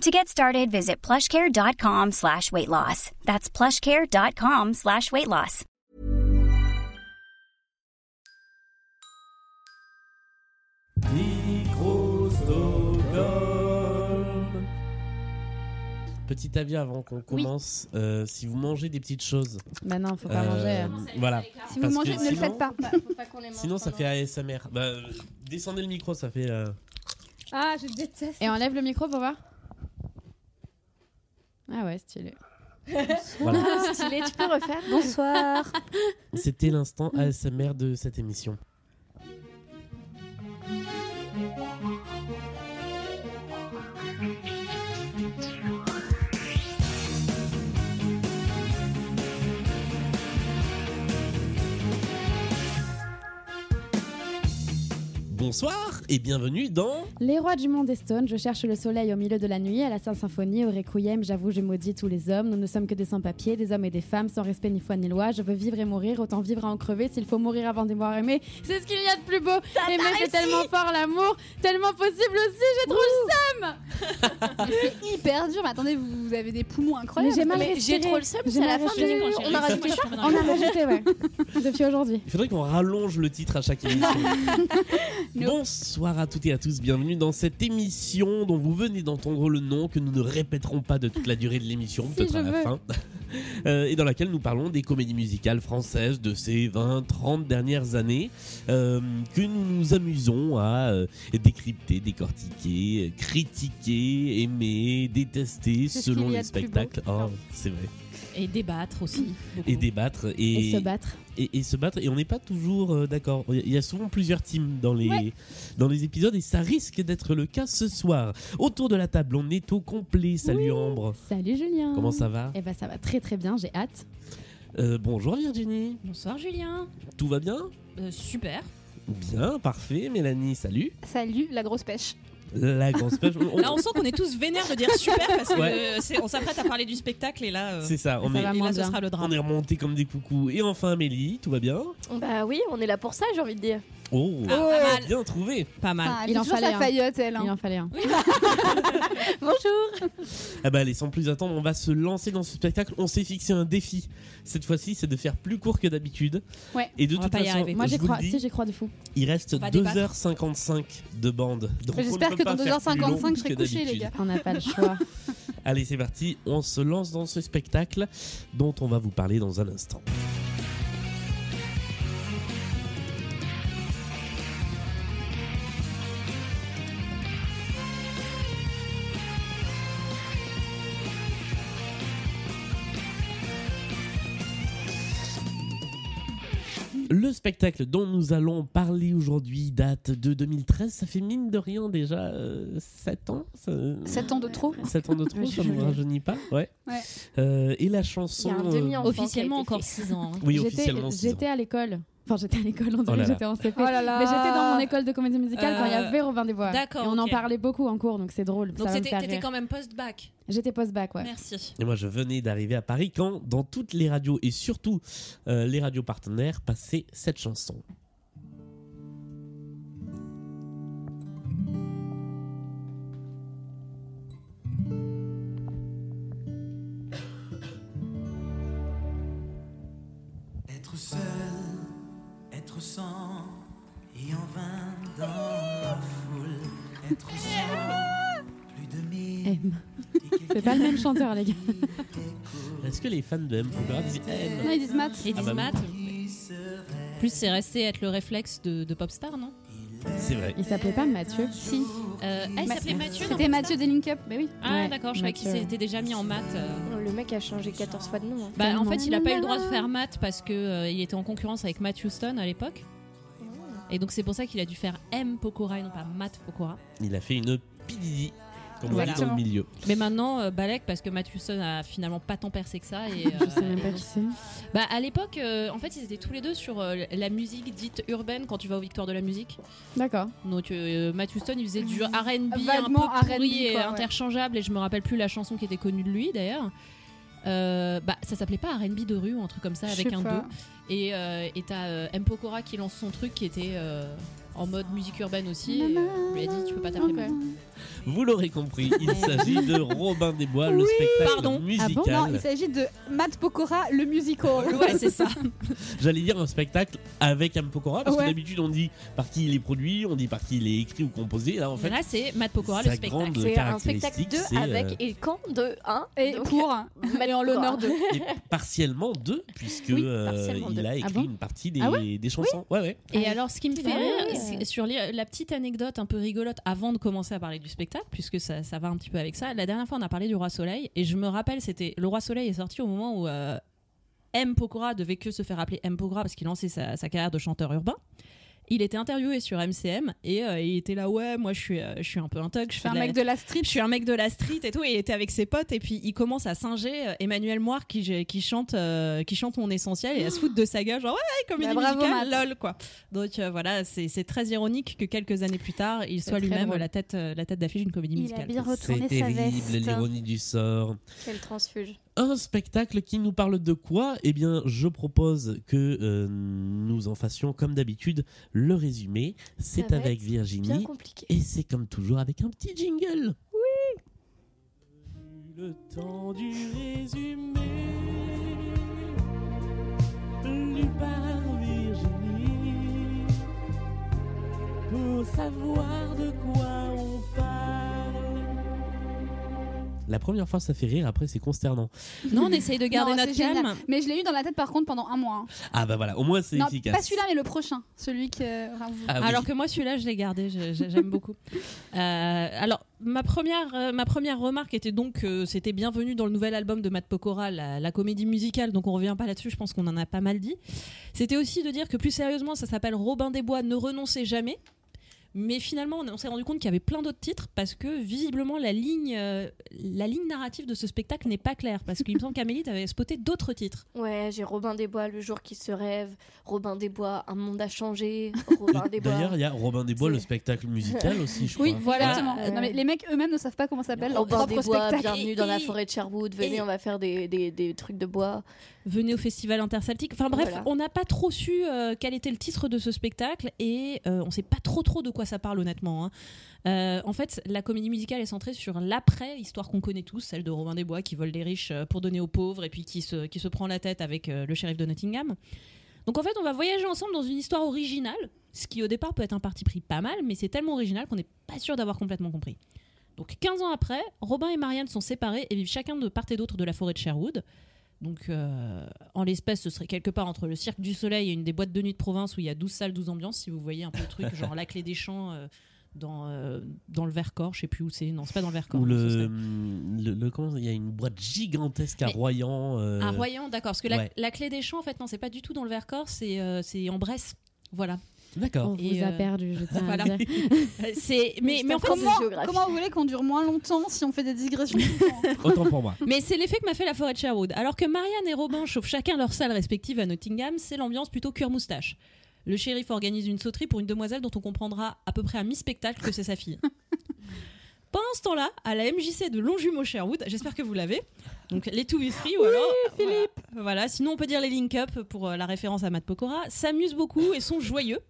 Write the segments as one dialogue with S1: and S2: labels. S1: To get started, visit plushcare.com slash weight loss. That's plushcare.com slash weight loss.
S2: Petit avis avant qu'on commence, euh, si vous mangez des petites choses,
S3: Bah non, faut pas
S2: euh,
S3: manger.
S2: voilà.
S4: hein. Si vous
S2: Parce
S4: mangez,
S2: que
S4: ne le
S2: sinon-
S4: faites pas.
S2: Sinon, ça fait ASMR. Bah, euh, descendez le micro, ça fait. euh,
S4: Ah, je déteste.
S3: Et enlève le micro pour voir. Ah ouais, stylé.
S2: voilà.
S4: Stylé, tu peux refaire
S5: Bonsoir.
S2: C'était l'instant ASMR de cette émission. Bonsoir et bienvenue dans
S3: Les rois du monde est stone, je cherche le soleil au milieu de la nuit, à la Sainte Symphonie, au Requiem, j'avoue, je maudis tous les hommes, nous ne sommes que des sans-papiers, des hommes et des femmes, sans respect ni foi ni loi, je veux vivre et mourir, autant vivre à en crever, s'il faut mourir avant de voir aimer, c'est ce qu'il y a de plus beau, aimer c'est tellement fort l'amour, tellement possible aussi, j'ai trop le seum
S4: hyper dur. Mais attendez, vous, vous avez des poumons
S3: Mais
S4: incroyables.
S3: j'ai mal
S6: Mais
S3: respiré.
S6: j'ai trop le seum,
S3: J'ai
S6: c'est à la
S3: mal
S6: fin du
S3: respiré.
S6: livre.
S3: On a
S6: rajouté ça.
S3: On a rajouté, ouais, depuis aujourd'hui.
S2: Il faudrait qu'on rallonge le titre à chaque émission. Bonsoir à toutes et à tous, bienvenue dans cette émission dont vous venez d'entendre le nom que nous ne répéterons pas de toute la durée de l'émission,
S3: Si,
S2: peut-être à
S3: je
S2: la
S3: veux.
S2: fin, Euh, et dans laquelle nous parlons des comédies musicales françaises de ces 20-30 dernières années euh, que nous nous amusons à euh, décrypter, décortiquer, euh, critiquer, aimer, détester
S3: C'est ce
S2: selon
S3: qu'il y a
S2: les
S3: de plus beau.
S2: spectacles. Oh, c'est vrai.
S6: Et débattre aussi.
S2: Et débattre
S3: Et, se battre.
S2: et, et se battre et on n'est pas toujours euh, d'accord. Il y a souvent plusieurs teams dans les, dans les épisodes et ça risque d'être le cas ce soir. Autour de la table, on est au complet. Salut Ambre.
S3: Salut Julien
S2: Comment ça va
S3: Eh ben ça va très très bien, j'ai hâte.
S2: Euh, Bonjour Virginie.
S6: Bonsoir Julien.
S2: Tout va bien
S6: Euh, super.
S2: Bien, parfait. Mélanie, salut.
S4: Salut, la grosse pêche.
S2: La grosse pêche. On-
S6: Là, on sent qu'on est tous vénères de dire super parce que
S2: Oh. Ouais.
S6: euh, c'est- on s'apprête à parler du spectacle et là, euh,
S2: C'est ça, on
S3: Ça
S2: est,
S3: va
S6: et
S3: moins
S6: là ce
S3: bien.
S6: sera le
S2: on
S6: drame.
S2: est remonté comme des coucous. Et enfin Amélie, tout va bien
S5: bah oui, on est là pour ça, j'ai envie de dire.
S2: Oh,
S6: Ah, pas mal.
S2: bien trouvé.
S6: Pas mal.
S3: il en fallait
S4: la
S3: un.
S4: faillotte, elle. hein.
S3: Il en fallait un.
S5: Bonjour.
S2: Ah bah allez, sans plus attendre, on va se lancer dans ce spectacle. On s'est fixé un défi. Cette fois-ci, c'est de faire plus court que d'habitude.
S4: Ouais,
S2: Et de
S6: on va
S2: toute
S6: pas y
S2: façon,
S6: arriver.
S3: Moi
S2: je
S3: j'ai
S2: vous le
S3: crois,
S2: dis,
S3: si j'ai crois de fou.
S2: Il reste
S6: va
S2: 2h55 de bande. Donc on
S4: J'espère
S2: ne peut
S4: que
S2: pas
S4: dans
S2: faire
S4: 2h55,
S2: plus long
S4: je serai
S2: que
S4: couchée, les
S2: d'habitude.
S4: gars.
S3: On n'a pas le choix.
S2: Allez, c'est parti, on se lance dans ce spectacle dont on va vous parler dans un instant. Le spectacle dont nous allons parler aujourd'hui date de 2013. Ça fait mine de rien déjà 7 ans. ça-
S4: 7 ans de trop.
S2: Sept ans de trop,
S3: Ouais,
S2: ça
S3: je
S2: ne
S3: l'ai.
S2: rajeunit pas. Ouais.
S4: Ouais.
S2: Euh, et la
S5: Il
S2: chanson.
S5: y a un
S2: euh,
S5: demi-enfant.
S6: Officiellement encore 6 ans. hein.
S2: Oui,
S3: J'étais-
S2: officiellement. six
S3: J'étais à l'école. Enfin, j'étais à l'école, on dirait
S2: Oh là
S3: que
S2: là.
S3: j'étais en CP.
S4: Oh là là.
S3: Mais j'étais dans mon école de comédie musicale quand il y
S6: Euh,
S3: avait Robin des Bois.
S6: d'accord,
S3: Et on en
S6: ok.
S3: parlait beaucoup en cours, donc c'est drôle.
S6: Donc
S3: ça va me
S6: c'était-
S3: faire
S6: t'étais
S3: rire.
S6: quand même post-bac.
S3: J'étais post-bac, ouais.
S6: Merci.
S2: ans. Et moi, je venais d'arriver à Paris quand, dans toutes les radios et surtout euh, les radios partenaires, passait cette chanson.
S7: Être seul, être sans, et en vain dans la foule. Être sans, plus de mille.
S3: M.
S7: et quelqu'un
S3: C'est pas le même chanteur, les gars.
S7: qui écoute,
S2: Est-ce que les fans de M. Poulard disent M
S4: Non, ils disent maths.
S6: Et
S2: Ah bah oui.
S6: Dismat,
S7: qui serait
S6: plus c'est resté être le réflexe de, de Popstar, non
S2: C'est vrai.
S3: Il s'appelait pas Mathieu.
S4: Si.
S6: euh, Ah, il
S4: Ma-
S6: s'appelait Mathieu non
S4: C'était Mathieu des Link Up. Mais oui.
S6: Ah,
S3: Ouais,
S6: d'accord, je croyais qu'il
S3: Mathieu.
S6: s'était déjà mis en maths. euh.
S5: Oh, Le mec a changé 14 fois de nom. hein.
S6: Bah, en
S3: Tellement.
S6: fait, il a pas eu le droit de faire maths parce que euh, il était en concurrence avec Matt Houston à l'époque.
S5: Oh.
S6: Et donc c'est pour ça qu'il a dû faire M Pokora et non pas Matt Pokora.
S2: Il a fait une pididi. comme on dit dans le
S4: Exactement.
S2: milieu.
S6: Mais maintenant, euh, Balek, parce que Mathewson a finalement pas tant percé que ça. Et,
S3: Je sais même pas
S6: euh,
S3: qui c'est.
S6: bah, à l'époque, euh, en fait, ils étaient tous les deux sur euh, la musique dite urbaine quand tu vas aux Victoires de la musique.
S3: D'accord.
S6: Donc euh, Mathewson, il faisait du R&B un peu
S4: Mmh. Vaguement
S6: pourri
S4: R&B,
S6: et
S4: quoi, ouais.
S6: interchangeable. Et je me rappelle plus la chanson qui était connue de lui d'ailleurs. Euh, bah, ça s'appelait pas R&B de rue ou un truc comme ça
S4: Je
S6: avec
S4: sais
S6: un
S4: pas.
S6: dos. Et euh, et t'as euh, M Pokora qui lance son truc qui était euh, en mode musique urbaine aussi. Et, euh, je lui ai dit tu peux pas t'appeler.
S4: Ok.
S6: Mathewson.
S2: Vous l'aurez compris, il s'agit de Robin des Bois, le spectacle
S6: Pardon.
S4: Ah
S2: musical.
S4: bon Non, il s'agit de Matt Pokora, le musical.
S6: Ouais c'est ça.
S2: J'allais dire un spectacle avec Am Pokora, parce
S4: Ouais.
S2: que d'habitude on dit par qui il est produit, on dit par qui il est écrit ou composé. Là en fait,
S6: Là c'est Matt Pokora le
S2: sa
S6: spectacle.
S2: grande
S5: C'est un spectacle
S2: caractéristique, c'est
S5: 2
S2: euh,
S5: avec et quand de 1
S4: Et pour
S6: euh,
S4: et en l'honneur de.
S2: et partiellement deux, puisque
S5: Oui,
S2: euh,
S5: partiellement
S2: il
S5: deux.
S2: a écrit
S3: bon
S2: une partie des,
S3: Ah
S2: des chansons. Ouais, ouais.
S6: Et alors, ce qui me fait
S5: Ah
S6: rire,
S5: oui.
S6: c'est- sur les- euh, la petite anecdote un peu rigolote avant de commencer à parler du spectacle, puisque ça, ça va un petit peu avec ça, la dernière fois on a parlé du Roi Soleil, et je me rappelle, c'était le Roi Soleil est sorti au moment où euh, M. Pokora devait que se faire appeler M. Pokora parce qu'il lançait sa, sa carrière de chanteur urbain. Il était interviewé sur MCM et euh, il était là, ouais, moi je suis, euh, je suis un peu un thug, je
S4: Je
S6: fais
S4: suis un
S6: de la-
S4: mec de la street.
S6: je suis un mec de la street et tout, et il était avec ses potes, et puis il commence à singer euh, Emmanuel Moir qui, qui, chante, euh, qui chante Mon Essentiel et à se foutre de sa gueule, genre ouais, comédie
S4: Bah, bravo,
S6: musicale,
S4: Matt.
S6: lol quoi. Donc euh, voilà, c'est c'est très ironique que quelques années plus tard, il
S3: C'est
S6: soit
S3: très
S6: lui-même
S3: drôle.
S6: la tête, euh, la tête d'affiche d'une comédie
S5: Il a
S6: musicale.
S5: bien
S2: C'est
S5: retourné sa
S2: terrible,
S5: veste.
S2: l'ironie du sort.
S5: Quel transfuge.
S2: Un spectacle qui nous parle de quoi Eh bien, je propose que euh, nous en fassions, comme d'habitude, le résumé. C'est
S5: va
S2: avec
S5: être Bien
S2: Virginie.
S5: compliqué.
S2: Et c'est comme toujours avec un petit jingle. Oui. Le temps du résumé. Lu par Virginie. Pour savoir de quoi on parle. La première fois, ça fait rire, après, c'est consternant.
S6: Non, on essaye de garder
S4: Non,
S6: notre
S4: c'est génial.
S6: calme.
S4: Mais je l'ai eu dans la tête par contre pendant un mois. hein.
S2: Ah bah voilà, au moins, c'est
S4: Non,
S2: efficace.
S4: pas celui-là, mais le prochain. Celui que. euh, enfin, vous-
S2: Ah oui.
S6: Alors que moi, celui-là, je l'ai gardé, je- je- j'aime beaucoup. Euh, alors, ma première, euh, ma première remarque était donc que c'était bienvenu dans le nouvel album de Matt Pokora, la, la comédie musicale, donc on revient pas là-dessus, je pense qu'on en a pas mal dit. C'était aussi de dire que plus sérieusement, ça s'appelle Robin des Bois, ne renoncez jamais. Mais finalement, on, on s'est rendu compte qu'il y avait plein d'autres titres parce que visiblement, la ligne, euh, la ligne narrative de ce spectacle n'est pas claire. Parce qu'il me semble qu'Amélie, t'avais spoté d'autres titres.
S5: Ouais, j'ai Robin des Bois, le jour qui se rêve. Robin des Bois, un monde a changé. Robin des Bois.
S2: D'ailleurs, il y a Robin des Bois,
S5: C'est-
S2: le spectacle musical aussi, je crois. Ah,
S4: Oui, voilà. Exactement.
S5: Euh,
S4: Non, mais les mecs eux-mêmes ne savent pas comment ça s'appelle leur
S5: Robin
S4: propre
S5: des Bois,
S4: spectacle.
S5: bienvenue dans la
S6: Et-
S5: forêt de Sherwood. Venez,
S6: et-
S5: on va faire des, des, des trucs de bois.
S6: venez au festival interceltique. Enfin bref,
S5: Voilà.
S6: on n'a pas trop su euh, quel était le titre de ce spectacle et euh, on sait pas trop trop de quoi ça parle honnêtement. hein. Euh, en fait, la comédie musicale est centrée sur l'après, histoire qu'on connaît tous, celle de Robin des Bois qui vole des riches euh, pour donner aux pauvres et puis qui se, qui se prend la tête avec euh, le shérif de Nottingham. Donc en fait, on va voyager ensemble dans une histoire originale, ce qui au départ peut être un parti pris pas mal, mais c'est tellement original qu'on n'est pas sûr d'avoir complètement compris. Donc 15 ans après, Robin et Marianne sont séparés et vivent chacun de part et d'autre de la forêt de Sherwood. Donc, euh, en l'espèce, ce serait quelque part entre le Cirque du Soleil et une des boîtes de nuit de province où il y a 12 salles, 12 ambiances, si vous voyez un peu le truc, genre la clé des champs euh, dans, euh, dans le Vercors, je sais plus où c'est. Non, c'est pas dans le Vercors. hein,
S2: Ou
S6: ce
S2: le, hum,
S6: serait-
S2: le, le- comment il y a une boîte gigantesque à
S6: Mais-
S2: Royan. euh,
S6: À Royan, d'accord. Parce que la,
S2: ouais.
S6: la clé des champs, en fait, non, c'est pas du tout dans le Vercors, c'est euh, c'est en Bresse. Voilà.
S3: On
S2: D'accord.
S6: Et,
S3: vous a
S6: euh,
S3: perdu, je tiens
S6: voilà.
S3: à le dire.
S6: c'est mais, mais en fait,
S5: Comment-
S4: Comment,
S5: géographie.
S4: comment vous voulez qu'on dure moins longtemps si on fait des digressions
S2: Autant pour moi.
S6: Mais c'est l'effet que m'a fait la forêt de Sherwood. Alors que Marianne et Robin chauffent chacun leur salle respective à Nottingham, c'est l'ambiance plutôt cuir-moustache. Le shérif organise une sauterie pour une demoiselle dont on comprendra à peu près à mi-spectacle que c'est sa fille. Pendant ce temps-là, à la MJC de Longjumeau Sherwood, j'espère que vous l'avez. Donc les Two with Three, ou alors Philippe. Voilà. Voilà, sinon on peut dire les Link Up pour euh, la référence à Matt Pokora, s'amusent beaucoup et sont joyeux.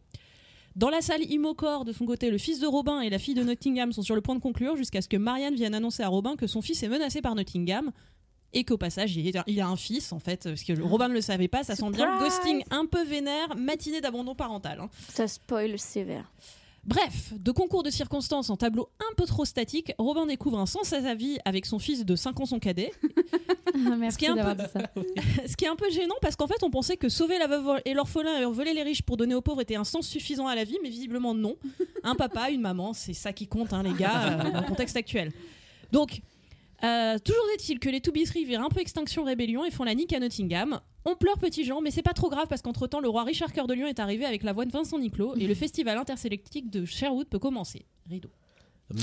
S6: Dans la salle Imocor, de son côté, le fils de Robin et la fille de Nottingham sont sur le point de conclure jusqu'à ce que Marianne vienne annoncer à Robin que son fils est menacé par Nottingham et qu'au passage, il est- il a un fils, en fait, parce que le- Robin ne le savait pas, ça sent bien le
S5: Surprise
S6: ghosting un peu vénère, matinée d'abandon parental. hein.
S5: Ça spoil sévère.
S6: Bref, de concours de circonstances en tableau un peu trop statique, Robin découvre un sens à sa vie avec son fils de 5 ans son cadet, Ce qui
S3: Merci
S6: est un peu-
S3: d'avoir dit ça.
S6: ce qui est un peu gênant parce qu'en fait on pensait que sauver la veuve et l'orphelin et voler les riches pour donner aux pauvres était un sens suffisant à la vie, mais visiblement non. Un papa, une maman, c'est ça qui compte, hein, les gars, euh, dans le contexte actuel. Donc, euh, toujours est-il que les Toubisseries virent un peu extinction rébellion et font la nique à Nottingham. On pleure petit Jean, mais c'est pas trop grave parce qu'entre temps le roi Richard Cœur de Lion est arrivé avec l'avoine Vincent Niclot et le festival intersélectique de Sherwood peut commencer. Rideau.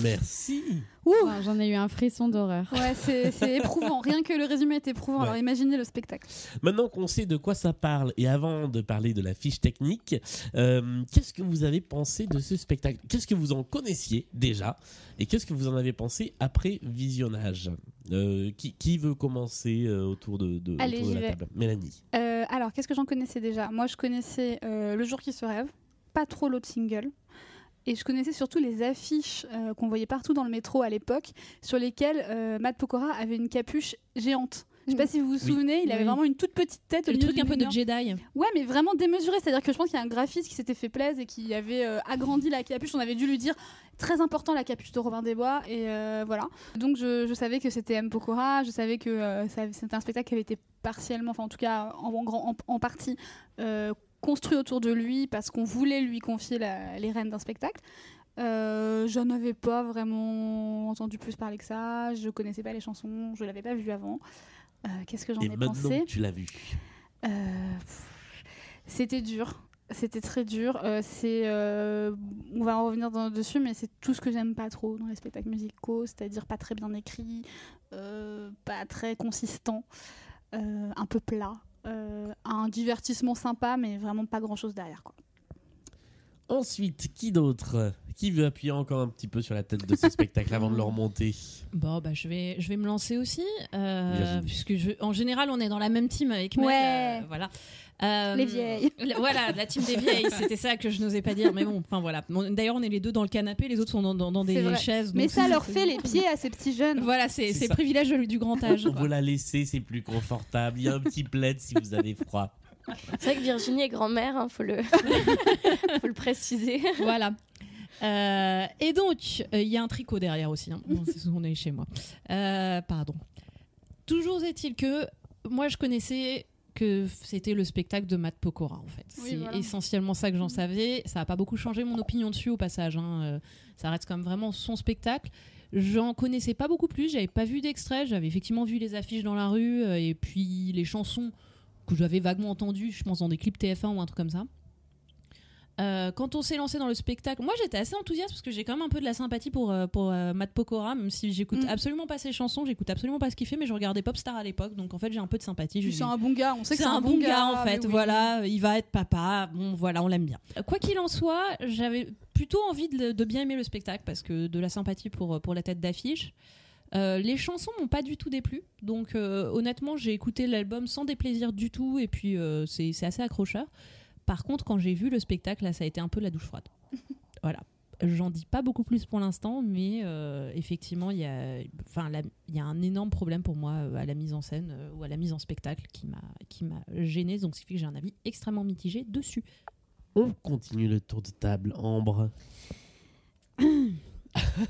S2: Merci.
S3: Enfin, J'en ai eu un frisson d'horreur.
S4: Ouais, c'est c'est éprouvant. Rien que le résumé est éprouvant.
S2: Ouais.
S4: Alors imaginez le spectacle.
S2: Maintenant qu'on sait de quoi ça parle et avant de parler de la fiche technique, euh, qu'est-ce que vous avez pensé de ce spectacle Qu'est-ce que vous en connaissiez déjà et qu'est-ce que vous en avez pensé après visionnage Euh, qui, qui veut commencer euh, autour de, de-
S4: Allez,
S2: autour de
S4: j'y
S2: la
S4: vais.
S2: table Mélanie.
S4: Euh, alors, qu'est-ce que j'en connaissais déjà Moi, je connaissais euh, Le jour qui se rêve, pas trop l'autre single. Et je connaissais surtout les affiches euh, qu'on voyait partout dans le métro à l'époque, sur lesquelles euh, Matt Pokora avait une capuche géante. Je sais pas si vous vous souvenez, il avait
S6: Oui.
S4: vraiment une toute petite tête. au
S6: Le
S4: milieu
S6: truc un
S4: d'une
S6: peu de
S4: énorme-
S6: Jedi.
S4: Ouais, mais vraiment démesuré. C'est-à-dire que je pense qu'il y a un graphiste qui s'était fait plaisir et qui avait euh, agrandi la capuche. On avait dû lui dire très important la capuche de Robin des Bois. Et euh, voilà. Donc je, je savais que c'était M. Pokora. Je savais que euh, ça- c'était un spectacle qui avait été partiellement, enfin en tout cas en, en grand- en- en partie, euh, construit autour de lui parce qu'on voulait lui confier la- les rênes d'un spectacle. Euh, J'en avais pas vraiment entendu plus parler que ça. Je connaissais pas les chansons. Je l'avais pas vu avant. Euh, Qu'est-ce que j'en
S2: Et
S4: ai
S2: maintenant
S4: pensé
S2: que tu l'as vu.
S4: euh, pff, C'était dur. C'était très dur. Euh, c'est, euh, on va en revenir dans- dessus, mais c'est tout ce que j'aime pas trop dans les spectacles musicaux, c'est-à-dire pas très bien écrit, euh, pas très consistant, euh, un peu plat, euh, un divertissement sympa, mais vraiment pas grand-chose derrière. Quoi.
S2: Ensuite, qui d'autre Qui veut appuyer encore un petit peu sur la tête de ce spectacle avant de le remonter
S6: Bon, bah, je vais, je vais me lancer aussi, euh,
S2: Virginie.
S6: puisque je, en général, on est dans la même team avec Mel.
S4: Ouais.
S6: euh, voilà. Euh,
S4: Les vieilles.
S6: la- voilà, la team des vieilles, c'était ça que je n'osais pas dire, mais bon, enfin voilà. On- D'ailleurs, on est les deux dans le canapé, les autres sont dans, dans- dans
S4: C'est
S6: des
S4: vrai.
S6: chaises. donc
S4: Mais ça
S6: c'est-
S4: leur fait les pieds à ces petits jeunes.
S6: Voilà, c'est
S2: C'est
S6: c'est
S2: ça.
S6: le privilège de- du grand âge.
S2: On
S6: quoi.
S2: vous la laisser, c'est plus confortable. Il y a un petit plaid si vous avez froid.
S5: C'est vrai que Virginie est grand-mère, hein, faut, le... faut le préciser.
S6: voilà. Euh, et donc, euh, il y a un tricot derrière aussi. hein. Bon, c'est souvent on est chez moi. Euh, pardon. Toujours est-il que moi, je connaissais que c'était le spectacle de Matt Pokora, en fait.
S4: Oui,
S6: c'est
S4: voilà.
S6: essentiellement ça que j'en savais. Ça n'a pas beaucoup changé mon opinion dessus, au passage. hein. Euh, ça reste quand même vraiment son spectacle. J'en connaissais pas beaucoup plus. J'avais pas vu d'extrait. J'avais effectivement vu les affiches dans la rue euh, et puis les chansons que j'avais vaguement entendues, je pense, dans des clips TF1 ou un truc comme ça. Euh, quand on s'est lancé dans le spectacle, moi j'étais assez enthousiaste parce que j'ai quand même un peu de la sympathie pour, euh, pour euh, Matt Pokora, même si j'écoute
S4: Mm.
S6: absolument pas ses chansons, j'écoute absolument pas ce qu'il fait, mais je regardais Popstar à l'époque, donc en fait j'ai un peu de sympathie. Je
S4: Tu
S6: lui dis,
S4: sens un bon gars, on sait que
S6: c'est un, bon gars, en fait,
S4: mais oui.
S6: voilà, il va être papa, bon voilà, on l'aime bien. Quoi qu'il en soit, j'avais plutôt envie de, le- de bien aimer le spectacle parce que de la sympathie pour, pour la tête d'affiche. Euh, les chansons m'ont pas du tout déplu, donc euh, honnêtement j'ai écouté l'album sans déplaisir du tout et puis euh, c'est c'est assez accrocheur. Par contre quand j'ai vu le spectacle là ça a été un peu la douche froide. voilà, j'en dis pas beaucoup plus pour l'instant mais euh, effectivement il y a, enfin la- il y a un énorme problème pour moi euh, à la mise en scène euh, ou à la mise en spectacle qui m'a qui m'a gêné donc ce qui fait que j'ai un avis extrêmement mitigé dessus.
S2: On continue le tour de table, Ambre.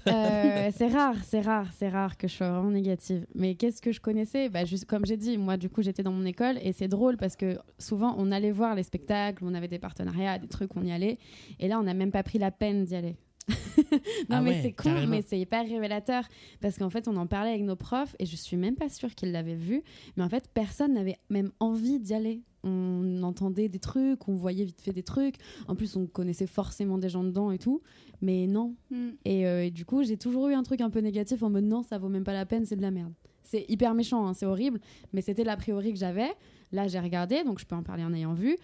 S3: Euh, c'est rare, c'est rare, c'est rare que je sois vraiment négative. Mais qu'est-ce que je connaissais bah, juste, Comme j'ai dit, moi, du coup, j'étais dans mon école et c'est drôle parce que souvent, on allait voir les spectacles, on avait des partenariats, des trucs, on y allait. Et là, on n'a même pas pris la peine d'y aller. non,
S2: Ah
S3: mais
S2: ouais,
S3: c'est con,
S2: carrément.
S3: mais c'est hyper révélateur parce qu'en fait, on en parlait avec nos profs et je suis même pas sûre qu'ils l'avaient vu. Mais en fait, personne n'avait même envie d'y aller. On entendait des trucs, on voyait vite fait des trucs. En plus, on connaissait forcément des gens dedans et tout. Mais non,
S4: Mm.
S3: et, euh, et du coup, j'ai toujours eu un truc un peu négatif en mode non, ça vaut même pas la peine, c'est de la merde. C'est hyper méchant, hein, c'est horrible, mais c'était l'a priori que j'avais. Là, j'ai regardé, donc je peux en parler en ayant vu.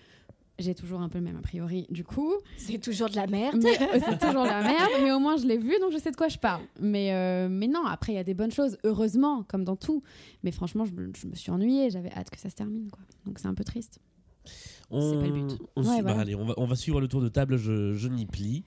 S3: J'ai toujours un peu le même a priori, du coup.
S5: C'est toujours de la merde.
S3: Mais euh, c'est toujours la merde, mais au moins je l'ai vu, donc je sais de quoi je parle. Mais, euh, mais non, après, il y a des bonnes choses, heureusement, comme dans tout. Mais franchement, je, me- je me suis ennuyée, j'avais hâte que ça se termine, quoi. Donc c'est un peu triste.
S2: On...
S6: C'est pas le but.
S2: on
S3: Ouais,
S2: suit- bah,
S3: voilà.
S2: allez, on va, on va suivre le tour de table, je, je m'y plie.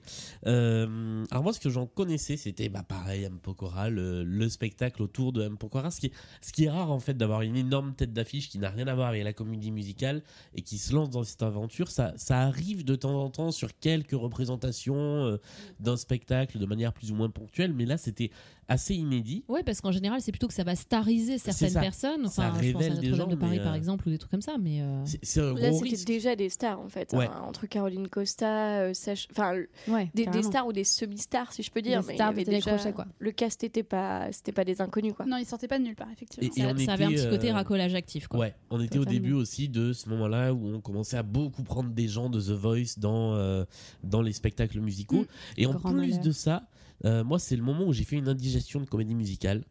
S2: Euh, alors moi, ce que j'en connaissais, c'était bah, pareil, M. Pokora, le, le spectacle autour de M. Pokora, ce qui, est- ce qui est rare en fait, d'avoir une énorme tête d'affiche qui n'a rien à voir avec la comédie musicale et qui se lance dans cette aventure. Ça, ça arrive de temps en temps sur quelques représentations euh, d'un spectacle de manière plus ou moins ponctuelle, mais là, c'était assez inédit.
S6: Ouais parce qu'en général c'est plutôt que ça va stariser
S2: C'est
S6: certaines
S2: ça.
S6: personnes.
S2: Ça
S6: Enfin je pense à
S2: révèle des
S6: Notre-Dame de
S2: gens,
S6: Paris
S2: mais, euh,
S6: par exemple ou des trucs comme ça mais euh,
S2: C'est- C'est un
S5: Là,
S2: gros
S5: c'était
S2: risque.
S5: déjà des stars en fait.
S2: Ouais.
S5: hein, entre Caroline Costa, euh, Sacha- enfin le-
S3: Ouais,
S5: des, des
S3: carrément.
S5: stars ou des semi-stars si je peux dire.
S3: Des
S5: mais il y
S3: stars de
S5: avait déjà-
S3: télécrochet, quoi.
S5: Le cast n'était pas, c'était pas des inconnus
S6: Bah.
S5: quoi.
S4: Non, il sortait pas de nulle part, effectivement.
S2: Et
S6: ça,
S2: on
S6: ça avait un
S2: était,
S6: petit côté
S2: euh,
S6: racolage actif. Quoi.
S2: Ouais, on était au
S3: Totalement.
S2: début aussi de ce moment-là où on commençait à beaucoup prendre des gens de The Voice dans, euh, dans les spectacles musicaux.
S4: Mm.
S2: Et en
S3: Grand
S2: plus
S3: malheur.
S2: de ça, euh, moi, c'est le moment où j'ai fait une indigestion de comédie musicale.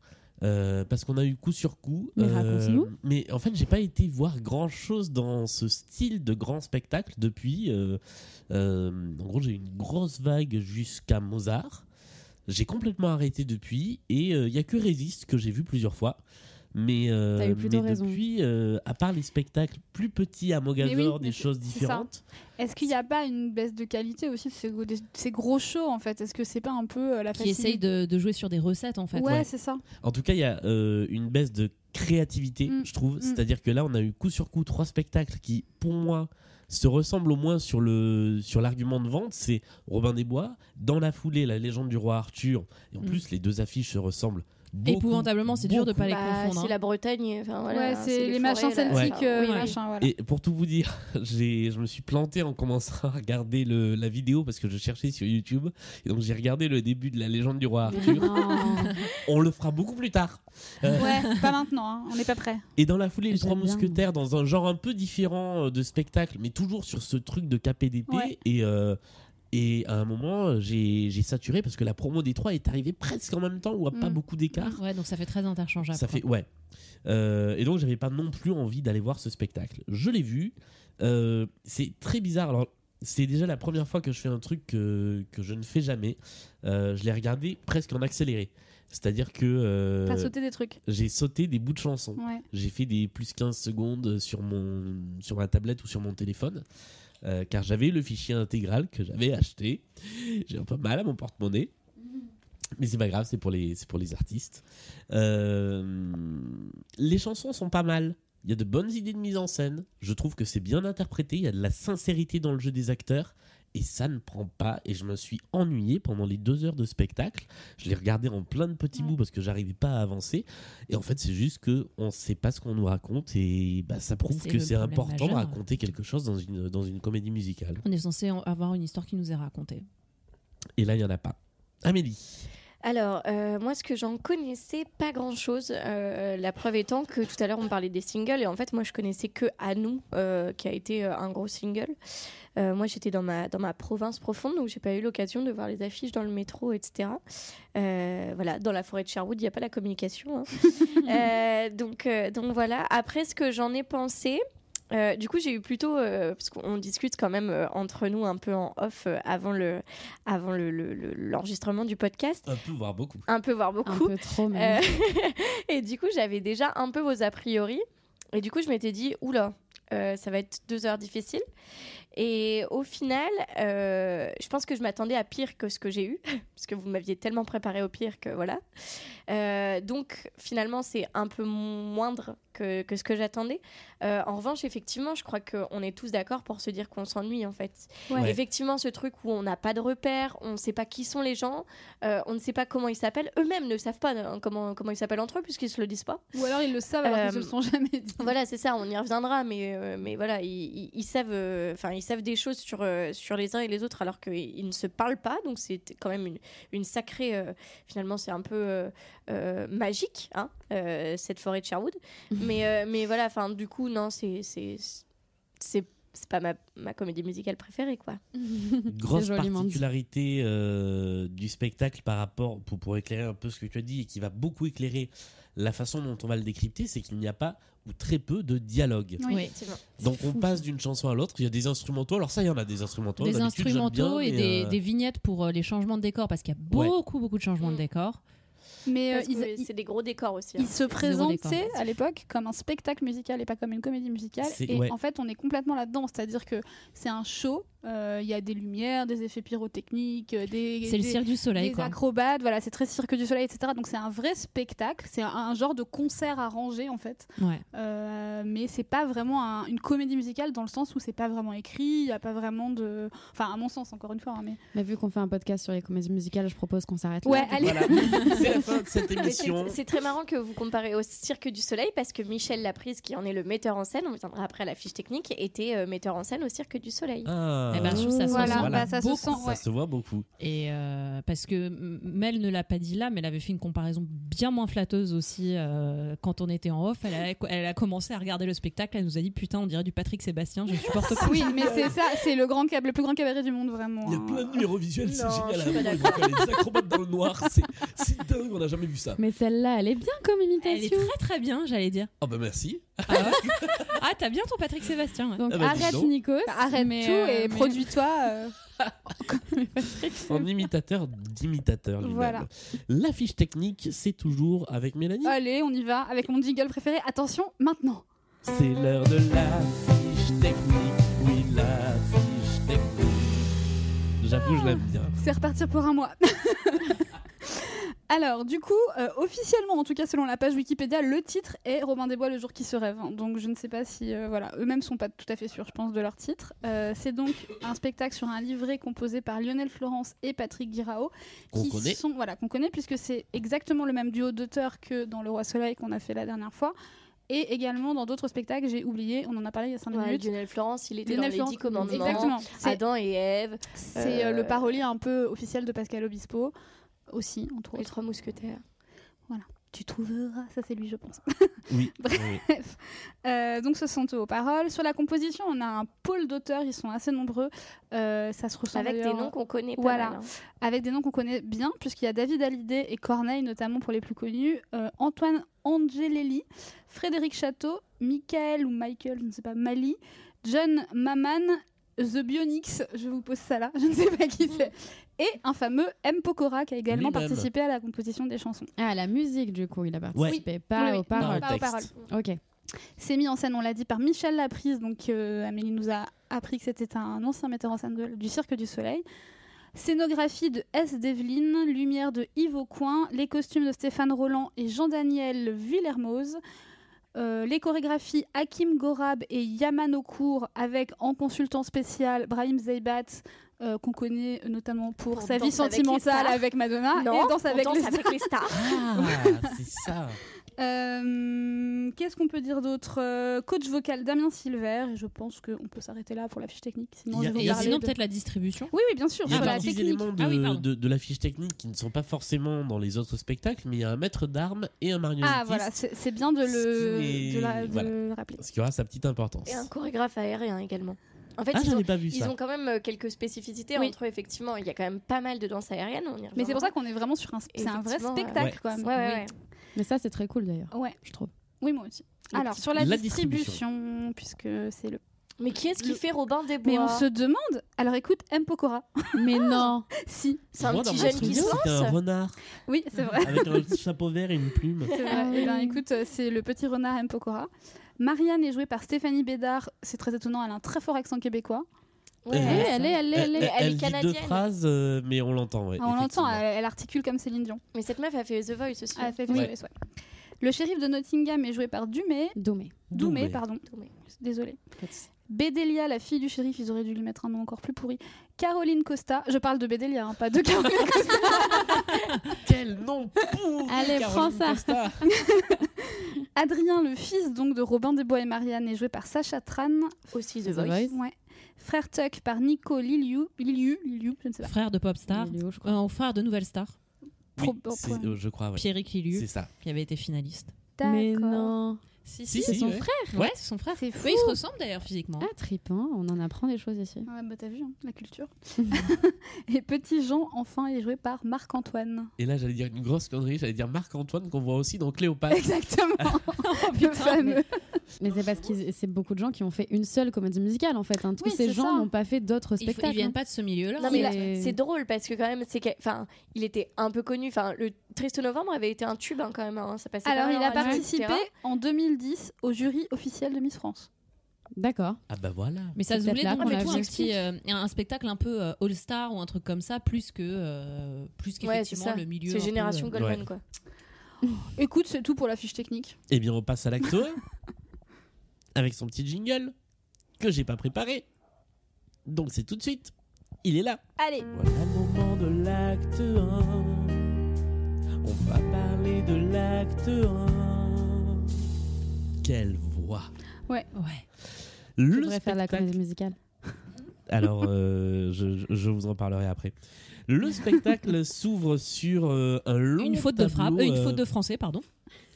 S2: euh, parce qu'on a eu coup sur coup. euh,
S3: Mais raconte-nous.
S2: mais en fait, j'ai pas été voir grand chose dans ce style de grand spectacle depuis. euh, euh, en gros, j'ai eu une grosse vague jusqu'à Mozart. J'ai complètement arrêté depuis et il y a que Résiste que j'ai vu plusieurs fois. Mais, euh,
S3: T'as eu plutôt
S2: mais
S3: raison.
S2: depuis, euh, à part les spectacles plus petits à
S4: Mais
S2: Mogador,
S4: oui,
S2: des
S4: mais c'est-
S2: choses
S4: c'est ça.
S2: différentes.
S4: Est-ce qu'il n'y a pas une baisse de qualité aussi de ces, gros- des- de ces gros shows en fait Est-ce que c'est pas un peu euh, la
S6: Qui
S4: facilité
S6: essaye de, de jouer sur des recettes en fait.
S4: Ouais,
S2: ouais.
S4: c'est ça.
S2: En tout cas, il y a euh, une baisse de créativité,
S4: Mm,
S2: je trouve. C'est-à-dire que là, on a eu coup sur coup trois spectacles qui, pour moi, se ressemblent au moins sur le sur l'argument de vente. C'est Robin des Bois, Dans la foulée, La légende du roi Arthur. Et en
S6: Mm.
S2: plus, les deux affiches se ressemblent. beaucoup,
S6: Épouvantablement, c'est dur de
S2: beaucoup.
S6: pas les
S5: Bah,
S6: confondre.
S5: c'est
S6: hein.
S5: la Bretagne, enfin voilà,
S4: ouais, c'est les, machins
S5: forêts, là,
S4: celtiques,
S5: enfin,
S4: euh,
S5: oui,
S4: les
S5: oui.
S4: machins, voilà.
S2: Et pour tout vous dire, j'ai, je me suis planté en commençant à regarder le, la vidéo parce que je cherchais sur YouTube. Et donc j'ai regardé le début de la légende du roi Arthur.
S3: Non.
S2: On le fera beaucoup plus tard. Euh,
S4: Ouais, pas maintenant, hein, on n'est pas prêt.
S2: Et dans la foulée, les
S3: J'aime
S2: trois
S3: bien.
S2: mousquetaires, dans un genre un peu différent euh, de spectacle, mais toujours sur ce truc de KPDP.
S4: Ouais.
S2: Et, euh, et à un moment, j'ai, j'ai saturé parce que la promo des trois est arrivée presque en même temps ou à pas
S4: Mm.
S2: beaucoup d'écart.
S6: Ouais, donc ça fait très interchangeable.
S2: Ça
S6: quoi.
S2: fait ouais. Euh, et donc j'avais pas non plus envie d'aller voir ce spectacle. Je l'ai vu. Euh, c'est très bizarre. Alors c'est déjà la première fois que je fais un truc que, que je ne fais jamais. Euh, je l'ai regardé presque en accéléré. C'est-à-dire que euh,
S4: T'as sauté des trucs.
S2: j'ai sauté des bouts de chansons.
S4: Ouais.
S2: J'ai fait des plus 15 secondes sur, mon, sur ma tablette ou sur mon téléphone, euh, car j'avais le fichier intégral que j'avais acheté. J'ai un peu mal à mon porte-monnaie. Mais c'est pas grave, c'est pour les, c'est pour les artistes. Euh, les chansons sont pas mal. Il y a de bonnes idées de mise en scène. Je trouve que c'est bien interprété. Il y a de la sincérité dans le jeu des acteurs. Et ça ne prend pas. Et je me suis ennuyé pendant les deux heures de spectacle. Je l'ai regardé en plein de petits
S4: Ouais.
S2: bouts parce que j'arrivais pas à avancer. Et en fait, c'est juste que on sait pas ce qu'on nous raconte. Et bah, ça prouve
S6: C'est
S2: que
S6: le
S2: c'est
S6: problème
S2: important de
S6: majeur.
S2: raconter quelque chose dans une, dans une comédie musicale.
S6: On est censé en- avoir une histoire qui nous est racontée.
S2: Et là, il y en a pas. Amélie.
S5: Alors, euh, moi, ce que j'en connaissais, pas grand-chose. Euh, la preuve étant que tout à l'heure, on parlait des singles. Et en fait, moi, je connaissais que À nous, euh, qui a été euh, un gros single. Euh, moi, j'étais dans ma, dans ma province profonde, donc j'ai pas eu l'occasion de voir les affiches dans le métro, etc. Euh, voilà, dans la forêt de Sherwood, il n'y a pas la communication. hein. Euh, donc, euh, donc voilà. Après, ce que j'en ai pensé. euh, du coup, j'ai eu plutôt, euh, parce qu'on discute quand même euh, entre nous un peu en off euh, avant le, avant le- le- le- l'enregistrement du podcast
S2: Un peu, voire beaucoup.
S5: un peu voir
S3: Un
S5: beaucoup.
S3: peu trop,
S5: Euh,
S3: mais.
S5: et du coup, j'avais déjà un peu vos a priori. Et du coup, je m'étais dit, oula, euh, ça va être deux heures difficiles. Et au final, euh, je pense que je m'attendais à pire que ce que j'ai eu, parce que vous m'aviez tellement préparé au pire que voilà. Euh, donc finalement, c'est un peu moindre que, que ce que j'attendais. Euh, en revanche, effectivement, je crois qu'on est tous d'accord pour se dire qu'on s'ennuie en fait.
S4: Ouais.
S2: Ouais.
S5: Effectivement, ce truc où on n'a pas de repères, on ne sait pas qui sont les gens, euh, on ne sait pas comment ils s'appellent. Eux-mêmes ne savent pas euh, comment, comment ils s'appellent entre eux puisqu'ils ne se le disent pas.
S4: Ou alors ils le savent alors qu'ils se
S5: Euh,
S4: le sont jamais dit.
S5: Voilà, c'est ça, on y reviendra, mais, euh, mais voilà, ils, ils- ils savent, euh, enfin, ils savent des choses sur, euh, sur les uns et les autres alors qu'ils ils ne se parlent pas, donc c'est quand même une, une sacrée. euh, finalement, c'est un peu euh, euh, magique, hein, euh, cette forêt de Sherwood. mais, euh, mais voilà, enfin, du coup, non, c'est. c'est- C'est c'est pas ma, ma comédie musicale préférée, quoi.
S2: grosse
S3: C'est joliment dit.
S2: particularité euh, du spectacle par rapport, pour, pour éclairer un peu ce que tu as dit et qui va beaucoup éclairer la façon dont on va le décrypter, c'est qu'il n'y a pas ou très peu de dialogue.
S4: Oui.
S5: Effectivement.
S2: Donc on
S6: fou,
S2: passe d'une chanson à l'autre, il y a des instrumentaux, alors ça il y en a des instrumentaux.
S6: des
S2: d'habitude, j'aime
S6: instrumentaux
S2: bien,
S6: et
S2: mais,
S6: des,
S2: euh,
S6: des vignettes pour euh, les changements de décor parce qu'il y a
S2: Ouais.
S6: beaucoup, beaucoup de changements de
S5: Mm.
S6: décor.
S4: Mais euh,
S5: Parce que
S4: ils, ils-
S5: c'est des gros décors aussi. hein.
S4: ils se
S6: décor.
S4: présentaient à l'époque comme un spectacle musical et pas comme une comédie musicale.
S2: C'est-
S4: Et
S2: ouais.
S4: en fait, on est complètement là-dedans. C'est-à-dire que c'est un show Euh, Il y a des lumières, des effets pyrotechniques, euh, des,
S6: C'est le
S4: des-
S6: cirque du soleil,
S4: des
S6: quoi.
S4: acrobates, voilà, c'est très cirque du soleil, etc. Donc c'est un vrai spectacle, c'est un, un genre de concert arrangé en fait.
S6: Ouais.
S4: Euh, mais c'est pas vraiment un- une comédie musicale dans le sens où c'est pas vraiment écrit, il y a pas vraiment de, enfin à mon sens encore une fois, hein, mais
S3: Mais vu qu'on fait un podcast sur les comédies musicales, je propose qu'on s'arrête là.
S4: ouais, allez,
S2: Voilà, c'est la fin de cette
S5: Mais c'est-
S2: émission.
S5: C'est très marrant que vous comparez au Cirque du Soleil parce que Michel Laprise, qui en est le metteur en scène, on viendra après à la fiche technique, était euh, metteur en scène au Cirque du Soleil.
S2: Ah,
S6: Eh ben, je trouve ça se
S4: Voilà,
S6: ressent
S4: bah, ça se
S6: beaucoup.
S4: sent, ouais.
S2: ça se voit beaucoup.
S6: Et euh, parce que M- Mel ne l'a pas dit là, mais elle avait fait une comparaison bien moins flatteuse aussi euh, quand on était en off. Elle a, elle a commencé à regarder le spectacle, elle nous a dit putain, on dirait du Patrick Sébastien, je supporte pas.
S4: oui, mais c'est ça, c'est le grand cab- le plus grand cabaret du monde vraiment.
S2: Il y a
S4: hein.
S2: plein de numéros visuels, c'est
S5: Non,
S2: génial.
S5: je suis pas
S2: à voir, il y a des acrobates dans le noir, c'est- c'est dingue, on n'a jamais vu ça.
S3: Mais celle-là, elle est bien comme
S6: Elle est
S3: imitation.
S6: très très bien, j'allais dire.
S2: Oh bah merci.
S6: Ah, t'as bien ton Patrick Sébastien. ouais.
S3: Donc
S2: Ah bah, dis
S3: arrête
S2: donc.
S3: Nikos.
S4: Arrête
S3: mais,
S4: tout
S3: euh, mais-
S4: et produis-toi. euh,
S2: En imitateur d'imitateur lui-même.
S4: Voilà.
S2: La fiche technique, c'est toujours avec Mélanie.
S4: Allez, on y va avec mon jingle préféré. Attention, maintenant.
S2: C'est l'heure de la fiche technique. Oui, la fiche technique. J'avoue, je l'aime bien.
S4: C'est repartir pour un mois. Alors, du coup, euh, officiellement, en tout cas selon la page Wikipédia, le titre est Robin des Bois, le jour qui se rêve. hein. Donc, je ne sais pas si euh, voilà, eux-mêmes sont pas tout à fait sûrs, je pense, de leur titre. Euh, c'est donc un spectacle sur un livret composé par Lionel Florence et Patrick Guirao,
S2: Qu'on
S4: qui
S2: connaît.
S4: sont voilà qu'on connaît puisque c'est exactement le même duo d'auteurs que dans Le Roi Soleil qu'on a fait la dernière fois, et également dans d'autres spectacles. J'ai oublié, on en a parlé il y a cinq
S5: Ouais,
S4: minutes.
S5: Lionel Florence, il était
S4: Lionel
S5: dans
S4: Florence.
S5: les 10 commandements.
S4: Exactement. C'est-
S5: Adam et Ève,
S4: C'est euh,
S5: Euh,
S4: le parolier un peu officiel de Pascal Obispo aussi, entre
S5: les
S4: autres.
S5: trois mousquetaires.
S4: Tu trouveras, ça c'est lui je pense.
S2: Oui.
S4: Bref.
S2: oui.
S4: Euh, donc ce sont eux aux paroles. Sur la composition, on a un pôle d'auteurs, ils sont assez nombreux. Euh, ça se ressent
S5: Avec des
S4: d'ailleurs-
S5: noms qu'on connaît pas
S4: Voilà.
S5: mal, hein.
S4: avec des noms qu'on connaît bien, puisqu'il y a David Hallyday et Corneille, notamment pour les plus connus, euh, Antoine Angelelli, Frédéric Château, Michael ou Michael, je ne sais pas, Mali, John Maman, The Bionics, je vous pose ça là, je ne sais pas qui c'est, et un fameux M. Pokora qui a également
S2: Lui-même.
S4: participé à la composition des chansons.
S3: Ah, la musique du coup, il a participé, pas
S4: Oui, oui.
S3: aux paroles.
S2: Pas
S4: Pas aux
S2: texte.
S4: paroles.
S3: Ok.
S4: C'est mis en scène, on l'a dit, par Michel Laprise. Donc euh, Amélie nous a appris que c'était un ancien metteur en scène de- du Cirque du Soleil. Scénographie de S. Devlin, lumière de Yves Aucoin, les costumes de Stéphane Roland et Jean-Daniel Villermoz, euh, les chorégraphies Hakim Gorab et Yaman Okour avec en consultant spécial Brahim Zeibat, euh, qu'on connaît notamment pour,
S5: Pour
S4: sa vie
S5: Danse avec les
S4: sentimentale
S5: stars.
S4: avec Madonna
S5: Non,
S4: Ah, et Danse
S5: on
S4: avec
S5: danse
S4: les stars.
S5: stars.
S2: Ah, c'est ça.
S4: Euh, Qu'est-ce qu'on peut dire d'autre Euh, Coach vocal Damien Silver, et je pense qu'on peut s'arrêter là pour la fiche technique. Sinon,
S2: Il y a-
S4: je vais
S2: il
S6: Et
S2: y a-
S4: parler
S6: sinon,
S4: de-
S6: peut-être la distribution.
S4: Oui, oui, bien sûr,
S2: Il y a
S4: sur la
S2: parties
S4: technique.
S2: éléments de,
S6: Ah oui, pardon.
S2: de- de la fiche technique qui ne sont pas forcément dans les autres spectacles, mais il y a un maître d'armes et un marionnettiste.
S4: Ah voilà, c'est c'est bien de
S2: Ce
S4: le,
S2: qui
S4: de la- de
S2: voilà.
S4: le rappeler.
S2: Ce qui aura sa petite importance.
S5: Et un chorégraphe aérien également. En fait,
S2: Ah,
S5: ils,
S2: j'en
S5: ont,
S2: ai pas vu
S5: ils
S2: ça.
S5: ont quand même euh, quelques spécificités
S4: Oui.
S5: entre eux, effectivement. Il y a quand même pas mal de danse aérienne. On y
S4: Mais c'est pour ça
S5: reviendra.
S4: qu'on est vraiment sur un, c'est un vrai
S5: Effectivement, ouais.
S4: spectacle quand même.
S5: Ouais, ouais, ouais.
S3: Mais ça, c'est très cool d'ailleurs,
S4: Ouais.
S3: je trouve.
S4: oui, moi aussi.
S5: Le
S4: Alors
S5: petit-
S4: sur la,
S2: La
S4: distribution, puisque c'est le.
S5: Mais qui est-ce qui
S4: Le-
S5: fait Robin des Bois
S4: Mais on se demande. Alors écoute, M Pokora.
S3: Mais non.
S4: si,
S5: C'est un
S2: Moi, dans
S5: petit
S2: mon
S5: jeune qui
S2: souvenir,
S5: se
S2: C'était un
S5: lance.
S2: renard
S4: oui, c'est vrai.
S2: avec un petit chapeau vert et une plume.
S4: C'est vrai.
S3: Ah oui.
S4: Eh ben, écoute, euh, c'est le petit renard M. Pokora. Marianne est jouée par Stéphanie Bédard. C'est très étonnant, elle a un très fort accent québécois.
S5: Ouais,
S2: Euh,
S5: ouais,
S3: Allez,
S5: ça.
S3: allez, allez,
S2: elle,
S3: allez.
S2: elle-
S5: elle est
S2: elle dit deux
S5: canadienne.
S2: phrases, euh, mais on l'entend. ouais,
S4: Ah, on l'entend,
S2: effectivement.
S4: elle, elle articule comme Céline Dion.
S5: Mais cette meuf a fait The Voice aussi.
S4: Ah, elle fait
S2: Ouais.
S4: Furious, ouais. Le shérif de Nottingham est joué par Dumé.
S3: Doumé.
S4: Doumé,
S2: Doumé.
S4: pardon.
S5: Doumé.
S4: Désolée.
S3: Pas de souci.
S4: Bédélia, la fille du shérif, ils auraient dû lui mettre un nom encore plus pourri. Caroline Costa. Je parle de Bédélia, hein, pas de Caroline Costa.
S2: Quel nom pourri
S3: Allez,
S2: Caroline
S3: prends ça.
S2: Costa.
S4: Adrien, le fils donc de Robin Desbois et Marianne, est joué par Sacha Tran.
S5: Aussi The,
S3: The
S5: Voice.
S3: Voice.
S4: Ouais. Frère Tuck par Nico Liliu. Liliu, Liliu, je ne sais pas.
S6: Frère de Popstar.
S3: Il est où, je crois.
S6: Euh, frère de Nouvelle Star.
S2: Oui,
S4: Pro-
S2: c'est-
S4: pro-
S2: euh, je crois, ouais.
S6: Pierrick Lilu,
S2: C'est ça.
S6: qui avait été finaliste.
S3: Mais
S4: D'accord.
S3: non.
S2: Si, si, ouais.
S6: frère. Ouais, c'est son frère.
S4: C'est fou.
S6: Oui, ils se ressemblent d'ailleurs physiquement.
S3: Ah, tripant, on en apprend des choses ici.
S4: Ouais, bah t'as vu, hein, la culture. et Petit Jean, enfin, est joué par Marc-Antoine.
S2: Et là, j'allais dire une grosse connerie. J'allais dire Marc-Antoine qu'on voit aussi dans Cléopâtre.
S4: Exactement. le
S6: putain,
S4: fameux.
S3: Mais c'est parce que c'est beaucoup de gens qui ont fait une seule comédie musicale en fait. hein. Tous
S4: Oui,
S3: ces
S4: c'est
S3: gens
S4: ça.
S3: n'ont pas fait d'autres
S6: Ils,
S3: spectacles.
S6: ils viennent pas de ce milieu-là.
S5: Non mais
S3: Il
S5: là,
S3: est-
S5: c'est drôle parce que quand même c'est que- enfin il était un peu connu enfin le Triste Novembre avait été un tube hein, quand même hein, ça passait pas
S4: Alors,
S5: mal
S4: il
S5: en
S4: a
S5: radio, etc.
S4: participé en 2010 au jury officiel de Miss France.
S3: hein. D'accord.
S2: Ah bah voilà.
S6: Mais ça
S3: C'est
S6: se voulait donc
S3: peut-être là qu'on
S6: du
S3: l'a
S6: coup
S3: vu.
S6: un petit euh, un spectacle un peu euh, all star ou un truc comme ça plus que euh, plus
S5: Ouais, c'est
S6: qu'effectivement
S5: ça.
S6: le milieu.
S5: C'est
S6: un peu,
S5: Génération
S6: euh,
S5: Goldman,
S2: Ouais.
S5: quoi.
S4: Écoute, c'est tout pour la fiche technique.
S2: Eh bien, on passe à l'acto avec son petit jingle que j'ai pas préparé. Donc, c'est tout de suite. Il est là.
S5: Allez,
S2: Voilà le moment de l'acte 1. On va parler de l'acte 1. Quelle voix
S6: euh, Ouais.
S3: Je
S2: Le
S3: voudrais faire de la
S2: spectacle-
S3: comédie musicale.
S2: Alors, euh, je, je- je vous en parlerai après. Le spectacle s'ouvre sur euh, un long
S6: Une faute de
S2: tableau,
S6: frappe, euh, une
S2: euh,
S6: faute de français, pardon.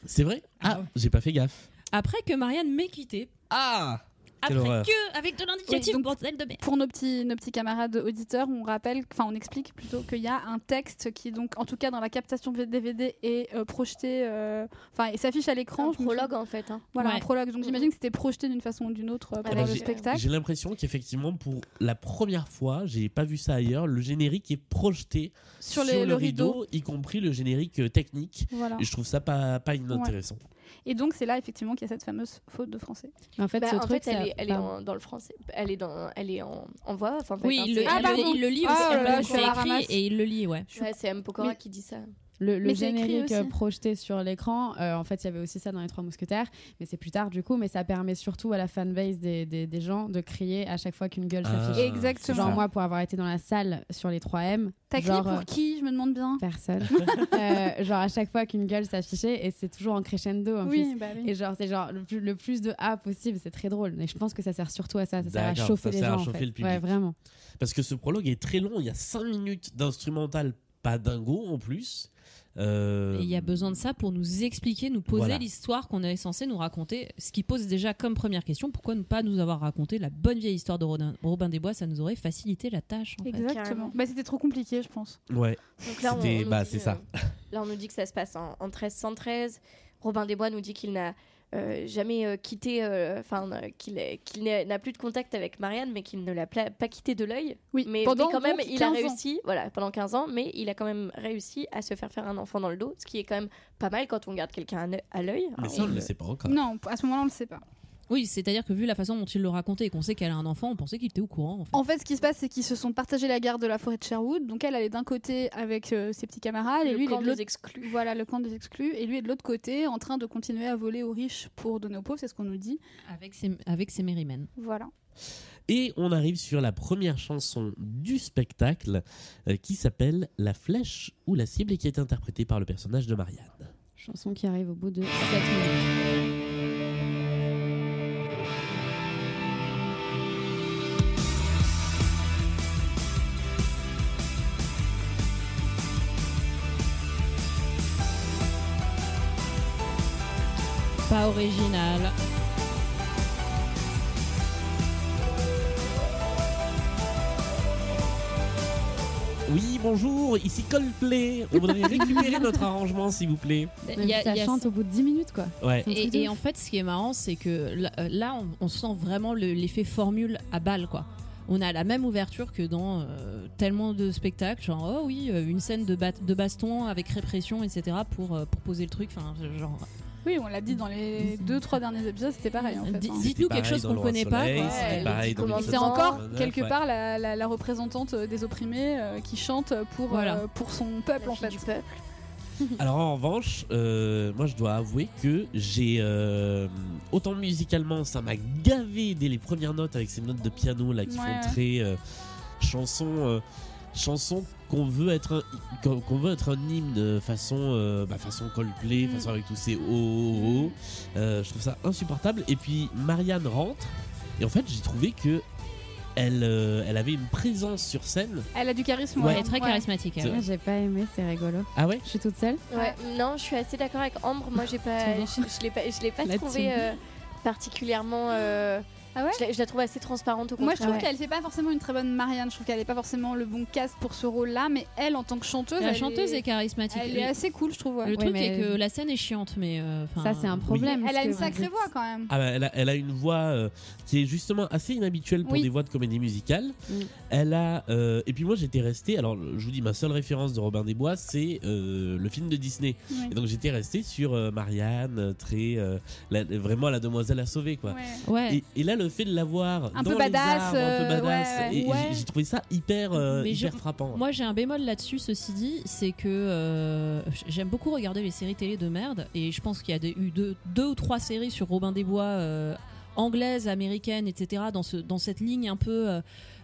S2: C'est vrai
S6: Ah
S2: Ah,
S6: ouais.
S2: j'ai pas fait gaffe.
S6: Après que Marianne m'ait quitté,
S2: Ah Quelle
S6: après
S2: horreur.
S6: que avec de
S4: Oui,
S6: l'indicatif
S4: donc-
S6: bordel de merde.
S4: Pour nos petits, nos petits camarades auditeurs, on rappelle, enfin on explique plutôt qu'il y a un texte qui donc, en tout cas dans la captation DVD, est euh, projeté, euh, enfin il s'affiche à l'écran.
S5: un
S4: je me souviens-
S5: prologue, en fait. hein.
S4: Voilà,
S6: Ouais.
S4: un prologue. Donc
S5: Mhm.
S4: j'imagine que c'était projeté d'une façon ou d'une autre euh,
S5: Ah
S4: pendant
S2: bah,
S4: le
S2: j'ai-
S4: spectacle.
S2: J'ai l'impression qu'effectivement, pour la première fois, j'ai pas vu ça ailleurs, le générique est projeté
S4: Sur, les- le, rideau.
S2: y compris le générique euh, technique.
S6: Ah.
S4: Voilà.
S2: Et je trouve ça pas, pas inintéressant.
S4: Et donc c'est là effectivement qu'il y a cette fameuse faute de français.
S3: Mais en fait,
S5: Bah,
S3: ce
S5: en
S3: truc,
S5: fait, elle
S3: ça-
S5: est, elle est
S3: pardon.
S5: en- dans le français. Elle est, dans, elle est en, en voix off, en fait.
S6: Oui,
S5: hein,
S6: il le,
S5: c'est-
S4: Ah,
S6: il le-
S4: pardon.
S6: il le lit
S4: Ah,
S6: aussi.
S4: oh là
S6: enfin,
S4: là, je suis à
S6: c'est
S4: la
S6: écrit
S4: ramasse.
S6: et il le lit, ouais.
S5: Ouais, c'est M. Pokora
S4: Mais-
S5: qui dit ça.
S3: Le, le
S4: Mais c'est écrit
S3: générique euh,
S4: aussi.
S3: projeté sur l'écran, euh, en fait, il y avait aussi ça dans Les Trois Mousquetaires, mais c'est plus tard du coup, mais ça permet surtout à la fanbase des, des, des gens de crier à chaque fois qu'une
S2: Ah.
S3: gueule s'affiche.
S2: Euh,
S4: Exactement.
S3: Genre
S4: ça.
S3: moi, pour avoir été dans la salle sur les 3M,
S4: T'as crié
S3: Genre,
S4: pour
S3: euh,
S4: qui Je me demande bien.
S3: personne. Euh, genre à chaque fois qu'une gueule s'affichait, et c'est toujours en crescendo en plus.
S4: Oui, bah oui.
S3: Et genre, c'est genre le plus, le plus de A possible, c'est très drôle. Mais je pense que ça sert surtout à ça, ça sert à
S2: D'accord, ça
S3: chauffer les
S2: sert à
S3: gens. en
S2: chauffer
S3: fait.
S2: le public.
S3: Ouais, vraiment.
S2: Parce que ce prologue est très long, il y a 5 minutes d'instrumental pas dingo en plus. Euh,
S6: Et il y a besoin de ça pour nous expliquer, nous poser
S2: Voilà.
S6: l'histoire qu'on est censé nous raconter. Ce qui pose déjà comme première question, pourquoi ne pas nous avoir raconté la bonne vieille histoire de Rodin- Robin des Bois Ça nous aurait facilité la tâche. en fait.
S4: Exactement.
S5: Carrément.
S4: Bah, c'était trop compliqué, je pense.
S2: Ouais,
S5: Donc là, on,
S2: C'était-
S5: on nous
S2: bah,
S5: dit,
S2: c'est ça.
S5: euh, là, on nous dit que ça se passe en, en 1313. Robin des Bois nous dit qu'il n'a euh, jamais euh, quitté, euh, enfin, euh, qu'il est- qu'il n'a n'a plus de contact avec Marianne, mais qu'il ne l'a pla- pas quitté de l'œil.
S4: Oui,
S5: Mais,
S4: pendant
S5: mais quand même,
S4: donc
S5: il a
S4: 15 ans.
S5: réussi, voilà, pendant 15 ans, mais il a quand même réussi à se faire faire un enfant dans le dos, ce qui est quand même pas mal quand on garde quelqu'un à ne- à l'œil.
S2: mais
S6: Ah
S5: Hein,
S2: ça on
S5: et-
S2: ne le sait pas encore.
S4: Non, à ce moment-là, on le sait pas.
S6: Oui, c'est-à-dire que vu la façon dont il le racontait et qu'on sait qu'elle a un enfant, on pensait qu'il était au courant. En fait.
S4: En fait, ce qui se passe, c'est qu'ils se sont partagés la gare de la forêt de Sherwood. Donc, elle, elle est d'un côté avec euh, ses petits camarades, et
S5: le
S4: lui, il est
S5: camp
S4: de
S5: des
S4: l'autre.
S5: exclus.
S4: Voilà, le camp des exclus. Et lui est de l'autre côté, en train de continuer à voler aux riches pour donner aux pauvres, c'est ce qu'on nous dit.
S6: Avec ses, avec ses Merrymen.
S4: Voilà.
S2: Et on arrive sur la première chanson du spectacle euh, qui s'appelle La flèche ou la cible et qui est interprétée par le personnage de Marianne.
S3: Chanson qui arrive au bout de 7 minutes.
S6: Pas original.
S2: Oui, bonjour, ici Coldplay. On voudrait récupérer notre arrangement s'il vous plaît.
S3: Même si ça chante au bout de 10 minutes, quoi.
S2: Ouais.
S3: C'est un truc de
S6: Et, et
S3: ouf.
S6: en fait, ce qui est marrant, c'est que là, euh, là, on, on sent vraiment le- l'effet formule à balle, quoi. On a la même ouverture que dans euh, tellement de spectacles, genre oh oui, euh, une scène de, bat- de baston avec répression, etc. pour, euh, pour poser le truc. Enfin, genre,
S4: Oui, on l'a dit dans les deux, trois derniers épisodes, c'était pareil en fait.
S6: di-
S4: hein.
S6: dites-nous quelque
S2: pareil
S6: chose
S2: dans
S6: qu'on
S2: Laurent
S6: connaît pas.
S2: Soleil,
S6: quoi.
S5: c'était
S6: Euh,
S2: pareil dans
S5: comment-
S2: Michel
S4: C'est encore
S2: Sardou.
S4: quelque
S2: Ouais.
S4: part la, la- la représentante euh, des opprimés euh, qui chante pour,
S6: Voilà.
S4: euh, pour son peuple
S5: La
S4: en
S5: fille
S4: fait.
S5: du peuple.
S2: Alors en revanche, euh, moi je dois avouer que j'ai euh, autant musicalement ça m'a gavé dès les premières notes avec ces notes de piano là qui font
S4: Ouais, ouais.
S2: très euh, chanson euh, chanson qu'on veut être un, qu'on- qu'on veut être un hymne euh, façon euh, bah, façon Coldplay
S4: Mm.
S2: façon avec tous ces oh, oh, oh. Euh, je trouve ça insupportable et puis Marianne rentre et en fait j'ai trouvé que elle, euh, elle avait une présence sur scène.
S4: Elle a du charisme.
S2: Ouais.
S6: Elle est très charismatique. elle.
S2: C'est-
S3: Moi, j'ai pas aimé, c'est rigolo.
S2: Ah ouais
S3: Je suis toute seule.
S5: Ouais, non, je suis assez d'accord avec Ambre. Moi, j'ai pas, je, je l'ai pas, je l'ai pas
S3: La
S5: trouvé
S3: team.
S5: euh, particulièrement. euh,
S4: Ah ouais
S5: je, la, je la trouve assez transparente au
S4: Moi, je
S5: contraire.
S4: trouve
S3: Ouais.
S4: qu'elle fait pas forcément une très bonne Marianne. Je trouve qu'elle est pas forcément le bon cast pour ce rôle-là, mais elle, en tant que chanteuse,
S6: La
S4: elle
S6: chanteuse est,
S4: est,
S6: charismatique.
S4: elle
S6: Le-
S4: est assez cool, je trouve. ouais.
S6: Le truc
S3: mais-
S6: est que la scène est chiante, mais euh, 'fin,
S3: Ça, c'est un problème.
S4: Elle a
S3: parce
S4: une
S3: que-
S4: sacrée voix quand même.
S2: Ah bah, elle, a, elle a une voix euh, qui est justement assez inhabituelle pour
S4: Oui.
S2: des voix de comédie musicale.
S3: Mm.
S2: Elle a euh, et puis moi j'étais resté. Alors je vous dis ma seule référence de Robin des Bois c'est euh, le film de Disney.
S4: Ouais.
S2: Et donc j'étais resté sur euh, Marianne très euh, la- vraiment la demoiselle à sauver quoi.
S6: bah.
S4: Ouais.
S6: Ouais.
S2: Et, et là le le fait de l'avoir
S4: Un
S2: dans
S4: peu
S2: les
S4: badass,
S2: arbres, un peu
S4: euh,
S2: badass,
S4: ouais, ouais.
S2: et- et
S6: Ouais.
S2: j'ai- j'ai trouvé ça hyper, euh,
S6: Mais
S2: hyper
S6: je-
S2: frappant.
S6: Moi, j'ai un bémol là-dessus, ceci dit, c'est que euh, j'aime beaucoup regarder les séries télé de merde, et je pense qu'il y a des- eu deux, deux ou trois séries sur Robin des Bois euh, anglaises, américaines, etc., dans, ce, dans cette ligne un peu euh,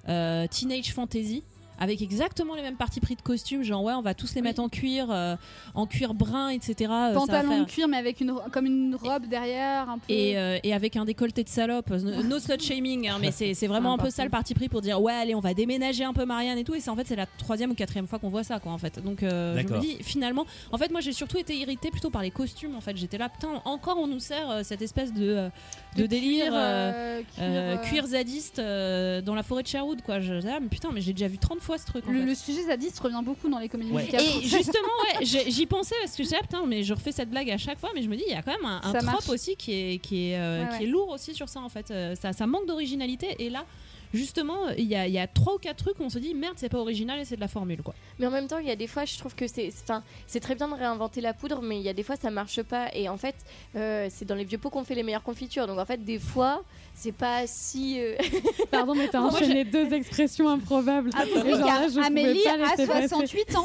S6: euh, teenage fantasy. Avec exactement les mêmes parties pris de costumes, genre ouais, on va tous les mettre en cuir, euh, en cuir brun, etc. euh, ça va
S4: Pantalon
S6: faire-
S4: de cuir, mais avec une, ro- comme une robe derrière, un peu.
S6: et, euh, et avec un décolleté de salope. No, no slut shaming, hein, mais c'est c'est vraiment un peu ça le parti pris pour dire ouais, allez, on va déménager un peu Marianne et tout. Et c'est en fait c'est la troisième ou quatrième fois qu'on voit ça, quoi, en fait. Donc euh, je me
S2: D'accord.
S6: dis finalement, en fait, moi j'ai surtout été irritée plutôt par les costumes. En fait, j'étais là, putain, encore on nous sert euh, cette espèce de, euh, de,
S4: De
S6: délire.
S4: cuir,
S6: euh,
S4: euh, cuir,
S6: euh,
S4: euh,
S6: cuir zadiste euh, dans la forêt de Sherwood quoi je, ah, mais putain mais j'ai déjà vu 30 fois ce truc en
S4: Le,
S6: fait.
S4: le sujet zadiste revient beaucoup dans les comédies
S2: Ouais.
S4: musicales.
S6: Et justement, ouais, j'ai- j'y pensais parce que je disais, ah, putain, mais je refais cette blague à chaque fois, mais je me dis, il y a quand même un, un
S4: Ça
S6: trope
S4: marche.
S6: aussi qui est, qui, est, euh,
S4: Ouais,
S6: qui
S4: ouais.
S6: est lourd aussi sur ça, en fait. Euh, ça, ça manque d'originalité. Et là, justement, il y a, il y a trois ou quatre trucs où on se dit, merde, c'est pas original et c'est de la formule, quoi.
S5: Mais en même temps, il y a des fois, je trouve que c'est, c'est- enfin, c'est très bien de réinventer la poudre, mais il y a des fois, ça marche pas. Et en fait, euh, c'est dans les vieux pots qu'on fait les meilleures confitures. Donc en fait, des fois, c'est pas si. euh,
S3: Pardon, mais t'as
S6: Moi,
S3: enchaîné deux expressions improbables.
S4: Ah,
S3: Et genre là, je pouvais
S4: Amélie
S3: pas
S4: a
S3: laisser passer.
S4: 68 ans.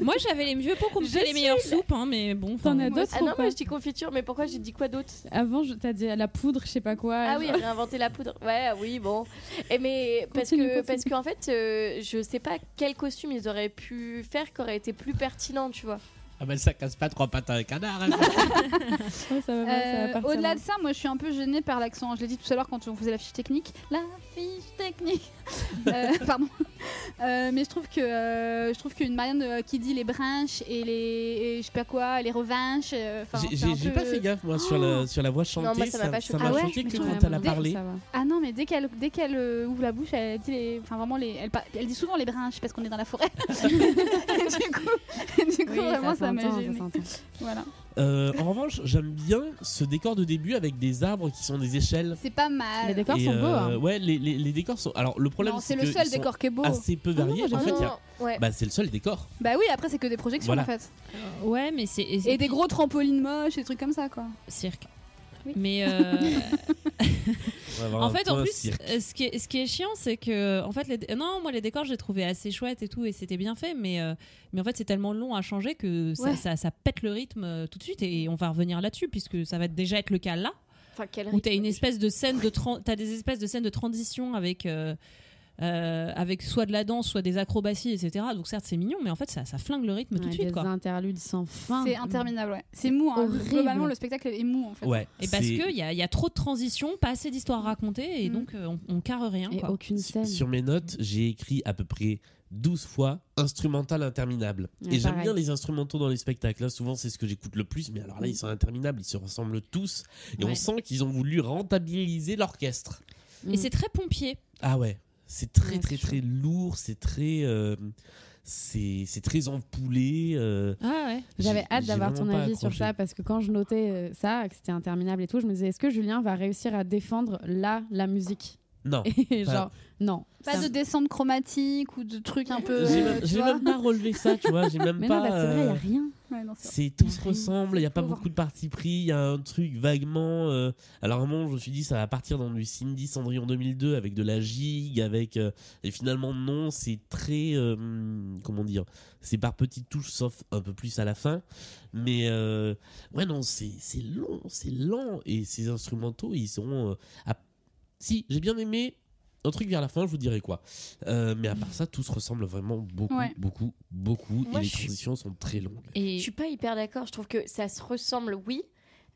S6: Moi, j'avais les vieux pots qu'on me
S4: Je
S6: fait les
S4: suis
S6: meilleures soupes, hein, mais bon.
S3: T'en
S6: enfin,
S3: as d'autres
S5: ah
S3: ou
S5: non,
S3: pas
S5: mais je dis confiture, mais pourquoi j'ai dit quoi d'autre
S3: Avant, je- t'as dit la poudre, je sais pas quoi.
S5: Ah oui, réinventer la poudre. Ouais, ah oui, bon. Et mais parce
S3: Continue,
S5: que
S3: continue.
S5: parce qu'en fait, euh, je sais pas quel costume ils auraient pu faire qui aurait été plus pertinent, tu vois.
S2: Ah ben ça casse pas trois pattes à un canard. hein.
S3: Ouais, ça va, ça va
S4: Euh,
S3: partir hein.
S4: Au-delà
S3: loin.
S4: de ça, moi je suis un peu gênée par l'accent. Je l'ai dit tout à l'heure quand on faisait la fiche technique. La fiche technique. Euh, pardon. Euh, mais je trouve que euh, je trouve qu'une Marianne euh, qui dit les brinches et les et je sais pas quoi, les revanches. euh, enfin,
S2: J'ai-
S4: c'est un
S2: J'ai j'ai
S4: peu-
S2: pas fait gaffe moi sur la sur la voix chantée.
S5: moi, ça m'a pas choqué.
S2: m'a
S4: Ah ouais,
S2: choqué que
S4: mais ça
S2: quand
S4: m'a
S2: elle a
S4: demandé,
S2: parlé.
S3: Ça va.
S4: Ah non, mais dès qu'elle dès qu'elle euh, ouvre la bouche, elle dit les enfin vraiment les elle, pa- elle dit souvent les brinches parce qu'on est dans la forêt. Et du coup, et du coup
S3: Oui,
S4: vraiment
S3: ça
S4: ça m'a
S3: s'entend, ça
S4: gênée.
S3: s'entend.
S4: Voilà.
S2: Euh, en revanche, j'aime bien ce décor de début avec des arbres qui sont des échelles.
S4: C'est pas mal.
S3: Les décors
S2: Et,
S3: sont beaux. hein.
S2: euh, Ouais, les, les- les décors sont. Alors le problème,
S4: Non,
S2: c'est
S4: c'est
S2: que
S4: le seul
S2: ils sont
S4: décor qui est beau.
S2: assez peu
S3: Ah non,
S2: variés.
S3: moi,
S2: en fait,
S5: Non,
S2: il y a-
S5: ouais.
S2: bah c'est le seul décor.
S4: Bah oui, après c'est que des projections
S2: Voilà.
S4: en fait.
S6: Ouais, mais c'est.
S4: Et des gros trampolines moches, des trucs comme ça quoi.
S6: cirques.
S4: Oui.
S6: Mais euh,
S2: On va avoir
S6: en
S2: un
S6: fait, en
S2: point
S6: plus,
S2: cirque.
S6: euh, ce qui est, ce qui est chiant, c'est que en fait, les dé- non, moi les décors, j'ai trouvé assez chouettes et tout, et c'était bien fait, mais euh, mais en fait, c'est tellement long à changer que ça,
S4: Ouais.
S6: ça, ça pète le rythme euh, tout de suite, et on va revenir là-dessus puisque ça va déjà être le cas là
S5: Enfin, quel
S6: où t'as une
S5: rythme.
S6: espèce de scène de tran- t'as des espèces de scènes de transition avec euh, euh, avec soit de la danse, soit des acrobaties, etc. Donc certes, c'est mignon, mais en fait, ça, ça flingue le rythme tout
S3: Ouais,
S6: de suite,
S3: des
S6: quoi.
S3: interludes sans fin.
S4: C'est interminable, ouais. C'est mou, hein.
S3: horrible.
S4: Globalement, le spectacle est mou, en fait.
S2: Ouais.
S6: Et parce
S2: c'est-
S6: que il y a, il y a trop de transitions, pas assez d'histoires racontées, et
S4: Mm.
S6: donc euh, on, on carre rien,
S3: Et
S6: quoi.
S3: aucune
S2: Sur-
S3: scène.
S2: Sur mes notes, j'ai écrit à peu près 12 fois instrumental interminable.
S3: Ouais,
S2: et j'aime
S3: pareil.
S2: bien les instrumentaux dans les spectacles. Là, souvent, c'est ce que j'écoute le plus. Mais alors là, ils sont interminables. Ils se ressemblent tous. Et
S6: Ouais.
S2: on sent qu'ils ont voulu rentabiliser l'orchestre.
S3: Mm.
S6: Et c'est très pompier.
S2: Ah ouais. C'est très,
S3: Ouais,
S2: très,
S3: c'est chaud.
S2: très lourd. C'est très. euh, c'est c'est très empoulé. euh,
S6: Ah ouais.
S3: J'avais
S2: j'ai-
S3: hâte
S2: j'ai
S3: d'avoir ton
S2: vraiment pas
S3: avis sur
S2: accroché.
S3: ça parce que quand je notais euh, ça, que c'était interminable et tout, je me disais est-ce que Julien va réussir à défendre là la musique
S2: Non.
S3: Et
S2: Pas-
S3: genre non.
S4: Pas
S3: Ça-
S4: de descente chromatique ou de trucs un peu.
S2: J'ai
S4: euh,
S2: même,
S4: tu
S2: j'ai
S4: vois.
S2: même pas relevé ça, tu vois. J'ai même
S3: Mais
S2: pas.
S3: non, bah, c'est vrai, il
S2: euh,
S3: a rien.
S4: Ouais, non, c'est vrai.
S2: C'est tout se ressemble, il n'y a pas
S4: Pauvre.
S2: beaucoup de parti pris, il y a un truc vaguement. euh, alors à un moment, je me suis dit, ça va partir dans du Cindy Cendrillon 2002 avec de la gigue, avec. euh, et finalement, non, c'est très. euh, comment dire C'est par petites touches, sauf un peu plus à la fin. Mais euh, ouais, non, c'est c'est long, c'est lent. Et ces instrumentaux, ils sont. euh, à- Si, j'ai bien aimé. Un truc vers la fin, je vous dirai quoi. Euh, mais à part ça, tout se ressemble vraiment beaucoup,
S4: Ouais.
S2: beaucoup, beaucoup.
S5: Moi,
S2: et les
S5: je suis-
S2: transitions sont très longues.
S6: Et
S5: Je suis pas hyper d'accord. Je trouve que ça se ressemble, oui.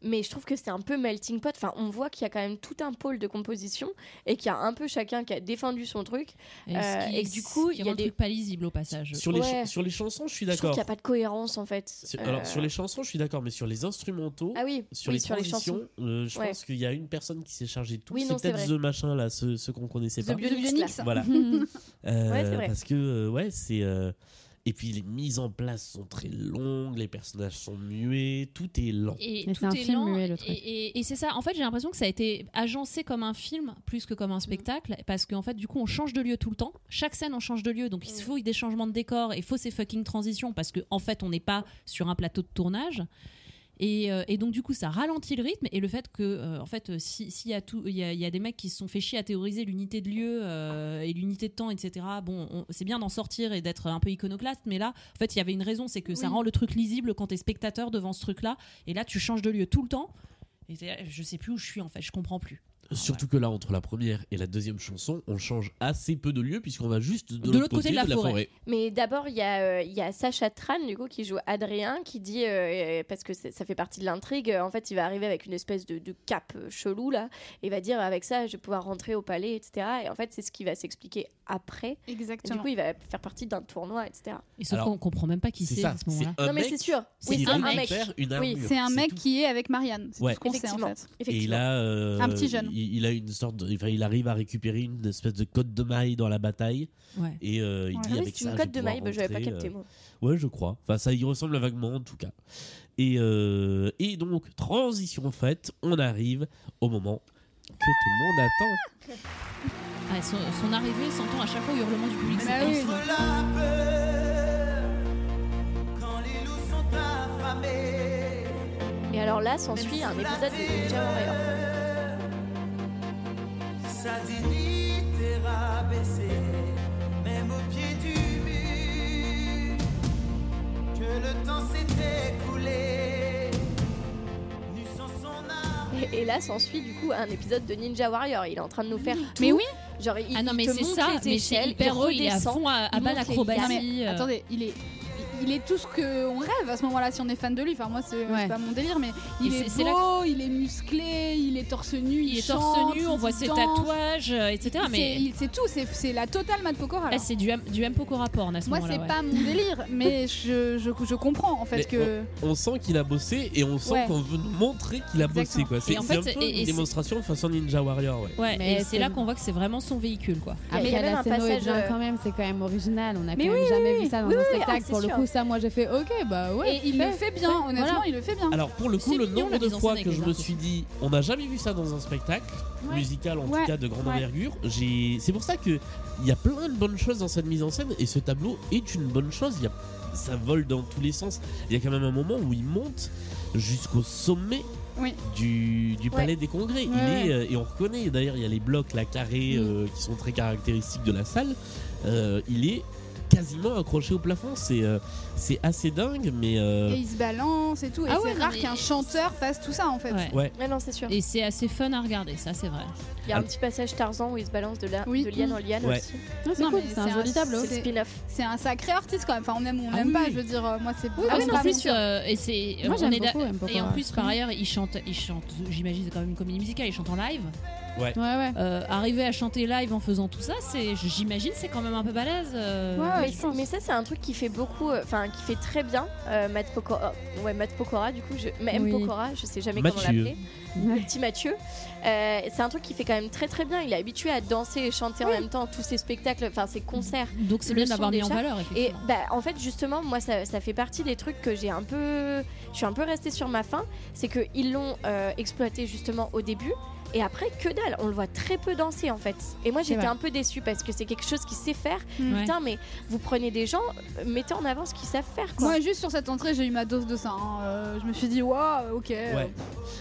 S5: Mais je trouve que c'est un peu melting pot. Enfin, on voit qu'il y a quand même tout un pôle de composition et qu'il y a un peu chacun qui a défendu son truc.
S6: Et,
S5: Euh,
S6: ce qui-
S5: et que du
S6: ce
S5: coup,
S6: qui
S5: il y a
S6: rend le
S5: des-
S6: truc pas lisible au passage.
S2: Sur les,
S5: Ouais.
S2: cha- sur les chansons, je suis
S5: Je trouve
S2: d'accord.
S5: qu'il n'y a pas de cohérence en fait.
S2: Sur-
S5: Euh,
S2: Alors, sur les chansons, je suis d'accord, mais sur les instrumentaux,
S5: Ah oui,
S2: sur,
S5: oui,
S2: les transitions, euh, je
S5: Ouais.
S2: pense qu'il y a une personne qui s'est chargée de tout.
S5: Oui, non,
S2: c'est
S5: c'est
S2: peut-être
S5: vrai.
S2: The Machin, là, ceux, ceux qu'on connaissait pas.
S5: The Bionix, là.
S4: Bionix.
S2: Voilà. Euh,
S5: Ouais, c'est vrai.
S2: Parce que, euh, ouais, c'est. euh, Et puis, les mises en place sont très longues, les personnages sont muets, tout est lent.
S6: Et
S3: Mais
S6: tout
S3: c'est un
S6: est
S3: film
S6: lent,
S3: muet, le truc.
S6: Et, et- et c'est ça. En fait, j'ai l'impression que ça a été agencé comme un film plus que comme un spectacle, parce qu'en fait, du coup, on change de lieu tout le temps. Chaque scène, on change de lieu, donc il se
S5: Mm.
S6: faut des changements de décor, il faut ces fucking transitions, parce qu'en en fait, on n'est pas sur un plateau de tournage. Et, euh, et donc du coup, ça ralentit le rythme et le fait que, euh, en fait, euh, si- s'il y a tout, il y a, il y a des mecs qui se sont fait chier à théoriser l'unité de lieu euh, et l'unité de temps, etc. Bon, on- c'est bien d'en sortir et d'être un peu iconoclaste, mais là, en fait, il y avait une raison, c'est que ça
S4: Oui.
S6: rend le truc lisible quand t'es spectateur devant ce truc-là. Et là, tu changes de lieu tout le temps. Et t'es là, je sais plus où je suis en fait, je comprends plus.
S2: Euh, Surtout que là, entre la première et la deuxième chanson, on change assez peu de lieu puisqu'on va juste de, l'autre côté, de la, forêt.
S5: Mais d'abord, il y, a, euh, il y a Sacha Tran, du coup, qui joue Adrien, qui dit, euh, euh, parce que c'est- ça fait partie de l'intrigue, euh, en fait, il va arriver avec une espèce de, de cape euh, chelou, là, et va dire, avec ça, je vais pouvoir rentrer au palais, etc. Et en fait, c'est ce qui va s'expliquer après. Et du
S4: Exactement.
S5: coup, il va faire partie d'un tournoi, etc.
S6: Et sauf
S2: Alors,
S6: qu'on comprend même pas qui
S2: C'est
S6: c'est
S2: ça,
S6: à ce
S2: c'est
S6: moment-là.
S2: un
S5: non, mais
S2: mec
S5: c'est sûr.
S2: qui
S5: Oui, c'est un mec.
S2: récupère une
S5: Oui,
S2: armure,
S4: C'est un mec
S2: tout.
S4: qui est avec Marianne. C'est
S2: Ouais.
S4: tout ce qu'on sait en
S5: Effectivement.
S4: fait.
S2: Et il
S5: Effectivement.
S2: a euh,
S4: Un petit jeune.
S2: Il, il a une sorte, de- enfin, il arrive à récupérer une espèce de cote de maille dans la bataille
S6: Ouais.
S2: et euh, il
S4: Ouais.
S2: dit
S5: Ah oui,
S2: avec
S5: c'est
S2: ça,
S5: une
S2: je
S5: cote de
S2: vais
S5: maille, bah,
S2: pouvoir
S5: j'avais pas
S2: rentrer,
S5: capté,
S2: euh,
S5: moi.
S2: Ouais, je crois. Enfin, ça y ressemble vaguement en tout cas. Et euh, et donc transition en fait, on arrive au moment que tout le monde attend.
S6: Ah, son, son arrivée s'entend à chaque fois au hurlement du public.
S4: Bah
S6: c'est
S4: oui.
S6: hallucinant.
S7: Contre la peur, quand les loups sont affamés,
S2: euh,
S5: Et alors là, s'ensuit un épisode de Ninja Warrior.
S7: sa dignité rabaissée, même au pied du mur, que le temps s'est écoulé, nu sans son âme.
S5: Et, et là, s'ensuit, du coup, un épisode de Ninja Warrior. Il est en train de nous faire tout.
S4: Mais oui,
S5: Genre, il,
S6: Ah non,
S5: il
S6: mais
S5: te
S6: c'est
S5: montre
S6: ça,
S5: les
S6: mais
S5: échelles,
S6: c'est hyper
S5: il
S6: heureux, il est à
S5: redescend.
S6: fond à, à bas
S5: monte les gammes.
S4: Non,
S6: l'acrobatie. euh,
S4: Attendez, il est. Il est tout ce qu'on rêve à ce moment-là si on est fan de lui. Enfin moi c'est
S3: Ouais.
S4: c'est pas mon délire, mais il
S6: Et
S4: est,
S6: c'est- c'est là
S4: beau, il est musclé, il est torse nu, il,
S6: Il est
S4: chante,
S6: torse nu, on
S4: il
S6: voit ses
S4: danse.
S6: tatouages, euh, etc.
S4: C'est-
S6: Mais
S4: il- c'est tout, c'est c'est la totale Matt Pokora.
S6: là, c'est du, am- du Mpoko rapport à ce
S4: Moi
S6: moment-là.
S4: c'est
S6: ouais.
S4: pas mon délire, mais je, je, je comprends en fait
S2: Mais
S4: que
S2: On sent qu'il a bossé et on sent
S4: Ouais.
S2: qu'on veut nous montrer qu'il a bossé
S4: Exactement.
S2: quoi. C'est
S6: Et en
S2: c'est
S6: fait,
S2: un peu
S6: et- et
S2: une
S6: c'est-
S2: démonstration façon Ninja Warrior. Ouais.
S6: Ouais,
S3: Mais
S6: et
S3: c'est-
S6: c'est là qu'on voit que c'est vraiment son véhicule, quoi.
S5: Il y a
S3: Après,
S5: quand même
S3: la
S5: un
S3: scèno est
S5: passage,
S3: bien
S5: euh,
S3: quand même, c'est quand même original. On a quand
S5: Mais
S3: même jamais vu ça dans
S5: oui,
S3: un
S5: oui,
S3: spectacle.
S5: ah, c'est
S3: Pour le
S5: sûr.
S3: coup, ça, moi, j'ai fait OK, bah ouais.
S4: et il le fait bien, honnêtement,
S3: Voilà.
S4: il le fait bien.
S2: Alors pour le coup,
S6: C'est
S2: le
S6: mignon,
S2: nombre
S6: la
S2: de
S6: mise en
S2: fois
S6: scène
S2: que
S6: avec
S2: je
S6: les
S2: me
S6: arcs
S2: suis dit, on n'a jamais vu ça dans un spectacle
S4: Ouais.
S2: musical en
S4: Ouais.
S2: tout cas de grande
S4: Ouais.
S2: envergure. J'ai, c'est pour ça que il y a plein de bonnes choses dans cette mise en scène et ce tableau est une bonne chose. Il y a- ça vole dans tous les sens. Il y a quand même un moment où il monte jusqu'au sommet.
S4: Oui.
S2: Du, du palais des congrès. Il
S4: Ouais.
S2: est, euh, et on reconnaît, d'ailleurs, il y a les blocs, la carrée euh, qui sont très caractéristiques de la salle. Euh, il est quasiment accroché au plafond. C'est euh, c'est assez dingue, mais. euh,
S4: Et il se balance et tout, et
S6: Ah ouais,
S4: c'est
S6: non,
S4: rare
S6: mais-
S4: qu'un chanteur fasse tout ça en fait.
S6: Ouais.
S2: Ouais.
S5: Ouais, non, c'est sûr.
S6: Et c'est assez fun à regarder, ça, c'est vrai.
S5: Il y a un petit passage Tarzan où il se balance de, la,
S4: Oui.
S5: de liane en liane
S2: Ouais.
S5: aussi.
S3: Non, c'est
S4: Non,
S3: cool,
S4: mais
S3: c'est un
S4: c'est
S3: joli
S4: un-
S3: tableau.
S5: C'est le spin-off.
S4: C'est un sacré artiste quand même. Enfin, on aime ou on
S6: Ah
S4: n'aime
S6: oui.
S4: pas. Je veux dire, euh, moi, c'est
S6: Ah
S4: vraiment
S6: oui, non,
S4: pas
S6: en
S4: mon
S6: plus,
S4: truc.
S6: euh, et c'est.
S3: Moi,
S6: on
S3: j'aime
S6: est d'a-
S3: beaucoup M. Pokora.
S6: Et en plus, par ailleurs, il chante, il chante j'imagine, c'est quand même une comédie musicale, il chante en live.
S3: Ouais, ouais.
S6: Euh, arriver à chanter live en faisant tout ça, c'est, j'imagine, c'est quand même un peu balèze. euh.
S4: Ouais,
S5: mais, mais ça, c'est un truc qui fait beaucoup, euh, enfin, qui fait très bien euh, Matt Pokora. Ouais, Matt Pokora, du coup, je, mais M.
S3: Oui.
S5: Pokora, je sais jamais comment
S2: Mathieu.
S5: l'appeler. Le petit Mathieu. Euh, c'est un truc qui fait quand même très très bien. Il est habitué à danser et chanter en même temps tous ses spectacles, enfin, ses concerts.
S6: Donc c'est
S5: Le
S6: bien
S5: son
S6: d'avoir mis en
S5: déjà.
S6: valeur,
S5: Et
S6: effectivement.
S5: bah, en fait, justement, moi, ça, ça fait partie des trucs que j'ai un peu. Je suis un peu restée sur ma faim. C'est qu'ils l'ont euh, exploité justement au début. Et après, que dalle. On le voit très peu danser en fait. Et moi,
S3: C'est
S5: j'étais
S3: vrai.
S5: un peu déçue parce que c'est quelque chose qui sait faire.
S6: Ouais.
S5: Putain, mais vous prenez des gens, euh, mettez en avant ce qu'ils savent faire quoi.
S4: Moi, juste sur cette entrée, j'ai eu ma dose de ça. hein. Euh, je me suis dit, waouh, ok.
S2: Ouais.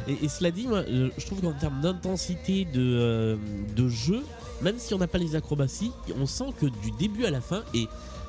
S2: Et, et cela dit, moi, euh, je trouve qu'en termes d'intensité de, euh, de jeu, même si on n'a pas les acrobaties, on sent que du début à la fin, et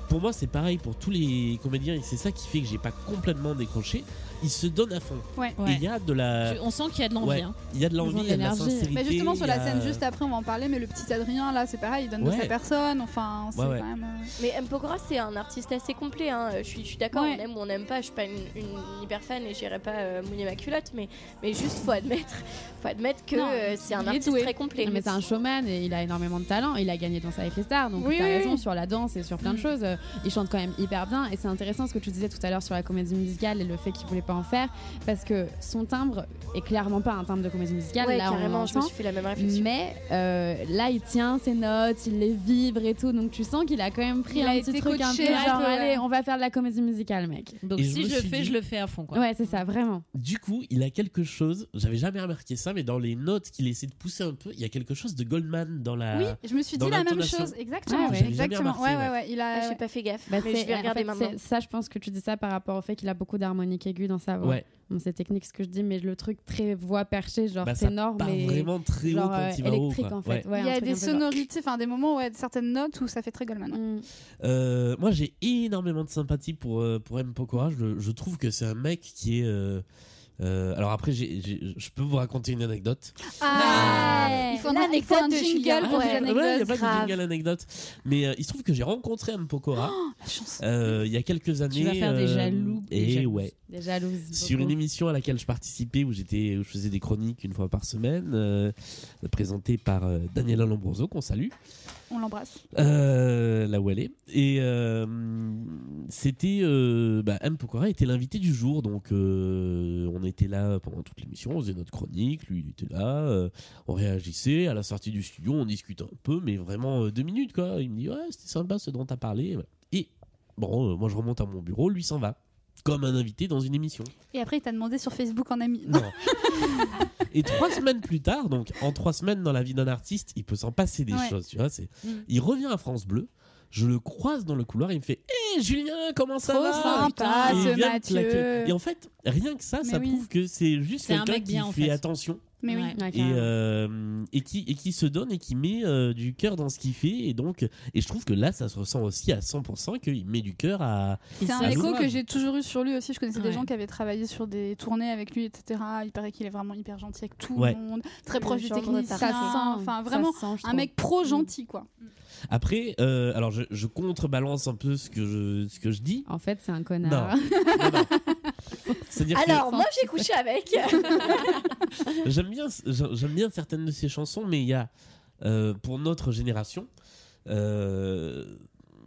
S2: pour moi c'est pareil pour tous les comédiens, et c'est ça qui fait que j'ai pas complètement décroché, ils se donnent à fond. Et
S6: Ouais.
S2: il y a de la,
S6: Tu- On sent qu'il y a de l'envie.
S2: Ouais.
S6: hein.
S2: il y a de
S3: Ils ont
S2: l'envie,
S3: de
S2: il y a de la
S3: l'énergie.
S2: sincérité.
S4: Mais justement, sur
S2: il y
S4: la
S2: a-
S4: scène juste après, on va en parler. Mais le petit Adrien, là, c'est pareil, il donne de
S2: Ouais.
S4: sa personne. Enfin, c'est
S2: Ouais, ouais.
S4: quand même. euh,
S5: Mais M. Pokora, c'est un artiste assez complet. hein. Je suis, je suis d'accord,
S4: Ouais.
S5: on aime ou on n'aime pas. Je suis pas une, une hyper fan et j'irai pas euh, mouiller ma culotte, mais, mais juste faut admettre, faut admettre que
S4: Non,
S5: euh, c'est un
S4: il est
S5: artiste
S4: doué.
S5: très complet.
S3: Non, mais c'est un showman et il a énormément de talent. Il a gagné Danse avec les stars, donc
S4: Oui,
S3: t'as
S4: oui,
S3: raison
S4: oui.
S3: sur la danse et sur plein de
S6: Mm.
S3: choses. Euh, Il chante quand même hyper bien et c'est intéressant ce que tu disais tout à l'heure sur la comédie musicale et le fait qu'il voulait pas en faire parce que son timbre est clairement pas un timbre de comédie musicale.
S5: Ouais,
S3: Là, on
S5: carrément, je me
S3: l'entend.
S5: suis fait la même
S4: Ah,
S5: réflexion.
S3: Mais euh, là, il tient ses notes, il les vibre et tout, donc tu sens qu'il a quand même pris
S4: Il
S3: un
S4: a
S3: petit
S4: été
S3: truc un peu
S4: coaché un
S3: genre
S4: peu, ouais.
S3: allez, on va faire de la comédie musicale, mec.
S6: Donc
S2: Et je
S6: si
S2: me
S6: je le
S2: suis
S6: fais,
S2: dit-
S6: je le fais à fond. Quoi.
S3: Ouais, c'est ça, vraiment.
S2: Du coup, il a quelque chose, j'avais jamais remarqué ça, mais dans les notes qu'il essaie de pousser un peu, il y a quelque chose de Goldman dans la...
S4: Oui, je me suis
S2: Euh, dans
S4: dit la même
S2: l'intonation.
S4: chose. Exactement.
S3: Ah ouais.
S2: J'avais jamais
S4: Exactement.
S2: remarqué,
S4: Ouais, ouais,
S2: ouais.
S4: ouais. Il a.
S5: Ah, j'ai pas pas fait gaffe.
S3: Bah,
S5: mais
S3: c'est-
S5: je vais
S3: en
S5: regarder
S3: fait,
S5: maintenant.
S3: c'est- Ça, je pense que tu dis ça par rapport au fait qu'il a beaucoup d'harmoniques aiguës dans sa voix.
S2: Ouais,
S3: Bon, c'est technique ce que je dis, mais le truc très voix perchée, genre
S2: Bah, ça
S3: ténor,
S2: pas
S3: Oh, mais
S2: vraiment très haut
S3: genre
S2: quand
S3: euh,
S2: il va haut.
S3: électrique
S2: quoi.
S3: en
S2: Ouais.
S3: fait. Ouais,
S4: Il
S3: un
S4: y a
S3: truc
S4: des
S3: un peu genre-
S4: sonorités, enfin des moments, ouais, certaines notes où ça fait très Goldman. ouais.
S3: Mm.
S2: Euh, moi, j'ai énormément de sympathie pour, euh, pour M. Pokora. Je, je trouve que c'est un mec qui est. euh, euh, alors après, j'ai- j'ai- je peux vous raconter une anecdote.
S4: Ah, il faut un, il faut un
S8: L'anecdote de Julien.
S4: jingle pour
S8: Ouais.
S4: les
S2: il
S4: anecdotes.
S2: n'y Ah, a pas
S4: grave.
S2: de jingle anecdote. Mais euh, il se trouve que j'ai rencontré M. Pokora
S4: La chance.
S2: euh, il y a quelques années.
S6: vas faire des
S2: euh,
S6: jaloux, des
S2: Et
S6: jalouses.
S2: ouais.
S3: Des jalouses.
S2: Sur une
S3: beaucoup.
S2: émission à laquelle je participais, où, j'étais, où je faisais des chroniques une fois par semaine, euh, présentée par euh, Daniela Lombroso, qu'on salue.
S4: On l'embrasse.
S2: Euh, là où elle est. Et euh, c'était. euh, bah, M. Pokora était l'invité du jour, donc euh, on était là pendant toute l'émission, on faisait notre chronique, lui il était là, euh, on réagissait. À la sortie du studio, on discutait un peu, mais vraiment euh, deux minutes quoi. Il me dit Ouais, c'était sympa ce dont t'as parlé. Et bon, euh, moi je remonte à mon bureau, lui s'en va. Comme un invité dans une émission.
S4: Et après, il t'a demandé sur Facebook en ami.
S2: Non. Et trois semaines plus tard, donc en trois semaines dans la vie d'un artiste, il peut s'en passer des
S4: Ouais.
S2: choses, tu vois. C'est,
S6: Mm.
S2: il revient à France Bleu. Je le croise dans le couloir, il me fait Hé Julien, comment ça
S4: Trop
S2: va
S4: sympa,
S2: Et il
S4: ce
S2: vient me
S4: Mathieu.
S2: claquer. Et en fait, rien que ça,
S4: Mais
S2: ça
S4: oui.
S2: prouve que c'est juste
S6: C'est un
S2: quelqu'un
S6: mec
S2: qui
S6: bien, en
S2: fait,
S6: fait.
S2: attention
S4: Mais oui.
S6: Ouais.
S3: Ouais,
S2: et,
S3: carrément.
S2: euh, et qui et qui se donne et qui met euh, du cœur dans ce qu'il fait. Et donc, et je trouve que là, ça se ressent aussi à 100% qu'il met du cœur à.
S4: C'est un
S2: ça
S4: écho
S2: joue. hein.
S4: que j'ai toujours eu sur lui aussi. Je connaissais des
S6: Ouais.
S4: gens qui avaient travaillé sur des tournées avec lui, etc. Il paraît qu'il est vraiment hyper gentil avec tout
S2: Ouais.
S4: le monde, très
S5: Le
S4: proche du
S5: genre
S4: technicien.
S5: retardé.
S4: Ça sent, enfin vraiment
S3: Ça sent, je
S4: un
S3: trouve. Mm.
S4: mec pro gentil quoi.
S2: Après, euh, alors je, je contrebalance un peu ce que je ce que je dis.
S3: En fait, c'est un
S2: Non.
S3: connard.
S2: Non, non. C'est-à-dire que
S5: Alors, moi, j'ai couché avec.
S2: j'aime bien, j'aime j'aime bien certaines de ses chansons, mais il y a, euh, pour notre génération, euh,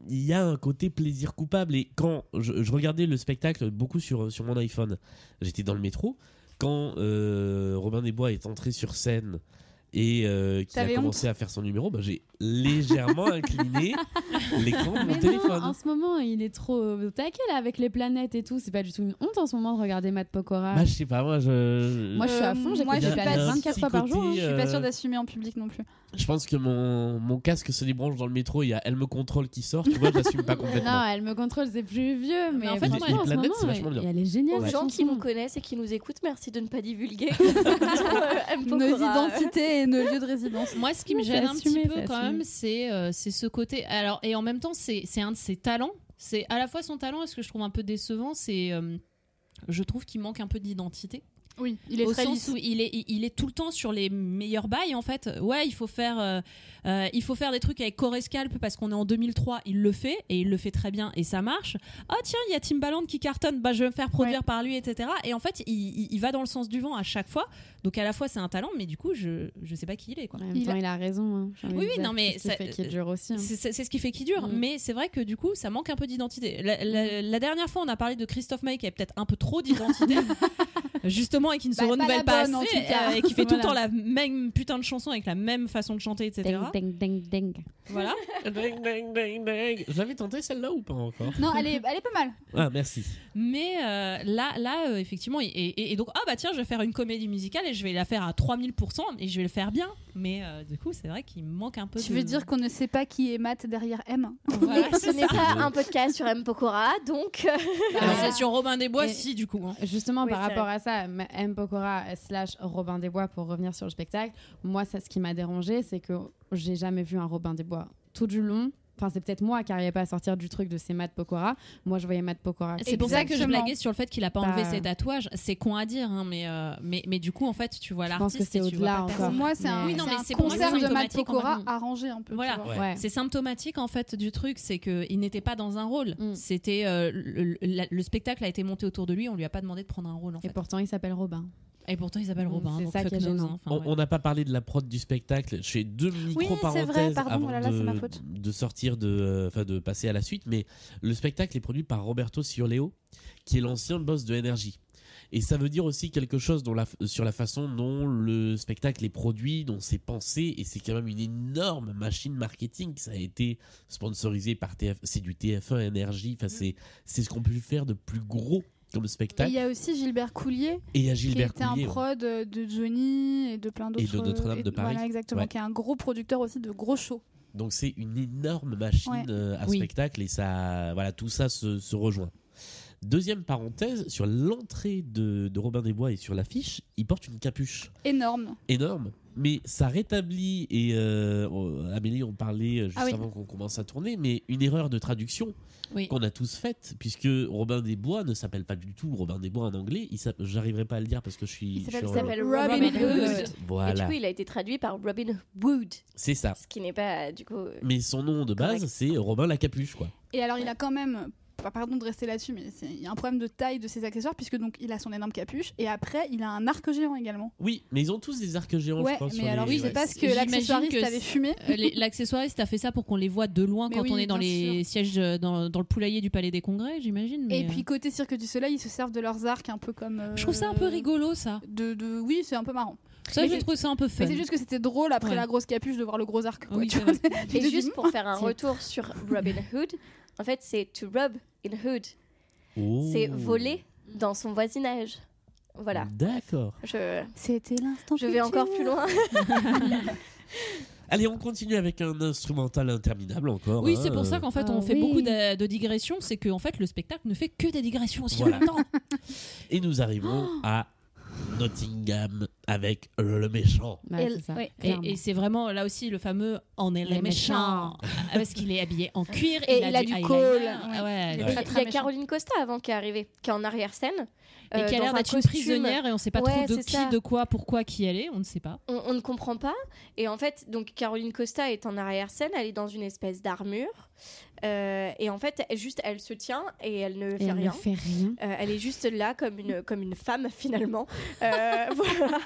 S2: il y a un côté plaisir coupable. Et quand je, je regardais le spectacle beaucoup sur, sur mon iPhone, j'étais dans le métro, quand euh, Robin Desbois est entré sur scène et euh, qu'il a
S4: T'avais
S2: commencé à faire son numéro, bah, j'ai légèrement incliné l'écran de mon
S3: Mais
S2: téléphone.
S3: non, hein. en ce moment, il est trop au taquet là avec les planètes et tout. C'est pas du tout une honte en ce moment de regarder Matt Pokora.
S2: Bah, je sais pas, moi je.
S3: moi, je suis à fond,
S4: Euh,
S3: j'écoute
S4: moi,
S3: les
S4: je suis pas
S3: planètes
S4: sûre.
S3: 24 fois par jour. hein.
S2: Et,
S4: Je suis pas
S2: euh,
S4: sûre d'assumer en public non plus.
S2: Je pense que mon, mon casque se débranche dans le métro, il y a Elle me contrôle qui sort, tu vois, je l'assume pas complètement.
S3: Non, elle me contrôle, c'est plus vieux. Mais,
S6: en fait, moi,
S3: franchement,
S6: les
S3: en ce
S2: planètes,
S3: moment,
S2: c'est vachement bien.
S3: elle- Elle est géniale.
S5: Aux
S3: cette
S5: gens qui
S3: chanson.
S5: nous connaissent et qui nous écoutent, merci de ne pas divulguer. euh, M.
S4: Nos
S5: Pokora.
S4: identités et nos lieux de résidence.
S6: Moi, ce qui me
S3: Oui,
S6: gêne
S3: c'est
S6: un
S3: assumé,
S6: petit peu
S3: c'est
S6: quand
S3: assumé.
S6: même, c'est euh, c'est ce côté. Alors, et en même temps, c'est c'est un de ses talents. C'est à la fois son talent, et ce que je trouve un peu décevant, c'est. euh, je trouve qu'il manque un peu d'identité.
S4: Oui, il est
S6: Au
S4: très
S6: sens
S4: lisse.
S6: où il est, il- il est tout le temps sur les meilleurs bails, en fait. Ouais, il faut faire, euh, euh, il faut faire des trucs avec Corescalp parce qu'on est en 2003. Il le fait et il le fait très bien et ça marche. Oh tiens, il y a Timbaland qui cartonne, bah, je vais me faire produire
S4: Ouais.
S6: par lui, etc. Et en fait, il, il- il va dans le sens du vent à chaque fois. Donc à la fois, c'est un talent, mais du coup, je, je sais pas qui il est. Quoi.
S3: En même
S4: Il
S3: temps,
S4: a-
S3: il a raison. hein, j'ai envie
S6: Oui,
S3: de
S6: oui,
S3: dire.
S6: non, mais
S3: C'est ce qui
S6: ça-
S3: fait qu'il dure aussi. hein.
S6: C'est- C'est c'est ce qui fait qui dure,
S3: Mm.
S6: mais c'est vrai que du coup, ça manque un peu d'identité. La, la- la dernière fois, on a parlé de Christophe May qui avait peut-être un peu trop d'identité, justement, et qui ne se
S4: Bah, pas
S6: renouvelle
S4: la
S6: pas,
S4: bonne, en
S6: assez,
S4: tout cas.
S6: euh, et qui fait tout le
S4: Voilà.
S6: temps la même putain de chanson avec la même façon de chanter, etc.
S3: Ding, ding, ding, ding.
S6: Voilà.
S2: Ding, ding, ding, ding. Je l'avais tenté celle-là ou pas encore
S4: Non, elle est, elle est pas mal.
S2: Ah, merci.
S6: Mais euh, là, là euh, effectivement, et, et- et donc, ah bah tiens, je vais faire une comédie musicale et je vais la faire à 3000% et je vais le faire bien. Mais euh, du coup, c'est vrai qu'il me manque un peu
S4: Tu
S6: de-
S4: veux dire qu'on ne sait pas qui est Matt derrière M
S6: Voilà,
S5: Mais ce n'est pas un podcast sur M. Pokora, donc. euh,
S6: Ah, c'est sur Robin des Bois,
S3: Et-
S6: si, du coup. hein.
S3: Justement,
S5: Oui,
S3: par
S5: c'est
S3: rapport à ça, M. M. Pokora slash Robin des Bois, pour revenir sur le spectacle, moi, ça, ce qui m'a dérangé, c'est que j'ai jamais vu un Robin des Bois. Tout du long, enfin, c'est peut-être moi qui n'arrivais pas à sortir du truc de ces Matt Pokora. Moi, je voyais Matt Pokora.
S6: C'est pour ça que je
S4: Exactement.
S6: blaguais sur le fait qu'il a pas enlevé
S3: Ah, Bah,
S6: ses tatouages. C'est con à dire, hein, mais, euh, mais, mais du coup, en fait, tu vois
S3: Je pense que
S6: l'artiste
S3: c'est
S6: et tu vois
S3: au-delà
S6: pas le
S3: encore.
S4: Pour
S6: personnage.
S4: moi, c'est
S3: Mais-
S4: un,
S6: Oui, non,
S4: c'est
S6: mais
S4: un
S6: c'est pour ça que
S4: concert
S6: c'est
S4: de Matt
S6: automatique en
S4: Pokora
S6: même temps.
S4: arrangé un peu.
S6: Voilà.
S4: tu vois.
S2: Ouais.
S3: Ouais.
S6: C'est symptomatique en fait du truc, c'est qu'il n'était pas dans un rôle.
S3: Mm.
S6: C'était euh, le, le- le spectacle a été monté autour de lui, on lui a pas demandé de prendre un rôle en
S3: Et
S6: fait.
S3: pourtant, il s'appelle Robin.
S6: Et pourtant il s'appelle
S3: Mm,
S6: Robin.
S3: c'est
S6: donc
S3: ça
S6: fuck
S3: qui est
S6: knows,
S3: gênant.
S6: hein. Enfin,
S2: On
S6: ouais.
S2: on n'a pas parlé de la prod du spectacle. Je fais deux
S4: c'est
S2: micro-parenthèses
S4: vrai, pardon,
S2: avant
S4: oh là là, c'est ma
S2: de,
S4: faute.
S2: de sortir de, euh, enfin, de passer à la suite. Mais le spectacle est produit par Roberto Cioleo, qui est l'ancien boss de NRJ. Et ça veut dire aussi quelque chose dont la- sur la façon dont le spectacle est produit, dont c'est pensé. Et c'est quand même une énorme machine marketing. Ça a été sponsorisé par TF. C'est du TF1 NRJ.
S4: Mm.
S2: Enfin, c'est c'est ce qu'on peut faire de plus gros comme
S4: Et il
S2: spectacle.
S4: y a aussi Gilbert Coulier,
S2: Et il y a
S4: qui
S2: Gilbert
S4: était un
S2: Coulier, ouais.
S4: prod euh, de Johnny et de plein d'autres.
S2: Et de Notre-Dame
S4: et-
S2: de Paris.
S4: Voilà, exactement,
S2: Ouais.
S4: qui est un gros producteur aussi de gros shows.
S2: Donc c'est une énorme machine
S4: Ouais.
S2: euh, à
S6: Oui.
S2: spectacle et ça, voilà, tout ça se, se rejoint. Deuxième parenthèse, sur l'entrée de, de Robin des Bois et sur l'affiche, il porte une capuche
S4: Énorme.
S2: énorme, mais ça rétablit, et euh, oh, Amélie en parlait juste
S4: Ah oui.
S2: avant qu'on commence à tourner, mais une erreur de traduction
S6: Oui.
S2: qu'on a tous faite, puisque Robin des Bois ne s'appelle pas du tout Robin des Bois en anglais, il s'app- j'arriverai pas à le dire parce que je suis...
S5: Il s'appelle-
S2: je suis
S5: il
S2: en-
S5: s'appelle
S4: Robin
S5: Robin,
S4: Hood.
S5: Hood. Et du
S2: Voilà,
S5: coup, il a été traduit par Robin Wood,
S2: c'est ça.
S5: ce qui n'est pas euh, du coup. euh,
S2: Mais son nom de base,
S5: Correct.
S2: c'est Robin la Capuche, quoi.
S4: Et alors, il a quand même. pas- Pardon de rester là-dessus, mais c'est- il y a un problème de taille de ses accessoires puisque donc il a son énorme capuche et après il a un arc géant également.
S2: Oui, mais ils ont tous des arcs géants,
S4: ouais,
S2: je pense.
S4: mais
S2: sur
S4: alors
S2: les-
S4: je sais
S2: ouais.
S4: pas ce que
S6: J'imagine
S4: l'accessoiriste
S6: que
S4: avait
S6: c'est-
S4: fumé.
S6: Euh, les- L'accessoiriste a fait ça pour qu'on les voit de loin
S4: Mais
S6: quand
S4: oui,
S6: on est dans
S4: bien
S6: les sièges euh, dans, dans le poulailler du Palais des Congrès, j'imagine. mais,
S4: Et puis
S6: euh,
S4: côté Cirque du Soleil, ils se servent de leurs arcs un peu comme. euh,
S6: je trouve ça un peu rigolo, ça.
S4: De, de- Oui, c'est un peu marrant.
S6: Ça,
S4: Mais
S6: je
S4: c'est-
S6: trouve ça un peu fun.
S4: Mais c'est juste que c'était drôle après
S6: Ouais.
S4: la grosse capuche de voir le gros arc. Quoi,
S6: Oui,
S4: tu
S6: c'est
S4: vois.
S6: vrai.
S4: Tu
S5: euh, Et
S4: te dis,
S5: juste pour faire un
S4: tiens.
S5: retour sur Robin Hood, en fait, c'est to rob in hood,
S2: Oh.
S5: c'est voler dans son voisinage. Voilà.
S2: D'accord.
S5: Je,
S4: C'était l'instant.
S5: je vais
S4: culture.
S5: encore plus loin.
S2: Allez, on continue avec un instrumental interminable encore.
S6: Oui,
S2: hein,
S6: c'est pour ça
S2: euh,
S6: qu'en fait,
S3: Ah
S6: on fait
S3: oui.
S6: beaucoup de, de digressions. C'est que en fait, le spectacle ne fait que des digressions aussi
S2: Voilà.
S6: longtemps.
S2: Et nous arrivons à Nottingham avec le méchant.
S3: Ouais,
S5: Et-
S3: bah, c'est ça.
S5: ouais.
S6: Et,
S3: Clairement.
S6: et c'est vraiment là aussi le fameux on est
S3: Les
S6: les méchants.
S3: méchants.
S6: Ah, Parce qu'il est habillé en cuir,
S4: Et
S6: il,
S4: il a du
S6: eyeliner.
S4: col.
S6: Ah ouais.
S4: Il est
S5: Il y
S4: très,
S5: a
S4: très méchant.
S5: Caroline Costa avant qui est arrivée, qui est en arrière-scène.
S6: Et
S5: euh,
S6: qui a
S5: dans
S6: l'air
S5: un
S6: d'être une
S5: costume.
S6: prisonnière et on sait pas
S5: Ouais,
S6: trop de
S5: c'est
S6: qui,
S5: ça.
S6: de quoi, pourquoi, qui elle est, on ne sait pas.
S5: on, on ne comprend pas. Et en fait, donc Caroline Costa est en arrière-scène, elle est dans une espèce d'armure. Euh, et en fait, elle- juste, elle se tient et elle ne
S3: Et
S5: fait
S3: elle ne
S5: rien.
S3: fait rien.
S5: Euh, elle est juste là comme une, comme une femme finalement. Euh, voilà.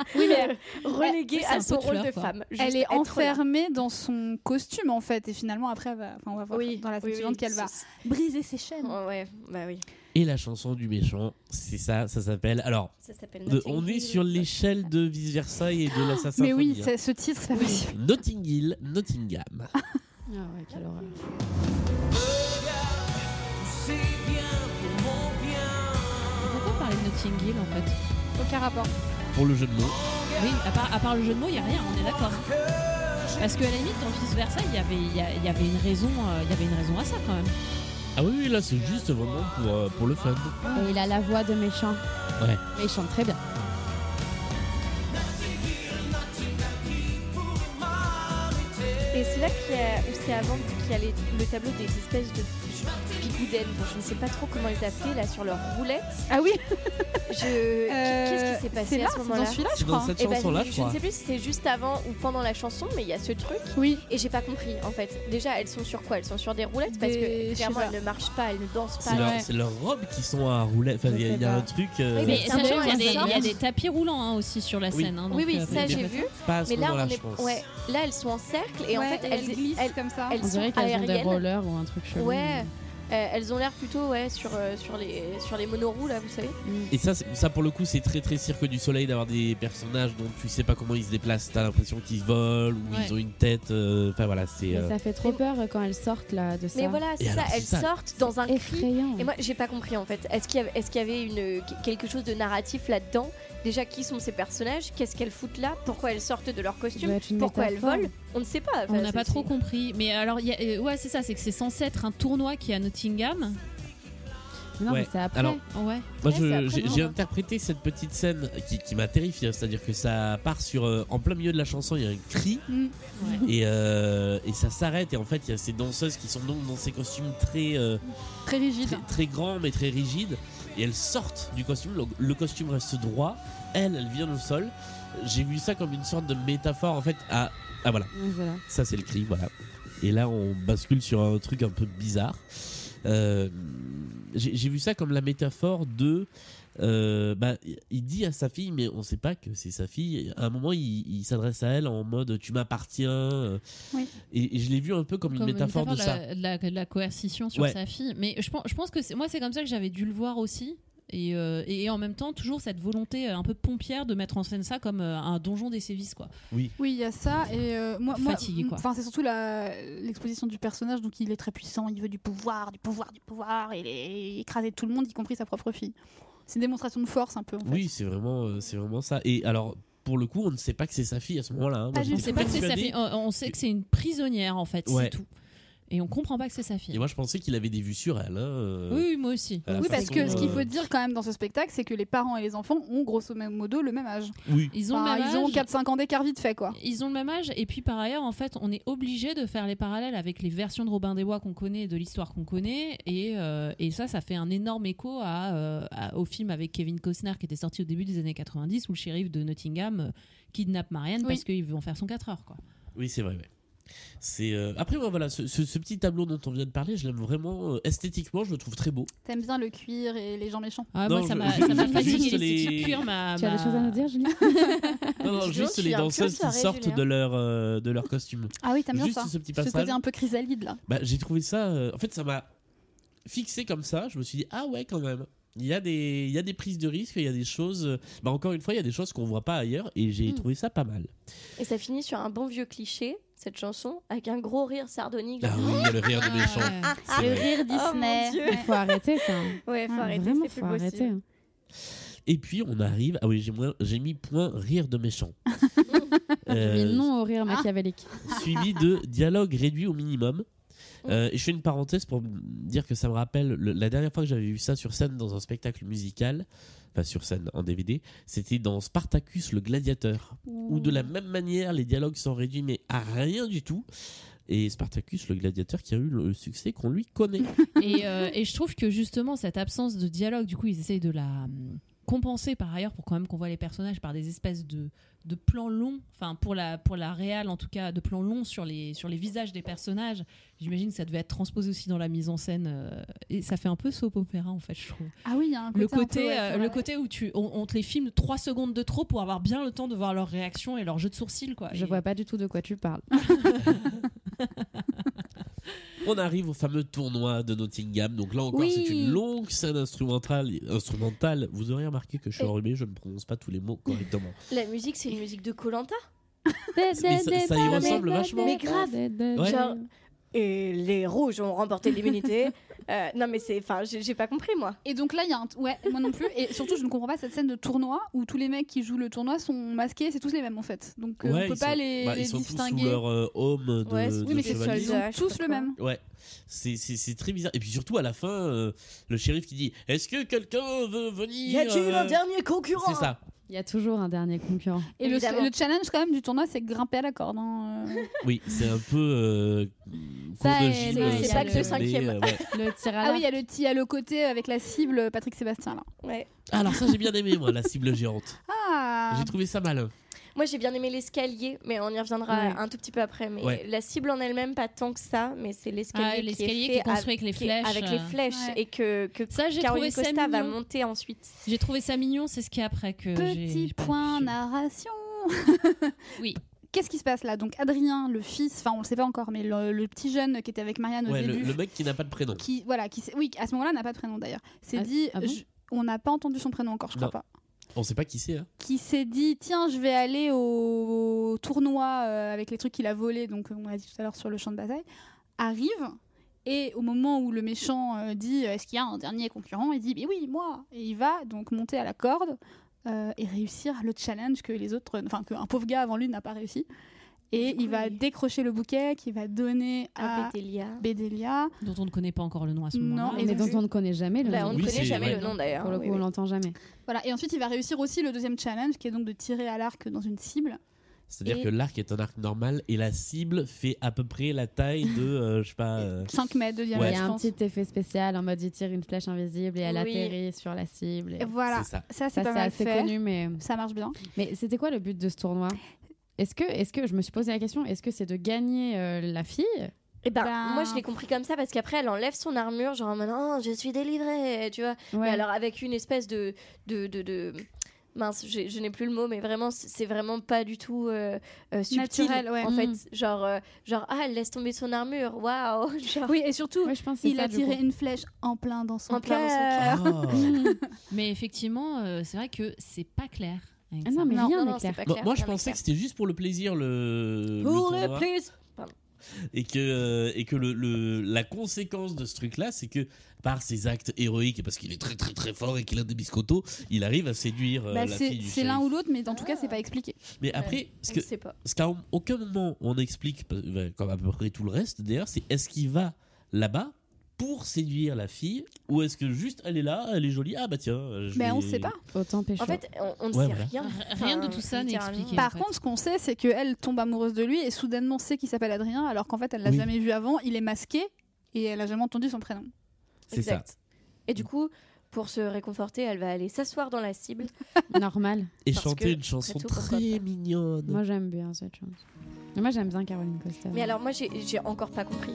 S5: reléguée
S6: Oui, c'est un
S5: à
S6: peu
S5: son
S6: de
S5: rôle
S6: fleur,
S5: de
S6: quoi.
S5: femme. Juste
S4: Elle est
S5: être là.
S4: enfermée dans son costume en fait, et finalement après, elle va- enfin, on va voir
S5: Oui,
S4: dans la scène
S5: oui, oui,
S4: suivante qu'elle va
S5: c'est-
S4: briser ses chaînes.
S5: Oh, ouais, bah oui.
S2: Et la chanson du méchant, c'est ça, ça s'appelle. Alors,
S5: Ça s'appelle.
S2: de-
S5: Notting
S2: on est
S5: Hill.
S2: sur l'échelle de Vice Versa et de l'assassin.
S4: Mais oui,
S2: hein.
S4: c'est- ce titre, c'est pas possible.
S2: Notting Hill, Nottingham.
S3: Ah ouais, quelle horreur.
S7: C'est bien pour mon bien.
S6: Pourquoi parler de Notting Hill en fait
S4: Aucun rapport.
S2: Pour le jeu de mots.
S6: Oui, à part, à part le jeu de mots, il n'y a rien, on est d'accord. Parce que à la limite, dans Vice Versa, il y avait- il y a- il y avait une raison, euh, il y avait une raison à ça quand même.
S2: Ah oui, oui, là, c'est juste vraiment pour, euh, pour le fun.
S3: Et il a la voix de méchant.
S2: Ouais.
S3: Et il chante très bien.
S5: Et c'est là qu'il y a, où c'est avant qu'il y a les- le tableau des espèces de bigoudaines. Bon, je ne sais pas trop comment ils appelaient là sur leur roulette.
S4: Ah oui,
S5: Je... Qu'est-ce qui s'est
S4: Euh, c'est
S5: passé
S4: là,
S5: à ce
S4: c'est
S5: moment-là
S4: dans celui-là, je
S2: C'est dans
S4: crois.
S2: cette
S5: Eh ben,
S2: chanson-là,
S5: je,
S2: je
S5: je ne
S2: crois.
S5: sais plus si c'est juste avant ou pendant la chanson, mais il y a ce truc.
S4: Oui,
S5: Et j'ai pas compris en fait. Déjà, elles sont sur quoi Elles sont sur des roulettes parce
S4: Des-
S5: que clairement
S4: je sais pas.
S5: elles ne marchent pas, elles ne dansent
S2: C'est
S5: pas.
S4: leur-
S2: leurs
S4: ouais.
S2: c'est leurs robes qui sont à rouler. Enfin,
S3: Je
S2: il y a,
S3: sais
S2: il y a un
S3: pas.
S2: truc. euh,
S5: Oui,
S6: Mais
S5: c'est
S6: sachant
S5: un moment,
S6: qu'il y a
S5: elles
S6: des- il y, a
S5: sortent.
S6: des tapis roulants hein, aussi sur la
S2: Oui.
S6: scène. hein,
S5: Oui,
S6: donc,
S5: oui,
S6: euh,
S5: ça
S6: faut
S5: j'ai
S6: dire-
S5: vu.
S2: Pas à ce
S5: Mais là,
S2: moment-là,
S5: on
S2: je
S5: est...
S2: pense.
S5: ouais. là, elles sont en cercle et en
S4: Ouais,
S5: fait elles,
S4: glissent
S5: elles-
S4: comme ça.
S5: elles
S3: On
S5: sont
S3: dirait qu'elles ont des
S5: aériennes.
S3: rollers ou un truc chelou.
S5: Ouais, euh, elles ont l'air plutôt ouais, sur, euh, sur, les, sur les monoroues là, vous savez.
S2: Et ça, c'est- ça pour le coup, c'est très très cirque du soleil d'avoir des personnages dont tu sais pas comment ils se déplacent. T'as l'impression qu'ils volent ou
S6: Ouais.
S2: ils ont une tête. euh, Enfin voilà, c'est.
S3: Mais
S2: euh,
S3: ça fait trop peur quand elles sortent là de ça.
S5: Mais voilà, c'est ça,
S2: alors, c'est
S5: elles
S2: ça.
S5: sortent dans un cri.
S3: Effrayant.
S5: Et moi, j'ai pas compris en fait. Est-ce qu'il y avait, est-ce qu'il y avait une, quelque chose de narratif là-dedans Déjà, qui sont ces personnages Qu'est-ce qu'elles foutent là Pourquoi elles sortent de leur
S3: Ça doit
S5: costume
S3: être une
S5: Pourquoi elles
S3: métaphore.
S5: volent On ne sait pas.
S6: On
S5: Enfin,
S6: n'a
S5: c'est-
S6: pas trop
S5: c'est-
S6: compris. Mais alors, il y a- euh, ouais, c'est ça, c'est que c'est censé être un tournoi qui est à Nottingham.
S3: Non,
S2: Ouais.
S3: mais c'est après.
S2: Alors,
S6: Ouais.
S2: moi,
S5: Ouais,
S2: je-
S5: c'est après
S2: j'ai-
S5: moi,
S2: j'ai
S5: hein.
S2: interprété cette petite scène qui, qui m'a terrifié. hein. C'est-à-dire que ça part sur. euh, en plein milieu de la chanson, il y a un cri
S4: Mm.
S2: et, euh, et ça s'arrête. Et en fait, il y a ces danseuses qui sont donc dans ces costumes très. euh,
S4: Très rigide.
S2: très, très grand mais très rigide et elles sortent du costume le, le costume reste droit elle elle vient au sol j'ai vu ça comme une sorte de métaphore en fait à ah voilà
S3: Ouais, voilà.
S2: ça c'est le cri voilà et là on bascule sur un truc un peu bizarre Euh, j'ai j'ai vu ça comme la métaphore de euh, bah, il dit à sa fille mais on sait pas que c'est sa fille à un moment il, il s'adresse à elle en mode tu m'appartiens
S4: Oui.
S2: et, et je l'ai vu un peu comme, une métaphore, de ça
S6: la- de la, de la coercition sur
S2: Ouais.
S6: sa fille. Mais je pense, je pense que c'est- moi, c'est comme ça que j'avais dû le voir aussi. Et, euh, et en même temps, toujours cette volonté euh, un peu pompière de mettre en scène ça comme euh, un donjon des sévices, quoi.
S4: Oui, il y a ça. Et euh, moi, moi,
S6: Fatigué, quoi.
S4: Enfin, c'est surtout la- l'exposition du personnage. Donc, il est très puissant. Il veut du pouvoir, du pouvoir, du pouvoir. Il est écrasé tout le monde, y compris sa propre fille. C'est une démonstration de force un peu. En fait.
S2: Oui, c'est vraiment, euh, c'est vraiment ça. Et alors, pour le coup, on ne sait pas que c'est sa fille à ce moment-là. hein. Moi,
S4: Pas du
S2: j'étais
S6: On sait pas que c'est sa
S2: persuadé-
S6: fille. Euh, On sait que c'est une prisonnière en fait,
S2: Ouais.
S6: c'est tout. Et on comprend pas que c'est sa
S2: Et
S6: fille.
S2: moi, je pensais qu'il avait des vues sur elle. hein, euh,
S6: Oui, oui, moi aussi.
S2: à la
S4: Oui, parce
S2: façon,
S4: que ce qu'il
S2: euh,
S4: faut dire quand même dans ce spectacle, c'est que les parents et les enfants ont grosso modo le même âge.
S2: Oui.
S6: Ils ont
S4: Enfin,
S6: le même
S4: ils ont
S6: âge.
S4: 4-5 ans d'écart vite fait, quoi.
S6: Ils ont le même âge et puis par ailleurs en fait on est obligé de faire les parallèles avec les versions de Robin des Bois qu'on connaît, de l'histoire qu'on connaît et, euh, et ça ça fait un énorme écho à, euh, à- au film avec Kevin Costner qui était sorti au début des années 90 où le shérif de Nottingham euh, kidnappe Marianne
S4: Oui.
S6: parce qu'ils vont faire son 4 heures quoi.
S2: Oui, c'est vrai. ouais. C'est euh, après ouais, voilà ce, ce- ce petit tableau dont on vient de parler, je l'aime vraiment euh, esthétiquement, je le trouve très beau.
S4: T'aimes bien le cuir et les gens méchants.
S6: Ah,
S2: Non,
S6: moi ça
S2: je-
S6: m'a
S2: juste
S6: ça m'a fatigué
S2: les-
S6: les petits cuirs, ma-
S2: Ah
S3: Tu as des
S2: bah,
S6: ma-
S3: choses à nous dire, Julie
S2: Non, non,
S5: Sinon,
S2: juste
S5: tu
S2: les
S5: es un
S2: danseuses qui
S5: pionnier,
S2: sortent
S5: Julien.
S2: de leur euh, de leur costume.
S4: Ah oui, t'aimes bien
S2: Juste
S4: ça.
S2: ce petit
S4: Ce
S2: passage.
S4: côté un peu chrysalide, là.
S2: Bah, j'ai trouvé ça. euh, en fait, ça m'a fixé comme ça. Je me suis dit ah ouais quand même. Il y a des il y a des prises de risque, il y a des choses. euh, Bah encore une fois, il y a des choses qu'on voit pas ailleurs et j'ai
S5: Mm.
S2: trouvé ça pas mal.
S5: Et ça finit sur un bon vieux cliché, cette chanson, avec un gros rire sardonique.
S2: Ah oui, il y a le rire
S6: Ah,
S2: des méchants.
S6: ouais.
S2: C'est vrai.
S4: rire
S5: Oh mon Dieu.
S3: Il faut arrêter ça.
S5: Ouais, faut
S3: Ah,
S5: arrêter,
S3: vraiment,
S5: c'est plus
S3: faut
S5: possible.
S3: arrêter. hein.
S2: Et puis on arrive. Ah oui, j'ai moins- j'ai mis point rire de méchant.
S3: Mais
S2: Euh,
S3: non au rire
S5: Ah.
S3: machiavélique.
S2: suivi de dialogue réduit au minimum. Euh, et je fais une parenthèse pour m- dire que ça me rappelle le- la dernière fois que j'avais vu ça sur scène dans un spectacle musical, enfin sur scène en DVD, c'était dans Spartacus le gladiateur, où de la même manière les dialogues sont réduits mais à rien du tout. Et Spartacus le gladiateur qui a eu le succès qu'on lui connaît.
S6: et, euh, et je trouve que justement cette absence de dialogue, du coup, ils essayent de la hum, compenser par ailleurs pour quand même qu'on voit les personnages par des espèces de, de plans longs, enfin pour la pour la réal en tout cas, de plans longs sur les sur les visages des personnages. J'imagine que ça devait être transposé aussi dans la mise en scène euh, et ça fait un peu soap opéra en fait, je trouve.
S4: Ah oui, il y a un côté.
S6: Le
S4: un peu,
S6: côté
S4: ouais,
S6: euh,
S4: c'est
S6: le
S4: vrai.
S6: côté où tu on, on te les filme trois secondes de trop pour avoir bien le temps de voir leur réaction et leur jeu de sourcils quoi.
S3: Je
S6: Et-
S3: vois pas du tout de quoi tu parles.
S2: On arrive au fameux tournoi de Nottingham. Donc là encore,
S4: Oui.
S2: c'est une longue scène instrumentale. instrumentale. Vous aurez remarqué que je suis
S4: Euh.
S5: Et-
S2: enrhumé, je ne prononce pas tous les mots correctement.
S5: La musique, c'est une musique de Colanta.
S3: Mais
S2: ça- ça y ressemble vachement.
S5: Mais grave.
S2: Ouais.
S5: Genre- Et les rouges ont remporté l'immunité. Euh, non, mais c'est. Enfin, j'ai j'ai pas compris, moi.
S4: Et donc là, il y a un. t- Ouais, moi non plus. Et surtout, je ne comprends pas cette scène de tournoi où tous les mecs qui jouent le tournoi sont masqués, c'est tous les mêmes en fait. Donc euh,
S2: Ouais,
S4: on peut
S2: ils
S4: pas
S2: sont-
S4: les,
S2: bah,
S4: les
S2: ils sont tous
S4: distinguer.
S2: sous leur euh, home de,
S5: Ouais, c'est-
S2: de
S4: Oui, mais c'est
S2: chevalier.
S5: chevaliers.
S4: ils ont
S5: Je sais
S4: tous
S5: pas
S4: le
S5: quoi.
S4: même.
S2: Ouais, c'est- c'est c'est très bizarre. Et puis surtout à la fin, euh, le shérif qui dit Est-ce que quelqu'un veut venir
S5: Y a-t-il
S2: euh,
S5: un dernier concurrent
S2: C'est ça.
S3: Il y a toujours un dernier concurrent.
S4: Et le,
S5: Évidemment.
S4: le challenge quand même du tournoi, c'est grimper à la corde. hein, euh.
S2: Oui, c'est un peu. euh,
S4: Ça,
S2: cours de
S4: et
S2: gym,
S4: c'est
S2: euh,
S4: pas que
S2: japonais,
S5: le cinquième.
S2: euh, ouais.
S3: Le tir à
S4: Ah oui, il y a le petit, il y a le côté avec la cible Patrick Sébastien là.
S5: Ouais.
S2: Ah, Alors ça, j'ai bien aimé, moi, la cible géante.
S4: Ah.
S2: J'ai trouvé ça malin.
S5: Moi, j'ai bien aimé l'escalier, mais on y reviendra
S3: Ouais.
S5: un tout petit peu après. Mais
S2: Ouais,
S5: la cible en elle-même, pas tant que ça, mais c'est l'escalier
S6: Ah,
S5: qui est
S6: l'escalier
S5: fait
S6: qui est construit avec les
S5: qui est-
S6: flèches.
S5: avec les
S6: euh.
S5: flèches
S4: Ouais.
S5: et que, que
S6: Ça, j'ai trouvé
S5: Caroline
S6: ça
S5: Costa va
S6: mignon.
S5: monter ensuite.
S6: J'ai trouvé ça mignon, c'est ce qui est après que
S2: euh,
S6: j'ai-
S4: Petit
S6: j'ai pas
S4: point
S6: vu.
S4: narration.
S6: Oui.
S4: Qu'est-ce qui se passe là Donc Adrien, le fils, enfin on le sait pas encore, mais le, le petit jeune qui était avec Marianne au
S2: ouais le,
S4: début,
S2: le mec qui n'a pas de prénom.
S4: qui voilà, qui s'est- oui, à ce moment-là n'a pas de prénom d'ailleurs. C'est
S3: Ah-
S4: dit,
S3: ah bon
S4: je- on n'a pas entendu son prénom encore, je crois
S2: Non.
S4: pas.
S2: On sait pas qui c'est. Hein.
S4: Qui s'est dit tiens je vais aller au, au tournoi euh, avec les trucs qu'il a volés, donc euh, on l'a dit tout à l'heure sur le champ de bataille, arrive. Et au moment où le méchant euh, dit est-ce qu'il y a un dernier concurrent, il dit mais oui moi et il va donc monter à la corde euh, et réussir le challenge que les autres, enfin qu'un pauvre gars avant lui n'a pas réussi. Et
S5: Du coup,
S4: il va
S5: il-
S4: décrocher le bouquet qu'il va donner
S6: Ah.
S4: à
S5: Pétélia.
S4: Bédélia.
S6: dont on ne connaît pas encore le nom à ce
S4: Non,
S6: moment-là.
S4: et
S3: Ah, Mais
S4: donc-
S3: dont on ne connaît jamais le
S5: Bah, on
S3: nom.
S5: ne
S2: Oui,
S5: connaît
S2: c'est-
S5: jamais
S2: ouais.
S5: le nom d'ailleurs.
S3: Pour le
S5: Oui,
S3: coup, on
S5: oui.
S3: l'entend jamais.
S4: Voilà. Et ensuite, il va réussir aussi le deuxième challenge, qui est donc de tirer à l'arc dans une cible.
S2: C'est-à-dire
S4: Et-
S2: que l'arc est un arc normal et la cible fait à peu près la taille de, euh, je sais pas. euh,
S4: 5 mètres de
S2: Ouais.
S4: diamètre,
S3: Il y a
S4: je
S3: un
S4: pense.
S3: petit effet spécial en mode il tire une flèche invisible et elle
S5: Oui.
S3: atterrit sur la cible. et-
S4: Et Voilà.
S2: C'est ça.
S4: Ça, c'est
S3: Ça,
S4: pas
S3: c'est
S4: mal
S3: assez
S4: fait.
S3: connu, mais.
S4: Ça marche bien.
S3: Mais c'était quoi le but de ce tournoi est-ce que, est-ce que, je me suis posé la question, est-ce que c'est de gagner euh, la fille
S5: Eh ben,
S4: Ben-
S5: moi je l'ai compris comme ça parce qu'après elle enlève son armure, genre en mode, Ah, je suis délivrée, tu vois. Mais alors avec une espèce de. de, de, de- Mince, je, je n'ai plus le mot, mais vraiment, c'est c'est vraiment pas du tout euh, euh, subtil.
S4: Naturel, ouais.
S5: En
S3: Mm.
S5: fait, genre, euh, genre, ah, elle laisse tomber son armure, waouh! Genre,
S4: Oui, et surtout,
S3: Ouais, je pense que c'est
S4: il
S3: ça,
S4: a
S3: du
S4: tiré
S3: coup.
S4: une flèche en plein dans son
S5: En plein dans son
S4: cœur.
S2: Ah.
S6: Mais effectivement, euh, c'est vrai que c'est pas clair. avec
S3: Ah
S6: ça.
S3: non, mais
S5: Non,
S3: rien
S5: non,
S3: n'est
S5: non, c'est
S3: clair.
S5: pas
S2: Moi-
S5: clair,
S2: moi, je
S5: rien n'est
S2: pensais
S5: clair.
S2: que c'était juste pour le plaisir le. le
S5: Pour
S2: tournoi.
S5: le plus!
S2: et que euh, et que le, le- la conséquence de ce truc là c'est que par ses actes héroïques et parce qu'il est très très très fort et qu'il a des biscottos il arrive à séduire euh,
S4: Bah,
S2: la
S4: c'est-
S2: fille du
S4: c'est l'un
S2: shérif.
S4: ou l'autre, mais en tout cas, c'est pas expliqué.
S2: mais après ce
S5: On
S2: que
S5: ne sait pas.
S2: ce qu'à aucun moment on explique parce- ben, comme à peu près tout le reste d'ailleurs c'est est-ce qu'il va là-bas pour séduire la fille ou est-ce que juste elle est là elle est jolie ah bah tiens je
S4: Mais
S2: vais-
S4: on sait pas.
S3: Autant pécho.
S5: En fait, on, on ne
S2: Ouais,
S5: sait
S2: voilà.
S5: rien.
S6: Rien de
S5: Enfin,
S6: tout ça n'est
S5: littéralement.
S6: expliqué.
S4: Par
S6: en fait.
S4: contre, ce qu'on sait, c'est qu'elle tombe amoureuse de lui et soudainement sait qu'il s'appelle Adrien, alors qu'en fait, elle l'a
S2: Oui.
S4: jamais vu avant, il est masqué et elle a jamais entendu son prénom.
S2: c'est ça
S5: Exact. Et du coup, pour se réconforter, elle va aller s'asseoir dans la cible.
S3: Normal.
S2: et
S5: Parce
S2: chanter
S5: que,
S2: une chanson
S5: après tout, pourquoi
S2: très
S5: pas
S2: mignonne
S3: Moi, j'aime bien cette chose. Moi, j'aime bien Caroline Costa.
S5: Mais alors, moi, j'ai j'ai encore pas compris.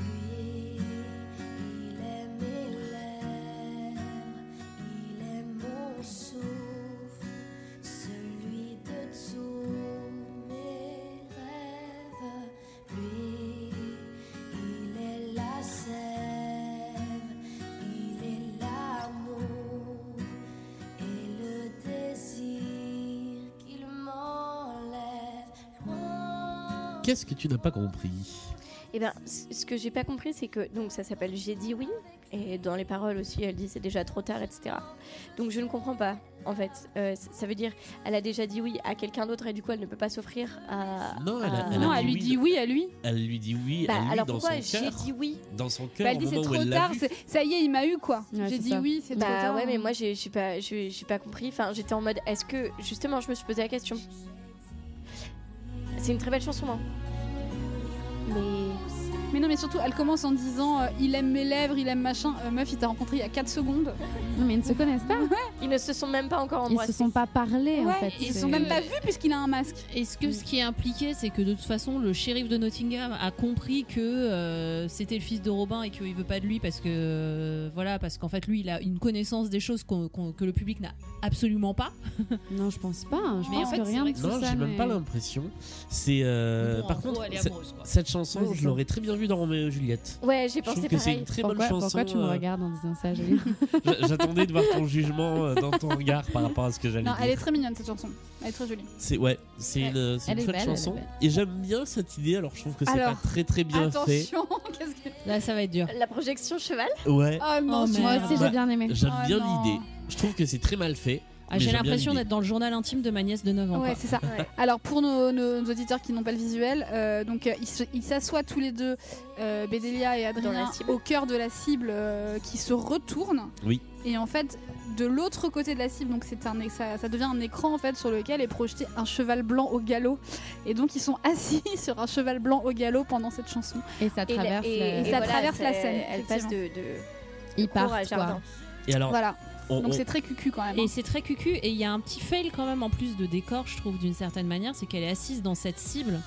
S8: Lui, il aime mes lèvres, il aime mon souffle, celui de tous mes rêves. Lui, il est la sève, il est l'amour et le désir qu'il m'enlève loin.
S2: qu'est-ce que tu n'as pas compris
S5: Eh bien, c- ce que j'ai pas compris, c'est que donc ça s'appelle J'ai dit oui, et dans les paroles aussi, elle dit c'est déjà trop tard, etc. Donc je ne comprends pas, en fait. Euh, c- ça veut dire, elle a déjà dit oui à quelqu'un d'autre, et du coup, elle ne peut pas s'offrir à.
S2: Non, elle a-
S5: à-
S2: elle a
S4: non,
S2: dit
S4: elle lui
S2: Ah, oui,
S4: dit
S2: le-
S4: oui à lui.
S2: Elle lui dit oui,
S5: Bah,
S2: elle lui
S5: alors
S2: dans
S5: pourquoi
S2: son
S5: j'ai
S2: cœur,
S5: dit oui
S2: dans son cœur
S4: Bah, elle
S2: au
S4: dit c'est
S2: moment où
S4: trop
S2: elle l'a
S4: tard,
S2: vu.
S4: c'est- ça y est, il m'a eu quoi.
S3: Ouais,
S4: J'ai
S3: c'est
S4: dit
S3: ça.
S4: oui, c'est trop
S5: Bah
S4: tard.
S5: ouais, mais moi j'ai j'ai pas, j'ai j'ai pas compris. Enfin, j'étais en mode, est-ce que justement, je me suis posé la question. C'est une très belle chanson, hein. Mais
S4: Mais non, mais surtout, elle commence en disant euh, il aime mes lèvres, il aime machin. Euh, meuf, il t'a rencontré il y a 4 secondes.
S3: Non, mais ils ne se connaissent pas.
S5: ils ne se sont même pas encore
S3: Ils se
S5: embrassés.
S3: sont pas parlé en
S4: Ouais,
S3: fait.
S4: ils
S6: c'est-
S4: sont même pas vus puisqu'il a un masque.
S6: Est-ce que ce qui est impliqué, c'est que de toute façon, le shérif de Nottingham a compris que euh, c'était le fils de Robin et qu'il veut pas de lui parce que euh, voilà, parce qu'en fait, lui, il a une connaissance des choses qu'on- qu'on- que le public n'a absolument pas.
S3: Non, je pense pas. hein. Je
S6: Mais en
S3: pense
S6: fait,
S3: que
S6: c'est
S3: rien
S6: vrai
S3: de
S6: que
S3: tout
S2: Non,
S3: ça.
S2: j'ai même
S3: mais-
S2: pas l'impression. C'est euh,
S6: Bon, en
S2: par
S6: gros,
S2: contre
S6: elle est
S2: c'est-
S6: amoureuse, quoi.
S2: cette chanson,
S3: Ouais, c'est
S2: je
S3: ça.
S2: l'aurais très bien vue dans Roméo et Juliette.
S5: Ouais, j'ai
S2: Je trouve
S5: pensé
S2: que c'est
S5: pareil.
S2: une très
S3: Pourquoi,
S2: bonne chanson.
S3: pourquoi tu me
S2: euh,
S3: regardes en disant ça, Julie
S2: j'a- J'attendais de voir ton jugement euh, dans ton regard par rapport à ce que j'allais
S4: Non,
S2: dire.
S4: elle est très mignonne cette chanson. Elle est très jolie.
S2: C'est ouais, c'est
S5: Ouais.
S2: une, euh, c'est
S3: Elle
S2: une
S3: est
S2: chouette
S3: belle, elle est
S2: chanson
S3: belle.
S2: et j'aime bien cette idée. Alors je trouve que c'est pas
S4: Alors,
S2: très très bien fait.
S4: Attention, qu'est-ce que.
S6: Là, ça va être dur.
S5: La projection cheval
S2: Ouais,
S4: Oh non,
S6: Oh,
S4: tu-
S3: Moi
S6: merde.
S3: aussi, j'ai
S2: Bah,
S3: bien aimé.
S2: j'aime
S4: Ah,
S2: bien
S4: non.
S2: l'idée. Je trouve que c'est très mal fait.
S6: Ah,
S2: mais
S6: J'ai
S2: j'aime bien
S6: l'impression
S2: l'idée.
S6: d'être dans le journal intime de ma nièce de 9 ans.
S4: Ouais,
S6: quoi.
S4: c'est ça.
S5: Ouais.
S4: Alors pour nos, nos- nos auditeurs qui n'ont pas le visuel, euh, donc euh, ils se- ils s'assoient tous les deux, euh, Bédélia et
S5: Dans
S4: Adrien,
S5: la cible.
S4: au cœur de la cible euh, qui se retourne.
S2: Oui.
S4: Et en fait, de l'autre côté de la cible, donc c'est un é- ça, ça devient un écran en fait sur lequel est projeté un cheval blanc au galop. Et donc ils sont assis sur un cheval blanc au galop pendant cette chanson.
S3: Et ça
S5: la-
S3: traverse.
S5: et-
S3: le-
S5: et
S4: Ça traverse la
S5: c'est-
S4: scène,
S5: Elle passe de, de
S3: Ils
S5: cours à
S3: partent, quoi.
S5: jardin.
S2: Et alors,
S4: Voilà.
S2: on-
S4: Donc
S2: on-
S4: c'est très cucu quand même. hein.
S6: Et c'est très cucu et il y a un petit fail quand même en plus de décor, je trouve d'une certaine manière, c'est qu'elle est assise dans cette cible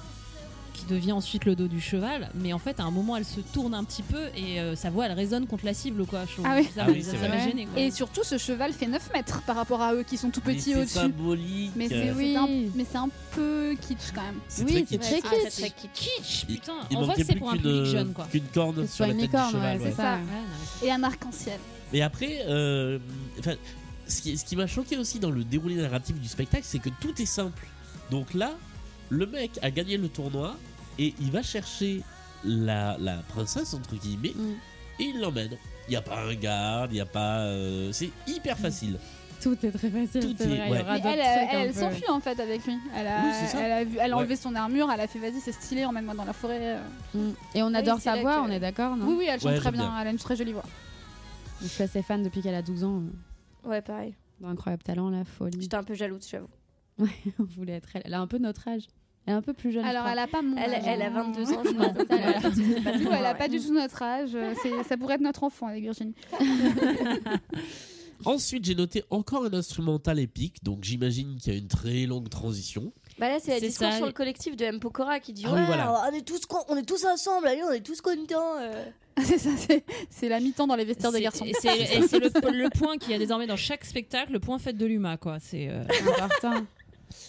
S6: qui devient ensuite le dos du cheval, mais en fait à un moment elle se tourne un petit peu et euh, sa voix elle résonne contre la cible quoi. Je trouve
S4: Ah oui.
S6: ça,
S2: Ah oui,
S6: ça
S2: c'est
S6: m'a
S4: vrai.
S6: gêné. quoi.
S4: Et surtout, ce cheval fait 9 mètres par rapport à eux qui sont tout
S2: mais
S4: petits
S2: c'est
S4: au-dessus.
S2: symbolique.
S4: Mais c'est
S2: euh,
S3: Oui.
S4: un, mais c'est un peu kitsch quand même.
S2: c'est
S3: Oui,
S2: très
S3: c'est
S2: kitsch.
S3: vrai. Très
S5: Ah, c'est
S3: kitsch.
S5: très kitsch.
S6: Kitsch, putain,
S2: Il
S6: on voit
S2: manquait
S6: que c'est
S2: plus
S6: pour un
S2: qu'une,
S6: public
S2: euh,
S6: jeune quoi.
S2: Qu'une corne
S3: Que ce
S2: sur
S3: soit
S2: la
S3: une
S2: tête
S3: licorne,
S2: du cheval.
S3: ouais,
S2: ouais.
S3: Ah, c'est ça.
S6: Ouais, non, mais-
S4: Et un arc-en-ciel.
S2: Mais après, euh, enfin, ce qui, ce qui m'a choqué aussi dans le déroulé narratif du spectacle, c'est que tout est simple. Donc là, le mec a gagné le tournoi et il va chercher la, la princesse, entre guillemets,
S3: Mm.
S2: et il l'emmène. Il n'y a pas un garde, il n'y a pas. euh, c'est
S4: Mm.
S2: hyper facile.
S3: Tout est très facile.
S2: Tout
S3: c'est
S2: est-
S3: vrai, il y
S2: ouais.
S3: aura Ah,
S4: Mais
S3: d'autres
S4: elle, elle,
S3: trucs un
S4: elle
S3: peu.
S4: s'enfuit en fait avec lui. Elle a,
S2: Oui, c'est ça.
S4: elle a, vu- elle a
S2: Ouais.
S4: enlevé son armure, elle a fait vas-y c'est stylé, emmène-moi dans la forêt. euh.
S3: Mm. Et on
S5: Oui,
S3: adore
S5: c'est
S3: sa
S5: là
S3: voix,
S5: que-
S3: on est d'accord, non
S4: Oui oui, elle chante
S2: Ouais,
S4: très
S2: j'aime
S4: bien, elle a une très jolie voix.
S3: Je suis assez fan depuis qu'elle a 12 ans. euh,
S5: Ouais, pareil.
S3: Dans Incroyable Talent, la folie.
S5: J'étais un peu jalouse, j'avoue.
S3: On voulait être elle. Elle a un peu notre âge. Elle est un peu plus jeune.
S4: Alors
S3: je
S4: elle a pas mon
S5: Elle,
S4: âge.
S5: elle a 22 ans, je crois.
S3: c'est ça, elle a
S4: Bah, Du coup, elle a pas du tout notre âge. euh, c'est- ça pourrait être notre enfant avec Virginie.
S2: Ensuite, j'ai noté encore un instrumental épique, donc j'imagine qu'il y a une très longue transition.
S5: Bah là, c'est la
S6: C'est
S5: discours
S6: ça,
S5: sur
S6: les-
S5: le collectif de M. Pokora qui dit
S2: Ah oui,
S5: Ouais,
S2: voilà.
S5: on, est tous con- on est tous ensemble, allez, on est tous contents. euh.
S4: c'est ça, c'est- c'est la mi-temps dans les vestiaires des
S6: C'est-
S4: garçons.
S6: et c'est et c'est le, le point qu'il y a désormais dans chaque spectacle, le point fait de l'UMA quoi. C'est euh,
S3: crois. important.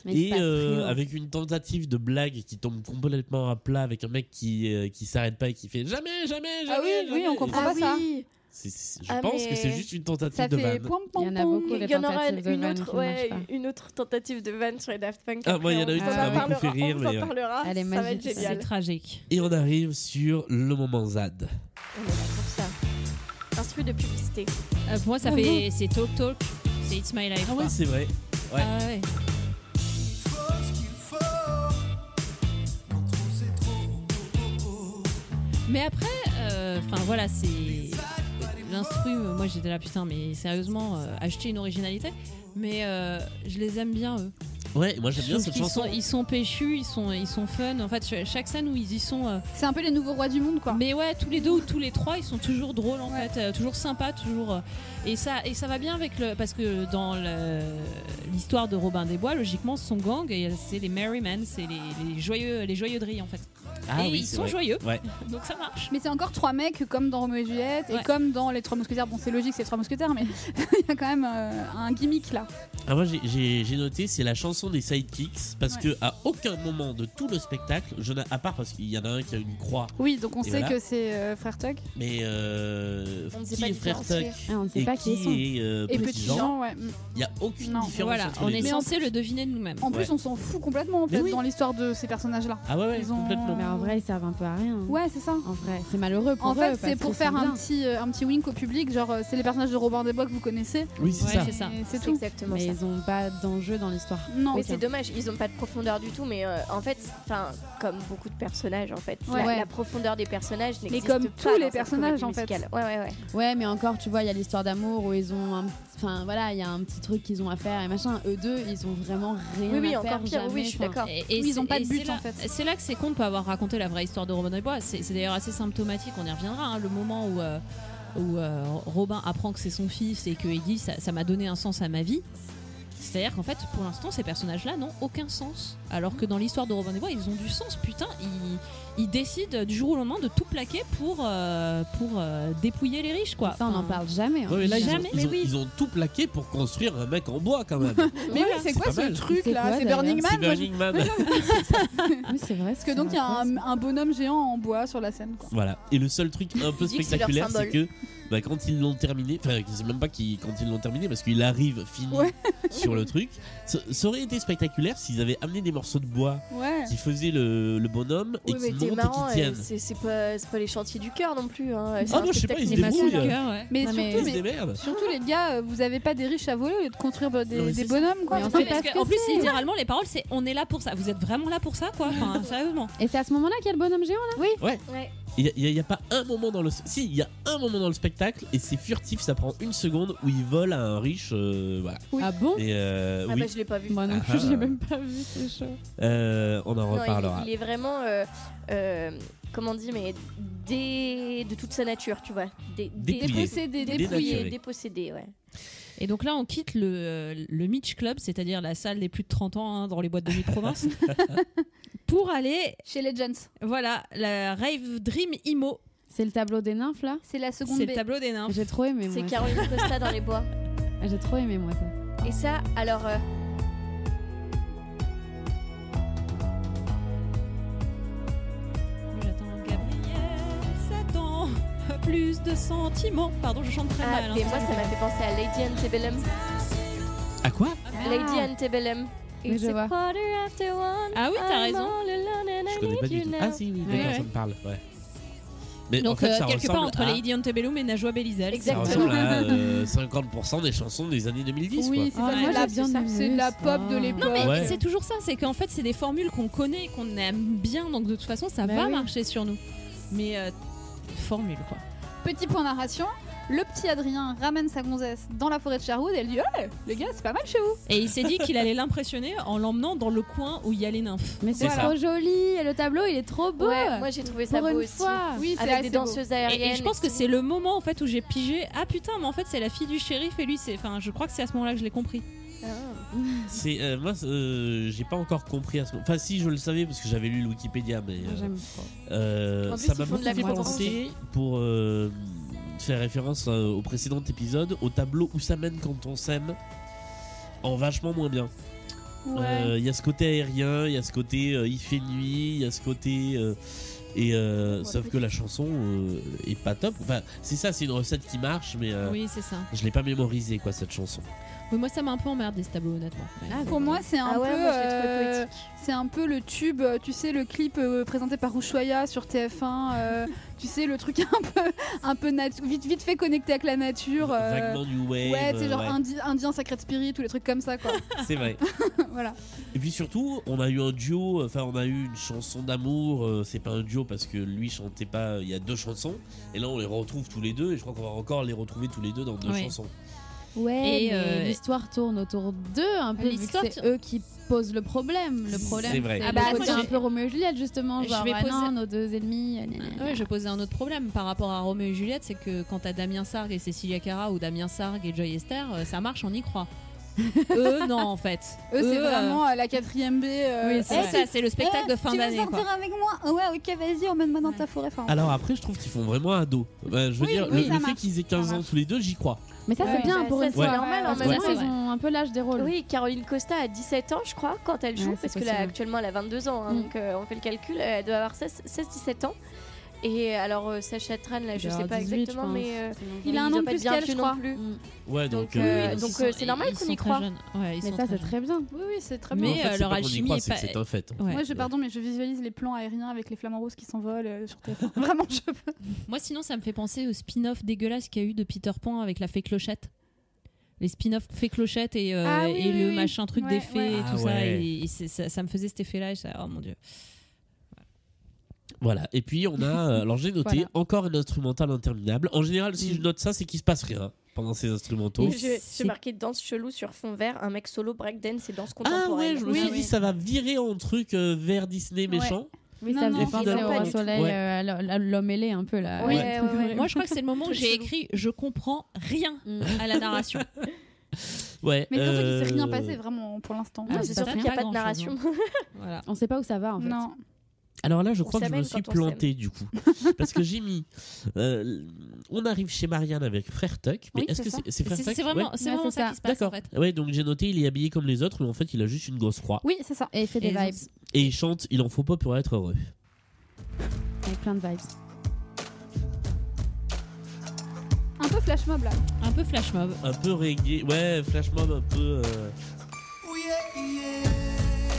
S3: Mais il se
S2: Et
S3: passe
S2: euh,
S3: rien.
S2: avec une tentative de blague qui tombe complètement à plat avec un mec qui, euh, qui s'arrête pas et qui fait jamais, jamais, jamais.
S4: Ah oui, oui,
S2: jamais.
S4: on comprend pas ça.
S5: oui
S2: C'est- c'est- je
S5: Ah,
S2: pense
S5: mais
S2: que c'est juste une tentative
S4: Ça
S2: de
S4: fait
S2: vanne.
S4: point,
S3: Il y en a beaucoup.
S5: Il
S3: les
S5: y en aura
S3: tentatives de
S5: une
S3: vannes
S5: autre,
S3: qui ne marchent
S5: ouais,
S3: pas.
S5: une autre tentative de van sur les Daft Punk.
S2: Ah, moi, il y en a
S5: après,
S2: une
S5: on
S3: qui
S5: s'en
S3: m'a beaucoup
S5: parlera-
S2: fait rire,
S5: On s'en
S2: mais- euh,
S5: parlera,
S3: Elle est
S5: ça va être
S3: magique, celle-ci.
S6: C'est
S5: génial.
S6: tragique.
S2: Et on arrive sur le moment ZAD.
S5: On est là pour ça. Instruit de publicité.
S6: Euh, pour moi, ça fait. C'est Talk Talk, c'est It's My Life.
S2: Ah
S6: quoi.
S2: ouais, c'est vrai. ouais.
S6: Ah ouais.
S7: Il faut ce qu'il faut. Quand trop c'est trop. oh, oh, oh.
S6: Mais après, euh, enfin voilà, c'est. L'instru, euh, moi j'étais là, putain, mais sérieusement, euh, acheter une originalité. Mais euh, je les aime bien, eux.
S2: Ouais, moi j'aime
S6: Je
S2: bien
S6: trouve
S2: cette
S6: qu'ils
S2: chanson.
S6: sont, ils sont péchus, ils sont, ils sont fun. En fait, ch- chaque scène où ils y sont. euh,
S4: C'est un peu les nouveaux rois du monde, quoi.
S6: Mais ouais, tous les deux ou tous les trois, ils sont toujours drôles en
S4: Ouais.
S6: fait, euh, toujours sympas, toujours. euh, et ça, et ça va bien avec le, parce que dans le- l'histoire de Robin des Bois, logiquement, son gang, et c'est les Merry Men, c'est les, les joyeux, les joyeux de riz en fait.
S2: Ah
S6: et
S2: oui,
S6: ils
S2: c'est
S6: sont
S2: vrai.
S6: joyeux,
S2: Ouais.
S6: donc ça marche.
S4: Mais c'est encore trois mecs comme dans Roméo et Juliette
S6: Ouais.
S4: et comme dans Les Trois Mousquetaires. Bon, c'est logique, c'est Les Trois Mousquetaires, mais il y a quand même euh, un gimmick là.
S2: Ah, moi j'ai- j'ai j'ai noté, c'est la chanson des sidekicks parce
S4: Ouais.
S2: que à aucun moment de tout le spectacle, je n'ai- à part parce qu'il y en a un qui a une croix,
S4: Oui, donc on
S2: Et
S4: sait
S2: voilà.
S4: que c'est euh, Frère Tug
S2: mais euh,
S5: On ne sait
S2: qui
S5: pas
S2: est frère Tuck
S5: différencier.
S3: Ah, on ne sait
S2: et
S3: pas
S2: qui
S3: qui ils sont.
S2: est euh,
S4: et
S2: petit
S4: Petit
S2: Jean,
S4: Jean, ouais. Mm.
S2: il n'y a aucune
S4: Non.
S2: différence
S6: Voilà,
S2: entre
S6: on
S2: les
S6: est
S2: deux.
S4: Mais en
S6: censé
S4: plus-
S6: le deviner de nous-mêmes.
S4: En plus,
S2: Ouais.
S4: on s'en fout complètement en
S2: Mais
S4: fait
S2: oui.
S4: dans l'histoire de ces personnages-là.
S2: Ah ouais, ouais
S4: Ils ont-
S2: complètement.
S3: Mais en vrai, ils servent un peu à rien.
S4: Ouais, c'est ça.
S3: En vrai, c'est malheureux pour
S4: En
S3: eux,
S4: fait,
S3: parce
S4: c'est pour
S3: qu'ils
S4: faire
S3: sont
S4: un
S3: bien.
S4: petit, euh, un petit wink au public. Genre, euh, c'est les personnages de Robin des Bois que vous connaissez.
S2: Oui, c'est
S6: Ouais,
S2: ça.
S6: c'est ça.
S4: Et C'est
S5: C'est
S4: tout.
S5: exactement
S3: Mais
S5: ça.
S3: ils n'ont pas d'enjeu dans l'histoire.
S4: Non,
S5: Mais
S3: Aucun.
S5: c'est dommage, ils ont pas de profondeur du tout, mais euh, en fait, enfin, comme beaucoup de personnages, en fait, la-
S4: Ouais.
S5: la, profondeur des personnages n'existe pas.
S4: comme tous
S5: dans
S4: les
S5: cette
S4: personnages,
S5: comédie
S4: en fait.
S5: musicale. Ouais, ouais, ouais.
S3: Ouais, mais encore, tu vois, il y a l'histoire d'amour où ils ont un. Enfin, voilà, il y a un petit truc qu'ils ont à faire et machin. Eux deux, ils ont vraiment rien
S5: Oui, oui,
S3: à faire.
S5: encore pire, oui,
S3: jamais,
S5: oui, je suis
S3: enfin.
S5: d'accord.
S6: Et, et
S4: Oui, ils
S6: c'est-
S4: ont pas de
S6: et
S4: but,
S6: c'est là-
S4: en fait.
S6: C'est là que c'est con de pas avoir raconté la vraie histoire de Robin des Bois. C'est c'est d'ailleurs assez symptomatique, on y reviendra. hein, le moment où, euh, où euh, Robin apprend que c'est son fils et que il dit ça ça m'a donné un sens à ma vie. C'est-à-dire qu'en fait, pour l'instant, ces personnages-là n'ont aucun sens. Alors que dans l'histoire de Robin des Bois, ils ont du sens. Putain, ils, ils décident du jour au lendemain de tout plaquer pour, euh, pour euh, dépouiller les riches, quoi.
S3: Ça, on n'en
S6: Enfin,
S3: parle jamais. hein.
S2: Ouais, mais là, ils ont,
S6: Jamais.
S2: ils,
S6: Mais
S2: ont,
S6: oui.
S2: ils ont tout plaqué pour construire un mec en bois quand même.
S4: Mais oui, c'est
S2: C'est pas
S4: quoi ce
S2: mal.
S4: truc
S3: C'est
S4: là
S3: quoi,
S4: C'est
S3: d'ailleurs
S4: Burning Man
S2: c'est
S4: moi, je-
S2: Burning Man.
S3: Oui, c'est vrai.
S4: Parce que donc, il y a un un bonhomme géant en bois sur la scène. quoi.
S2: Voilà. Et le seul truc un peu
S5: Dis que c'est leur
S2: spectaculaire, c'est
S5: symbole.
S2: que bah, quand ils l'ont terminé, enfin, je sais même pas qui, quand ils l'ont terminé, parce qu'il arrive fini
S4: Ouais.
S2: sur le truc. Ça, ça aurait été spectaculaire s'ils avaient amené des morceaux de bois
S4: Ouais.
S2: qui faisaient le, le bonhomme et
S5: Oui,
S2: qui
S5: mais t'es
S2: montent et
S5: marrant, euh,
S2: qui tiennent.
S5: c'est c'est pas, c'est pas les chantiers du cœur non plus. Hein. C'est
S2: Ah
S5: un
S2: non, je sais pas, ils se
S5: spectacle
S6: les maçons
S2: débrouillent.
S6: du cœur, ouais.
S4: Mais
S3: Non,
S4: surtout,
S3: mais-
S2: Ils se
S4: mais-
S2: démerdent.
S4: Surtout les gars, euh, vous avez pas des riches à voler au lieu de construire bah,
S2: Non, mais
S4: des,
S2: c'est
S4: des
S2: ça.
S4: bonhommes quoi.
S3: Mais on
S6: Non,
S3: sait
S6: mais
S3: pas
S6: parce
S3: ce
S6: que-
S3: que
S6: en plus,
S3: c'est.
S6: littéralement, les paroles, c'est on est là pour ça. Vous êtes vraiment là pour ça, quoi. Enfin, sérieusement.
S3: Et c'est à ce moment-là qu'il y a le bonhomme géant, là
S5: Ouais.
S2: Il n'y a, y a pas un moment dans le. Si, il y a un moment dans le spectacle et c'est furtif, ça prend une seconde où ils volent à un riche. euh, voilà.
S4: Oui.
S3: Ah bon
S2: Et euh,
S5: Ah
S2: oui,
S5: bah je l'ai pas vu.
S3: Moi non
S2: Ah
S3: plus,
S2: ah.
S3: j'ai même pas vu, c'est chaud.
S2: euh, on en
S5: Non, il-
S2: reparlera.
S5: il, est vraiment, euh, euh, comment on dit, mais dé... de toute sa nature, tu vois. Dé- dé-
S2: Dépouillé.
S5: Dépossédé,
S2: Dénaturé.
S5: dépouillé, dépossédé, ouais.
S6: Et donc là, on quitte le, euh, le Mitch Club, c'est-à-dire la salle des plus de 30 ans hein, dans les boîtes de nuit de province, pour aller,
S4: Chez Legends,
S6: voilà, la Rave Dream Imo.
S3: C'est le tableau des nymphes, là
S4: c'est la seconde
S6: C'est
S4: B.
S6: le tableau des nymphes.
S3: J'ai trop aimé,
S5: C'est
S3: moi. ça.
S5: Caroline Costa dans les bois.
S3: J'ai trop aimé, moi, ça.
S5: Et ça, alors. euh,
S6: J'attends Gabriel, Satan, plus de sentiments. Pardon, je chante très
S5: ah,
S6: mal. hein.
S5: mais moi, ça m'a fait penser à Lady Antebellum.
S2: À Ah, quoi
S5: Lady Antebellum.
S3: Oui, je
S5: It's a
S3: vois.
S5: quarter after one,
S6: Ah oui, t'as
S5: I'm
S6: raison.
S5: all alone and
S2: Je
S5: I
S2: connais pas
S5: need
S2: du
S5: you
S2: tout.
S5: now.
S2: Ah si, oui, d'accord,
S6: Ouais,
S2: ça
S6: ouais.
S2: me parle. Ouais. Mais
S6: Donc,
S2: en fait,
S6: euh,
S2: ça
S6: quelque part
S2: ressemble
S6: entre
S2: à-
S6: Lady Antebellum et Najwa Belizel.
S2: ça
S5: Exactement.
S2: ressemble à euh, 50% des chansons des années 2010.
S4: Oui, c'est
S2: quoi.
S3: Ah, moi,
S4: ça, c'est de
S3: j'ai
S4: la-
S3: bien
S4: c'est ça,
S3: aimé
S4: c'est de la
S3: ça.
S4: pop de l'époque.
S6: Non mais
S2: Ouais.
S6: c'est toujours ça, c'est qu'en fait c'est des formules qu'on connaît, qu'on aime bien, donc de toute façon ça
S3: Bah
S6: va
S3: oui.
S6: marcher sur nous. Mais euh, formule quoi.
S4: Petit point narration. Le petit Adrien ramène sa gonzesse dans la forêt de Sherwood et elle dit Hey, les gars, c'est pas mal chez vous.
S6: Et il s'est dit qu'il allait l'impressionner en l'emmenant dans le coin où il y a les nymphes.
S3: Mais c'est
S2: C'est ça.
S3: trop joli et le tableau, il est trop beau
S5: Ouais, moi j'ai trouvé ça
S3: Pour
S5: beau
S3: une
S5: aussi.
S3: fois
S4: Oui, c'est
S5: Ah, Avec
S4: assez
S5: des
S4: beau.
S5: danseuses
S6: Et-
S5: aériennes.
S6: Et, je pense
S5: et
S6: que
S5: tout.
S6: c'est le moment en fait où j'ai pigé ah putain mais en fait c'est la fille du shérif et lui c'est enfin je crois que c'est à ce moment-là que je l'ai compris.
S5: Ah.
S2: C'est euh, moi, euh, j'ai pas encore compris à ce moment. Enfin, si, je le savais parce que j'avais lu le Wikipédia, mais euh,
S3: J'aime trop.
S2: euh,
S5: Ah, En plus,
S2: ça m'a
S5: ils font de
S2: beaucoup
S5: la
S2: fait
S5: violence.
S2: penser pour euh, faire référence euh, au précédent épisode au tableau où ça mène quand on s'aime en vachement moins bien. Euh, Il y a ce côté aérien, il y a ce côté euh, il fait nuit, il y a ce côté. euh, et euh, sauf que la chanson euh, est pas top. Enfin, c'est ça, c'est une recette qui marche, mais euh,
S9: Oui, c'est ça.
S2: je l'ai pas mémorisée, quoi, cette chanson.
S9: Oui, moi, ça m'a un peu emmerdé ce tableau, honnêtement. Ouais.
S4: Pour moi, c'est un
S5: Ah ouais,
S4: peu.
S5: moi, je l'ai trouvé
S4: euh,
S5: poétique.
S4: C'est un peu le tube, euh, tu sais, le clip euh, présenté par Ushuaïa sur TF1. euh, tu sais, le truc un peu, un peu natu- vite, vite fait connecté avec la nature. euh,
S2: Vaguement New Wave.
S4: ouais, tu sais, genre
S2: euh, ouais,
S4: Indi- Indien Sacred Spirit ou les trucs comme ça, quoi.
S2: c'est vrai.
S4: voilà.
S2: Et puis surtout, on a eu un duo, enfin on a eu une chanson d'amour, euh, c'est pas un duo parce que lui chantait pas, il y a deux chansons, et là on les retrouve tous les deux, et je crois qu'on va encore les retrouver tous les deux dans deux
S6: Ouais.
S2: chansons.
S3: Ouais,
S6: Et,
S3: mais
S6: euh,
S3: l'histoire tourne autour d'eux un peu. vu que
S6: l'histoire
S3: C'est eux qui posent le problème. Le problème,
S2: C'est vrai.
S3: c'est
S6: Ah
S3: le
S6: bah,
S3: côté
S6: moi,
S3: un
S6: j'ai-
S3: peu Roméo et Juliette justement.
S6: Je
S3: Genre,
S6: vais
S3: ah
S6: poser-
S3: non, nos deux ennemis. gna, gna, gna.
S6: Ouais, je posais un autre problème par rapport à Roméo et Juliette, c'est que quand t'as Damien Sargue et Cécilia Cara ou Damien Sargue et Joy Esther, euh, ça marche, on y croit. Eux, non, en fait.
S4: Eux, c'est
S6: euh,
S4: vraiment euh, la quatrième B. euh,
S6: Oui, c'est
S4: eh,
S6: ça, c'est le spectacle
S4: eh,
S6: de fin
S4: tu veux
S6: d'année.
S4: sortir
S6: quoi. Ah.
S4: avec moi Ah Ouais, ok, vas-y, emmène-moi dans ta forêt. Enfin,
S2: Alors après, je trouve qu'ils font vraiment ado. Ben, je veux
S4: Ah. Oui,
S2: dire,
S4: oui,
S2: le,
S4: ça
S2: le fait
S4: marche,
S2: qu'ils aient
S4: ça
S2: 15 ans
S4: marche.
S2: tous les deux, j'y crois.
S3: Mais ça,
S4: Ouais.
S3: c'est bien
S5: Ça,
S3: pour
S5: ça,
S3: une
S5: c'est
S3: fois.
S5: normal, en
S3: Parce
S5: même
S3: que
S5: temps,
S3: sinon,
S6: c'est
S3: ils ont un peu l'âge des rôles.
S5: Oui, Caroline Costa a 17 ans, je crois, quand elle joue,
S3: Ouais,
S5: parce
S3: c'est
S5: que là,
S3: possible.
S5: actuellement, elle a 22 ans, hein,
S3: Mm.
S5: donc euh, on fait le calcul, elle doit avoir 16-17 ans. Et alors, euh, Sacha Tran, là, je
S3: doit
S5: sais
S3: avoir
S5: pas
S3: 18,
S5: exactement,
S3: je pense. Mm.
S5: mais euh,
S4: Il a un
S5: doit
S4: an de
S5: pas être
S4: plus
S5: bien
S4: qu'elle,
S5: vieux
S4: je
S5: non
S4: crois.
S5: plus.
S2: Ouais, donc,
S5: Donc, euh,
S2: euh,
S5: donc,
S6: Ils
S5: euh,
S6: sont-
S5: c'est normal
S6: ils
S5: qu'on
S6: sont
S5: y
S6: très
S5: croit.
S6: jeunes. Ouais, ils
S3: Mais
S6: sont
S3: ça,
S6: très
S3: c'est
S6: jeunes.
S3: très bien.
S4: Oui, oui, c'est très
S2: en
S6: mais,
S4: bien.
S2: fait,
S6: euh,
S2: c'est
S6: leur
S2: pas qu'on y
S6: alchimie
S2: croit,
S6: est
S2: c'est que
S6: pas-
S2: c'est un fait.
S6: Ouais.
S4: Moi, je, pardon, mais je visualise les plans aériens avec les flamants roses qui s'envolent euh, sur TF1. Vraiment, je peux.
S6: Moi, sinon, ça me fait penser au spin-off dégueulasse qu'il y a eu de Peter Pan avec la fée Clochette. Les spin-off fée Clochette et, euh,
S4: Ah oui,
S6: et
S4: oui,
S6: le
S4: oui.
S6: machin truc
S4: Ouais,
S6: des fées
S4: ouais.
S6: et
S2: Ah
S6: tout ça.
S2: ouais.
S6: Et, et c'est- ça, ça me faisait cet effet-là. et ça- Oh mon dieu.
S2: Voilà. Et puis on a, euh, alors j'ai noté
S3: Voilà.
S2: encore un instrumental interminable. En général, si
S4: Mm.
S2: je note ça, c'est qu'il se passe rien pendant ces instrumentaux.
S5: Et J'ai
S6: c'est-
S5: j'ai marqué danse chelou sur fond vert, un mec solo breakdance et danse
S2: Ah ouais,
S5: contemporaine.
S2: je me
S4: Oui,
S2: suis
S4: oui.
S2: dit ça va virer en truc euh, vers Disney
S4: Ouais.
S2: méchant.
S3: Oui,
S4: Non,
S3: ça
S4: non,
S3: me fait
S4: ils
S3: penser
S5: ont pas
S3: au
S5: du tout.
S3: soleil,
S2: Ouais.
S3: euh, l- l- l'homme ailé un peu là.
S5: Ouais,
S3: Le truc
S5: ouais, ouais.
S3: horrible.
S6: Moi, je crois que c'est le moment où j'ai
S5: chelou.
S6: écrit Je comprends rien
S3: Mm.
S6: à la narration.
S2: Ouais.
S4: Mais surtout qu'il s'est rien
S2: euh,
S4: passé, vraiment, pour l'instant.
S6: Ah,
S5: Non,
S6: Ouais,
S5: c'est
S6: ça fait
S5: surtout qu'il n'y
S6: pas
S5: a pas de
S6: grand-chose,
S5: narration.
S6: voilà.
S3: On sait pas où ça va en fait.
S4: Non.
S2: Alors là, je
S5: On
S2: crois que je me
S5: s'amène
S2: suis
S5: quand on
S2: planté du coup. Parce que j'ai mis. euh, on arrive chez Marianne avec Frère Tuck. Mais
S5: Oui,
S2: est-ce
S5: c'est
S2: que
S5: ça.
S2: c'est c'est
S6: C'est
S2: Frère Tuck
S6: c'est vraiment,
S2: Ouais.
S6: c'est
S3: Ouais,
S6: vraiment
S3: c'est
S6: ça,
S3: ça.
S6: qui se passe en
S2: D'accord.
S6: fait.
S2: Ouais, donc j'ai noté, il est habillé comme les autres, mais en fait, il a juste une grosse croix.
S4: Oui, c'est ça.
S3: Et il fait des
S6: Et ils ont-
S3: vibes.
S2: Et il chante Il en faut pas pour être heureux.
S3: Avec plein de vibes.
S4: Un peu flash mob là.
S6: Un peu flash mob.
S2: Un peu reggae. Ouais, flash mob un peu. euh,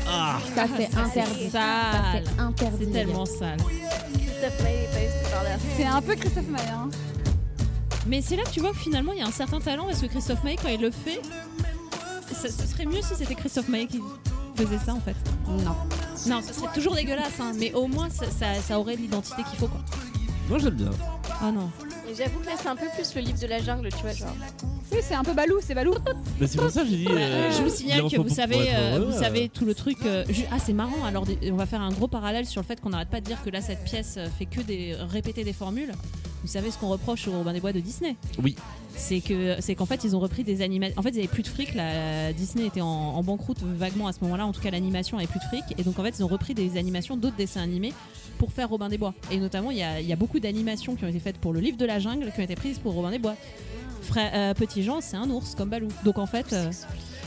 S2: Ah
S3: Ça, c'est interdit. Ça,
S6: Sale.
S3: c'est interdit.
S6: Ah C'est
S3: les gars.
S6: tellement sale.
S5: Christophe Maé est passé par là.
S4: C'est un peu Christophe Maé. hein.
S6: Mais c'est là que tu vois que finalement il y a un certain talent parce que Christophe Maé quand il le fait, ça- ce serait mieux si c'était Christophe Maé qui faisait ça en fait.
S3: Non.
S6: Non, ce serait toujours dégueulasse, hein, mais au moins ça, ça- ça aurait l'identité qu'il faut. Quoi.
S2: Moi, j'aime bien.
S6: Ah non.
S5: Et J'avoue que là, c'est un peu plus le livre de la jungle, tu vois. Genre.
S4: Oui, c'est un peu Balou, c'est Balou.
S2: Mais c'est pour ça que j'ai dit. euh,
S6: je vous
S2: Il
S6: signale
S2: en
S6: que
S2: faut
S6: vous
S2: pas pour
S6: savez,
S2: être
S6: euh,
S2: heureux,
S6: vous
S2: euh.
S6: savez tout le truc. euh, ju- ah, c'est marrant. Alors des- on va faire un gros parallèle sur le fait qu'on n'arrête pas de dire que là cette pièce euh, fait que des répéter des formules. Vous savez ce qu'on reproche au Robin des Bois de Disney
S2: Oui.
S6: C'est que c'est qu'en fait ils ont repris des animations. En fait ils avaient plus de fric. Là, Disney était en, en banqueroute vaguement à ce moment-là. En tout cas l'animation avait plus de fric et donc en fait ils ont repris des animations d'autres dessins animés pour faire Robin des Bois. Et notamment il y a, il y a beaucoup d'animations qui ont été faites pour le livre de la jungle qui ont été prises pour Robin des Bois. Frère, euh, Petit Jean, c'est un ours comme Balou. Donc en fait, euh,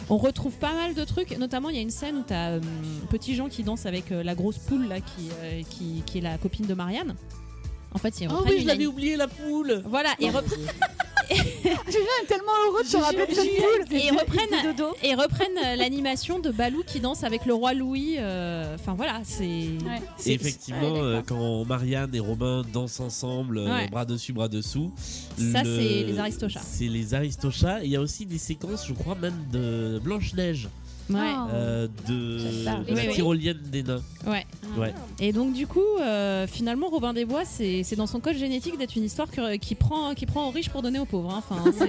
S6: on retrouve pas mal de trucs. Notamment, il y a une scène où t'as euh, Petit Jean qui danse avec euh, la grosse poule là, qui, euh, qui, qui est la copine de Marianne. En fait, ils
S2: Oh
S6: reprennent
S2: oui, je
S6: une
S2: l'avais
S6: anim-
S2: oublié, la poule
S6: Voilà, ils repre-
S4: Julien est tellement heureux de se rappeler de cette poule.
S6: et ils reprennent, et ils reprennent euh, l'animation de Balou qui danse avec le roi Louis. euh, Enfin voilà, c'est.
S4: Ouais.
S2: Et
S6: c'est-
S2: effectivement,
S4: Ouais,
S2: euh, quand Marianne et Robin dansent ensemble, euh,
S6: Ouais.
S2: bras dessus, bras dessous.
S6: Ça, c'est les Aristochats.
S2: C'est les Aristochats. Et Il y a aussi des séquences, je crois, même de Blanche-Neige,
S6: Ouais.
S3: Oh.
S2: euh, de
S3: J'adore.
S2: la
S6: Oui, oui.
S2: tyrolienne des nains.
S6: Ouais.
S2: Ouais.
S6: Et donc du coup, euh, finalement, Robin des Bois, c'est c'est dans son code génétique d'être une histoire que- qui prend hein, qui prend aux riches pour donner aux pauvres. hein. Enfin, c'est-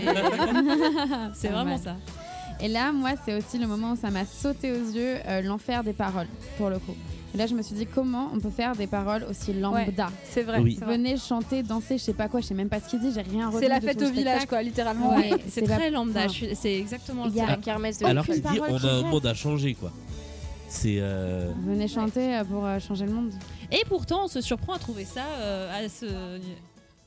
S6: c'est
S3: Pas
S6: vraiment
S3: mal.
S6: ça.
S3: Et là, moi, c'est aussi le moment où ça m'a sauté aux yeux euh, l'enfer des paroles, pour le coup. Et là, je me suis dit, comment on peut faire des paroles aussi lambda
S4: C'est vrai.
S2: Oui.
S4: c'est vrai.
S3: Venez chanter, danser, je sais pas quoi, je sais même pas ce qu'il dit, j'ai rien retenu.
S4: C'est la
S3: de
S4: fête
S3: tout
S4: au
S3: le
S4: village,
S3: spectacle.
S4: quoi, littéralement.
S3: Ouais,
S6: C'est
S3: la-
S6: très lambda.
S3: Enfin,
S6: je suis- C'est exactement.
S3: Il y a-
S6: ça.
S5: La kermesse de
S2: Ah. Alors
S5: la
S2: qu'il dit
S3: parole
S2: on
S3: qui
S2: a un
S3: reste.
S2: monde à changer, quoi. C'est. euh,
S3: Venez chanter euh, pour euh, changer le monde.
S6: Et pourtant, on se surprend à trouver ça euh, à ce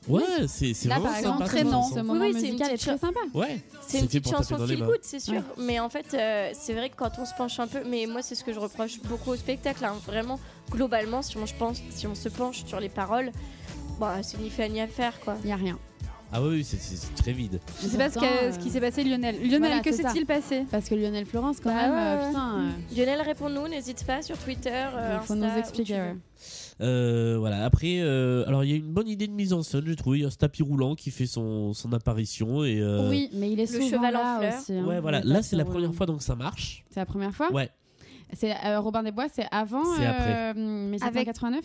S2: Ouais, c'est c'est
S4: Là,
S2: vraiment
S4: par
S2: sympa,
S4: exemple,
S2: comme
S4: non.
S2: chanson.
S3: Ce moment
S5: oui, c'est une
S3: musical est,
S5: petite
S3: très sympa.
S2: Ouais,
S5: C'est une
S2: fait
S5: petite
S2: pour taper
S5: chanson
S2: dans les
S5: feel
S2: mains.
S5: good, c'est sûr.
S3: Ouais.
S5: Mais en fait, euh, c'est vrai que quand on se penche un peu, mais moi, c'est ce que je reproche beaucoup au spectacle. hein. Vraiment, globalement, si on, je pense, si on se penche sur les paroles, bah, c'est ni fait ni à faire, quoi.
S3: Il n'y a rien.
S2: Ah oui, oui, c'est- c'est c'est très vide.
S4: Je sais pas ce, qu'a- ce qui s'est passé, Lionel. Lionel,
S3: voilà,
S4: que
S3: c'est ça.
S4: s'est-il passé
S3: euh, Parce que Lionel Florence, quand
S5: Bah
S3: même,
S5: ouais,
S3: euh,
S5: ouais.
S3: putain, euh,
S5: Lionel, réponds-nous, n'hésite pas sur Twitter. euh,
S3: il faut
S5: Insta,
S3: nous
S5: où
S3: expliquer.
S5: tu
S3: ouais.
S5: veux.
S2: Euh, voilà. Après, euh, alors il y a une bonne idée de mise en scène, j'ai trouvé. Il y a ce tapis roulant qui fait son, son apparition et. euh,
S3: Oui, mais il est
S5: le
S3: souvent
S5: cheval en
S3: là
S5: fleurs.
S3: aussi. hein,
S2: Ouais, voilà.
S3: le
S2: Là,
S3: tapis
S2: c'est la
S3: roulant.
S2: première fois donc ça marche.
S3: C'est la première fois
S2: Ouais.
S3: C'est euh, Robin des Bois, c'est avant
S2: C'est après.
S3: euh, 1789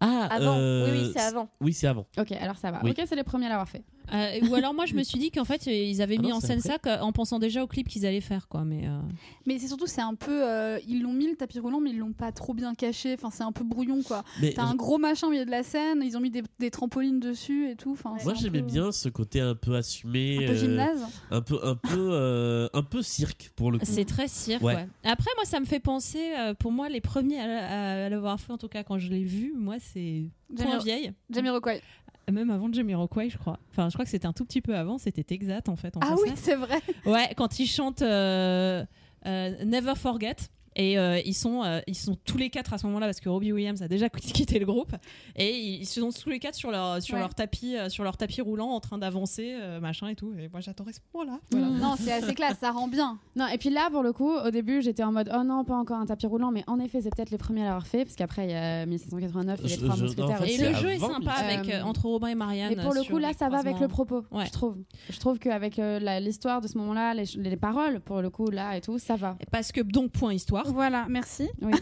S2: Ah.
S5: Avant.
S2: euh,
S5: oui, oui, c'est avant.
S2: Oui, c'est avant.
S3: Ok, alors ça va.
S2: Oui.
S3: Ok, c'est les premiers à l'avoir fait.
S6: Euh, ou alors moi je me suis dit qu'en fait ils avaient
S2: Ah
S6: mis
S2: non,
S6: en
S2: c'est
S6: scène
S2: après.
S6: ça que- en pensant déjà au clip qu'ils allaient faire quoi mais euh,
S4: Mais c'est surtout, c'est un peu. euh, ils l'ont mis le tapis roulant, mais ils l'ont pas trop bien caché. Enfin, c'est un peu brouillon, quoi.
S2: Mais
S4: T'as un gros machin au milieu de la scène, ils ont mis des, des trampolines dessus et tout. Enfin,
S2: moi,
S4: c'est un
S2: j'aimais
S4: peu-
S2: bien ce côté un peu assumé,
S4: Un peu
S2: euh,
S4: gymnase.
S2: un peu, un peu, euh, un peu cirque pour le coup.
S6: c'est très cirque
S2: Mm-hmm. Ouais.
S6: ouais. après moi ça me fait penser euh, pour moi les premiers à, à l'avoir fait en tout cas quand je l'ai vu moi c'est point
S4: Jamiro-
S6: vieille
S4: Jamiroquai.
S6: même avant Jamiroquai je crois enfin je crois que c'était un tout petit peu avant c'était Texat en fait en
S4: Ah oui,
S6: concert.
S4: c'est vrai.
S6: Ouais, quand ils chantent euh, euh, Never Forget. Et euh, ils, sont, euh, ils sont tous les quatre à ce moment-là parce que Robbie Williams a déjà quitté le groupe. Et ils ils sont tous les quatre sur leur, sur
S4: Ouais.
S6: leur, tapis, euh, sur leur tapis roulant en train d'avancer, euh, machin et tout. Et moi j'attendais ce moment-là. Voilà.
S4: Non, c'est assez classe, ça rend bien.
S3: Non, et puis là, pour le coup, au début, j'étais en mode oh non, pas encore un tapis roulant, mais en effet, c'est peut-être les premiers à l'avoir fait, parce qu'après, il y a 1789 et les
S2: Je- je- non,
S3: trois
S2: en
S3: mousquetaires
S2: fait,
S3: aussi.
S6: Et
S2: c'est
S6: le jeu est
S2: avant
S6: sympa
S3: Miss-
S6: avec,
S3: Euh,
S6: euh, entre Robin et Marianne.
S3: Mais pour le
S6: sur
S3: coup, là,
S6: les
S3: ça va avec le
S6: croisements.
S3: propos,
S6: Ouais.
S3: je trouve. Je trouve qu'avec euh, la- l'histoire de ce moment-là, les, ch- les paroles, pour le coup, là et tout, ça va.
S6: Parce que, donc, point histoire,
S4: Voilà, merci.
S3: Oui.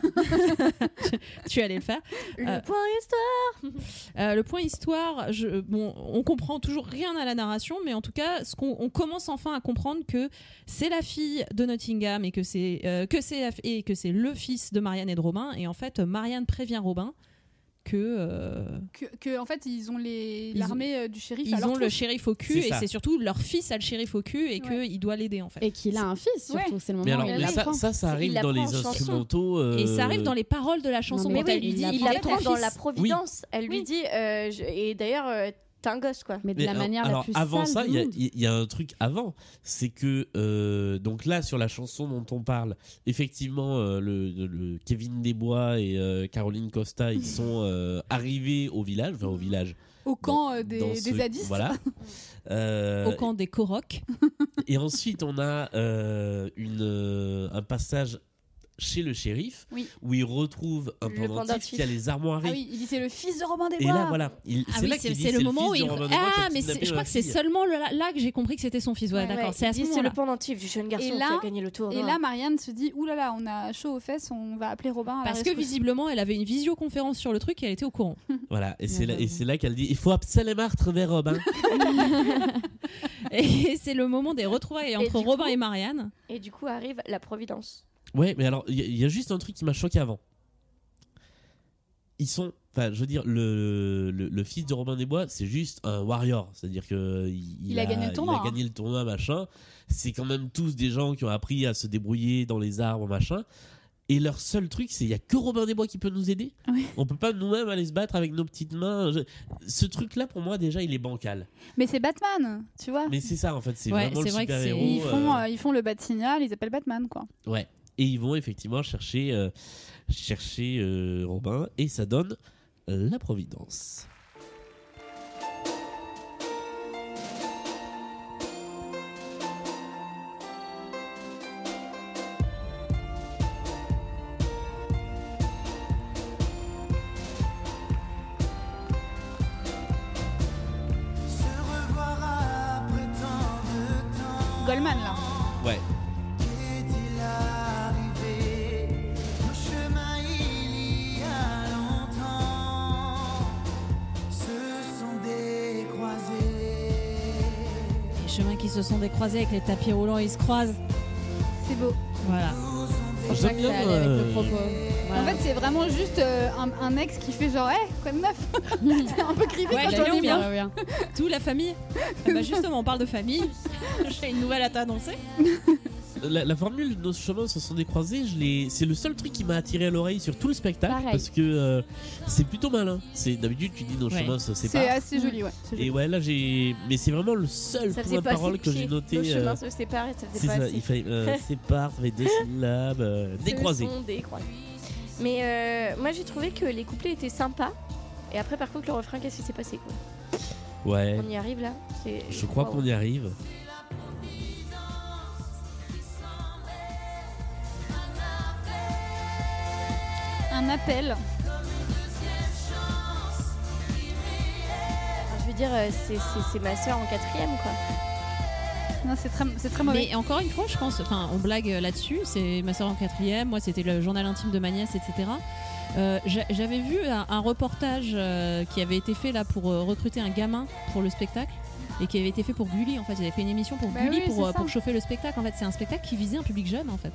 S6: tu allais le faire. Euh,
S5: Le point histoire.
S6: Euh, le point histoire, je, bon, on comprend toujours rien à la narration, mais en tout cas, ce qu'on, on commence enfin à comprendre que c'est la fille de Nottingham et que c'est euh, que c'est la f- et que c'est le fils de Marianne et de Robin. Et en fait, Marianne prévient Robin que euh,
S4: Que, que, en fait, ils ont les
S6: Ils
S4: l'armée euh, du shérif. à
S6: ils
S4: leur
S6: ont le
S4: trousse.
S6: shérif au cul
S2: C'est
S6: et
S2: ça.
S6: c'est surtout leur fils a le shérif au cul et que
S4: Ouais.
S6: qu'il doit l'aider en fait.
S3: Et qu'il a un fils, surtout, c'est le moment
S2: Mais alors,
S3: où il
S2: mais
S3: l'apprend.
S2: ça, ça, ça arrive
S5: Il
S2: dans les
S5: l'apprend en chanson.
S2: instrumentaux.
S6: Et ça arrive
S2: euh,
S6: dans les paroles de la chanson.
S5: Mais
S3: mais
S6: quand
S5: oui,
S6: elle lui dit,
S5: il
S6: est
S5: l'apprend
S6: ton
S5: dans
S6: fils.
S5: la providence. Elle lui
S6: Oui.
S5: dit, euh, je- et d'ailleurs, euh, t'es un gosse, quoi.
S3: Mais de
S2: Mais
S3: la
S2: alors-
S3: manière
S2: alors,
S3: la plus
S2: avant
S3: sale
S2: ça,
S3: du
S2: il y a-
S3: monde.
S2: il y, a un truc avant, c'est que euh, donc là sur la chanson dont on parle, effectivement euh, le, le Kevin Desbois et euh, Caroline Costa ils sont euh, arrivés au village, enfin au village
S4: au camp euh, des,
S2: dans ce-
S4: des zadistes.
S2: Voilà. Euh,
S6: Au camp des Koroks.
S2: Et ensuite on a euh, une euh, un passage chez le shérif
S4: Oui.
S2: où il retrouve un
S5: Le
S2: pendentif
S5: pendentif.
S2: qui a les armoiries.
S4: Ah oui, il dit c'est le fils de Robin des
S2: Et
S4: Bois.
S2: là voilà, il-
S6: Ah
S2: c'est
S6: oui,
S2: là
S6: c'est
S2: qu'il dit,
S6: c'est le
S2: fils
S6: moment où
S2: de
S6: il.
S2: Robin des Bois qui a
S6: Ah, mais
S2: kidnappé
S6: c'est- je crois
S2: ma
S6: que c'est
S2: fille.
S6: seulement le- là que j'ai compris que c'était son fils. Ouais,
S4: Ouais,
S6: d'accord.
S5: Ouais,
S6: c'est à
S5: il
S6: ce
S5: dit,
S6: moment-là.
S5: le pendentif du jeune garçon
S4: là-
S5: qui a gagné le tour.
S4: Et là, Marianne se dit Ouh là là, on a chaud aux fesses, on va appeler Robin.
S5: Ah,
S4: à la
S6: Parce que
S4: rescousse.
S6: visiblement, elle avait une visioconférence sur le truc et elle était au courant.
S2: Voilà, et c'est
S6: Ouais,
S2: là, et
S6: ouais.
S2: c'est là qu'elle dit il faut absolument retrouver Robin.
S6: Et c'est le moment des retrouvailles entre
S5: du
S6: Robin
S5: coup-
S6: et Marianne.
S5: Et du coup arrive la providence.
S2: Ouais, mais alors, il y, a- il y a juste un truc qui m'a choqué avant. Ils sont. Enfin, je veux dire, le, le, le fils de Robin des Bois, c'est juste un warrior. C'est-à-dire que il,
S4: Il a gagné le tournoi, hein.
S2: Il a gagné le tournoi, machin. C'est quand même tous des gens qui ont appris à se débrouiller dans les arbres, machin. Et leur seul truc, c'est il y a que Robin des Bois qui peut nous aider.
S4: Oui.
S2: On peut pas nous-mêmes aller se battre avec nos petites mains. Je- Ce truc-là, pour moi, déjà, il est bancal.
S4: Mais c'est Batman, tu vois.
S2: Mais c'est ça, en fait, c'est
S6: Ouais,
S2: vraiment le
S6: c'est vrai que c'est-
S2: super-héros.
S4: Ils, font,
S2: euh,
S4: euh, ils font le bat signal, ils appellent Batman, quoi.
S2: Ouais. Et ils vont effectivement chercher, euh, chercher euh, Robin et ça donne euh, la Providence.
S7: Se revoir après tant de temps.
S4: Goldman, là.
S2: Ouais.
S7: Qu'est-il arrivé Nos chemins il y a longtemps se sont décroisés.
S6: Les chemins qui se sont décroisés avec les tapis roulants, ils se croisent.
S4: C'est beau.
S6: Voilà.
S2: J'aime bien.
S3: Ça allait avec le
S2: euh,
S3: propos.
S4: En fait, c'est vraiment juste euh, un, un ex qui fait genre, hé, quoi de meuf C'est un peu creepy
S6: Ouais,
S4: quand
S6: il
S4: on
S6: a
S4: dit
S6: bien.
S4: bien.
S3: hein.
S6: Tout la famille. Ah bah justement, on parle de famille. J'ai une nouvelle à t'annoncer.
S2: la, la formule Nos chemins se sont décroisés, je l'ai- c'est le seul truc qui m'a attiré à l'oreille sur tout le spectacle
S3: Pareil.
S2: parce que euh, c'est plutôt malin. C'est d'habitude tu dis Nos
S6: Ouais.
S2: chemins se
S4: C'est
S2: séparent.
S4: assez
S6: Mm.
S4: joli, ouais. c'est
S2: Et
S4: joli.
S2: ouais là j'ai, mais c'est vraiment le seul
S5: Ça
S2: point
S5: faisait
S2: de
S5: pas
S2: parole
S5: assez
S2: que j'ai
S5: cliché.
S2: noté.
S5: Nos
S2: euh,
S5: chemins se séparent et ça
S2: c'est
S5: faisait pas
S2: ça,
S5: assez.
S2: il fallait euh, sépare, fait deux syllabes, euh, décroisées.
S5: Ce sont des croisés. Mais euh, moi j'ai trouvé que les couplets étaient sympas. Et après par contre le refrain, qu'est-ce qui s'est passé quoi
S2: Ouais,
S5: On y arrive là C'est-
S2: Eh. je crois
S5: Waouh.
S2: qu'on y arrive.
S4: Un appel.
S5: Je veux dire, euh, c'est- c'est c'est ma soeur en quatrième quoi.
S4: Non, c'est très, c'est très mauvais.
S6: Mais encore une fois, je pense, enfin, on blague euh, là-dessus. C'est ma soeur en quatrième, moi c'était le journal intime de ma nièce, etc. Euh, j'a- J'avais vu un, un reportage euh, qui avait été fait là pour euh, recruter un gamin pour le spectacle et qui avait été fait pour Gulli. En fait, ils avaient fait une émission pour
S4: Bah
S6: Gulli
S4: oui,
S6: pour,
S4: c'est
S6: euh,
S4: ça.
S6: pour chauffer le spectacle. En fait, c'est un spectacle qui visait un public jeune. En fait,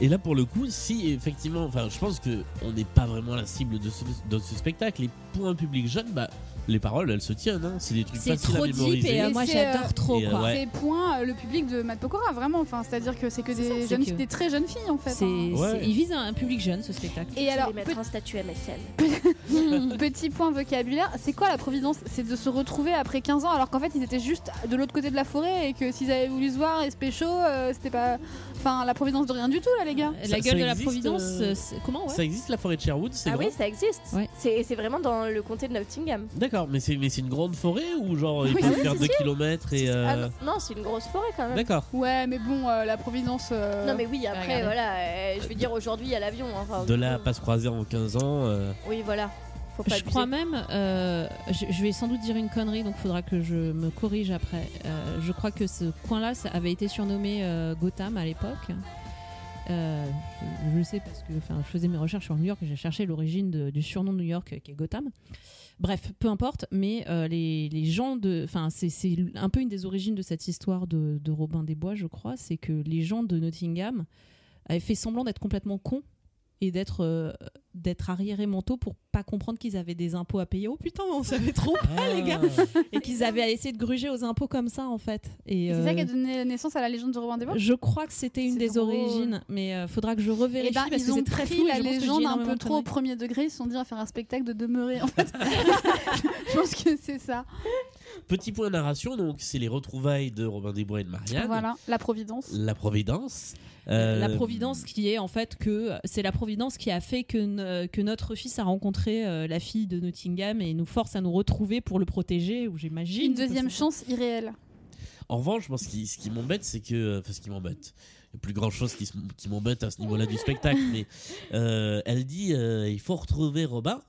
S2: Et là, pour le coup, si effectivement, enfin, je pense que on n'est pas vraiment la cible de ce, de ce spectacle. Et pour un public jeune, bah, les paroles, elles se tiennent. hein. C'est des trucs
S6: c'est
S2: faciles à
S6: trop deep
S2: mémoriser.
S6: et euh,
S4: Et
S6: moi
S4: c'est,
S6: j'adore
S4: euh,
S6: trop.
S2: Et, euh,
S6: quoi.
S2: ouais.
S4: C'est point euh, le public de Matt Pokora, vraiment. Enfin, c'est-à-dire que c'est que
S6: C'est
S4: des
S6: ça, c'est
S4: jeunes,
S6: que-
S4: des très jeunes filles en fait.
S6: C'est-
S4: hein.
S2: Ouais.
S6: c'est- Il vise un public jeune ce spectacle.
S4: Et
S5: Je
S4: alors,
S5: vais mettre un statut MSN.
S4: pe- petit point vocabulaire, c'est quoi la providence C'est de se retrouver après 15 ans alors qu'en fait ils étaient juste de l'autre côté de la forêt et que s'ils avaient voulu se voir et se pécho, euh, c'était pas. Enfin, la providence de rien du tout là, les gars.
S2: Ça-
S6: la gueule
S2: ça
S6: de la
S2: existe,
S6: providence,
S2: euh,
S6: euh, c'est- comment ouais
S2: Ça existe la forêt de Sherwood, c'est
S5: Ah
S2: vrai.
S5: oui, ça existe.
S6: Ouais.
S5: C'est c'est vraiment dans le comté de Nottingham.
S2: D'accord, mais c'est mais c'est une grande forêt ou genre il
S4: Oui,
S2: peut
S4: oui,
S2: faire
S4: c'est
S2: 2 km et euh,
S5: Ah non, non, c'est une grosse forêt quand même.
S2: d'accord.
S4: Ouais, mais bon, euh, la providence. euh,
S5: Non mais oui, après
S6: regardez.
S5: voilà, euh, je veux dire aujourd'hui il y a l'avion. enfin,
S2: De
S5: du
S2: là à
S5: coup,
S2: pas se croiser en 15 ans. euh,
S5: Oui voilà, faut pas
S6: Je crois
S5: abuser.
S6: même, euh, je, je vais sans doute dire une connerie, donc faudra que je me corrige après. Euh, je crois que ce coin-là ça avait été surnommé euh, Gotham à l'époque. Euh, je- je le sais parce que enfin, je faisais mes recherches sur New York et j'ai cherché l'origine de- du surnom de New York euh, qui est Gotham. Bref, peu importe, mais euh, les, les gens de. Enfin, c'est c'est un peu une des origines de cette histoire de, de Robin des Bois, je crois, c'est que les gens de Nottingham avaient fait semblant d'être complètement cons et d'être euh, d'être arriérés mentaux pour pas comprendre qu'ils avaient des impôts à payer. Oh putain, on savait trop pas, les gars
S2: ah.
S6: Et qu'ils avaient essayé de gruger aux impôts comme ça, en fait. Et,
S4: C'est
S6: euh,
S4: ça qui a donné naissance à la légende du Robin des Bois.
S6: je crois que c'était une
S4: C'est
S6: des
S4: drôle.
S6: origines, mais euh, faudra que je
S4: Et
S6: revérifie
S4: ben,
S6: parce
S4: ils
S6: que
S4: ont
S6: c'est très
S4: pris
S6: flou. et
S4: la
S6: je pense que je dis
S4: légende un
S6: énormément
S4: peu
S6: de
S4: trop au
S6: conneries.
S4: premier degré. Ils se sont dit à faire un spectacle de demeurer. En fait, je pense que c'est ça.
S6: Ah
S2: Petit point narration, donc c'est les retrouvailles de Robin des Bois et de Marianne.
S4: Voilà, la providence.
S2: La Providence. euh,
S6: La providence qui est en fait que euh, c'est la providence qui a fait que, n- que notre fils a rencontré euh, la fille de Nottingham et nous force à nous retrouver pour le protéger, ou j'imagine.
S4: Une
S6: que
S4: deuxième
S6: c'est-
S4: chance irréelle.
S2: En revanche, moi, ce qui, ce qui m'embête, c'est que. Enfin, ce qui m'embête. Il n'y a plus grand chose qui, se- qui m'embête à ce niveau-là du spectacle. Mais euh, elle dit euh, il faut retrouver Robin.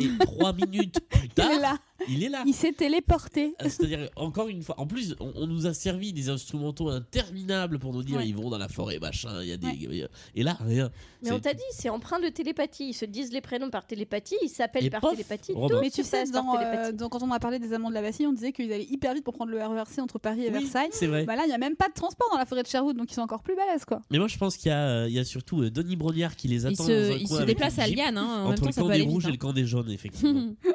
S2: Et trois minutes plus tard,
S4: Il est
S6: Ah.
S4: là.
S2: il est là.
S4: Il s'est téléporté.
S2: Euh, C'est-à-dire, encore une fois, en plus, on, on nous a servi des instrumentaux interminables pour nous dire
S4: Ouais.
S2: ils vont dans la forêt, machin, il y a des.
S4: Ouais.
S2: il y a- Et là, rien.
S5: Mais
S2: C'est-
S5: on t'a dit, c'est empreint de télépathie. Ils se disent les prénoms par télépathie, ils s'appellent
S2: Et
S5: par
S2: pof,
S5: télépathie.
S2: Robin.
S5: tout
S4: Mais tu
S5: se
S4: sais,
S5: passe par
S4: dans, euh,
S5: télépathie.
S4: dans- quand on a parlé des Amants de la Bastille, on disait qu'ils allaient hyper vite pour prendre le RERC entre Paris et
S2: Oui,
S4: Versailles.
S2: C'est vrai.
S4: Bah là, il n'y a même pas de transport dans la forêt de Sherwood, donc ils sont encore plus balèzes quoi.
S2: Mais moi, je pense qu'il y, a, euh, il y a surtout euh, Denis Brognard qui les
S6: Il
S2: attend. dans
S6: se,
S2: un
S6: il
S2: coin
S6: se
S2: avec
S6: déplace
S2: une
S6: à
S2: Jeep.
S6: Liane, hein, en même
S2: entre
S6: temps
S2: le
S6: ça
S2: camp
S6: peut
S2: des
S6: aller
S2: rouges
S6: vite.
S2: et le camp des jaunes, effectivement.
S6: hein.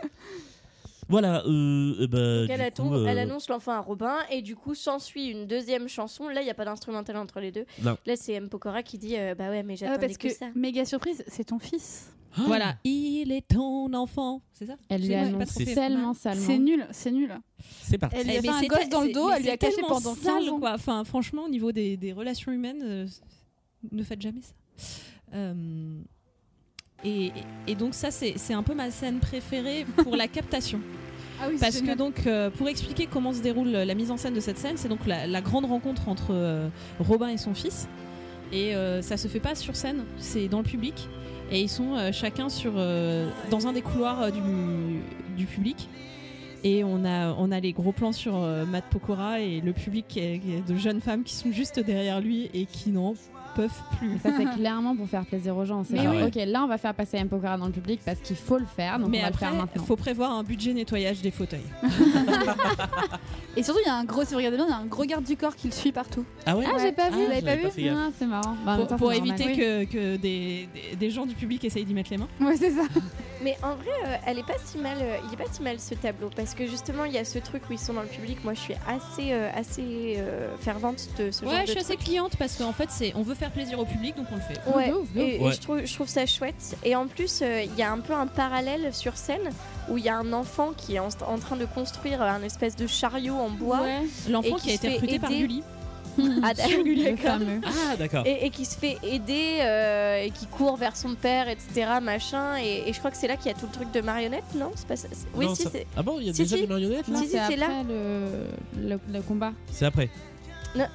S2: voilà. Euh, euh, bah,
S5: Donc,
S2: du
S5: elle, attend-
S2: coup, euh,
S5: elle annonce l'enfant à Robin et du coup s'ensuit une deuxième chanson. Là, il n'y a pas d'instrumental entre les deux.
S2: Non.
S5: Là, c'est M. Pokora qui dit euh, Bah ouais, mais
S4: Ah ouais,
S5: j'attendais
S4: parce
S5: que,
S4: que,
S5: ça.
S4: méga surprise, c'est ton fils.
S2: Ah,
S6: Voilà, il est ton enfant, c'est ça
S3: Elle lui
S6: Ouais,
S3: annonce
S6: pas trop fait.
S3: seulement,
S4: C'est
S3: seulement.
S4: nul, c'est nul.
S2: C'est parti.
S4: Elle lui
S6: Eh,
S4: a fait
S6: mais
S4: un
S6: c'est
S4: gosse
S6: tel-
S4: dans le
S6: c'est-
S4: dos,
S6: mais
S4: elle lui a
S6: c'est
S4: caché
S6: tellement
S4: pendant 15
S6: sale,
S4: ans.
S6: quoi. Enfin, franchement, au niveau des, des relations humaines, euh, ne faites jamais ça. Euh, et, et donc ça, c'est c'est un peu ma scène préférée pour la captation.
S4: Ah oui,
S6: Parce que donc, euh, pour expliquer comment se déroule la mise en scène de cette scène, c'est donc la, la grande rencontre entre euh, Robin et son fils. Et euh, ça se fait pas sur scène, c'est dans le public. Et ils sont euh, chacun sur, euh, dans un des couloirs euh, du, du public. Et on a, on a les gros plans sur euh, Matt Pokora et le public qui est- qui est de jeunes femmes qui sont juste derrière lui et qui n'en peuvent plus.
S3: Ça, c'est clairement pour faire plaisir aux gens. C'est
S2: Mais
S3: genre,
S2: oui.
S3: ok, là, on va faire passer M. Pokora dans le public parce qu'il faut le faire, donc
S6: Mais
S3: on va
S6: après,
S3: le faire maintenant. Bah,
S6: faut prévoir un budget nettoyage des fauteuils.
S4: Et surtout, il y a un gros, si vous regardez bien, il y a un gros garde du corps qui le suit partout.
S2: Ah ouais
S3: Ah, j'ai pas
S2: Ah,
S3: vu.
S2: je l'avais pas fait gaffe.
S3: Ah, c'est marrant. Bah, en même
S6: Pour,
S3: temps,
S6: pour
S3: c'est normal.
S6: éviter que, que des, des- des gens du public essayent d'y mettre les mains.
S4: Ouais, c'est ça.
S5: Mais en vrai, euh, elle est pas si mal, euh, il est pas si mal ce tableau parce que justement il y a ce truc où ils sont dans le public. Moi, je suis assez, euh, assez euh, fervente de ce genre
S6: Ouais,
S5: de
S6: je suis
S5: truc.
S6: assez cliente parce qu'en fait, c'est on veut faire plaisir au public, donc on le fait.
S5: Ouais,
S6: De ouf, de ouf.
S5: et, et
S2: Ouais.
S5: je, trouve, je trouve ça chouette. Et en plus, euh, il y a un peu un parallèle sur scène où il y a un enfant qui est en, en train de construire un espèce de chariot en bois.
S4: Ouais.
S7: L'enfant
S5: Et
S7: qui,
S5: qui
S7: a
S5: se
S7: été
S5: fait
S7: recruté par
S5: aider.
S7: Gulli.
S5: Ah, d'accord.
S2: Ah, d'accord.
S5: Et, et qui se fait aider euh, et qui court vers son père, etc. Machin. Et, et je crois que c'est là qu'il y a tout le truc de marionnette, non C'est pas ça c'est- Oui,
S2: Non,
S5: si,
S2: ça-
S5: c'est.
S2: Ah bon, il y a
S5: Si,
S2: déjà
S5: si.
S2: des marionnettes là
S5: Si, si,
S3: c'est
S5: c'est là.
S3: après le, le, le combat.
S2: C'est après.
S5: non,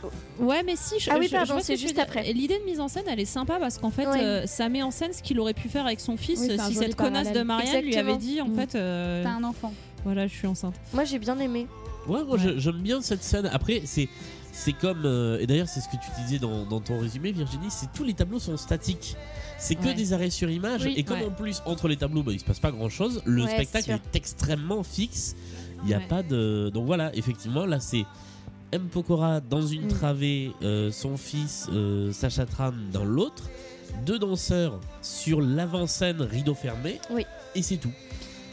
S6: Ouais, mais si. Je,
S5: Ah oui,
S6: je- je
S5: pardon,
S6: vois ce
S5: c'est
S6: que tu veux
S5: juste
S6: dire.
S5: après.
S6: Et L'idée de mise en scène, elle est sympa parce qu'en fait,
S5: Ouais.
S6: euh, ça met en scène ce qu'il aurait pu faire avec son fils
S3: Oui, c'est
S6: euh,
S3: un
S6: si
S3: joli
S6: cette connasse de
S3: parallèle.
S6: Marianne lui avait
S5: Exactement.
S6: dit en
S3: Mm.
S6: fait, euh,
S4: T'as un enfant.
S6: voilà, je suis enceinte.
S5: Moi, j'ai bien aimé.
S2: Ouais, moi
S6: Ouais.
S2: je- j'aime bien cette scène. Après, c'est c'est comme euh, et d'ailleurs c'est ce que tu disais dans, dans ton résumé, Virginie. C'est tous les tableaux sont statiques. C'est que
S6: Ouais.
S2: des arrêts sur image
S6: Oui,
S2: et comme
S6: ouais.
S2: en plus entre les tableaux, bah, il se passe pas grand chose. Le
S5: Ouais, c'est
S2: spectacle
S5: sûr.
S2: est extrêmement fixe. Il y a
S6: Ouais.
S2: pas de donc voilà. Effectivement, là c'est M Pokora dans une
S3: Mm.
S2: travée, euh, son fils euh, Sacha Tran dans l'autre, deux danseurs sur l'avant-scène rideau fermé.
S5: Oui.
S2: Et c'est tout.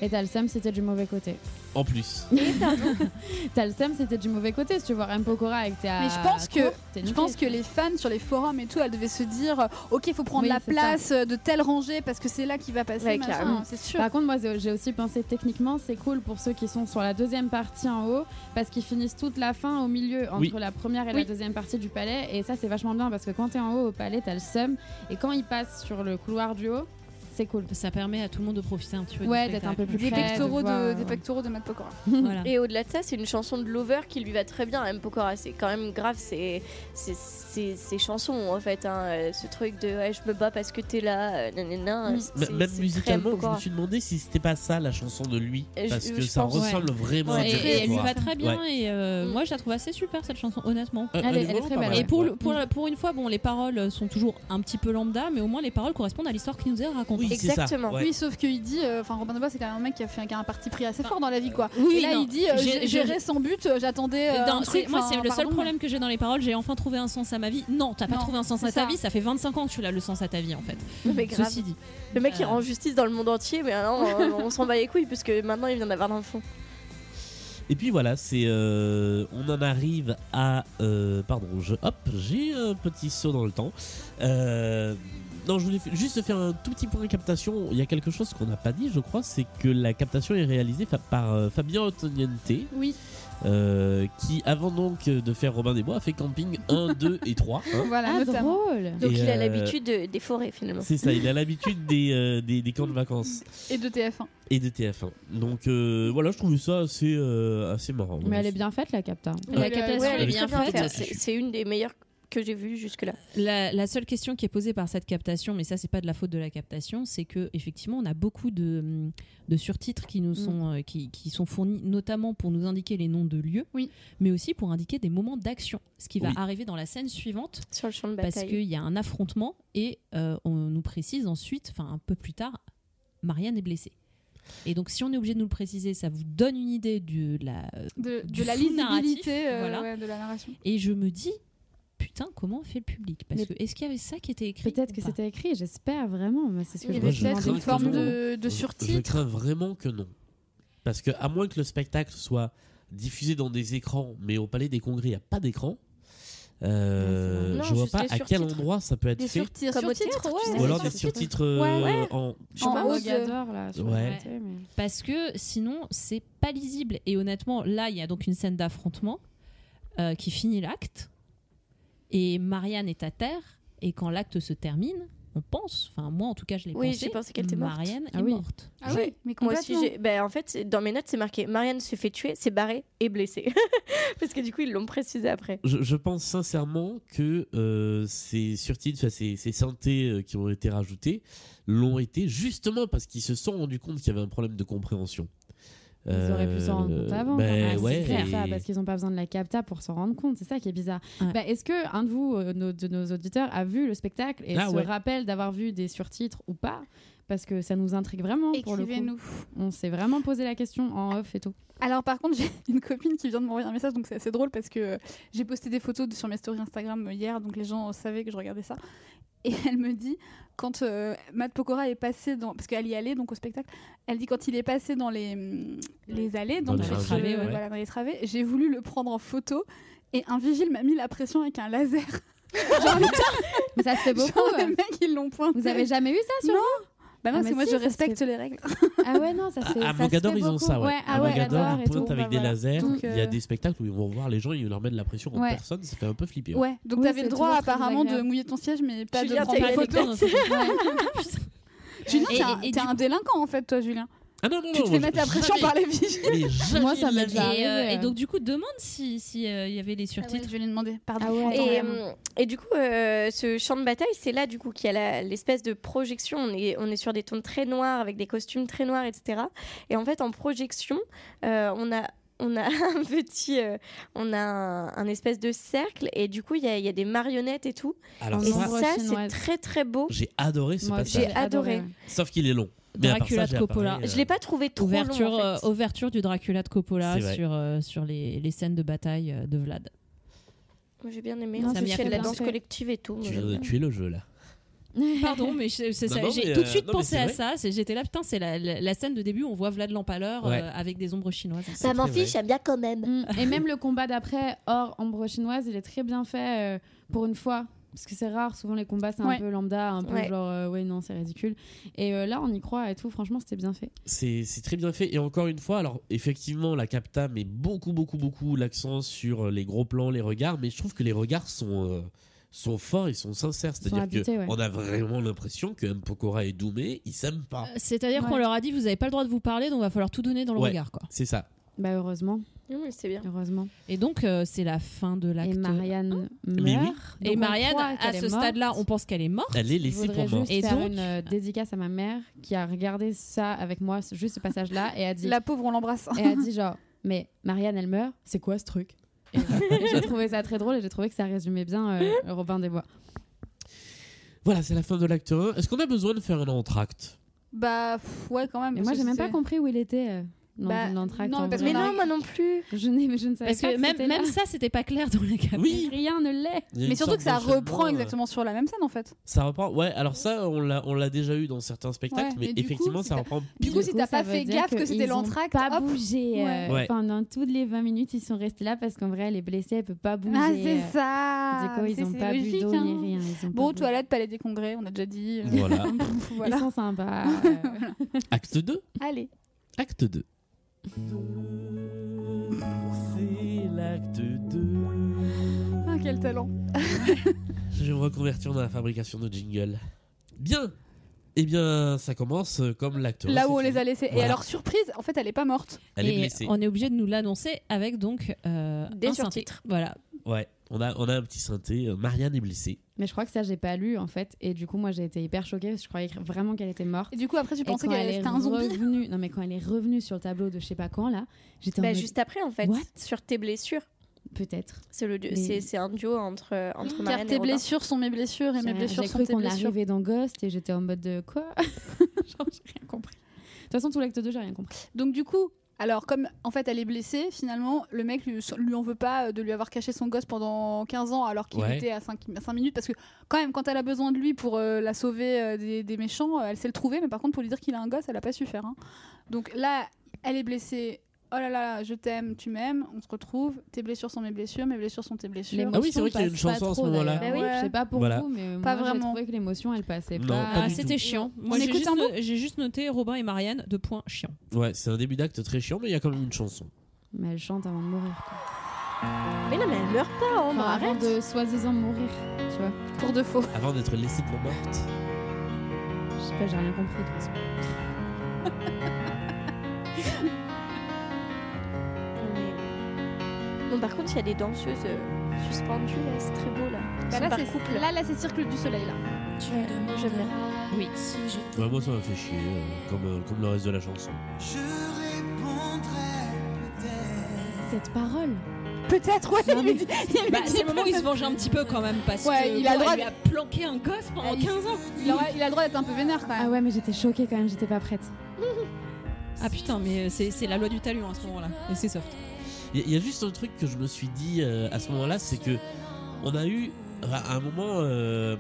S3: Et Talsam, c'était du mauvais côté.
S2: En plus.
S3: Talsam, c'était du mauvais côté. Si tu vois M. Pokora avec tes.
S4: Mais je pense que- Je pense que les fans sur les forums et tout, elles devaient se dire euh, Ok, faut prendre
S3: Oui,
S4: la
S3: c'est
S4: place euh, de telle rangée parce que c'est là qu'il va passer.
S5: Ouais,
S4: machin,
S5: clairement.
S4: c'est sûr.
S3: Par contre, moi, j'ai j'ai aussi pensé techniquement, c'est cool pour ceux qui sont sur la deuxième partie en haut, parce qu'ils finissent toute la fin au milieu, entre
S2: Oui.
S3: la première et
S5: Oui.
S3: la deuxième partie du palais. Et ça, c'est vachement bien, parce que quand t'es en haut au palais, t'as le seum. Et quand ils passent sur le couloir du haut, c'est cool.
S6: Ça permet à tout le monde de profiter un petit peu. du
S3: Ouais, d'être un peu
S6: spectacle.
S3: plus
S4: des
S3: près, de
S4: pectoraux de,
S3: voir.
S4: des pectoraux de Matt Pokora.
S6: Voilà.
S5: Et au-delà de ça, c'est une chanson de Lover qui lui va très bien à M. Pokora. C'est quand même grave, c'est c'est- c'est- ces chansons en fait. hein, euh, ce truc de ouais, je me bats parce que t'es là, euh, nanana. c'est-
S4: Mm.
S2: M-
S5: c'est-
S2: Bah, Même
S5: c'est très M.
S2: musicalement, je
S5: Pokora.
S2: me suis demandé si c'était pas ça la chanson de lui.
S5: Euh, je-
S2: Parce que
S5: je
S2: ça
S5: pense,
S2: ressemble vraiment
S6: Ouais,
S2: à
S6: et,
S2: du
S6: et elle lui
S2: Grégoire.
S6: va très bien.
S2: Ouais.
S6: Et euh,
S3: Mm.
S6: moi, je la trouve assez super cette chanson, honnêtement.
S2: Euh,
S3: Elle est- elle est
S2: vraiment
S3: très
S2: pas
S3: belle,
S2: mal.
S3: ouais.
S6: Et pour,
S2: Ouais.
S6: le- pour, la- pour une fois, bon, les paroles sont toujours un petit peu lambda, mais au moins les paroles correspondent à l'histoire qu'il nous a racontée.
S2: Oui, c'est ça,
S5: Exactement.
S2: ouais.
S4: Oui, sauf qu'il dit euh, Enfin, Robin de Bois, c'est quand même un mec qui a, fait, qui a un parti pris assez fort dans la vie, quoi.
S6: Oui,
S4: et là,
S6: non,
S4: il dit euh,
S6: j'ai-
S4: J'ai géré sans but, euh, j'attendais. euh,
S6: Dans-
S4: un
S6: c'est-
S4: truc,
S6: moi,
S4: enfin,
S6: c'est le seul
S4: pardon.
S6: problème que j'ai dans les paroles. J'ai enfin trouvé un sens à ma vie. Non, t'as pas
S4: Non,
S6: trouvé un sens à
S4: c'est
S6: ta
S4: ça.
S6: vie. Ça fait 25 ans que tu l'as le sens à ta vie, en fait.
S5: Mais grave.
S6: Ceci dit.
S5: Le mec il
S6: Euh.
S5: rend justice dans le monde entier, mais non, on, on s'en bat les couilles puisque maintenant il vient d'avoir un fond.
S2: Et puis voilà, c'est euh, on en arrive à euh, pardon, je hop, j'ai un petit saut dans le temps. Euh, non, je voulais f- juste faire un tout petit point de captation. Il y a quelque chose qu'on n'a pas dit, je crois, c'est que la captation est réalisée fa- par euh, Fabien Ottoniente,
S4: Oui,
S2: euh, qui avant donc de faire Robin des Bois a fait Camping 1, 2 et 3. hein.
S4: voilà,
S3: Ah,
S4: notamment.
S3: drôle
S5: Donc
S2: Et,
S5: il a
S2: euh,
S5: l'habitude de- des forêts finalement.
S2: C'est ça, il a l'habitude des, euh, des, des camps de vacances
S4: Et de TF1.
S2: et de TF1. Donc euh, voilà, je trouvais ça assez, euh, assez marrant.
S3: Mais elle est bien faite, la capta.
S4: euh, Ouais,
S6: La
S4: elle-
S6: captation
S5: Ouais, elle est
S6: bien
S5: très bien
S6: faite.
S5: faite. C'est- C'est une des meilleures que j'ai vues jusque-là.
S6: La, la seule question qui est posée par cette captation, mais ça c'est pas de la faute de la captation, c'est que effectivement on a beaucoup de, hum, de surtitres qui
S4: Mm.
S6: nous sont euh, qui, qui sont fournis notamment pour nous indiquer les noms de lieux,
S4: Oui.
S6: mais aussi pour indiquer des moments d'action, ce qui va
S2: Oui.
S6: arriver dans la scène suivante
S5: Sur le champ de
S6: parce
S5: bataille.
S6: qu'il y a un affrontement et euh, on nous précise ensuite, enfin un peu plus tard, Marianne est blessée. Et donc si on est obligé de nous le préciser, ça vous donne une idée de la
S4: De, de
S6: Du
S4: la
S6: flou narratif,
S4: lisibilité euh,
S6: voilà.
S4: ouais, de la narration.
S6: et je me dis putain comment fait le public parce
S3: Mais-
S6: que est-ce qu'il y avait ça qui était écrit
S3: Peut-être
S6: ou
S3: que
S6: pas
S3: c'était écrit, j'espère vraiment. mais c'est ce que
S4: Il y
S3: je
S4: avait
S3: me suis demandé
S4: peut-être une
S2: crains que
S4: forme
S3: toujours.
S4: de, de
S2: Je- Je
S4: surtitre.
S2: crains vraiment que non. Parce que à moins que le spectacle soit diffusé dans des écrans, mais au Palais des Congrès, il n'y a pas d'écran. Euh,
S5: Ouais, c'est vrai. Non,
S2: je vois
S5: juste
S2: pas
S5: les
S2: à quel
S5: surtitres.
S2: endroits ça peut être
S4: Des
S2: fait.
S4: surtitres,
S5: Comme au
S4: surtitres,
S5: théâtre, tu
S4: ouais.
S5: sais,
S2: Ou alors
S5: des
S2: des
S5: surtitres.
S2: surtitres euh,
S4: Ouais, ouais.
S2: en.
S5: Je sais
S4: En
S5: pas,
S4: haut,
S5: moi,
S4: de-
S3: Mogador, là, sur
S2: Ouais.
S3: le côté, mais-
S6: parce que sinon c'est pas lisible et honnêtement là il y a donc une scène d'affrontement euh, qui finit l'acte et Marianne est à terre et quand l'acte se termine on pense enfin moi en tout cas je l'ai
S5: Oui,
S6: pensé
S5: j'ai pensé qu'elle était morte.
S6: Marianne
S3: Ah
S6: est
S3: oui.
S6: morte
S4: Ah oui, mais
S5: Moi aussi,
S4: complètement.
S5: j'ai- ben, en fait, c'est- dans mes notes, c'est marqué Marianne se fait tuer, s'est barrée et blessée. Parce que du coup, ils l'ont précisé après.
S2: Je, je pense sincèrement que euh, ces surtitres, enfin, ces, ces synthés euh, qui ont été rajoutés, l'ont été justement parce qu'ils se sont rendus compte qu'il y avait un problème de compréhension.
S3: Ils auraient pu s'en rendre compte avant.
S2: Ben,
S6: Ah, c'est
S2: ouais,
S6: clair.
S2: et-
S3: ça, parce qu'ils n'ont pas besoin de la capta pour s'en rendre compte. C'est ça qui est bizarre.
S6: Ouais.
S3: Bah, Est-ce que un de vous, euh, nos- de nos auditeurs, a vu le spectacle et
S2: Ah
S3: se
S2: ouais.
S3: rappelle d'avoir vu des surtitres ou pas Parce que ça nous intrigue vraiment pour le coup.
S4: Écrivez-nous.
S3: On s'est vraiment posé la question en off et tout.
S4: Alors par contre, j'ai une copine qui vient de m'envoyer un message, donc c'est assez drôle parce que euh, j'ai posté des photos de- sur mes stories Instagram hier, donc les gens euh, savaient que je regardais ça. Et elle me dit, quand euh, Matt Pokora est passé dans. Parce qu'elle y allait donc au spectacle, elle dit quand il est passé dans les, hum, les allées,
S2: Dans
S4: donc
S2: les
S4: je-
S2: travées, ouais.
S4: voilà, dans les travées, j'ai voulu le prendre en photo et un vigile m'a mis la pression avec un laser.
S3: Mais ça se fait beaucoup.
S4: Genre, les
S3: hein.
S4: mecs, ils l'ont pointé.
S3: Vous avez jamais eu ça sur
S4: Non. Bah non,
S3: Ah,
S4: parce
S3: mais
S4: que moi
S3: si,
S4: je
S3: ça se fait.
S4: respecte les règles.
S3: Ah ouais, non, ça se fait.
S2: À
S3: ça se
S2: Mogador,
S3: fait
S2: ils ont
S3: beaucoup.
S2: ça, ouais. à
S3: ah ouais,
S2: Mogador,
S3: Adore
S2: ils
S3: et tout.
S2: pointent avec
S4: bah
S2: des
S4: voilà.
S2: lasers.
S4: Donc,
S2: Il y a
S4: euh,
S2: des spectacles où ils vont voir les gens, ils leur mettent de la pression en
S3: Ouais.
S2: personne, ça fait un peu flipper. hein.
S4: Ouais, donc
S3: Oui,
S4: t'avais le
S3: c'est
S4: droit
S3: toujours très
S4: apparemment de
S3: agréable.
S4: mouiller ton siège, mais pas
S5: Julien,
S4: de prendre
S5: t'es
S4: la
S5: une
S4: photo.
S5: anecdote.
S4: Julien,
S9: Et-
S4: t'es un,
S9: et- et
S4: t'es
S9: du
S4: un délinquant en fait, toi, Julien.
S2: Ah non, non, non.
S4: tu te fais
S2: moi,
S4: mettre la
S2: je-
S4: pression
S2: jamais-
S4: par les vigiles.
S2: mais jamais
S3: Moi, ça
S2: de la
S3: m'est
S2: vie.
S3: déjà
S9: Et, euh,
S3: arrivé,
S9: et
S3: euh.
S9: donc, du coup, demande si, si, euh, il y avait les surtitres.
S4: Je vais lui demander. Pardon.
S3: Ah ouais.
S5: Et,
S4: Attends,
S5: euh, et du coup, euh, ce champ de bataille, c'est là du coup qu'il y a la- l'espèce de projection. On est, on est sur des tons très noirs avec des costumes très noirs, etc. Et en fait, en projection, euh, on a on a un petit, euh, on a un, un espèce de cercle et du coup il y, a- il y a des marionnettes et tout.
S2: Alors,
S3: En
S5: et
S2: ça,
S3: nombre
S5: ça c'est
S3: chinoise.
S5: très très beau.
S2: Ah, j'ai adoré ce
S3: Moi,
S2: passage.
S5: j'ai adoré.
S3: ouais.
S2: Sauf qu'il est long.
S9: Ah
S2: Mais à part
S9: Dracula
S2: ça, j'ai
S9: de Coppola.
S2: appareil, euh,
S5: Je l'ai pas trouvé trop
S9: Ouverture,
S5: long. en
S9: euh,
S5: fait.
S9: ouverture du Dracula de Coppola
S2: C'est vrai.
S9: sur, euh, sur les, les scènes de bataille euh, de Vlad.
S5: Moi, J'ai bien aimé.
S3: Non,
S5: ça
S9: c'est
S5: m'y a
S9: très
S5: fait de la
S3: bien
S5: danse
S3: fait.
S5: collective et tout. Moi,
S2: Tu
S5: j'aime
S2: viens de
S5: bien.
S2: tuer le jeu là.
S9: Pardon, mais je- c'est
S2: Non,
S9: ça,
S2: non,
S9: j'ai
S2: mais,
S9: tout de
S2: euh,
S9: suite
S2: non, mais
S9: pensé
S2: c'est
S9: à
S2: vrai.
S9: ça. c'est- J'étais là, putain, c'est la, la- la scène de début où on voit Vlad l'Empaleur euh,
S2: Ouais.
S9: avec des ombres chinoises.
S5: Ça m'en
S2: très vrai.
S5: fiche, j'aime bien quand même.
S3: Mm. Et même le combat d'après, hors ombre chinoise, il est très bien fait euh, pour une fois. Parce que c'est rare, souvent les combats c'est un
S4: Ouais.
S3: peu lambda, un peu
S5: Ouais.
S3: genre euh, ouais, non, c'est ridicule. Et euh, là, on y croit et tout, franchement, c'était bien fait.
S2: C'est c'est très bien fait. Et encore une fois, alors effectivement, la capta met beaucoup, beaucoup, beaucoup l'accent sur euh, les gros plans, les regards, mais je trouve que les regards sont, euh, sont forts et sont sincères.
S3: Ils sont
S2: C'est-à-dire
S3: habités, ouais.
S2: qu'on a vraiment l'impression que M. Pokora et Doumé, ils s'aiment pas.
S4: Euh,
S9: C'est-à-dire
S3: Ouais.
S9: qu'on leur a dit, vous n'avez pas le droit de vous parler, donc va falloir tout donner dans le
S2: Ouais.
S9: regard. Quoi.
S2: C'est ça.
S3: Bah, heureusement,
S5: Non, mais c'est bien.
S3: heureusement.
S9: Et donc, euh, c'est la fin de l'acte.
S3: Et Marianne
S2: Mais oui.
S3: meurt.
S9: Et Marianne, à ce stade-là, on pense qu'elle est morte.
S2: Elle est
S3: Je
S2: laissée
S3: voudrais
S2: pour mort.
S3: juste
S9: Et
S3: faire
S9: donc-
S3: une euh, dédicace à ma mère qui a regardé ça avec moi, ce- juste ce passage-là, et a dit,
S4: La pauvre, on l'embrasse.
S3: et a dit genre, mais Marianne, elle meurt, c'est quoi ce truc Et voilà. Et J'ai trouvé ça très drôle et j'ai trouvé que ça résumait bien euh, Robin des Bois.
S2: Voilà, c'est la fin de l'acte 1. Est-ce qu'on a besoin de faire un entracte
S4: Bah pff, ouais, quand même.
S3: Mais moi,
S4: parce
S3: j'ai
S4: que
S3: même pas
S4: c'est-
S3: compris où il était euh, dans
S4: Bah,
S3: dans l'entracte.
S4: non,
S3: en
S4: parce
S3: vrai.
S5: Mais
S4: qu'on a-
S5: non, moi non plus.
S3: je, n'ai- je ne savais
S9: Parce
S3: pas
S9: que même,
S3: c'était
S9: même
S3: là.
S9: ça, c'était pas clair dans la cave.
S2: Oui
S3: rien ne l'est.
S2: Il y a
S4: Mais
S2: une
S4: surtout
S2: sorte
S4: que ça
S2: d'enchaînement,
S4: reprend
S2: euh,
S4: exactement sur la même scène en fait.
S2: Ça reprend, ouais, alors ça, on l'a on l'a déjà eu dans certains spectacles,
S4: Ouais,
S2: mais,
S4: mais du coup,
S2: effectivement,
S4: c'est
S2: ça
S4: pas-
S2: reprend.
S4: Du coup, si t'as
S3: ça
S4: pas
S3: veut
S4: fait
S3: dire
S4: gaffe que c'était
S3: ils ont
S4: l'entracte,
S3: pas
S4: hop.
S3: bougé euh,
S4: Ouais.
S2: Ouais.
S3: pendant toutes les 20 minutes, ils sont restés là parce qu'en vrai, elle est blessée, elle peut pas bouger.
S4: Ah,
S3: euh.
S4: c'est ça.
S3: Du coup,
S4: C'est-
S3: ils ont
S4: c'est
S3: pas bu
S4: logique,
S3: d'eau
S4: hein.
S3: ni rien. Ils ont
S4: Bon,
S3: pas bu-
S4: toilette, palais des congrès, on a déjà dit. euh,
S2: Voilà.
S4: voilà.
S3: Ils sont sympas. euh.
S2: Acte 2
S4: Allez.
S2: Acte 2. C'est l'acte 2.
S4: Ah, quel talent.
S2: Je vais me reconvertir dans la fabrication de jingles. Bien Eh bien, ça commence euh, comme l'acte 1,
S4: Là où
S2: c'est
S4: on les
S2: fini.
S4: a laissés. Et
S2: Voilà.
S4: alors, surprise, en fait, elle est pas morte.
S2: Elle est
S9: et
S2: blessée.
S9: on est obligé de nous l'annoncer avec donc euh,
S5: Des
S9: un synthé.
S5: surtitres.
S9: Voilà.
S2: Ouais, on a, on a un petit synthé. euh, Marianne est blessée.
S3: Mais je crois que ça, j'ai pas lu en fait. Et du coup, moi, j'ai été hyper choquée parce que je croyais vraiment qu'elle était morte.
S4: Et du coup, après, tu
S3: Et
S4: pensais
S3: quand
S4: qu'elle
S3: elle est
S4: était un zombie.
S3: revenue- Non, mais quand elle est revenue sur le tableau de je sais pas quand là, j'étais en
S5: Bah,
S3: mode,
S5: juste après, en fait,
S3: What
S5: sur tes blessures.
S3: peut-être.
S5: C'est le duo-
S3: Mais-
S5: c'est c'est un duo entre euh, entre
S4: Car
S5: Marianne et
S4: tes
S5: Robin.
S4: blessures sont mes blessures et
S3: J'ai
S4: mes
S3: rien-
S4: blessures
S3: J'ai
S4: sont
S3: cru
S4: tes
S3: qu'on
S4: blessures.
S3: arrivait dans Ghost et j'étais en mode de quoi Genre, j'ai rien compris. De toute façon, tout l'acte 2, j'ai rien compris.
S4: Donc du coup, alors comme en fait elle est blessée, finalement le mec lui, lui en veut pas euh, de lui avoir caché son gosse pendant 15 ans alors qu'il
S2: Ouais.
S4: était à 5, minutes parce que quand même quand elle a besoin de lui pour euh, la sauver euh, des, des méchants, euh, elle sait le trouver mais par contre pour lui dire qu'il a un gosse, elle a pas su faire. hein. Donc là, elle est blessée. Oh là là, je t'aime, tu m'aimes, on se retrouve. Tes blessures sont mes blessures, mes blessures sont tes blessures. Bah,
S2: Ah oui, c'est vrai qu'il y a une chanson à ce moment-là.
S3: Bah oui,
S4: Ouais.
S3: Je sais pas pour
S2: Voilà.
S3: vous, mais moi,
S4: Pas
S3: j'ai
S4: vraiment.
S3: trouvé que l'émotion, elle passait
S2: Non,
S3: pas.
S2: pas
S9: Ah,
S2: du
S9: c'était
S2: tout.
S9: chiant.
S4: On
S9: Moi, j'ai
S4: écoute
S9: juste,
S4: un bout
S9: j'ai juste noté Robin et Marianne, deux points chiants.
S2: Ouais, c'est un début d'acte très chiant, mais il y a quand même une chanson.
S3: Mais elle chante avant de mourir. quoi.
S5: Mais non, mais elle meurt pas, hein,
S3: Enfin,
S5: bah,
S3: avant
S5: arrête.
S3: de soi-disant mourir. Tu vois
S4: Pour de faux.
S2: Avant d'être laissée pour morte.
S3: Je sais pas, j'ai rien compris de toute façon.
S5: Mais- Non, par contre, il y a des danseuses euh, suspendues là, c'est très beau là. Ils
S4: Bah
S5: sont
S4: là,
S5: par
S4: c'est
S5: couple.
S4: là, là, c'est Circle du Soleil. Là.
S8: Tu me
S5: j'aime bien.
S8: demanderas
S9: Oui.
S8: si je
S2: Ouais, moi, ça m'a fait chier, euh, comme, euh, comme le reste de la chanson.
S7: Je répondrai peut-être.
S3: Cette parole
S4: Peut-être, ouais.
S3: Non, mais-
S4: il lui dit- il lui
S9: Bah,
S4: dit
S9: c'est le moment où il se
S4: peut-être.
S9: venge un petit peu quand même parce
S4: Ouais,
S9: que
S4: il a le
S9: bon,
S4: droit
S9: elle lui a planqué un gosse
S6: Ah,
S9: pendant
S4: Il-
S9: 15 ans.
S4: Il, aura- il a le droit d'être un peu vénère quand même.
S3: Ah ouais, mais j'étais choquée quand même, j'étais pas prête.
S9: Ah putain, mais c'est c'est la loi du talion à ce moment-là. Et c'est soft.
S2: Il y a- il y, a juste un truc que je me suis dit euh, à ce moment-là, c'est que on a eu à à un moment euh,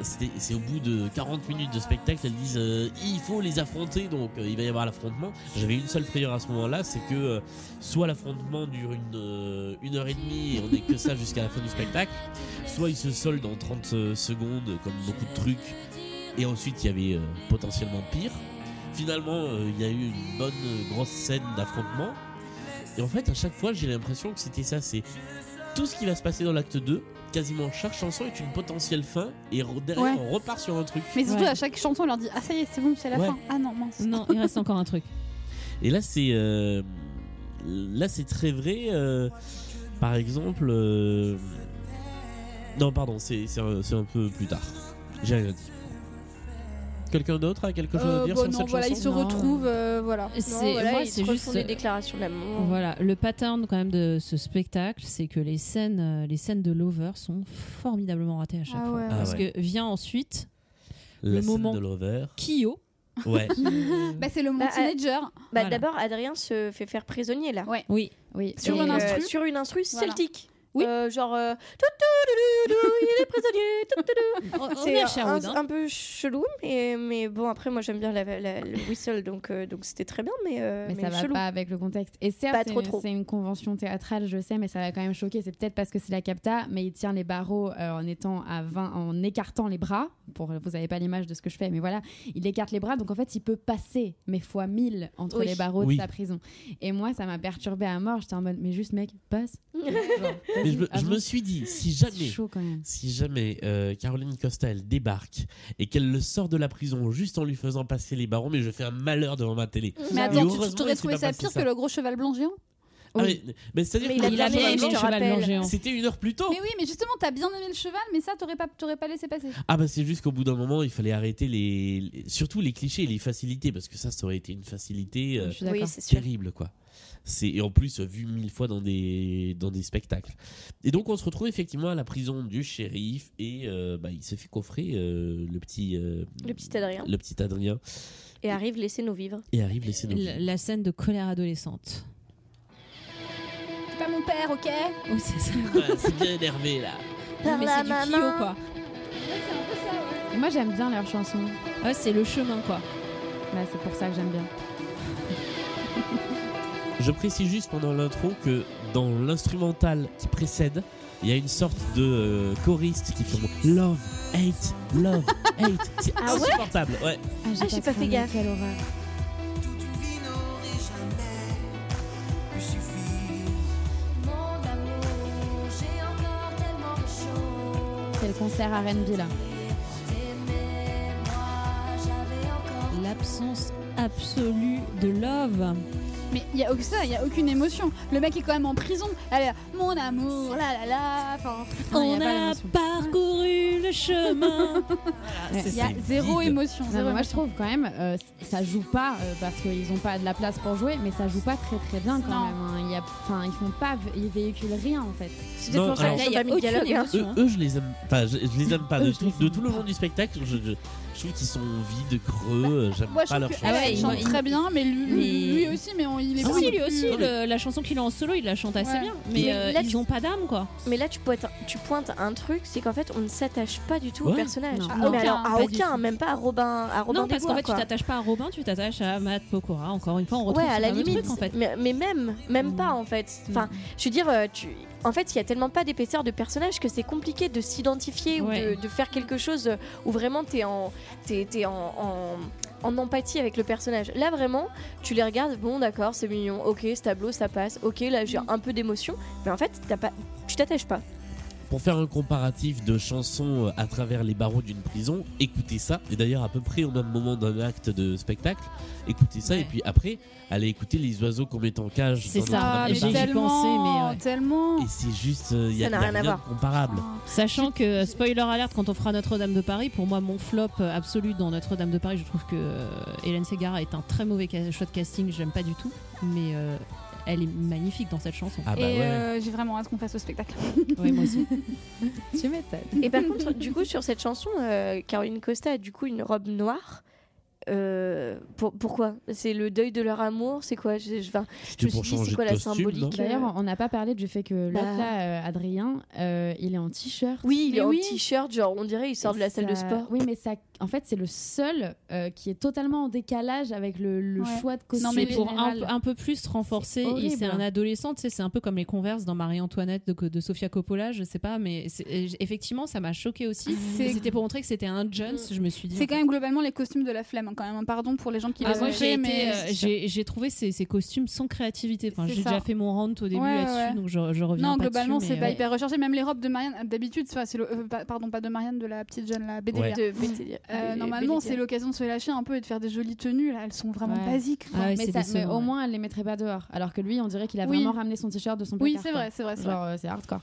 S2: c'était- c'est au bout de 40 minutes de spectacle, elles disent euh, il faut les affronter, donc euh, il va y avoir l'affrontement. J'avais une seule frayeur à ce moment-là, c'est que euh, soit l'affrontement dure une, euh, une heure et demie et on est que ça jusqu'à la fin du spectacle, soit il se solde en 30 euh, secondes, comme beaucoup de trucs, et ensuite il y avait euh, potentiellement pire. Finalement, euh, il y a eu une bonne euh, grosse scène d'affrontement. Et en fait, à chaque fois, j'ai l'impression que c'était ça, c'est tout ce qui va se passer dans l'acte 2, quasiment chaque chanson est une potentielle fin, et re- derrière
S4: Ouais.
S2: on repart sur un truc.
S4: Mais surtout
S6: Ouais.
S4: à chaque chanson, on leur dit Ah, ça y est, c'est bon, c'est la
S2: Ouais.
S4: fin. Ah non, mince.
S6: Non, il reste encore un truc.
S2: Et là, c'est euh, là, c'est très vrai. euh, par exemple, euh, non, pardon, c'est c'est un, c'est un peu plus tard. J'ai rien dit. Quelqu'un d'autre a quelque chose à
S4: Euh,
S2: dire
S4: bon,
S2: sur
S4: non,
S2: cette
S4: voilà, ils
S2: chanson
S4: se
S6: Non. Mm.
S4: retrouvent, euh, voilà.
S6: C'est
S5: voilà,
S6: moi,
S5: ils
S6: c'est
S5: se
S6: juste
S5: refont des déclarations d'amour.
S6: Voilà, le pattern quand même de ce spectacle, c'est que les scènes, euh, les scènes de l'over sont formidablement ratées à chaque
S4: Ah
S6: fois.
S4: ouais.
S2: Ah
S6: Parce
S2: ouais.
S6: que vient ensuite
S2: La
S6: le
S2: scène
S6: moment-
S2: de l'over.
S6: Kyo.
S2: Ouais.
S6: qui, euh,
S4: Bah, c'est le moment
S5: Bah, euh,
S4: teenager.
S5: Bah,
S6: Voilà.
S5: D'abord, Adrien se fait faire prisonnier là.
S4: Ouais.
S6: oui,
S3: Oui.
S4: Sur
S5: Et,
S4: un
S5: euh,
S4: instru.
S5: sur une instru
S4: Voilà.
S5: celtique.
S6: Oui.
S5: Euh, genre, euh, tout, tout, tout, tout, tout, il est prisonnier. tout, tout, tout.
S6: on, on est
S5: C'est
S6: à Sherwood.
S5: un,
S6: hein.
S5: un peu chelou, mais, mais bon, après, moi j'aime bien la, la- le whistle, donc euh, donc c'était très bien, mais, euh,
S3: Mais, ça va
S5: chelou.
S3: pas avec le contexte. Et certes,
S5: Pas
S3: c'est
S5: trop,
S3: une-
S5: trop.
S3: c'est une convention théâtrale, je sais, mais ça va quand même choquer. C'est peut-être parce que c'est la capta, mais il tient les barreaux euh, en étant à 20, en écartant les bras. Pour vous n'avez pas l'image de ce que je fais, mais voilà, il écarte les bras, donc en fait, il peut passer, mais fois 1000 entre
S5: Oui.
S3: les barreaux
S2: Oui.
S3: de sa prison. Et moi, ça m'a perturbé à mort. J'étais en mode, mais juste mec, passe. Genre,
S2: Mais
S3: vas-y,
S2: je, me- je me
S3: avance.
S2: suis dit, si
S3: C'est
S2: jamais
S3: chaud quand même.
S2: Si jamais euh, Caroline Costa elle débarque et qu'elle le sort de la prison juste en lui faisant passer les barons, mais je fais un malheur devant ma télé.
S4: Mais
S2: Et
S4: attends, tu
S2: heureusement,
S4: t'aurais
S2: il s'est
S4: trouvé
S2: pas
S4: ça
S2: passé
S4: pire
S2: ça.
S4: que le gros cheval blanc géant
S2: Ah oui, mais c'est-à-dire
S5: Mais
S2: qu'il
S5: il a bien aimé, je te
S6: cheval
S5: rappelle.
S6: blanc géant.
S2: C'était une heure plus tôt.
S4: Mais oui, mais justement, t'as bien aimé le cheval, mais ça, t'aurais pas, t'aurais pas laissé passer.
S2: Ah bah c'est juste qu'au bout d'un moment, il fallait arrêter les, les- surtout les clichés et les facilités parce que ça, ça aurait été une facilité euh,
S3: Je suis
S5: Oui,
S3: d'accord.
S5: c'est sûr.
S2: terrible quoi. C'est et en plus vu mille fois dans des dans des spectacles. Et donc on se retrouve effectivement à la prison du shérif et euh, bah, il se fait coffrer euh, le petit euh,
S5: Le petit Adrien.
S2: le petit Adrien
S5: Et arrive, laissez-nous vivre.
S2: et arrive laissez nous
S6: La, la scène de colère adolescente.
S4: C'est pas mon père, ok
S5: Oh,
S6: Oui, c'est ça.
S2: Ouais, c'est bien énervé là.
S5: Par
S6: mais
S5: la
S6: c'est du
S5: maman.
S6: Kyo, quoi.
S3: Et moi, j'aime bien leurs chansons.
S6: Ouais, Ah, c'est le chemin, quoi.
S3: Bah, c'est pour ça que j'aime bien.
S2: Je précise juste pendant l'intro que dans l'instrumental qui précède, il y a une sorte de euh, choriste qui font Love, Hate, Love, Hate. C'est
S5: Ah ouais
S2: insupportable. Ouais.
S3: Ah,
S5: Ah, j'ai pas fait
S3: cramé,
S5: gaffe.
S3: quelle horreur.
S7: Toute une vie n'aurait jamais pu suffire.
S8: Mon amour, j'ai encore tellement de choses.
S3: C'est le concert R&B là.
S8: T'aimais, moi, j'avais encore.
S6: L'absence absolue de love.
S4: Mais il y a au- ça, il y a aucune émotion. Le mec est quand même en prison. Elle est là, mon amour, la la la. Enfin,
S5: Ah,
S3: Non, y
S6: On
S3: a pas
S6: a
S3: d'émotion.
S6: parcouru le chemin.
S3: Ouais.
S4: il y a
S2: C'est
S4: zéro
S2: vide.
S4: émotion.
S3: Non,
S4: zéro
S3: mais moi je
S4: émotion.
S3: trouve quand même euh, ça joue pas euh, parce qu'ils ont pas de la place pour jouer mais ça joue pas très très bien quand
S4: Non.
S3: même hein. Il y a- enfin ils font pas ils véhiculent rien en fait
S5: C'est
S2: Non,
S5: peut-être pour ça
S2: alors-
S5: que j'ai
S6: Là,
S5: pas
S6: il y
S5: mis
S6: a
S5: de
S6: aucune
S5: dialogue. hein.
S6: émotion.
S2: Eux, eux, je les aime. Enfin, je, je les aime pas. De,
S3: Eux, je
S2: tout,
S3: les
S2: de
S3: aime
S2: tout le
S3: pas.
S2: long du spectacle, je, je- je trouve qu'ils sont vides, creux. euh, J'aime
S4: Bah, Moi, je
S2: pas
S4: trouve
S2: leur
S4: que
S2: chanson.
S6: Ah ouais,
S4: elle, elle
S6: ils-
S4: chante
S6: ils-
S4: très bien, mais lui,
S6: Mais-
S4: lui aussi, mais on- il est
S6: Ah
S4: pas
S6: si,
S4: non
S6: lui aussi,
S4: plus-
S6: le- la chanson qu'il a en solo, il la chante assez
S4: Ouais.
S6: bien. Mais
S5: Mais
S6: euh,
S5: là,
S6: ils
S5: tu-
S6: ont pas d'âme, quoi.
S5: Mais là, tu pointes, tu pointes un truc, c'est qu'en fait, on ne s'attache pas du tout
S2: Ouais.
S5: au personnage.
S3: Non.
S5: Mais
S4: À aucun,
S5: alors, à
S6: pas du
S5: aucun,
S6: tout.
S5: même pas à Robin, à Robin
S6: non, parce qu'en
S5: Desbois,
S6: fait, tu
S5: quoi.
S6: t'attaches pas à Robin, tu t'attaches à Matt Pokora. Encore une fois, on retrouve
S5: Ouais, à
S6: ce
S5: la
S6: fameux
S5: limite.
S6: truc, en fait.
S5: mais, mais même, même pas en fait. Enfin, je veux dire, euh, tu... en fait, il y a tellement pas d'épaisseur de personnage que c'est compliqué de s'identifier
S6: Ouais.
S5: ou de, de faire quelque chose euh, où vraiment t'es en, t'es, t'es en, en, en empathie avec le personnage. Là, vraiment, tu les regardes, bon, d'accord, c'est mignon, ok, ce tableau, ça passe, ok, là, j'ai un peu d'émotion, mais en fait, t'as pas, tu t'attaches pas.
S2: Pour faire un comparatif de chansons euh, à travers les barreaux d'une prison, écoutez ça, et d'ailleurs à peu près au même moment d'un acte de spectacle, écoutez ça,
S6: Ouais.
S2: et puis après, allez écouter les oiseaux qu'on met en cage.
S6: C'est
S2: dans
S6: ça,
S2: notre
S4: Ah,
S6: mais
S4: mais
S2: appart.
S6: j'y ai
S4: tellement,
S6: pensé, mais ouais.
S4: tellement.
S2: Et c'est juste, il n'y a,
S5: Ça n'a
S2: y a
S5: rien
S2: rien
S5: à
S2: de
S5: voir.
S2: comparable.
S6: Sachant que, euh, spoiler alerte, quand on fera Notre-Dame de Paris, pour moi, mon flop euh, absolu dans Notre-Dame de Paris, je trouve que euh, Hélène Ségara est un très mauvais ca- choix de casting, j'aime pas du tout, mais euh, elle est magnifique dans cette chanson.
S2: Ah bah
S4: Et
S2: ouais.
S4: euh, j'ai vraiment hâte qu'on fasse le spectacle.
S6: Ouais, moi aussi.
S3: tu m'étonnes
S5: Et par contre, du coup, sur cette chanson, euh, Caroline Costa a du coup une robe noire euh, pour- pourquoi C'est le deuil de leur amour C'est quoi je, je, enfin,
S2: C'était
S5: me suis
S2: pour
S5: dit, c'est
S2: changer de
S5: quoi la
S2: costume,
S5: symbolique
S2: non
S5: Que-
S3: D'ailleurs, on n'a pas parlé du fait que l'autre,
S5: Bah.
S3: là, euh, Adrien, euh, il est en t-shirt.
S5: Oui, il
S4: Mais
S5: est
S4: oui.
S5: en t-shirt, genre on dirait il sort de la salle de
S3: Ça-
S5: sport.
S3: Oui, mais ça, en fait, c'est le seul euh, qui est totalement en décalage avec le, le
S4: Ouais.
S3: choix de costume.
S4: Non,
S6: mais
S4: mais
S6: pour un,
S3: général.
S6: un peu plus se renforcer,
S3: C'est
S6: et
S3: horrible.
S6: c'est un adolescent, tu sais, c'est un peu comme les converses dans Marie-Antoinette de, de Sofia Coppola, je sais pas, mais c'est- et j- effectivement, ça m'a choqué aussi.
S4: C'est-
S6: C'était pour montrer que c'était un Jones, je me suis dit.
S4: C'est
S6: en
S4: quand même globalement les costumes de la flemme, hein, quand même. Pardon pour les gens qui
S6: Ah,
S4: les
S6: moi
S4: ont
S6: j'ai
S4: fait, mais
S6: été, euh, j'ai- j'ai trouvé ces, ces costumes sans créativité. Enfin,
S4: C'est
S6: j'ai
S4: ça.
S6: déjà fait mon rant au début
S4: Ouais, ouais,
S6: là-dessus,
S4: ouais.
S6: donc je, je reviens
S4: non,
S6: pas
S4: globalement,
S6: dessus,
S4: c'est
S6: mais,
S4: pas
S6: euh,
S4: hyper recherché. Même les robes de Marianne, d'habitude, enfin, c'est le, euh, pa- pardon, pas de Marianne, de la petite jeune, la Bédélia.
S2: Ouais.
S5: De BTD.
S4: Euh,
S5: de
S4: normalement,
S5: BTD.
S4: c'est l'occasion de se lâcher un peu et de faire des jolies tenues. Là, elles sont vraiment
S3: Ouais.
S4: basiques.
S6: Ah ouais,
S3: mais,
S6: c'est
S3: ça- mais
S6: décevant,
S3: au
S6: ouais.
S3: moins, elle les mettrait pas dehors. Alors que lui, on dirait qu'il a
S4: Oui.
S3: vraiment ramené son t-shirt de son
S4: Oui,
S3: placard,
S4: c'est
S3: quoi.
S4: vrai, c'est vrai. c'est vrai.
S3: Genre, euh, c'est hardcore.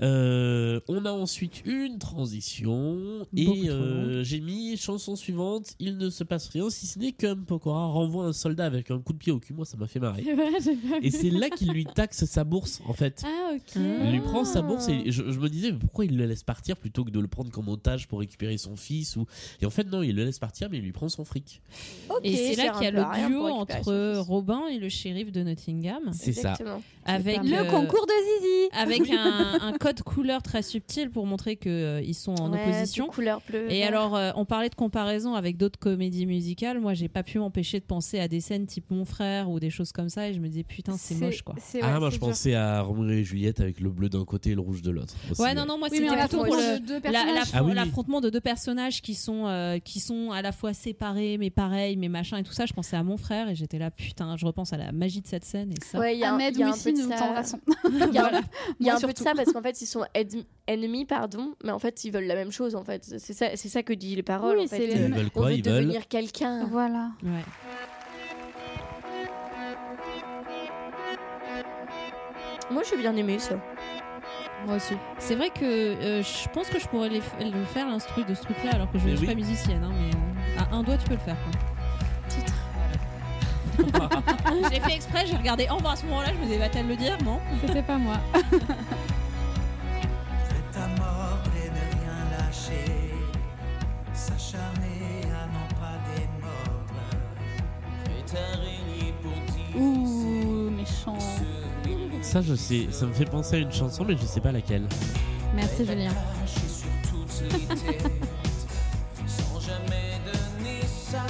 S2: Euh, on a ensuite une transition
S6: Beaucoup
S2: et
S6: trop
S2: euh, j'ai mis chanson suivante. Il ne se passe rien si ce n'est qu'un Pokora renvoie un soldat avec un coup de pied au cul. Moi, ça m'a fait marrer.
S3: C'est vrai, j'ai pas
S2: Et c'est là qu'il lui taxe sa bourse en fait.
S3: Ah, ok.
S2: Il lui prend sa bourse et je, je me disais mais pourquoi il le laisse partir plutôt que de le prendre comme otage pour récupérer son fils ou et en fait non il le laisse partir mais il lui prend son fric
S5: Ok,
S6: Et c'est là
S5: sert
S6: qu'il y a
S5: un peu
S6: le
S5: à rien
S6: duo
S5: pour récupérer son
S6: entre
S5: fils.
S6: Robin et le shérif de Nottingham,
S2: c'est ça
S5: Exactement.
S6: avec
S3: pas mal.
S4: Le
S6: euh,
S4: concours de Zizi.
S6: avec un, un code couleur très subtil pour montrer que euh, ils sont en
S5: Ouais,
S6: opposition.
S5: de couleur bleue.
S6: Et alors, euh, on parlait de comparaison avec d'autres comédies musicales. Moi, j'ai pas pu m'empêcher de penser à des scènes type Mon frère ou des choses comme ça, et je me dis putain, c'est moche quoi.
S4: c'est-
S2: ah
S4: ouais,
S2: moi
S4: c'est
S2: je
S4: dur.
S2: pensais à Roméo et Juliette avec le bleu d'un côté et le rouge de l'autre aussi,
S6: Ouais, non, non, moi
S4: Oui, mais
S6: c'était
S4: on
S6: plutôt
S4: l'affronte
S6: pour le,
S4: de deux
S6: La-
S4: personnages.
S6: l'affron-
S2: Ah oui, oui.
S6: L'affrontement de deux personnages qui sont, euh, qui sont à la fois séparés, mais pareils, mais machin et tout ça. Je pensais à mon frère et j'étais là, putain, je repense à la magie de cette scène et ça.
S5: Ouais, il y a, un,
S4: Ahmed,
S5: il y a un peu
S4: Wissine,
S5: de
S4: nous
S5: ça.
S4: t'embrassons.
S5: Il y a, un- il y a
S4: Moi,
S5: un peu de
S4: surtout.
S5: ça parce qu'en fait, ils sont edm- ennemis, pardon, mais en fait, ils veulent la même chose. En fait, c'est ça, c'est ça que disent les paroles.
S4: Oui,
S5: en fait.
S4: c'est les-
S2: ils veulent
S5: euh, On
S2: quoi
S5: veut
S2: ils veulent
S5: devenir quelqu'un.
S4: Voilà.
S6: Ouais.
S5: Moi, j'ai bien aimé ça.
S3: Moi aussi.
S6: C'est vrai que euh, je pense que je pourrais les f- le faire l'instru de ce truc-là alors que je
S2: Mais
S6: ne suis
S2: oui.
S6: pas musicienne. hein, mais euh, à un doigt, tu peux le faire. Quoi. j'ai fait exprès, j'ai regardé en bas à ce moment-là, je me disais, va-t-elle le dire Non.
S3: C'était pas moi.
S7: Prête à mordre et ne rien lâcher, s'acharner à n'en pas démordre. Prête à régner pour dire
S4: Ouh, méchant.
S2: ça je sais ça me fait penser à une chanson mais je sais pas laquelle
S3: Merci, Julien.
S7: cracher sur toutes les têtes, sans jamais donner sa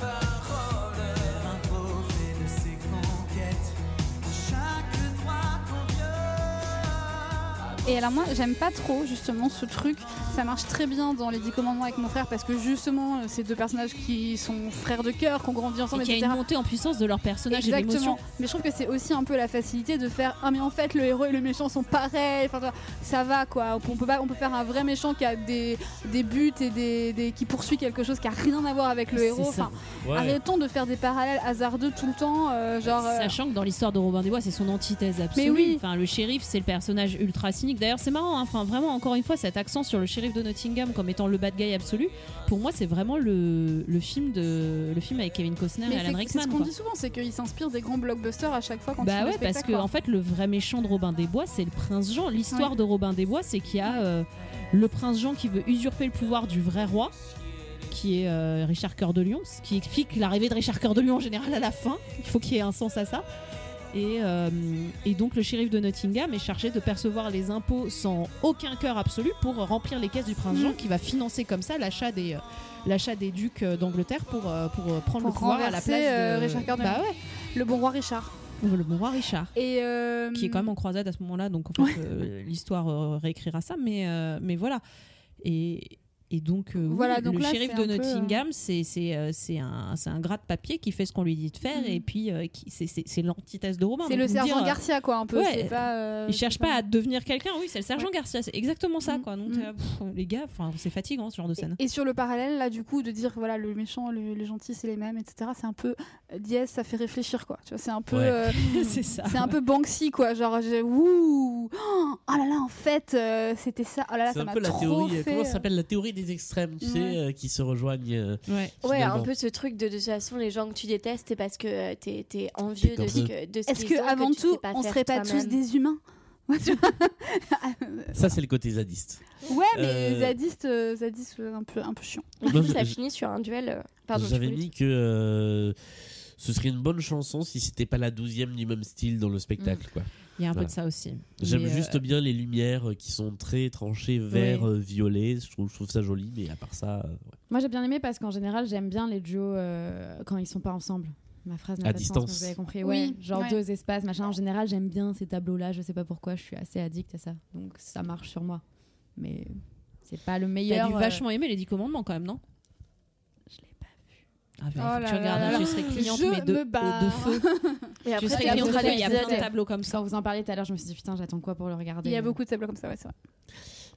S7: parole. Un trophée de ses conquêtes, pour chaque droit qu'on viole.
S4: Et alors moi, j'aime pas trop justement ce truc. Ça marche très bien dans les Dix Commandements avec mon frère parce que justement, euh, ces deux personnages qui sont frères de cœur, qu'on grandit ensemble,
S6: Et qu'il y a
S4: etc.
S6: une montée en puissance de leur personnage et
S4: Exactement.
S6: d'émotion.
S4: Mais je trouve que c'est aussi un peu la facilité de faire ah mais en fait le héros et le méchant sont pareils. Enfin, tu vois, ça va quoi. On peut pas, on peut faire un vrai méchant qui a des, des buts et des, des- qui poursuit quelque chose qui a rien à voir avec le
S6: C'est
S4: héros.
S6: ça.
S4: Enfin, arrêtons de faire des parallèles hasardeux tout le temps. euh, genre. euh,
S6: Sachant que dans l'histoire de Robin des Bois, c'est son antithèse absolue.
S4: oui.
S6: Enfin, le shérif, c'est le personnage ultra cynique. D'ailleurs, c'est marrant. hein. Enfin, vraiment, encore une fois, cet accent sur le shérif de Nottingham comme étant le bad guy absolu. Pour moi, c'est vraiment le, le film de le film avec Kevin Costner et
S4: mais
S6: Ah, Alan
S4: c'est- c'est
S6: Rickman.
S4: ce qu'on
S6: quoi.
S4: dit souvent, c'est qu'ils s'inspirent des grands blockbusters à chaque fois quand ils
S6: Bah
S4: font
S6: ouais,
S4: des
S6: parce que
S4: spectacles,
S6: en fait, le vrai méchant de Robin des Bois, c'est le prince Jean. L'histoire de Robin des Bois, c'est qu'il y a euh, le prince Jean qui veut usurper le pouvoir du vrai roi, qui est euh, Richard Cœur de Lion, ce qui explique l'arrivée de Richard Cœur de Lion en général à la fin. Il faut qu'il y ait un sens à ça. Et, euh, et donc le shérif de Nottingham est chargé de percevoir les impôts sans aucun cœur absolu pour remplir les caisses du prince
S4: Mmh.
S6: Jean qui va financer comme ça l'achat des, euh, l'achat des ducs euh, d'Angleterre pour, euh, pour euh, prendre
S4: Pour
S6: le pouvoir à la
S4: renverser,
S6: place de
S4: euh, Richard Cœur de
S6: Bah
S4: le bon roi Richard.
S6: ouais, le bon roi Richard
S4: Et euh,
S6: qui est quand même en croisade à ce moment-là, donc en fait, euh, l'histoire euh, réécrira ça, mais, euh, mais voilà. Et, et donc, euh, oui,
S4: Voilà, donc
S6: le
S4: là,
S6: shérif
S4: c'est
S6: de
S4: un peu,
S6: Nottingham, c'est c'est, euh, c'est un, c'est un gras de papier qui fait ce qu'on lui dit de faire,
S4: Mhm.
S6: et puis euh, qui- c'est- c'est c'est l'antithèse de Romain.
S4: C'est
S6: donc
S4: le
S6: vous dire,
S4: sergent
S6: euh,
S4: Garcia, quoi, un peu.
S6: ouais,
S4: c'est pas, euh,
S6: Il cherche
S4: c'est
S6: pas à devenir quelqu'un, oui, c'est le sergent
S4: Ouais.
S6: Garcia, c'est exactement ça,
S4: Mhm.
S6: quoi. Donc,
S4: Mhm.
S6: euh, pff, les gars, enfin, c'est fatigant ce genre de scène.
S4: Et, et sur le parallèle, là, du coup, de dire, voilà, le méchant, le, le gentil, c'est les mêmes, etc., c'est un peu euh, dièse, ça fait réfléchir, quoi. Tu vois, c'est un peu.
S2: Ouais.
S4: euh,
S6: c'est ça.
S4: C'est un peu Banksy, quoi. Genre, j'ai. Ouh Oh là là, en fait, euh, c'était ça. Oh là là,
S2: c'est
S4: ça
S2: un
S4: m'a
S2: peu la
S4: trop
S2: théorie
S4: fait,
S2: comment
S4: euh,
S2: ça s'appelle la théorie des extrêmes tu sais
S4: Ouais.
S2: euh, qui se rejoignent euh,
S6: Ouais.
S5: Ouais,
S2: finalement.
S5: un peu ce truc de de toute façon, les gens que tu détestes, c'est parce que euh, t'es t'es envieux
S2: comme
S5: de ce
S2: eux.
S5: que de ce
S4: Est-ce
S5: qu'ils
S4: que
S5: ont,
S4: avant
S5: tu sais
S4: tout,
S5: pas
S4: on
S5: faire
S4: serait pas tous
S5: toi-même.
S4: des humains Tu vois
S2: Ça, c'est le côté zadiste.
S4: ouais, mais
S2: Euh,
S4: zadiste, euh, zadiste euh, un peu, un peu chiant.
S5: Et
S2: Moi,
S5: puis, ça
S2: je-
S5: finit sur un duel. euh, Pardon, tu
S2: J'avais
S5: voulais-
S2: mis que euh, ce serait une bonne chanson si c'était pas la douzième du même style dans le spectacle. quoi.
S6: Il y a un
S2: Voilà.
S6: peu de ça aussi.
S2: J'aime
S6: Mais, euh,
S2: juste bien les lumières euh, qui sont très tranchées vert,
S6: Oui.
S2: euh, violet. Je trouve, je trouve ça joli, mais à part ça, euh, ouais.
S3: Moi, j'ai bien aimé parce qu'en général, j'aime bien les duos euh, quand ils sont pas ensemble. Ma phrase n'a
S2: À
S3: pas de sens, mais
S2: distance.
S3: vous avez compris.
S4: Oui,
S3: ouais, genre
S4: ouais.
S3: deux espaces, machin. En général, j'aime bien ces tableaux-là. Je sais pas pourquoi, je suis assez addict à ça. Donc ça marche sur moi. Mais c'est pas le
S6: T'as
S3: meilleur.
S6: dû
S3: euh,
S6: vachement aimer les 10 commandements quand même, non
S3: Je l'ai pas
S6: Ah, ben,
S4: Oh
S6: faut que tu
S4: là là là
S6: regardes, tu
S4: là.
S6: serais cliente,
S4: Je
S6: mais de,
S4: me barre.
S6: de feu.
S5: Et
S6: tu
S5: après,
S6: serais
S5: il y a
S6: cliente de
S5: plein
S6: feu, il y a plein de
S5: d'épisodes.
S6: tableaux comme
S3: vu.
S6: ça.
S3: Quand vous en parliez tout à l'heure, je me suis dit putain, j'attends quoi pour le regarder
S4: Il y a beaucoup de tableaux comme ça, ouais, c'est vrai.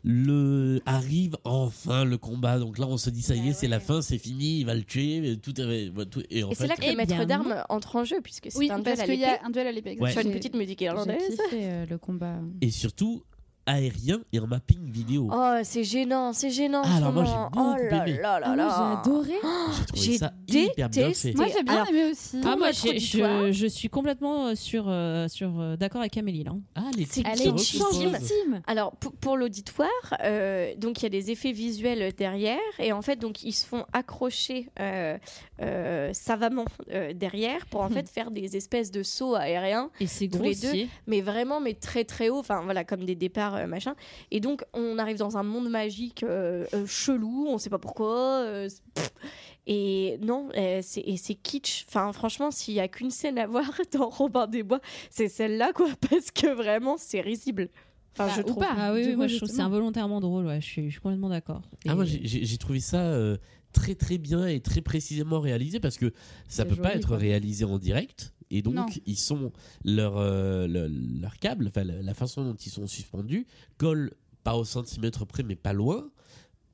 S2: le arrive enfin le combat. Donc là, on se dit ça y est,
S5: Bah
S2: c'est la
S5: ouais.
S2: fin, c'est fini, il va le tuer. mais Tout, est- ouais, tout- et en
S5: Et
S2: fait,
S5: c'est là que
S6: Eh
S5: le maître
S6: bien,
S5: d'armes entre en jeu, puisque c'est
S4: Oui,
S5: un duel
S4: parce
S5: à
S4: qu'il y
S5: l'épée
S4: a un duel à l'épée.
S2: Ouais.
S5: sur
S4: exactement.
S5: une
S3: J'ai-
S5: petite musique
S3: J'ai
S5: irlandaise.
S3: kiffé euh, le combat.
S2: et surtout aérien et un mapping vidéo.
S5: Oh, c'est gênant, c'est gênant. en
S2: Ah,
S5: ce
S2: alors moi, j'ai
S5: moment.
S2: beaucoup
S5: oh là
S2: aimé.
S5: là là
S3: Ah,
S5: là.
S3: moi, j'ai adoré.
S2: J'ai trouvé
S5: j'ai
S2: ça hyper bien fait.
S5: détesté.
S4: Moi j'ai bien
S5: Alors-
S4: aimé aussi.
S6: Ah, moi,
S5: Pour
S6: j'ai-
S5: notre
S6: je, je suis complètement euh, sur, euh, sur, euh, d'accord avec Amélie. Là.
S2: Ah, les
S5: C'est
S2: types
S3: Elle
S2: se
S3: est
S5: kitschissime.
S2: reposent.
S3: gentille.
S5: Alors pour, pour l'auditoire, euh, donc il y a des effets visuels derrière et en fait donc ils se font accrocher euh, euh, savamment euh, derrière pour en fait faire des espèces de sauts aériens,
S6: Et c'est
S5: Tous les deux.
S6: grossier.
S5: mais vraiment mais très très haut, enfin voilà comme des départs euh, machin. Et donc on arrive dans un monde magique euh, euh, chelou, on sait pas pourquoi. euh, c'est- pff. et non, euh, c'est et c'est kitsch. Enfin franchement s'il y a qu'une scène à voir dans Robin des Bois, c'est celle-là quoi parce que vraiment c'est risible. Enfin
S3: Bah,
S5: je
S3: ou
S5: trouve.
S3: pas.
S6: Ah oui,
S3: Du
S6: oui,
S3: coup,
S6: moi je trouve que c'est
S3: justement.
S6: involontairement drôle, ouais, je, suis, je suis complètement d'accord.
S2: Ah,
S6: Et-
S2: moi, j'ai- j'ai j'ai trouvé ça euh, très très bien et très précisément réalisé parce que ça
S3: C'est
S2: peut pas
S3: joli,
S2: être
S3: quoi.
S2: réalisé en direct. Et donc,
S4: Non.
S2: ils sont leur, euh, le- leur câble, enfin, le- la façon dont ils sont suspendus, colle pas au centimètre près, mais pas loin,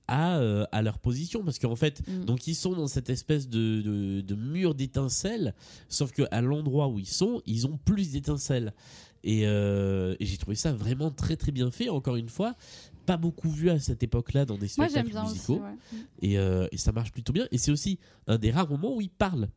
S2: à, euh, à leur position. Parce qu'en fait,
S3: Mm.
S2: donc ils sont dans cette espèce de, de- de mur d'étincelles, sauf que à l'endroit où ils sont, ils ont plus d'étincelles. Et, euh, et j'ai trouvé ça vraiment très très bien fait, encore une fois. Pas beaucoup vu à cette époque-là dans des
S4: Moi j'aime
S2: spectacles
S4: bien aussi.
S2: musicaux.
S4: ouais.
S2: et, euh, et ça marche plutôt bien. Et c'est aussi un des rares moments où ils parlent.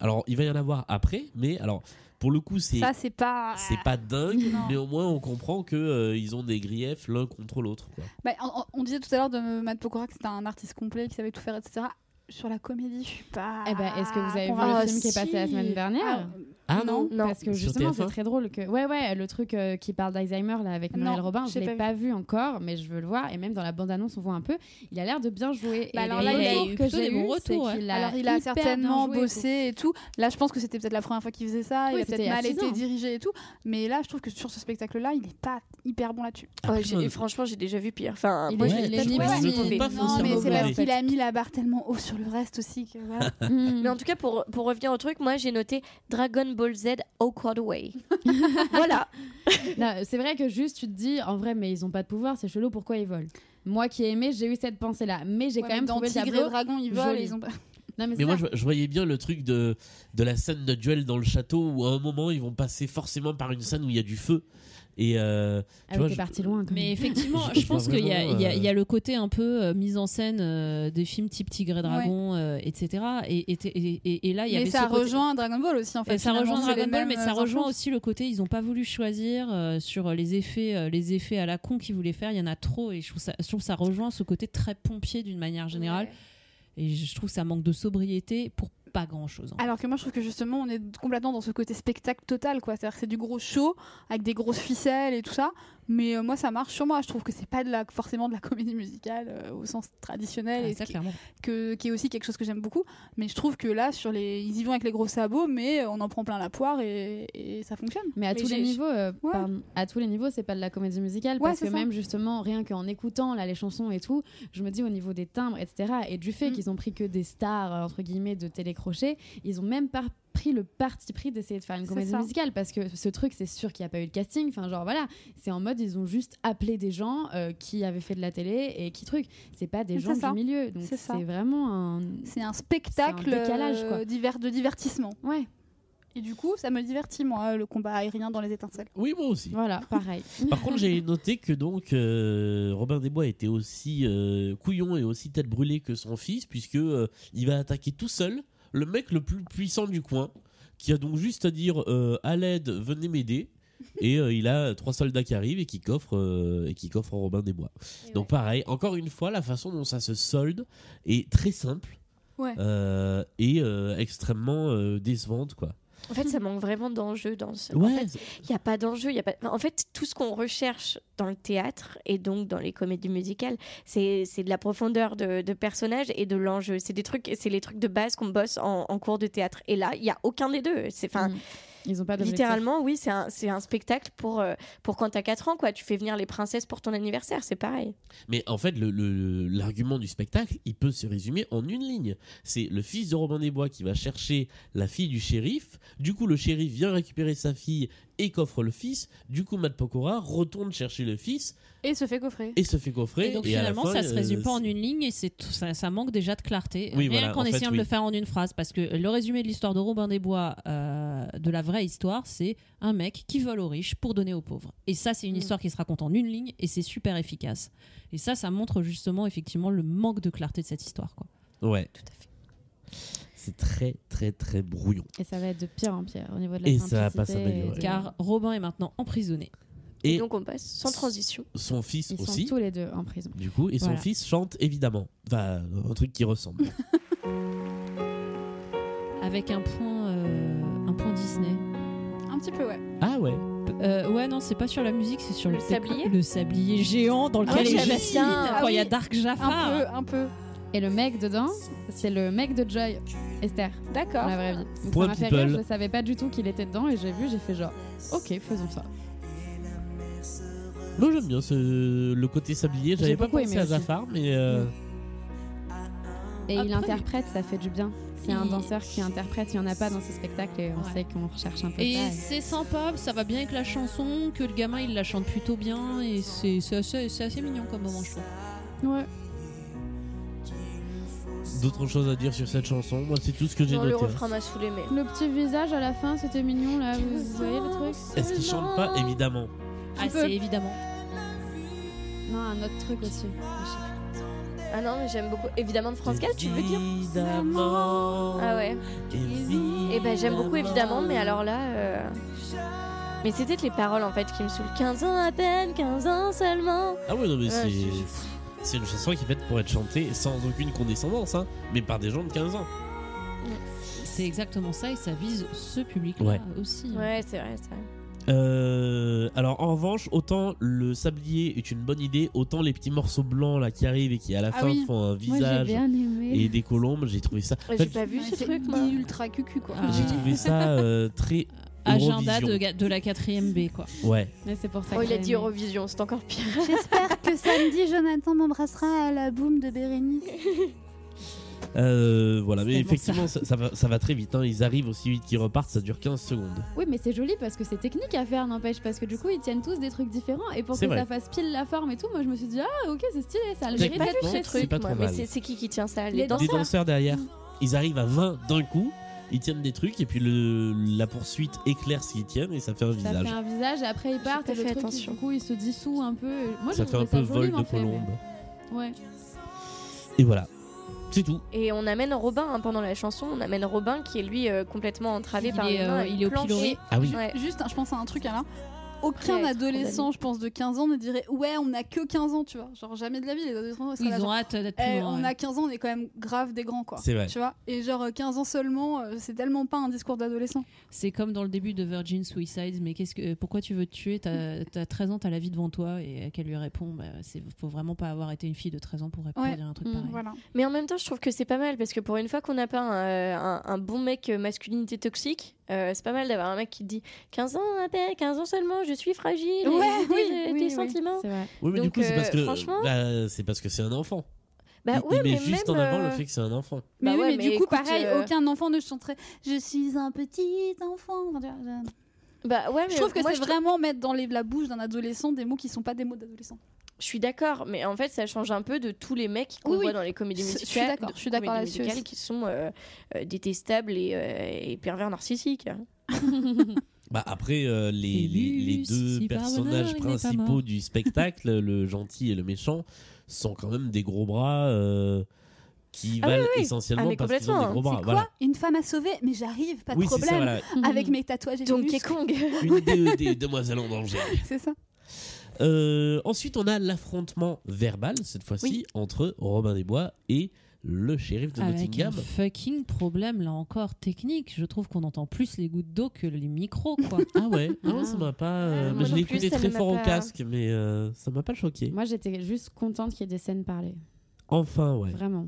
S2: Alors il va y en avoir après, mais alors pour le coup c'est
S4: Ça c'est pas.
S2: c'est pas dingue,
S4: Non.
S2: mais au moins on comprend que euh, ils ont des griefs l'un contre l'autre. quoi.
S4: Bah, on, on- on disait tout à l'heure de Matt Pokora que c'était un artiste complet, qui savait tout faire, etc. Sur la comédie, je suis pas.
S3: Eh ben, est-ce que vous avez vu
S4: convaincue.
S3: le film qui est passé la semaine dernière
S4: Ah,
S2: Ah
S4: non.
S5: Non.
S3: Parce que
S2: Sur
S3: justement,
S2: TF1?
S3: c'est très drôle que. Ouais, ouais, le truc euh, qui parle d'Alzheimer là avec
S4: Non,
S3: Noël Robin,
S4: j'ai
S3: je l'ai
S4: pas
S3: pas, vu encore, mais je veux le voir. Et même dans la bande-annonce, on voit un peu. Il a l'air de bien jouer.
S4: Bah
S3: et
S4: alors
S3: les
S4: là, il a
S3: retours
S6: eu
S3: que
S6: plutôt des
S3: j'ai
S6: bons
S3: eus, c'est
S6: retours, ouais.
S3: qu'il a
S4: Alors il a
S3: Bah, hyper bien
S4: certainement
S3: joué et tout.
S4: bossé et tout. Là je pense que c'était peut-être la première fois qu'il faisait ça,
S3: Oui,
S4: il a
S3: c'était
S4: peut-être
S3: il y a
S4: mal
S3: six
S4: été
S3: ans.
S4: dirigé et tout. Mais là je trouve que sur ce spectacle-là il est pas hyper bon là-dessus.
S5: Ouais,
S2: Après,
S5: j'ai-
S2: moi,
S5: franchement, j'ai déjà vu pire. Enfin,
S3: Il
S5: moi,
S3: est-
S5: j'ai
S3: il
S5: déjà
S3: est
S5: trouvé
S3: pas
S5: ça
S3: si
S2: je trouve
S5: Ah, mauvais.
S2: pas
S4: Non mais
S2: foncièrement
S4: c'est
S2: mauvais.
S4: parce qu'il a mis la barre tellement haut sur le reste aussi que voilà.
S3: Mhm.
S5: Mais en tout cas, pour, pour revenir au truc, moi, j'ai noté Dragon Ball Z Awkward Way. voilà.
S3: Non, c'est vrai que juste tu te dis en vrai, mais ils ont pas de pouvoir, c'est chelou, pourquoi ils volent Moi qui ai aimé, j'ai eu cette pensée là, mais j'ai
S4: Ouais,
S3: quand
S4: mais
S3: même
S4: dans
S3: trouvé le
S4: Tigre
S3: tableau.
S4: et Dragon ils volent,
S3: joli.
S4: ils ont pas.
S3: Non, mais
S2: Mais
S3: c'est
S2: moi,
S3: ça.
S2: je, je voyais bien le truc de, de la scène de duel dans le château où à un moment ils vont passer forcément par une scène où il y a du feu. Et euh, tu
S3: Ah oui,
S2: vois,
S3: t'es
S2: je-
S3: parti loin quand même.
S6: Mais effectivement,
S2: Je-
S6: je
S2: je
S6: pense
S2: vois
S6: qu'il y, a-
S2: vraiment,
S6: il y a-
S2: euh,
S6: il y a le côté un peu euh, mise en scène euh, des films type Tigre et Dragon, euh, etc. Et, et, et- et- et là, Ah, il y
S4: Mais
S6: avait
S4: ça
S6: ce côté-
S4: rejoint Dragon Ball aussi en fait.
S6: Et ça
S4: Finalement,
S6: rejoint
S4: c'est
S6: Dragon
S4: les
S6: Ball, mais
S4: mêmes euh,
S6: ça rejoint
S4: influences.
S6: aussi le côté ils n'ont pas voulu choisir euh, sur les effets, euh, les effets à la con qu'ils voulaient faire. Il y en a trop et je trouve ça, je trouve ça rejoint ce côté très pompier d'une manière générale. Et je trouve que ça manque de sobriété pour pas grand chose.
S4: Alors que moi, je trouve que justement, on est complètement dans ce côté spectacle total, quoi. C'est-à-dire que c'est du gros show avec des grosses ficelles et tout ça. Mais euh, moi, ça marche sur moi. Je trouve que c'est pas de la, forcément de la comédie musicale euh, au sens traditionnel, et
S6: Ah, ça,
S4: qui,
S6: clairement.
S4: que- qui est aussi quelque chose que j'aime beaucoup. Mais je trouve que là, sur les, ils y vont avec les gros sabots, mais on en prend plein la poire et, et ça fonctionne.
S3: Mais à
S5: Mais
S3: tous les
S5: j'ai-
S3: niveaux, euh,
S4: Ouais.
S3: pardon, à tous les niveaux, c'est pas de la comédie musicale
S4: Ouais,
S3: parce
S4: c'est
S3: que
S4: ça.
S3: même justement, rien qu'en écoutant là les chansons et tout, je me dis au niveau des timbres, etc. Et du fait
S4: Mm.
S3: qu'ils ont pris que des stars euh, entre guillemets de télécrochet, ils ont même pas pris le parti pris d'essayer de faire une
S4: C'est
S3: comédie
S4: ça.
S3: musicale parce que ce truc, c'est sûr qu'il n'y a pas eu de casting. Enfin genre voilà, c'est en mode ils ont juste appelé des gens euh, qui avaient fait de la télé et qui truc. C'est pas des
S4: C'est
S3: gens
S4: ça.
S3: du milieu, donc
S4: C'est ça.
S3: c'est vraiment un
S4: C'est un spectacle
S3: C'est un décalage,
S4: euh,
S3: quoi.
S4: diver- de divertissement.
S3: ouais
S4: Et du coup, ça me divertit, moi, le combat aérien dans les étincelles.
S2: Oui, moi aussi.
S3: voilà pareil.
S2: Par contre, j'ai noté que donc euh, Robin Desbois était aussi euh, couillon et aussi tête brûlée que son fils, puisque euh, il va attaquer tout seul le mec le plus puissant du coin, qui a donc juste à dire euh, à l'aide, venez m'aider. et euh, il a trois soldats qui arrivent et qui coffrent euh, et qui coffrent Robin des Bois. Donc pareil, encore une fois, la façon dont ça se solde est très simple
S4: Ouais.
S2: euh, et euh, extrêmement euh, décevante quoi.
S5: En fait, ça manque vraiment d'enjeu dans ce. en
S2: Ouais,
S5: fait, Il n'y a pas d'enjeu. il Y a pas... En fait, tout ce qu'on recherche dans le théâtre et donc dans les comédies musicales, c'est c'est de la profondeur de, de personnages et de l'enjeu. C'est des trucs, c'est les trucs de base qu'on bosse en, en cours de théâtre. Et là, il n'y a aucun des deux. C'est enfin,
S3: Mm. Ils ont pas d'objectif.
S5: littéralement, oui, c'est un, c'est un spectacle pour, euh, pour quand t'as 4 ans, quoi. Tu fais venir les princesses pour ton anniversaire, c'est pareil.
S2: Mais en fait, le- le- l'argument du spectacle, il peut se résumer en une ligne. C'est le fils de Robin des Bois qui va chercher la fille du shérif. Du coup, le shérif vient récupérer sa fille et coffre le fils. Du coup, Matt Pokora retourne chercher le fils
S4: Et se fait coffrer.
S2: et se fait coffrer.
S6: Et donc
S2: à la
S6: finalement,
S2: fin,
S6: ça se
S2: euh,
S6: résume pas en
S2: c'est-
S6: une ligne et c'est tout- ça, ça manque déjà de clarté.
S2: Oui,
S6: Rien
S2: voilà, en
S6: qu'en
S2: fait,
S6: essayant
S2: oui.
S6: de le faire en une phrase, parce que le résumé de l'histoire de Robin des Bois, euh, de la vraie histoire, c'est un mec qui vole aux riches pour donner aux pauvres. Et ça, c'est une
S3: Mm.
S6: histoire qui se raconte en une ligne et c'est super efficace. Et ça, ça montre justement effectivement le manque de clarté de cette histoire. Quoi.
S2: Ouais,
S5: Tout à fait.
S2: c'est très, très, très brouillon.
S3: Et ça va être de pire en pire au niveau de la
S2: Et ça va pas
S3: simplicité et
S2: s'améliorer.
S3: de-
S6: Car Robin est maintenant emprisonné.
S2: Et,
S5: Et donc, on passe sans transition.
S2: son fils
S3: Ils
S2: aussi.
S3: sont tous les deux en prison.
S2: Du coup, et son
S6: Voilà.
S2: fils chante évidemment. Enfin, un truc qui ressemble.
S6: Avec un point, euh, un point Disney.
S4: Un petit peu, ouais.
S2: ah ouais.
S6: Euh, ouais, non, c'est pas sur la musique, c'est sur le,
S5: Le sablier
S6: Le sablier géant dans lequel
S5: oui,
S6: est
S5: j'avais
S6: Jacine.
S5: bien.
S6: Quand
S4: Ah
S6: il y a
S4: oui.
S6: Dark
S4: Un
S6: Jafar.
S4: peu, un peu.
S3: Et le mec dedans, c'est le mec de Joy, Esther, dans
S4: D'accord.
S3: la vraie vie.
S5: Ah.
S3: Donc
S2: Point
S3: ça m'a fait
S2: people.
S3: rire, je savais pas du tout qu'il était dedans et j'ai vu, j'ai fait genre, ok, faisons ça.
S2: Non, j'aime bien ce- le côté sablier. J'avais
S3: J'ai
S2: pas
S3: beaucoup
S2: pensé
S3: aimé
S2: à
S3: aussi.
S2: Zafar, mais. euh,
S5: Mm.
S3: Et
S5: Ah,
S3: il
S6: Après-
S3: interprète, ça fait du bien. C'est un
S6: Il-
S3: danseur qui interprète, il y en a pas dans ce spectacle et on
S6: Ouais.
S3: sait qu'on recherche un peu
S6: Et
S3: ça.
S6: c'est sympa, ça va bien avec la chanson, que le gamin il la chante plutôt bien et c'est c'est assez, c'est assez mignon comme moment je trouve.
S3: Ouais.
S2: D'autres choses à dire sur cette chanson Moi, c'est tout ce que j'ai
S5: Genre,
S2: noté.
S5: le
S2: hein.
S5: refrain m'a saoulé, mais.
S3: Le petit visage à la fin, c'était mignon là, vous voyez le truc
S2: Est-ce qu'il chante pas Évidemment.
S6: Ah
S3: peux.
S6: c'est évidemment.
S3: Non, un autre truc aussi.
S5: Ah non, mais j'aime beaucoup. Évidemment, de France Gall, tu veux dire
S2: Évidemment.
S5: Ah ouais. Et ben j'aime beaucoup évidemment, mais alors là. euh, Mais c'est peut-être les paroles en fait qui me saoulent. 15 ans à peine, 15 ans seulement.
S2: Ah ouais, non, mais
S5: Ouais,
S2: c'est.
S5: je-
S2: C'est une chanson qui est faite pour être chantée sans aucune condescendance, hein, mais par des gens de 15 ans.
S6: C'est exactement ça et ça vise ce public là
S2: Ouais.
S6: aussi.
S5: Ouais, c'est vrai, c'est vrai.
S2: Euh, alors en revanche, autant le sablier est une bonne idée, autant les petits morceaux blancs là qui arrivent et qui à la
S4: Ah
S2: fin
S4: oui.
S2: font un
S3: Moi j'ai
S2: visage
S3: bien aimé.
S2: et des colombes, j'ai trouvé ça.
S5: Ouais,
S2: fait,
S5: J'ai pas vu
S4: Ouais,
S5: ce
S4: c'est
S5: truc, moi.
S4: Ultra cucu, quoi.
S6: Ah.
S2: j'ai trouvé ça euh, très
S6: Agenda de,
S2: Eurovision.
S6: ga- de la 4ème B quoi.
S2: Ouais.
S3: Mais c'est pour ça
S5: Oh,
S3: que
S5: il a
S3: j'ai
S5: dit
S3: aimé.
S5: Eurovision, c'est encore pire.
S4: J'espère
S3: Ah.
S4: que samedi, Jonathan m'embrassera à la boum de Bérénice.
S2: Euh, voilà,
S6: C'est
S2: mais
S6: tellement
S2: effectivement, ça, ça va, ça va très vite. hein. Ils arrivent aussi vite qu'ils repartent, ça dure 15 secondes.
S3: Oui, mais c'est joli parce que c'est technique à faire, n'empêche, parce que du coup ils tiennent tous des trucs différents et pour
S2: C'est
S3: que
S2: vrai.
S3: ça fasse pile la forme et tout, moi je me suis dit ah ok c'est stylé, ça a le
S2: J'ai
S3: mérite
S2: pas
S3: d'être
S2: vu
S3: fait.
S2: ce truc. pas trop
S5: moi. Mais
S2: mal.
S5: c'est c'est qui qui tient ça
S3: Les
S5: Les
S2: Des
S5: danseurs
S2: danseurs derrière, ils arrivent à 20 d'un coup, ils tiennent des trucs, et puis le, la poursuite éclaire ce qu'ils tiennent, et ça fait un
S3: Ça
S2: visage.
S3: fait un visage et après ils
S5: J'ai
S3: partent
S5: pas
S3: et le
S5: fait
S3: truc
S5: attention.
S3: du coup il se dissout un peu. Moi
S2: Ça
S3: je
S2: fait un
S3: trouvais
S2: peu
S3: ça
S2: vol de
S3: joliment fait, mais-
S2: colombe.
S3: Ouais.
S2: Et voilà, c'est tout.
S5: Et on amène Robin hein, pendant la chanson, on amène Robin qui est lui euh, complètement entravé
S6: Il
S5: par
S6: est,
S5: les mains,
S6: euh,
S5: avec
S6: il est au
S5: planche.
S6: pilori.
S2: Ah oui,
S5: Ouais.
S4: Juste, je pense à un truc, Alain. Aucun
S5: Très
S4: adolescent, je pense, de 15 ans ne dirait Ouais, on a que 15 ans, tu vois. Genre, jamais de la vie, les adolescents seraient là,
S6: Ils ont
S4: genre,
S6: hâte d'être
S4: Eh,
S6: plus loin.
S4: On
S6: ouais.
S4: a 15 ans, on est quand même grave des grands, quoi.
S2: c'est vrai.
S4: Tu vois Et genre, euh, 15 ans seulement, euh, c'est tellement pas un discours d'adolescent.
S6: C'est comme dans le début de Virgin Suicide, mais qu'est-ce que, pourquoi tu veux te tuer T'as t'as 13 ans, t'as la vie devant toi et qu'elle lui répond, bah, c'est- faut vraiment pas avoir été une fille de 13 ans pour, pour
S4: Ouais.
S6: dire un truc
S3: Mm,
S6: pareil.
S4: Voilà.
S5: Mais en même temps, je trouve que c'est pas mal parce que pour une fois qu'on n'a pas un, euh, un- un bon mec euh, masculinité toxique, euh, c'est pas mal d'avoir un mec qui te dit 15 ans à peine, 15 ans seulement, je suis fragile, et
S4: Ouais,
S5: tes-
S4: oui,
S5: tes,
S4: oui, oui.
S5: sentiments.
S3: C'est vrai.
S2: Oui, mais du
S5: Donc,
S2: coup, c'est parce
S5: euh,
S2: que.
S5: franchement-
S2: bah, c'est parce que c'est un enfant.
S5: Bah
S2: il,
S5: ouais,
S2: il met
S5: mais
S2: juste
S5: même,
S2: en avant
S5: euh,
S2: le fait que c'est un enfant.
S4: Mais
S5: Bah
S4: oui,
S5: ouais,
S4: mais,
S5: mais
S4: du coup,
S5: écoute,
S4: pareil,
S5: euh,
S4: aucun enfant ne chanterait Je suis un petit enfant. Enfin, tu vois, je-
S5: Bah ouais, mais
S4: Je trouve que
S5: moi,
S4: c'est
S5: je, trou-
S4: vraiment mettre dans les- la bouche d'un adolescent des mots qui sont pas des mots d'adolescent.
S5: je suis d'accord, mais en fait, ça change un peu de tous les mecs qu'on
S4: Oui, oui.
S5: voit dans les comédies
S4: Je suis
S5: musicales.
S4: d'accord,
S5: de-
S4: je suis d'accord
S5: comédies
S4: là-dessus
S5: musicales
S4: aussi.
S5: qui sont euh, euh, détestables et, euh, et pervers narcissiques.
S2: Bah après, euh, les,
S6: C'est
S2: les- les
S6: lui,
S2: deux
S6: si par bonheur,
S2: personnages
S6: il n'est pas
S2: principaux
S6: mort.
S2: du spectacle, le gentil et le méchant, sont quand même des gros bras euh, qui
S5: Ah oui,
S2: valent
S5: oui, oui.
S2: essentiellement
S5: Ah, mais
S2: parce qu'ils ont des gros
S5: complètement.
S2: bras.
S4: C'est
S2: bah, Voilà.
S4: quoi Une femme à sauver Mais j'arrive, pas de
S2: Oui, c'est ça,
S4: problème.
S2: voilà.
S4: Avec mes tatouages et mes
S5: Donkey
S4: muscles.
S5: Kong.
S2: Une DED, demoiselle en danger.
S4: C'est ça.
S2: Euh, ensuite, on a l'affrontement verbal, cette fois-ci,
S5: Oui.
S2: entre Robin des Bois et le shérif de
S6: Avec un
S2: Nottingham.
S6: fucking problème, là encore, technique. Je trouve qu'on entend plus les gouttes d'eau que les micros, quoi.
S2: Ah ouais, non, ça m'a pas. euh,
S5: Ah,
S2: bah,
S5: moi
S2: je
S5: non
S2: l'ai
S5: plus,
S2: écouté
S5: ça
S2: très
S5: ne m'a
S2: fort au
S5: pas-
S2: casque, mais euh, ça m'a pas choqué.
S3: Moi, j'étais juste contente qu'il y ait des scènes parlées.
S2: Enfin, ouais.
S3: Vraiment.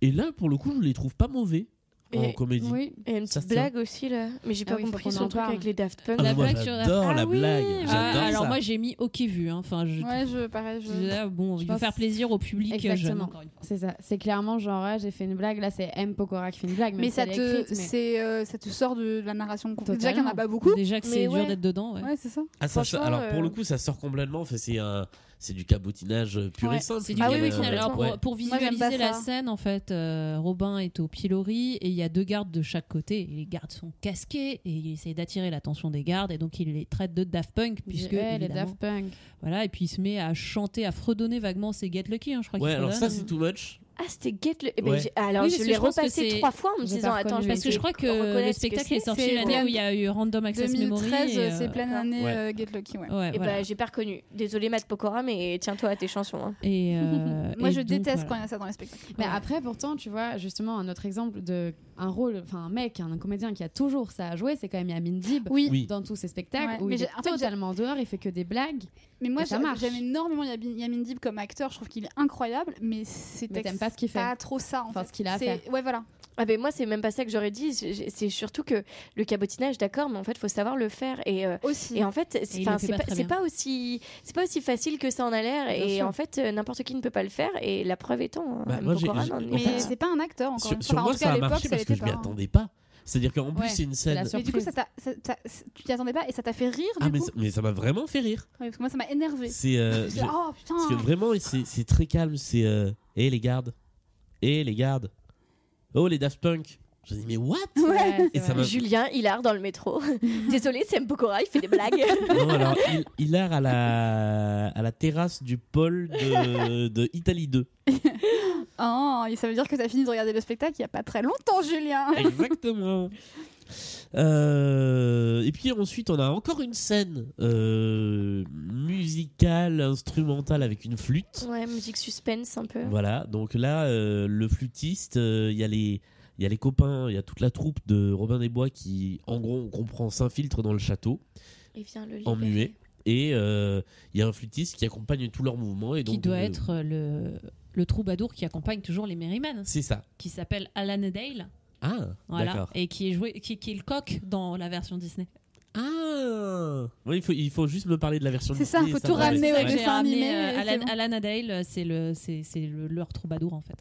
S2: Et là, pour le coup, je les trouve pas mauvais en
S5: Et-
S2: comédie.
S3: Oui.
S5: Et une
S2: Ça,
S5: petite
S2: c'est
S5: blague aussi là. Mais j'ai
S3: Ah
S5: pas
S3: oui, faut qu'on
S5: compris
S3: en
S5: son truc
S3: parle.
S5: avec les Daft Punk.
S2: Ah,
S6: La
S2: mais moi,
S6: blague sur-
S2: j'adore la
S6: Ah oui,
S2: blague. J'adore
S6: Ah, alors
S2: ça.
S6: moi j'ai mis OK vu. hein. Enfin, je...
S4: Ouais, je, pareil, je...
S6: je- ah, bon, il faut
S3: pense-
S6: faire plaisir au public euh, jeune.
S3: Exactement.
S6: encore une fois.
S3: C'est ça. C'est clairement genre, ah, j'ai fait une blague. Là, c'est M. Pokora qui fait une blague. même
S4: Mais,
S3: si
S4: ça,
S3: elle est
S4: te,
S3: écrite, mais-
S4: c'est, euh, ça te sort de, de la narration complète. Déjà qu'il n'y en a
S3: Totalement.
S4: pas beaucoup.
S6: Déjà que
S5: Mais
S6: c'est dur
S5: ouais.
S6: d'être dedans. ouais.
S4: Ouais, c'est ça.
S2: Ah, ça, ça-
S5: Franchement,
S2: alors pour
S5: euh,
S2: le coup, ça sort complètement. Enfin, c'est un, c'est du cabotinage euh, pur et
S4: Ouais,
S2: simple.
S6: C'est du
S5: Ah oui,
S6: cabaret,
S5: oui,
S6: finalement.
S5: complètement.
S6: Alors, pour, pour
S4: Moi, j'aime pas
S6: visualiser la
S4: ça.
S6: scène, en fait, euh, Robin est au pilori et il y a deux gardes de chaque côté. Et les gardes sont casqués et il essaye d'attirer l'attention des gardes et donc il les traite de Daft Punk puisque
S3: Eh, les
S6: évidemment,
S3: Daft Punk.
S6: voilà et puis il se met à chanter, à fredonner vaguement ses Get Lucky. hein, je crois
S2: Ouais,
S6: qu'il
S2: alors ça,
S6: fredonne.
S2: c'est too much.
S5: Ah, c'était Get le. eh ben,
S2: Ouais.
S5: j'ai- Alors
S6: Oui,
S5: je
S6: parce
S5: l'ai
S6: que je pense que
S5: repassé
S6: c'est-
S5: trois fois en me
S3: J'ai
S5: disant
S3: pas
S5: attends,
S3: reconnu.
S5: vais
S6: parce que je
S5: essayer
S6: crois
S5: de
S6: que le
S5: reconnaître ce
S6: spectacle
S5: c'est.
S6: est sorti
S4: c'est-
S6: l'année où il y a eu Random Access Memory.
S4: 2013,
S6: et, euh,
S4: c'est plein année
S2: Ouais.
S4: euh, Get Lucky. Ouais.
S6: ouais,
S5: Eh
S6: voilà.
S5: ben, j'ai pas reconnu. Désolé, Matt Pokora, mais tiens-toi à tes chansons. hein.
S6: Et, euh,
S4: Moi,
S6: et
S4: je
S6: donc,
S4: déteste
S6: voilà.
S4: quand il y a ça dans les spectacles.
S3: Mais
S6: Ouais.
S3: après, pourtant, tu vois, justement, un autre exemple de un rôle, enfin un mec, un comédien qui a toujours ça à jouer, c'est quand même Yamin Dib
S4: Oui,
S2: Oui.
S3: dans tous ses spectacles
S4: Ouais,
S3: où
S4: mais
S3: il
S4: j'ai-
S3: est
S4: en fait, j'ai-
S3: totalement dehors, il fait que des blagues.
S4: mais moi
S3: Et ça
S4: j'a-
S3: marche.
S4: j'aime énormément Yamin Yamin Dib comme acteur, je trouve qu'il est incroyable, mais c'est
S3: Mais t'aimes pas ce qu'il fait.
S4: pas trop ça en
S3: Enfin,
S4: fait.
S3: ce qu'il a à
S4: C'est- Ouais, voilà.
S5: Ah ben moi c'est même pas ça que j'aurais dit. C'est- j'ai- C'est surtout que le cabotinage, d'accord, mais en fait faut savoir le faire et. euh,
S4: Aussi.
S5: et en fait, c'est
S6: il le
S5: enfin,
S6: fait
S5: c'est
S6: pas
S5: pas,
S6: très
S5: c'est
S6: bien.
S5: pas aussi, c'est pas aussi facile que ça en a l'air.
S3: Bien
S5: Et
S3: sûr.
S5: en fait, euh, n'importe qui ne peut pas le faire. Et la preuve étant, hein,
S2: Bah,
S5: Anne
S2: moi, j'ai-
S5: Pokora
S2: j'ai-
S5: n'en est
S2: en
S5: pas.
S4: mais
S2: fait,
S4: c'est pas un acteur encore.
S2: Sur,
S4: une fois.
S2: sur
S4: Enfin, en
S2: moi,
S4: tout cas,
S2: ça
S4: à
S2: a
S4: l'époque,
S2: marché
S4: ça
S2: parce que
S4: l'était
S2: je m'y
S4: pas. hein.
S2: attendais pas. C'est-à-dire qu'en plus,
S3: Ouais,
S2: c'est une
S3: c'est la
S2: scène.
S4: Mais du coup,
S3: surprise.
S4: ça t'a- ça- ça- tu t'y attendais pas et ça t'a fait rire
S2: Ah,
S4: du
S2: mais,
S4: coup.
S2: ça- mais ça m'a vraiment fait rire.
S4: Ouais, parce que moi, ça m'a énervé.
S2: C'est. euh, je-
S4: Oh putain.
S2: Parce que vraiment, c'est c'est très calme. C'est. euh, Eh les gardes. Eh les gardes. Oh les Daft Punk. Je dis, mais what
S3: Ouais,
S2: Et
S3: c'est
S2: ça m'a-
S3: vrai.
S5: Julien Hillard dans le métro. Désolé, c'est M. Pokora, il fait des blagues.
S2: Non, alors, il, il erre à la, à la terrasse du pôle de, de Italie 2.
S4: Oh, et ça veut dire que t'as fini de regarder le spectacle il y a pas très longtemps, Julien.
S2: Exactement. Euh, et puis ensuite, on a encore une scène euh, musicale, instrumentale avec une flûte.
S5: ouais, musique suspense un peu.
S2: Voilà, donc là, euh, le flûtiste, euh, il y a les. Il y a les copains, il y a toute la troupe de Robin des Bois qui, en gros, on comprend, s'infiltre dans le château.
S5: Et vient le
S2: En
S5: libérer.
S2: muet. Et euh, il y a un flûtiste qui accompagne tous leurs mouvements. Et donc,
S6: Qui doit
S2: euh,
S6: être le, le troubadour qui accompagne toujours les Merrymen,
S2: C'est ça.
S6: qui s'appelle Alan Dale.
S2: Ah,
S6: Voilà,
S2: d'accord.
S6: et qui est joué, qui, qui est le coq dans la version Disney.
S2: Ah Ouais, il, faut, il faut juste me parler de la version
S4: C'est ça,
S2: Disney,
S4: faut
S2: ça
S4: tout
S2: me
S4: ramener
S2: reste.
S4: au
S2: Ouais.
S4: dessin animé,
S6: euh,
S4: et
S6: Alan,
S4: c'est bon.
S6: Alan Adale, c'est le, c'est, c'est le- leur troubadour en fait.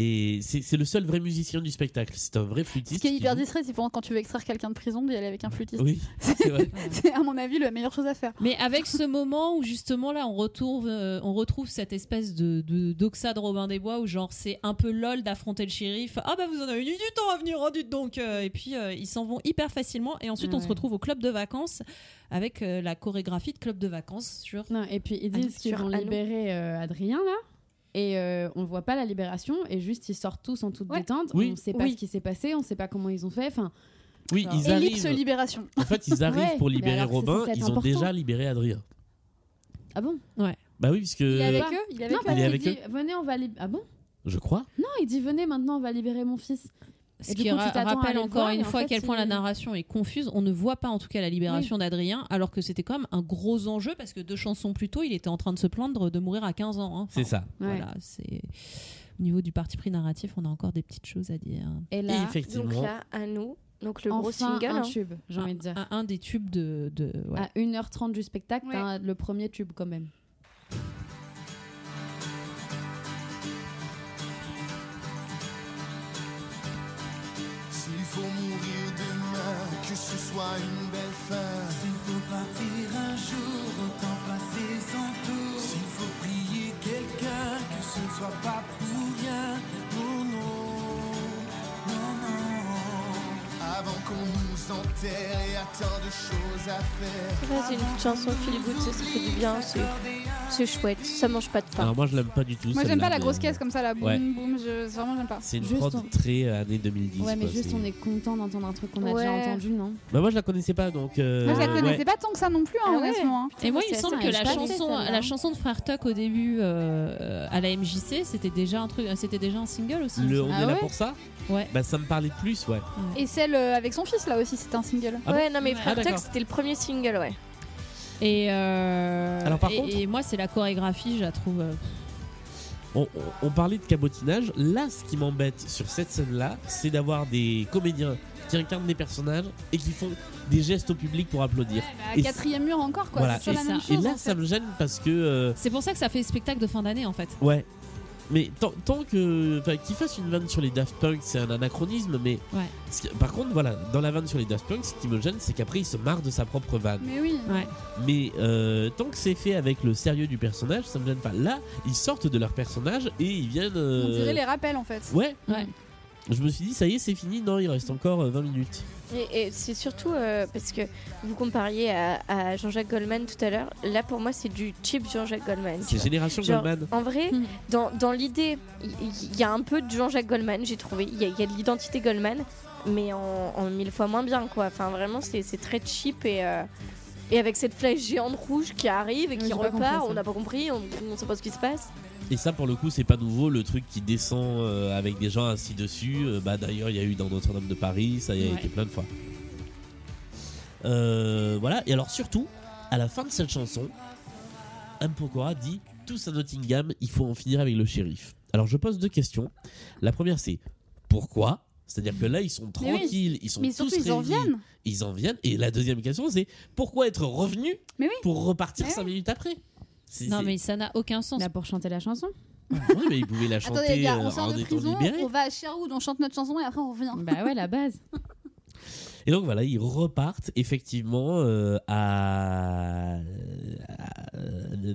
S2: Et c'est c'est le seul vrai musicien du spectacle. C'est un vrai
S4: Ce
S2: flûtiste.
S4: qui est hyper
S2: joue.
S4: discret, c'est pour quand tu veux extraire quelqu'un de prison d'y aller avec un flûtiste.
S2: Oui, c'est vrai.
S4: C'est à mon avis la meilleure chose à faire.
S6: Mais avec ce moment où justement là, on retrouve, euh, on retrouve cette espèce de, de doxa de Robin des Bois où genre c'est un peu lol d'affronter le shérif. Ah bah vous en avez eu du temps à venir, hein, dites donc. euh, Et puis euh, ils s'en vont hyper facilement. Et ensuite
S3: Ah
S6: on
S3: ouais.
S6: se retrouve au club de vacances avec euh, la chorégraphie de club de vacances sur.
S3: Non, et puis ils
S5: Ah,
S3: disent qu'ils
S5: sur
S3: vont
S5: Anneau.
S3: libérer euh, Adrien là. Et euh, on voit pas la libération, et juste ils sortent tous en toute
S4: Ouais.
S3: détente.
S2: Oui.
S3: On sait pas
S4: Oui.
S3: ce qui s'est passé, on sait pas comment ils ont fait. Enfin,
S2: Oui,
S3: Genre-
S2: ils
S4: Ellipse
S2: arrivent.
S4: libération.
S2: En fait, ils arrivent
S3: Ouais,
S2: pour
S3: mais
S2: libérer
S3: alors que c'est
S2: Robin.
S3: censé être
S2: Ils ont
S3: important.
S2: déjà libéré Adrien.
S3: ah bon
S2: Bah oui, puisque.
S4: Il est avec
S5: Euh,
S3: pas.
S4: eux Il est avec
S3: Non,
S4: eux
S3: parce
S2: est
S3: qu'il
S2: avec
S3: dit venez, on va lib- Ah bon
S2: Je crois.
S3: Non, il dit venez, maintenant on va libérer mon fils.
S6: Ce
S3: Et du
S6: qui
S3: coup, tu
S6: ra-
S3: t'attends à aller
S6: rappelle
S3: le
S6: encore
S3: voir, et
S6: une
S3: en
S6: fois à
S3: fait,
S6: quel point
S3: il-
S6: la narration est confuse. On ne voit pas en tout cas la libération d'Adrien, alors que c'était quand même un gros enjeu parce que deux chansons plus tôt, il était en train de se plaindre de mourir à 15 ans. hein. Enfin,
S2: C'est ça.
S6: Voilà, c'est au niveau du parti pris narratif, on a encore des petites choses à dire.
S3: Et
S2: Et
S3: là,
S5: Donc
S2: effectivement.
S5: là, à nous, donc le gros
S3: enfin,
S5: single.
S3: un
S5: hein.
S3: tube, j'ai envie de dire.
S6: Un, un des tubes de, de voilà.
S3: À
S4: Ah,
S3: 1h30 du spectacle,
S4: Ouais.
S3: t'as le premier tube quand même.
S7: S'il faut mourir demain, que ce soit une belle fin. S'il faut partir un jour, autant passer son tour. S'il faut prier quelqu'un, que ce ne soit pas pour rien. Non, non, non, non. Avant qu'on nous enterre et a tant de choses à faire.
S5: Ouais, c'est une chanson feel good, ça, ça fait du bien, c'est-
S7: S'accorder un
S5: C'est chouette, ça mange pas de pain.
S2: Alors moi je l'aime pas du tout.
S4: Moi, j'aime
S2: celle-là,
S4: pas la
S2: mais,
S4: grosse
S2: euh,
S4: caisse comme ça, là. Boum,
S2: Ouais. Euh,
S4: boum, je... vraiment, j'aime pas.
S2: C'est une
S3: Juste
S2: prod
S3: on-
S2: très euh, année 2010.
S3: Ouais, mais
S2: quoi,
S3: juste
S2: c'est-
S3: on est content d'entendre un truc qu'on a
S5: Ouais.
S3: déjà entendu, non
S2: Bah moi je la connaissais pas donc. euh,
S4: Moi, je la
S2: ouais.
S4: connaissais pas tant que ça non plus, hein,
S5: Ah ouais.
S4: honnêtement. hein.
S6: Et moi, il me
S5: C'est
S6: semble
S5: assez
S6: que la
S5: injuste.
S6: chanson,
S5: Celle-là.
S6: la chanson de Frère Tuck au début euh, euh, à la MJC, c'était déjà un truc, c'était déjà un single aussi. il me
S2: Le on
S6: semble.
S2: est là
S4: Ah ouais
S2: pour ça.
S6: Ouais.
S2: Bah ça me parlait plus ouais.
S4: Et celle euh, avec son fils, là aussi, c'était un single.
S2: Ah bon
S5: ouais, non, mais
S6: Ouais.
S5: Frère
S2: Ah,
S5: Tuck,
S2: d'accord.
S5: c'était le premier single, ouais.
S6: Et euh,
S2: Alors, par
S6: et,
S2: contre-
S6: et moi, c'est la chorégraphie, je la trouve. euh,
S2: On, on- on parlait de cabotinage. Là ce qui m'embête sur cette scène là, c'est d'avoir des comédiens qui incarnent des personnages et qui font des gestes au public pour applaudir.
S4: Bah,
S2: Et-
S4: quatrième mur encore, quoi.
S2: Voilà,
S4: C'est pas
S6: et
S4: la même
S6: ça-
S2: Et
S4: chose.
S2: là
S4: en
S2: ça
S4: fait.
S2: me gêne parce que euh,
S6: C'est pour ça que ça fait spectacle de fin d'année en fait.
S2: ouais. Mais tant, tant que enfin qu'ils fassent une vanne sur les Daft Punk, c'est un anachronisme mais
S6: Ouais.
S2: ce qui- par contre voilà, dans la vanne sur les Daft Punk, ce qui me gêne c'est qu'après il se marre de sa propre vanne.
S4: Mais oui.
S2: Mais euh, tant que c'est fait avec le sérieux du personnage, ça me gêne pas. Là, ils sortent de leur personnage et ils viennent. euh,
S4: On dirait les rappels, en fait.
S2: Ouais.
S6: Ouais.
S2: Je me suis dit, ça y est, c'est fini. Non, il reste encore euh, 20 minutes.
S5: Et, et c'est surtout euh, parce que vous compariez à, à Jean-Jacques Goldman tout à l'heure. Là, pour moi, c'est du cheap Jean-Jacques Goldman. tu
S2: C'est Génération
S5: Genre-
S2: Goldman.
S5: En vrai,
S6: Hmm.
S5: dans, dans l'idée, il il y, a un peu de Jean-Jacques Goldman, j'ai trouvé. Il y, a- il y a de l'identité Goldman, mais en, en mille fois moins bien, quoi. Enfin, vraiment, c'est c'est très cheap et, euh, et avec cette flèche géante rouge qui arrive et
S3: Oui,
S5: qui
S3: j'ai pas compris
S5: repart,
S3: ça.
S5: on n'a pas compris, on ne sait pas ce qui se passe.
S2: Et ça, pour le coup, c'est pas nouveau. Le truc qui descend euh, avec des gens assis dessus. euh, bah d'ailleurs, il y a eu dans Notre-Dame de Paris. Ça y a
S6: Ouais.
S2: été plein de fois. Euh, voilà. Et alors surtout, à la fin de cette chanson, M. Pokora dit tous à Nottingham, il faut en finir avec le shérif. Alors je pose deux questions. La première c'est pourquoi C'est-à-dire que là ils sont
S4: Mais oui.
S2: tranquilles, ils sont
S4: Mais
S2: tous
S4: surtout, ils en
S2: réunis,
S4: viennent.
S2: Ils en viennent. Et la deuxième question c'est pourquoi être revenu
S4: Mais oui.
S2: pour repartir
S4: Mais
S2: cinq minutes après C'est-
S6: Non
S2: c'est-
S6: mais ça n'a aucun
S4: Ah
S6: sens.
S3: Là pour chanter la chanson
S2: Ouais, mais ils pouvaient la chanter
S4: Attendez, les gars,
S2: euh,
S4: on
S2: en
S4: sort de
S2: étant
S4: prison,
S2: libérés.
S4: on va à Sherwood, on chante notre chanson et après on revient.
S3: Bah ouais, la base.
S2: Et donc voilà, ils repartent effectivement euh, à, à-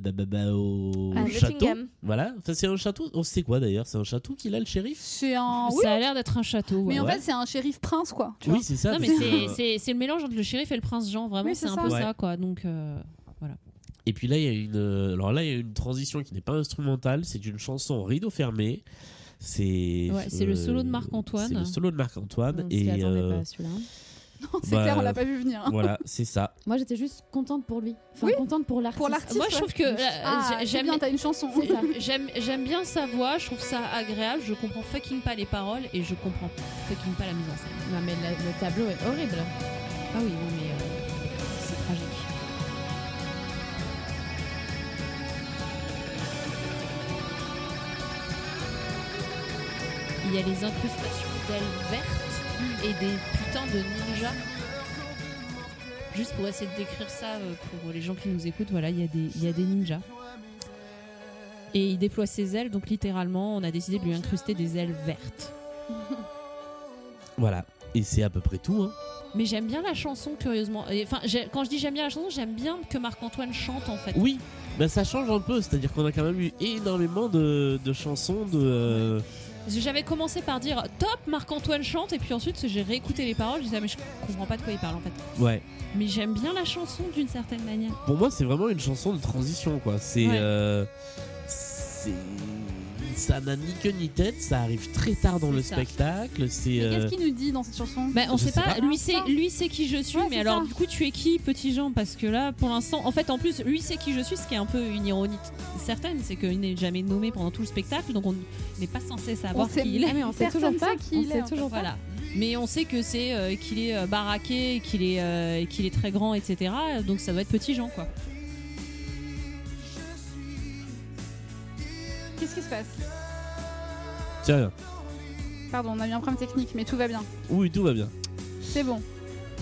S2: bah, bah, bah, au
S5: À
S2: château.
S5: Nottingham.
S2: Voilà, Enfin, c'est un château. On sait quoi d'ailleurs C'est un château qu'il a le shérif
S4: C'est un. oui,
S6: Ça a l'air d'être un château. ouais.
S4: mais en
S2: Ouais.
S4: fait, c'est un shérif prince, quoi. tu
S2: Oui,
S4: vois.
S2: c'est ça.
S6: Non mais
S2: parce
S6: c'est-
S2: que-
S6: c'est c'est le mélange entre le shérif et le prince Jean. Vraiment,
S4: Oui, c'est
S6: c'est un
S4: ça.
S6: peu
S2: Ouais.
S6: ça quoi. Donc euh,
S2: Et puis là, il y a une, euh, alors là, il y a une transition qui n'est pas instrumentale. C'est une chanson en rideau fermé. C'est euh,
S6: Ouais, c'est le solo de Marc-Antoine.
S2: C'est le solo de Marc Antoine
S3: On s'y
S2: et
S3: attendait
S2: euh,
S3: pas à celui-là. hein.
S4: C'est
S2: bah,
S4: clair, on l'a pas vu venir. hein.
S2: voilà, c'est ça.
S3: Moi j'étais juste contente pour lui. Enfin, contente pour l'artiste.
S4: Pour l'artiste.
S6: moi je trouve que là,
S4: Ah,
S6: j'ai-
S4: c'est
S6: j'aime
S4: bien, t'as une chanson.
S3: C'est ça.
S6: J'aime, j'aime bien sa voix, je trouve ça agréable, je comprends fucking pas les paroles et je comprends fucking pas la mise en scène.
S3: Non mais la- le tableau est horrible.
S6: Ah oui, non mais euh, c'est tragique. Il y a les incrustations d'ailes vertes et des putains de ninjas. Juste pour essayer de décrire ça euh, pour les gens qui nous écoutent, voilà, il y, a des- il y a des ninjas. Et il déploie ses ailes, donc littéralement, on a décidé de lui incruster des ailes vertes.
S2: Voilà. Et c'est à peu près tout. hein.
S6: Mais j'aime bien la chanson, curieusement. Et, Enfin, j'ai- quand je dis j'aime bien la chanson, j'aime bien que Marc-Antoine chante en fait.
S2: Oui, bah ça change un peu. C'est-à-dire qu'on a quand même eu énormément de, de chansons de. euh,
S6: J'avais commencé par dire top, Marc-Antoine chante, et puis ensuite j'ai réécouté les paroles, je disais ah, mais je comprends pas de quoi il parle en fait.
S2: Ouais.
S6: Mais j'aime bien la chanson d'une certaine manière.
S2: Pour moi, c'est vraiment une chanson de transition, quoi. C'est.
S6: Ouais.
S2: euh, c'est- ça n'a ni queue ni tête. Ça arrive très tard dans
S6: C'est
S2: le
S6: ça.
S2: spectacle. C'est.
S4: Mais
S2: euh,
S4: qu'est-ce qu'il nous dit dans cette chanson
S6: Bah, on
S2: Je
S6: sait
S2: sais
S6: pas,
S2: pas.
S6: lui c'est lui c'est qui je suis,
S4: Ouais,
S6: mais
S4: c'est
S6: alors
S4: ça.
S6: du coup tu es qui petit Jean parce que là pour l'instant en fait en plus lui c'est qui je suis ce qui est un peu une ironie t- certaine c'est qu'il n'est jamais nommé pendant tout le spectacle donc on n'est pas censé savoir
S4: sait-
S6: qui il est.
S3: Ah mais on sait
S4: Personne
S3: toujours pas
S4: sait qui
S3: on
S4: il est,
S3: sait
S4: en fait.
S3: toujours pas.
S6: Voilà. Mais on sait que c'est euh, qu'il est euh, baraqué, qu'il est euh, qu'il est très grand, etc. Donc ça doit être petit Jean quoi.
S4: Qu'est-ce qui se passe
S2: Tiens,
S4: Pardon, on a eu un problème technique, mais tout va bien.
S2: oui, tout va bien.
S4: C'est bon,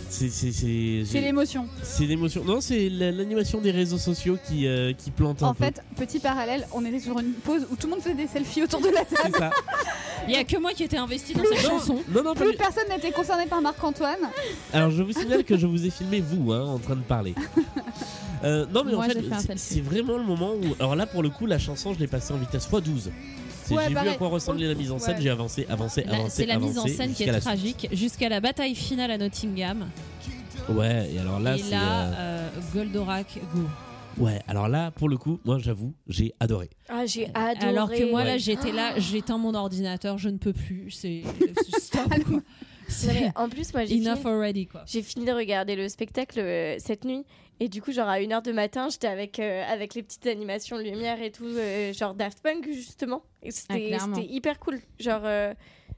S2: C'est c'est- c'est-
S4: c'est l'émotion.
S2: c'est l'émotion. Non, c'est la- l'animation des réseaux sociaux qui, euh, qui plante un
S4: En
S2: peu.
S4: fait, petit parallèle, on était sur une pause où tout le monde faisait des selfies autour de la table.
S2: C'est ça.
S6: Il y a que moi qui étais investi dans cette
S2: Non,
S6: chanson.
S2: Non, non, pas
S4: Plus
S2: du-
S4: personne n'était concerné par Marc-Antoine.
S2: Alors je vous signale que je vous ai filmé vous hein, en train de parler. Euh, non mais
S3: Moi,
S2: en fait,
S3: j'ai fait un
S2: c'est-
S3: selfie.
S2: c'est vraiment le moment où alors là pour le coup la chanson je l'ai passée en vitesse x12. C'est-
S4: Ouais,
S2: j'ai vu à
S4: pareil.
S2: quoi ressemblait la mise en scène,
S4: Ouais.
S2: j'ai avancé, avancé,
S6: La-
S2: avancé.
S6: Bah, C'est la mise en
S2: avancé
S6: scène qui
S2: jusqu'à
S6: est
S2: la-
S6: tragique jusqu'à la bataille finale à Nottingham.
S2: Ouais, et alors là
S6: et
S2: c'est
S6: là,
S2: euh,
S6: euh, Goldorak go.
S2: Ouais, alors là, pour le coup, moi j'avoue, j'ai adoré.
S5: Ah, j'ai adoré.
S6: Alors que moi, là,
S5: Ouais.
S6: j'étais là, j'éteins mon ordinateur, je ne peux plus. C'est. Stop.
S4: Ah,
S6: quoi.
S5: Non,
S6: C'est
S5: mais en plus, moi, j'ai fini,
S6: enough already, quoi.
S5: j'ai fini de regarder le spectacle euh, cette nuit. Et du coup, genre à 1h du matin, j'étais avec, euh, avec les petites animations lumière et tout, euh, genre Daft Punk, justement. Et c'était
S6: Ah, clairement.
S5: c'était hyper cool. Genre, euh,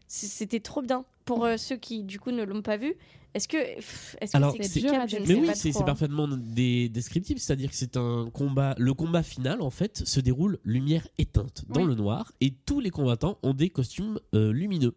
S5: c- c'était trop bien. Pour euh, ceux qui, du coup, ne l'ont pas vu, est-ce que pff, est-ce que
S2: Alors,
S5: c'est
S3: c'est-
S5: explicable Je ne
S2: Mais
S5: sais
S2: oui,
S5: pas
S2: c'est
S5: trop,
S2: c'est
S5: hein.
S2: parfaitement des descriptif, c'est-à-dire que c'est un combat. Le combat final, en fait, se déroule lumière éteinte dans
S6: Ouais.
S2: le noir, et tous les combattants ont des costumes euh, lumineux,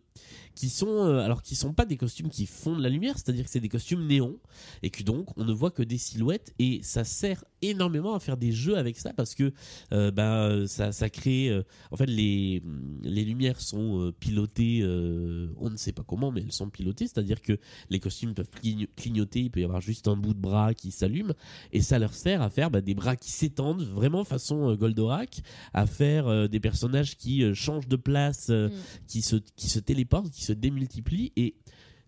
S2: qui sont euh, alors qui sont pas des costumes qui font de la lumière, c'est-à-dire que c'est des costumes néons, et que donc on ne voit que des silhouettes, et ça sert énormément à faire des jeux avec ça parce que euh, bah, ça ça crée euh, en fait les les lumières sont euh, pilotées, euh, on ne sait pas comment, mais elles sont pilotées, c'est-à-dire que les costumes peuvent clign- clignoter, il peut y avoir juste un bout de bras qui s'allume, et ça leur sert à faire bah, des bras qui s'étendent, vraiment façon euh, Goldorak, à faire euh, des personnages qui euh, changent de place, euh,
S6: Mm.
S2: qui, se, qui se téléportent, qui se démultiplient, et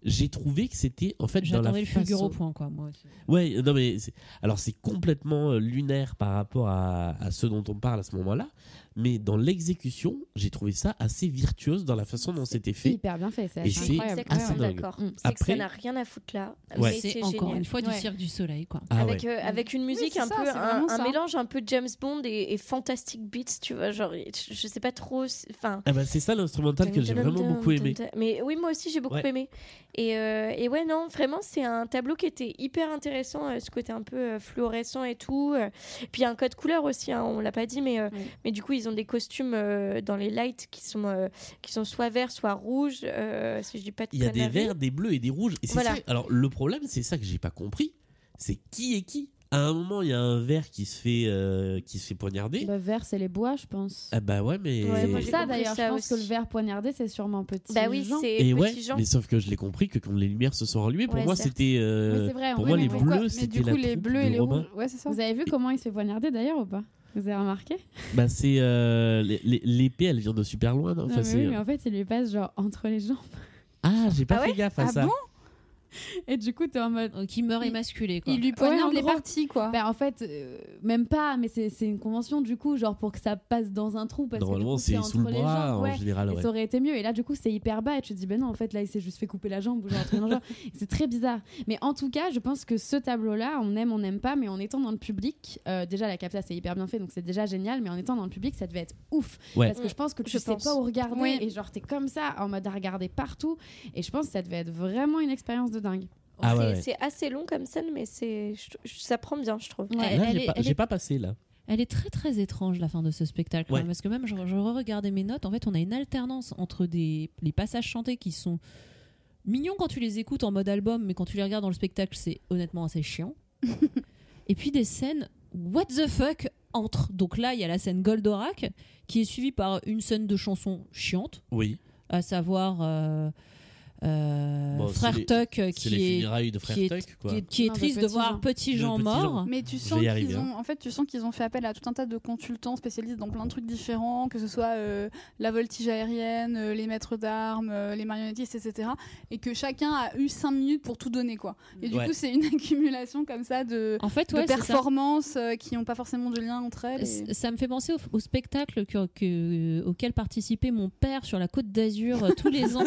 S2: j'ai trouvé que c'était en fait dans la
S6: J'attendais le fulgure au
S2: façon...
S6: point, quoi, moi aussi.
S2: Ouais, euh, non mais c'est- alors c'est complètement euh, lunaire par rapport à, à ce dont on parle à ce moment-là, mais dans l'exécution, j'ai trouvé ça assez virtuose dans la façon dont c'était fait.
S3: Hyper bien fait, c'est
S2: Et c'est
S3: incroyable.
S2: Ah, c'est
S5: Exactement
S2: dingue.
S5: d'accord.
S3: Mm.
S5: C'est que ça
S2: Après-
S5: n'a rien à foutre là.
S2: Ouais.
S5: mais
S6: Hum. C'est
S5: c'est
S6: encore
S5: génial.
S6: une fois du
S4: Ouais.
S6: cirque du soleil, quoi.
S2: Ah
S5: avec,
S2: ouais.
S5: euh, avec une musique
S4: c'est
S5: un
S4: ça,
S5: peu
S4: c'est
S5: un,
S4: vraiment
S5: un
S4: ça.
S5: mélange un peu James Bond et, et Fantastic Beats tu vois genre je, je sais pas trop si- enfin
S2: Ah bah, c'est ça l'instrumental que j'ai vraiment beaucoup aimé.
S5: mais oui moi aussi j'ai beaucoup
S2: Ouais.
S5: aimé et, euh, et ouais non vraiment c'est un tableau qui était hyper intéressant euh, ce côté un peu euh, fluorescent et tout euh. puis il y a un code couleur aussi hein, on l'a pas dit mais euh,
S6: Oui.
S5: mais du coup ils ont des costumes euh, dans les lights qui sont euh, qui sont soit verts soit rouges euh, si je dis pas de
S2: Il y a des
S5: conneries.
S2: verts, des bleus et des rouges. Et c'est
S5: Voilà.
S2: ça. Alors le problème, c'est ça que j'ai pas compris, c'est qui est qui. À un moment, il y a un vert qui se fait euh, qui se fait poignarder.
S3: Le vert, c'est les bois, je pense.
S2: Ah bah ouais, mais
S5: Ouais, moi, j'ai
S3: ça
S5: compris
S3: d'ailleurs, je
S5: ça
S3: pense que
S5: aussi.
S3: le vert poignardé, c'est sûrement petit.
S5: bah oui
S3: Jean.
S5: c'est
S2: et ouais,
S5: Petit Jean.
S2: mais sauf que je l'ai compris que quand les lumières se sont allumées, pour
S5: Ouais,
S2: moi
S5: certes.
S2: c'était euh,
S3: Oui, c'est vrai, en
S2: pour
S3: vrai,
S2: moi
S3: mais
S2: les
S3: pourquoi-
S2: bleus
S4: mais
S2: c'était
S4: du coup,
S2: la
S4: les
S2: troupe
S4: bleus
S2: de
S4: et les
S2: Robin.
S4: rouges. Ouais, c'est ça.
S3: Vous avez vu comment il se fait poignarder d'ailleurs ou pas Vous avez remarqué
S2: Bah c'est euh, les- les- l'épée, elle vient de super loin. non
S3: Non,
S2: Enfin,
S3: mais
S2: c'est-
S3: Ah, oui, mais en fait, il lui passe genre entre les jambes.
S2: Ah, j'ai pas
S5: Ah
S2: fait gaffe à
S4: Ah
S2: ça.
S4: bon
S3: Et du coup, t'es en mode.
S6: Euh, Qui meurt
S3: Il-
S6: émasculé, quoi.
S4: Il lui
S3: Ouais, en
S4: poignarde les
S3: gros.
S4: parties,
S5: Ah.
S4: quoi.
S3: Bah, en fait, euh, même pas, mais c'est c'est une convention du coup, genre pour que ça passe dans un trou. Parce que, du
S2: Normalement,
S3: coup,
S2: c'est sous
S3: entre
S2: le
S3: les
S2: bras
S3: jambes,
S2: en
S3: ouais.
S2: général.
S3: Et
S2: ouais.
S3: ça aurait été mieux. Et là, du coup, c'est hyper bas. Et tu te dis, ben non, en fait, là, il s'est juste fait couper la jambe ou genre un truc dans le genre. C'est très bizarre. Mais en tout cas, je pense que ce tableau-là, on aime, on n'aime pas, mais en étant dans le public, euh, déjà, la capta, c'est hyper bien fait, donc c'est déjà génial. Mais en étant dans le public, ça devait être ouf.
S2: Ouais.
S3: Parce que je pense que tu
S5: Je
S3: sais
S5: pense.
S3: pas où regarder.
S4: Oui.
S3: Et genre, t'es comme ça, en mode à regarder partout. Et je pense que ça devait être vraiment une expérience de dingue.
S2: Ah
S5: C'est-
S2: ouais, ouais.
S5: C'est assez long comme scène, mais c'est je trou- je- ça prend bien, je trouve.
S6: Ouais,
S2: Ah, Là,
S6: elle
S2: j'ai
S6: est-
S2: pas,
S6: elle
S2: j'ai
S6: est-
S2: pas passé là.
S6: Elle est très très étrange la fin de ce spectacle, quand
S2: Ouais.
S6: même, parce que même je, je re-regardais mes notes. En fait, on a une alternance entre des les passages chantés qui sont mignons quand tu les écoutes en mode album, mais quand tu les regardes dans le spectacle, c'est honnêtement assez chiant. Et puis des scènes what the fuck entre. Donc là, il y a la scène Goldorak qui est suivie par une scène de chanson chiante,
S2: Oui.
S6: à savoir euh, euh,
S2: Bon, c'est
S6: Frère
S2: les-
S6: Tuck euh,
S2: C'est
S6: qui
S2: les
S6: est,
S2: funérailles de Frère
S6: qui est-
S2: Tuck, quoi.
S6: qui est- qui est
S3: Non, de
S6: triste de
S3: Petit
S6: voir
S3: Jean.
S6: Petit
S2: De
S6: Jean
S2: Petit Jean.
S6: mort.
S4: Mais tu
S2: Hein. Je
S4: sens
S2: vais y arriver, hein.
S4: qu'ils ont, en fait, tu sens qu'ils ont fait appel à tout un tas de consultants spécialistes dans plein de trucs différents, que ce soit euh, la voltige aérienne, euh, les maîtres d'armes, euh, les marionnettistes, etc. Et que chacun a eu 5 minutes pour tout donner, quoi. Et du
S2: Ouais.
S4: coup, c'est une accumulation comme ça de,
S6: En fait,
S4: de
S6: ouais, c'est ça.
S4: performances euh, qui n'ont pas forcément de lien entre elles. et-
S6: Ça- Ça me fait penser au, au spectacle que- que- auquel participait mon père sur la Côte d'Azur euh, tous les ans,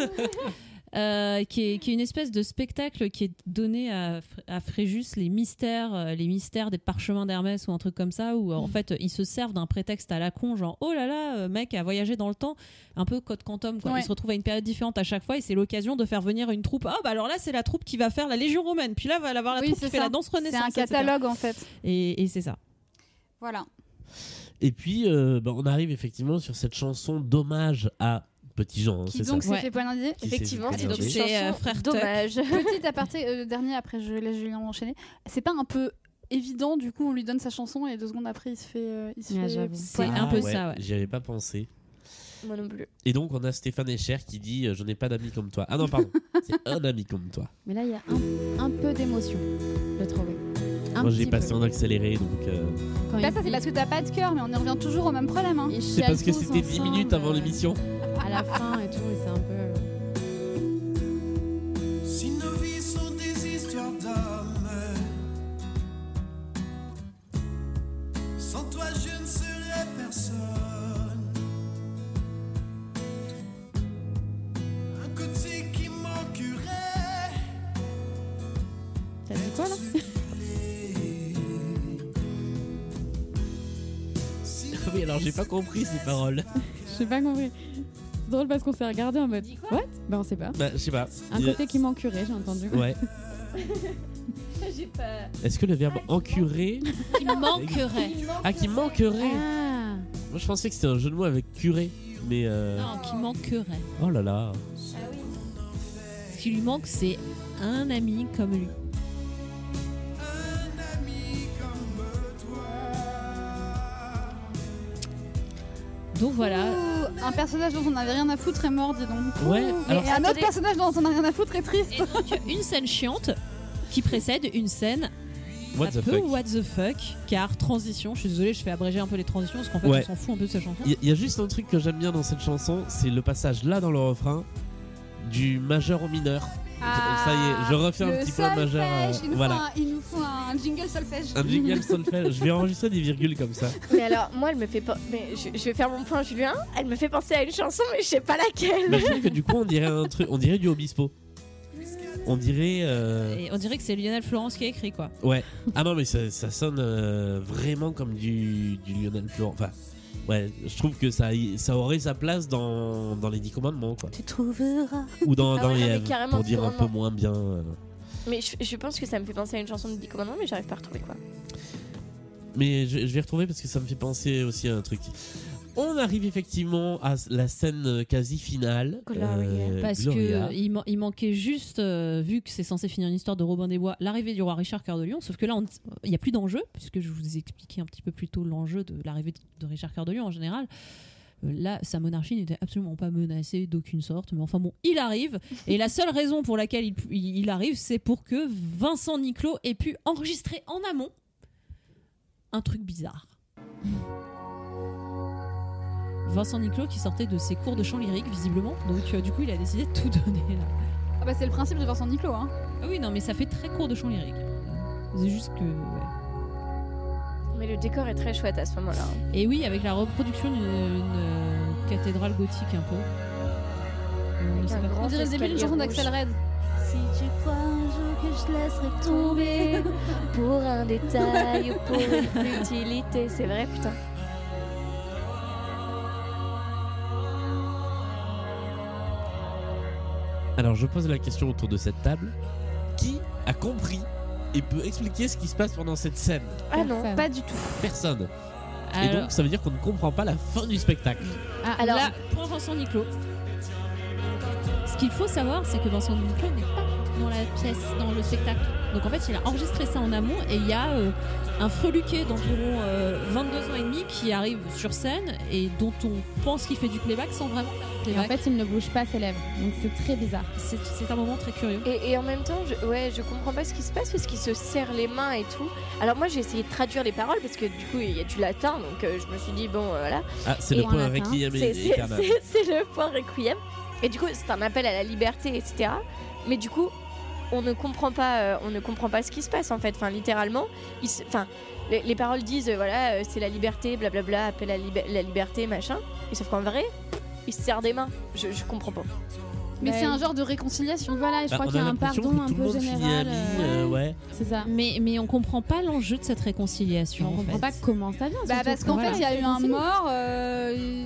S6: euh, qui, est, qui est une espèce de spectacle qui est donné à, Fr- à Fréjus les mystères, euh, les mystères des parchemins d'Hermès ou un truc comme ça, où euh, en
S4: Mmh.
S6: fait ils se servent d'un prétexte à la con, genre oh là là, euh, mec a voyagé dans le temps, un peu code quantum, quoi.
S4: Ouais.
S6: Ils se retrouvent à une période différente à chaque fois et c'est l'occasion de faire venir une troupe. Ah bah alors là c'est la troupe qui va faire la Légion romaine, puis là va avoir la
S4: Oui,
S6: troupe qui
S4: c'est
S6: fait
S4: ça.
S6: la danse
S4: C'est
S6: renaissance.
S4: un
S6: etc.
S4: catalogue, en fait.
S6: Et, et c'est ça.
S4: Voilà.
S2: Et puis, euh, bah, on arrive effectivement sur cette chanson d'hommage à Petit Jean. hein,
S4: Qui
S2: c'est
S4: donc
S2: ça.
S4: s'est
S6: Ouais.
S4: fait poignarder.
S2: Qui s'est
S5: Effectivement,
S2: fait
S5: c'est une
S6: donc
S2: poignarder.
S6: c'est, euh,
S5: chanson
S6: Frère Tuck.
S5: dommage.
S4: Petit aparté, euh, dernier, après je laisse Julien enchaîner. C'est pas un peu évident, du coup, on lui donne sa chanson et deux secondes après, il se fait. euh, il se
S3: Ouais,
S4: fait-
S3: j'avoue.
S6: C'est
S2: Ah
S6: un peu
S2: ouais,
S6: ça. Ouais.
S2: J'y avais pas pensé.
S5: Moi non plus.
S2: Et donc, on a Stéphane Escher qui dit euh, Je n'ai pas d'amis comme toi. Ah non, pardon. c'est un ami comme toi.
S3: Mais là, il y a un, un peu d'émotion, je trouvais. Un
S2: Moi,
S3: petit
S2: j'ai passé
S3: peu.
S2: en accéléré. donc euh,
S3: Quand
S4: Bah,
S3: il
S4: ça, c'est
S3: dit-
S4: parce que t'as pas de cœur, mais on y revient toujours au même problème. hein.
S3: ils
S2: C'est
S3: chialent
S2: parce que
S3: tous
S2: c'était 10
S3: ensemble,
S2: minutes avant
S3: euh,
S2: l'émission.
S3: À la fin et tout, et c'est un peu. euh,
S7: Si nos vies sont des histoires d'hommes, Sans toi, je ne serais personne. Un côté qui manquerait.
S3: T'as dit quoi là
S2: Ah oui, alors j'ai pas compris ces paroles.
S3: J'ai pas compris. C'est drôle parce qu'on s'est regardé en mode.
S6: Dis quoi
S3: What Ben on sait pas.
S2: Bah, je sais pas.
S3: Un
S2: Euh,
S3: côté qui m'encurait, j'ai entendu.
S2: Ouais.
S6: J'ai pas.
S2: Est-ce que le verbe encurer
S6: Qui manquerait.
S2: Ah, qui manquerait
S3: Ah
S2: Moi, je pensais que c'était un jeu de mots avec curé, mais. euh,
S6: Non, qui manquerait.
S2: Oh là là.
S6: Ce qui lui manque, c'est un ami comme lui. Donc voilà.
S4: Ouh, Un personnage dont on n'avait rien à foutre est mort, dis donc.
S2: Ouais,
S4: Ouh.
S2: alors-
S4: et un autre
S5: Attendez.
S4: personnage dont on n'a rien à foutre est triste.
S6: Et donc, une scène chiante qui précède une scène
S2: What
S6: un
S2: the
S6: peu
S2: fuck
S6: what the fuck, car transition. Je suis désolée, je fais abréger un peu les transitions parce qu'en fait,
S2: Ouais.
S6: on s'en fout un peu de cette chanson.
S2: Il y, a juste un truc que j'aime bien dans cette chanson, c'est le passage là dans le refrain du majeur au mineur. Ça y est, je refais un
S4: Ah, le
S2: petit point majeur,
S4: solfège,
S2: euh,
S4: il, nous
S2: voilà.
S4: faut un, il nous faut un jingle solfège.
S2: Un jingle solfège. Je vais enregistrer des virgules comme ça.
S5: Mais alors, moi, elle me fait pas. Mais je, je vais faire mon point, Julien. Elle me fait penser à une chanson, mais je sais pas laquelle.
S2: Mais je trouve que du coup, on dirait un truc, on dirait du Obispo. On dirait. euh,
S6: Et on dirait que c'est Lionel Florence qui a écrit quoi.
S2: Ouais. Ah non, mais ça, ça sonne euh, vraiment comme du, du Lionel Florent. Enfin, ouais, je trouve que ça, y- ça aurait sa place dans, dans les 10 commandements, quoi.
S5: Tu trouveras.
S2: Ou dans,
S5: Ah
S2: dans
S5: ouais, non, mais
S2: Ève,
S5: carrément,
S2: pour dire un peu
S5: vraiment.
S2: moins bien. euh.
S5: Mais je, je pense que ça me fait penser à une chanson de Dix Commandements, mais j'arrive pas à retrouver quoi.
S2: Mais je, je vais retrouver parce que ça me fait penser aussi à un truc. On arrive effectivement à la scène quasi finale. euh,
S5: Gloria.
S6: Parce
S2: Gloria.
S6: que il, man- il manquait juste, euh, vu que c'est censé finir une histoire de Robin des Bois, l'arrivée du roi Richard Cœur de Lion. Sauf que là, on- il n'y a plus d'enjeu, puisque je vous ai expliqué un petit peu plus tôt l'enjeu de l'arrivée de- de Richard Cœur de Lion en général. Euh, Là, sa monarchie n'était absolument pas menacée d'aucune sorte, mais enfin bon, il arrive. Et la seule raison pour laquelle il, il- il arrive, c'est pour que Vincent Niclot ait pu enregistrer en amont un truc bizarre. Vincent Niclot qui sortait de ses cours de chant lyrique visiblement, donc euh, du coup il a décidé de tout donner là.
S4: Ah bah, c'est le principe de Vincent Niclot. Hein.
S6: Ah oui non mais ça fait très cours de chant lyrique. C'est juste que. ouais.
S5: Mais le décor est très chouette à ce moment-là.
S6: Et oui avec la reproduction d'une d'une, euh, cathédrale gothique un peu. On ne sait
S5: un
S6: pas
S5: grand
S4: On dirait le début d'une chanson
S5: escalier
S4: d'Axel Red.
S8: Si tu crois un jour que je laisserai tomber,
S5: Pour un détail ou pour une utilité, c'est vrai, putain.
S2: Alors je pose la question autour de cette table. Qui a compris et peut expliquer ce qui se passe pendant cette scène
S5: Ah non,
S3: Personne.
S5: pas du tout.
S2: Personne.
S6: rouge.
S2: Et donc ça veut dire qu'on ne comprend pas la fin du spectacle.
S3: Ah,
S5: Alors,
S6: Là, pour Vincent Niclot. Ce qu'il faut savoir, c'est que Vincent Niclot n'est pas dans la pièce, dans le spectacle. Donc en fait, il a enregistré ça en amont et il y a euh, un freluquet d'environ euh, 22 ans et demi qui arrive sur scène et dont on pense qu'il fait du playback sans vraiment faire du
S3: et en
S6: playback.
S3: fait, il ne bouge pas ses lèvres. Donc c'est très bizarre.
S6: c'est, c'est un moment très curieux.
S5: Et, et en même temps, je, ouais, je comprends pas ce qui se passe parce qu'il se serre les mains et tout. Alors moi, j'ai essayé de traduire les paroles parce que du coup, il y a du latin, donc euh, je me suis dit bon, euh, voilà,
S2: Ah c'est
S3: Et
S2: le
S3: en
S2: point
S3: latin,
S2: Requiem
S5: c'est
S2: et
S5: c'est-
S2: Eternam.
S5: c'est- c'est le point requiem. Et du coup, c'est un appel à la liberté, etc. Mais du coup, on ne comprend pas, euh, on ne comprend pas ce qui se passe en fait. Enfin, littéralement, il se- enfin, les, les paroles disent euh, voilà, euh, c'est la liberté, blablabla, appel à lib- la liberté, machin. Et sauf qu'en vrai, il se serre des mains. Je, je comprends pas.
S4: Mais
S3: Ouais.
S4: c'est un genre de réconciliation.
S3: Voilà, et je
S2: Bah,
S3: crois
S2: on
S3: qu'il y a un
S2: l'impression
S3: pardon
S2: que
S3: un
S2: tout le
S3: peu
S2: monde finit
S3: général.
S2: ami,
S3: euh,
S2: euh, ouais.
S3: C'est ça.
S6: Mais, mais on comprend pas l'enjeu de cette réconciliation.
S3: Bah, On
S6: en
S3: comprend
S6: fait.
S3: pas comment ça vient.
S4: Bah
S3: surtout.
S4: parce qu'en
S3: Voilà.
S4: fait il y a eu un mort, euh,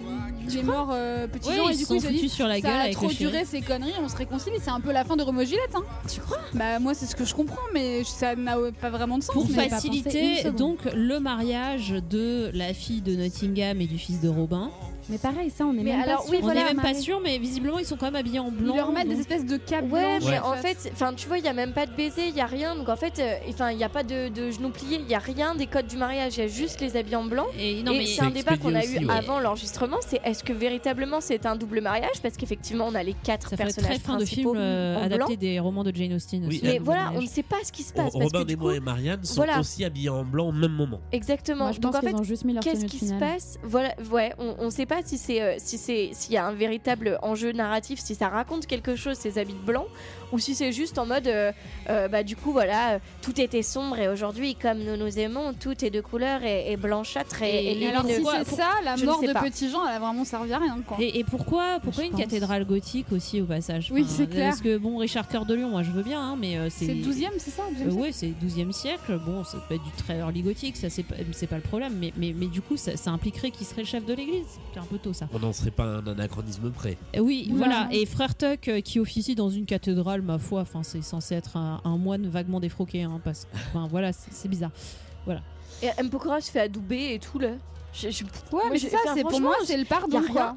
S4: il il est mort euh, petit
S6: Ouais,
S4: Jean et
S6: ils
S4: du
S6: se sont
S4: coup ils se
S6: foutus
S4: disent
S6: sur la gueule
S4: ça a
S6: avec
S4: trop
S6: le shérif.
S4: duré ces conneries, on se réconcilie, c'est un peu la fin de Roméo et Juliette. Hein.
S3: Tu crois
S4: Bah moi c'est ce que je comprends mais ça n'a pas vraiment de sens.
S6: Pour
S3: Mais pas pensé une
S6: faciliter
S3: seconde.
S6: donc le mariage de la fille de Nottingham et du fils de Robin.
S3: Mais pareil, ça, on est
S5: Mais
S3: même
S5: alors,
S3: pas
S5: oui,
S3: sûr.
S6: on
S5: voilà,
S6: n'est même pas
S3: Marie.
S6: sûr, mais visiblement ils sont quand même habillés en
S4: Ils
S6: blanc.
S4: leur mettent
S6: donc-
S4: des espèces de capes
S5: Ouais,
S4: blanches,
S5: mais
S2: Ouais.
S5: en fait, enfin, tu vois, il y a même pas de baiser, il y a rien. Donc en fait, euh, enfin, il y a pas de, de genoux pliés, il y a rien des codes du mariage, il y a juste les habits en blanc.
S6: Et non,
S5: et
S6: mais
S5: c'est un
S2: C'est
S5: débat qu'on a eu
S2: expédié aussi, ouais.
S5: avant l'enregistrement, c'est est-ce que véritablement c'est un double mariage Parce qu'effectivement, on a les quatre
S6: ça ferait
S5: personnages
S6: très fin de
S5: principaux
S6: film euh,
S5: en blanc.
S6: adapté des romans de Jane Austen.
S2: Oui,
S6: aussi,
S2: elle-
S5: Mais
S6: le
S5: voilà, on ne
S6: mariage.
S5: sait pas ce qui se passe. parce
S2: Robin
S5: que, du
S2: Desbois
S5: coup,
S2: et Marianne sont
S5: voilà.
S2: aussi habillés en blanc au même moment.
S5: Exactement.
S3: Moi, je
S5: Donc
S3: pense
S5: en fait,
S3: qu'ils ont juste mis leur
S5: qu'est-ce
S3: tenue de
S5: qui se
S3: finale.
S5: passe Voilà, ouais, on ne sait pas pas si c'est euh, si c'est s'il y a un véritable enjeu narratif, si ça raconte quelque chose ces habits blancs, ou si c'est juste en mode euh, euh, bah du coup voilà euh, tout était sombre et aujourd'hui comme nous nous aimons tout est de couleur et, et blanchâtre et, et
S4: Et alors,
S5: lumineux.
S4: si
S6: Pourquoi-
S4: c'est
S6: pour-
S4: ça, la
S5: je ne
S4: mort
S5: sais
S4: de
S5: pas.
S4: Petit Jean, elle a vraiment servi à rien, quoi.
S6: Et, et pourquoi, pourquoi
S3: Je
S6: une
S3: pense.
S6: cathédrale gothique aussi au passage
S4: Oui, c'est clair.
S6: Parce que bon, Richard Cœur de Lion, moi je veux bien, hein, mais euh, c'est.
S4: C'est le 12 e c'est ça
S6: Euh, ouais, c'est 12e siècle. Bon, ça peut être du très early gothique, ça c'est pas, c'est pas le problème. Mais, mais, mais du coup, ça, ça impliquerait qu'il serait le chef de l'église. C'est un peu tôt ça.
S2: On n'en serait pas à un anachronisme près.
S6: Euh, oui,
S4: Non.
S6: voilà. Et frère Tuck euh, qui officie dans une cathédrale, ma foi, enfin c'est censé être un, un moine vaguement défroqué, hein, parce que enfin, voilà, c'est c'est bizarre.
S5: Et M. Pokora se fait adouber et tout là. Je, je-
S4: Ouais, mais
S5: je-
S4: ça,
S5: enfin,
S4: c'est pour
S5: franchement,
S4: moi, c'est le pardon,
S5: y a
S4: quoi.
S5: rien.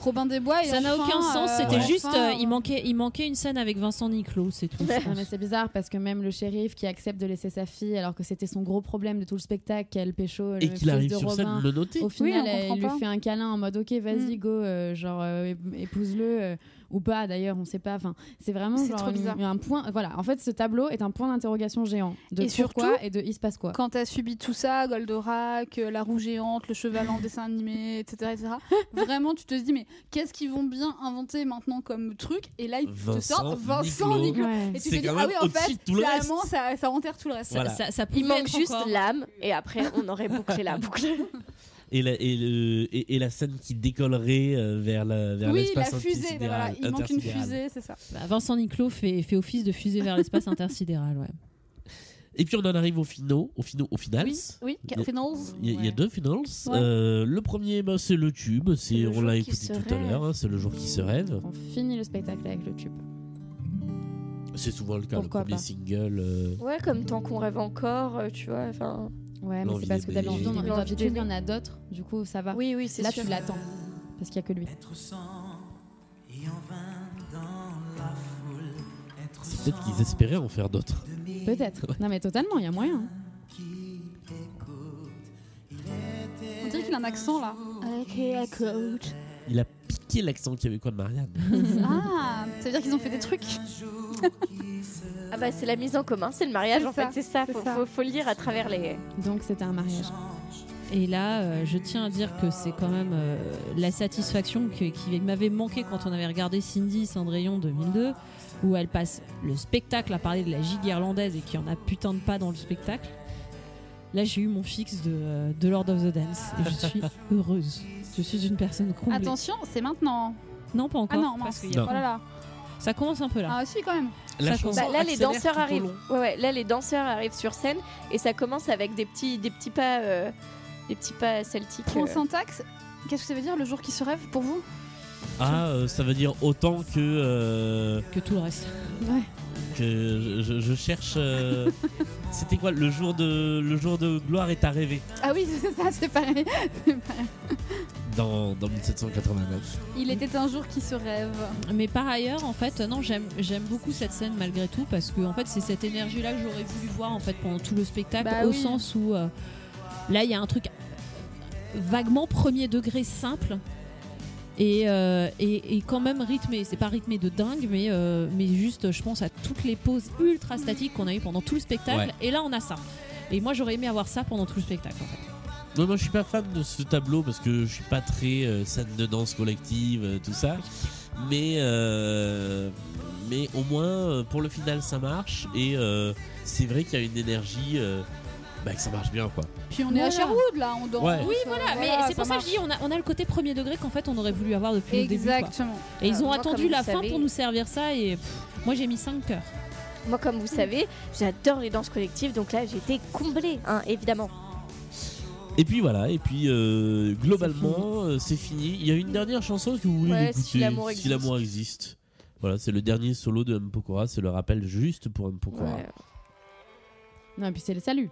S4: Robin des Bois, et
S6: ça n'a
S4: enfin,
S6: aucun sens.
S4: euh,
S6: C'était
S2: ouais.
S6: juste,
S4: enfin,
S6: euh, il manquait, il manquait une scène avec Vincent Niclot, c'est tout. je
S3: Non,
S6: pense.
S3: mais c'est bizarre parce que même le shérif qui accepte de laisser sa fille alors que c'était son gros problème de tout le spectacle, qu'elle pécho le
S2: Et
S3: fils
S2: qu'il arrive
S3: de
S2: sur
S3: Robin.
S2: scène menotté.
S3: Au
S4: Oui, on
S3: final, elle-
S4: comprend
S3: il lui
S4: pas.
S3: fait un câlin en mode ok, vas-y, go, euh, genre euh, ép- épouse-le euh, ou pas d'ailleurs, on sait pas. Enfin, c'est vraiment
S4: C'est
S3: genre
S4: trop
S3: une-
S4: bizarre.
S3: un point. Voilà, en fait, ce tableau est un point d'interrogation géant de
S4: Et
S3: pourquoi
S4: surtout-
S3: et de il se passe quoi.
S4: Quand t'as subi tout ça, Goldorak, euh, la roue géante, le cheval en dessin animé, etc., etc., vraiment, tu te dis, mais qu'est-ce qu'ils vont bien inventer maintenant comme truc Et là, ils te
S2: Vincent
S4: sortent Vincent
S2: Niclot.
S4: Niclot.
S3: Ouais.
S4: Et tu te
S2: C'est
S4: dis,
S2: quand
S4: ah
S2: même
S4: oui, en
S2: au-dessus
S4: fait,
S2: de tout le reste.
S4: vraiment, ça, ça enterre tout le reste.
S6: Ça,
S2: Voilà.
S6: ça, ça pouvait
S5: Il manque
S6: être
S5: juste
S6: encore.
S5: l'âme et après on aurait bouclé la boucle.
S2: Et la, et, le- et- et la scène qui décollerait euh, vers la vers
S4: oui, la
S2: l'espace
S4: fusée, ben voilà,
S2: intersidéral-
S4: il manque une
S2: intersidéral.
S4: fusée, c'est ça.
S6: Bah, Vincent Niclot fait, fait office de fusée vers l'espace intersidéral. Ouais.
S2: Et puis on en arrive au finaux, au finaux, au finals.
S4: oui,
S2: Il y a- Il y, a- il y a
S3: Ouais.
S2: deux finals. Euh, le premier, bah, c'est le tube. C'est
S5: le
S2: on
S5: jour
S2: l'a
S5: qui
S2: écouté
S5: se
S2: tout à l'heure. hein, c'est le jour qui se rêve.
S3: On finit le spectacle avec le tube.
S2: C'est souvent le cas.
S3: Pourquoi
S2: le premier
S3: pas.
S2: single. euh,
S5: Ouais, comme tant qu'on rêve encore, euh, tu vois. Enfin.
S3: Ouais, mais
S2: L'envie
S3: c'est parce que
S2: d'aimer.
S3: d'habitude, dans
S5: L'envie
S3: dans le tube, il y
S5: d'aimer.
S3: en a d'autres, du coup, ça va.
S5: Oui, oui, c'est
S3: Là,
S5: sûr.
S3: tu l'attends parce qu'il y a que lui.
S7: Être sans et en vain dans la foule. Être
S2: c'est Peut-être qu'ils espéraient en faire d'autres.
S7: de mes
S3: Peut-être. Non, mais totalement, il y a moyen.
S7: qui écoutent. Il était
S4: On dirait qu'il a un accent là.
S2: Il a piqué l'accent québécois de Marianne.
S4: Ah, ça veut dire qu'ils ont fait des trucs.
S5: Ah bah c'est la mise en commun, c'est le mariage
S4: C'est
S5: en
S4: ça,
S5: fait, c'est ça.
S4: c'est
S5: Faut,
S4: ça.
S5: faut- faut le lire à travers les.
S3: Donc, c'était un mariage.
S6: Et là, euh, je tiens à dire que c'est quand même euh, la satisfaction que- qui m'avait manqué quand on avait regardé Cindy Cendrillon 2002, où elle passe le spectacle à parler de la gigue irlandaise et qu'il y en a putain de pas dans le spectacle. Là, j'ai eu mon fixe de, euh, de Lord of the Dance et je suis heureuse. Je suis une personne comblée.
S4: Attention, c'est maintenant.
S6: non, pas encore.
S4: Ah non, mince.
S6: parce qu'il y a-
S2: Non.
S4: Oh là là.
S6: Ça commence un peu là.
S4: Ah aussi quand même.
S2: La
S6: Ça
S2: chanson
S5: Bah, là les
S2: accélère
S5: danseurs
S2: tout au
S5: arrivent.
S2: long.
S5: Ouais, ouais, là les danseurs arrivent sur scène et ça commence avec des petits, des petits pas, euh, des petits pas celtiques.
S4: Pro
S5: euh.
S4: syntaxe, qu'est-ce que ça veut dire le jour qui se rêve pour vous
S2: Ah, euh, ça veut dire autant que euh,
S4: Ah.
S6: Que tout le reste.
S2: que je, je cherche. euh, C'était quoi le jour de le jour de gloire est arrivé
S4: Ah oui, c'est ça, c'est pareil. C'est pareil.
S2: dans dans 1789.
S4: Il était un jour qui se rêve.
S6: Mais par ailleurs, en fait, non, j'aime j'aime beaucoup cette scène malgré tout parce que en fait, c'est cette énergie-là que j'aurais voulu voir en fait pendant tout le spectacle,
S4: Bah
S6: au
S4: oui.
S6: sens où euh, là, il y a un truc vaguement premier degré simple. Et, euh, et, et quand même rythmé, c'est pas rythmé de dingue, mais, euh, mais juste, je pense à toutes les pauses ultra statiques qu'on a eu pendant tout le spectacle. Et là, on a ça. Et moi, j'aurais aimé avoir ça pendant tout le spectacle. En fait.
S2: Ouais, moi je suis pas fan de ce tableau parce que je suis pas très euh, scène de danse collective, euh, tout ça. Mais euh, mais au moins euh, pour le final ça marche et euh, c'est vrai qu'il y a une énergie euh, bah, que ça marche bien quoi.
S4: Puis on est à
S6: Voilà.
S4: Sherwood là, on danse.
S2: Ouais.
S6: Oui,
S4: euh,
S6: voilà, mais c'est pour ça que je dis, on a, on a le côté premier degré qu'en fait, on aurait voulu avoir depuis le début. quoi.
S4: Exactement.
S6: Et ils ont
S5: Moi,
S6: attendu
S5: comme
S6: la
S5: vous
S6: fin
S5: savez-
S6: pour nous servir ça et pff, moi j'ai mis 5 cœurs.
S5: euh. Moi comme vous savez, j'adore les danses collectives, donc là j'étais comblée, hein, évidemment.
S2: Et puis voilà, et puis euh, globalement euh, c'est fini. Il y a une dernière chanson que vous voulez
S5: Ouais,
S2: écouter.
S5: Si l'amour
S2: Si l'amour existe. Voilà, c'est le dernier solo de M. Pokora, c'est le rappel juste pour M. Pokora.
S5: Ouais,
S3: Non, et puis c'est le salut.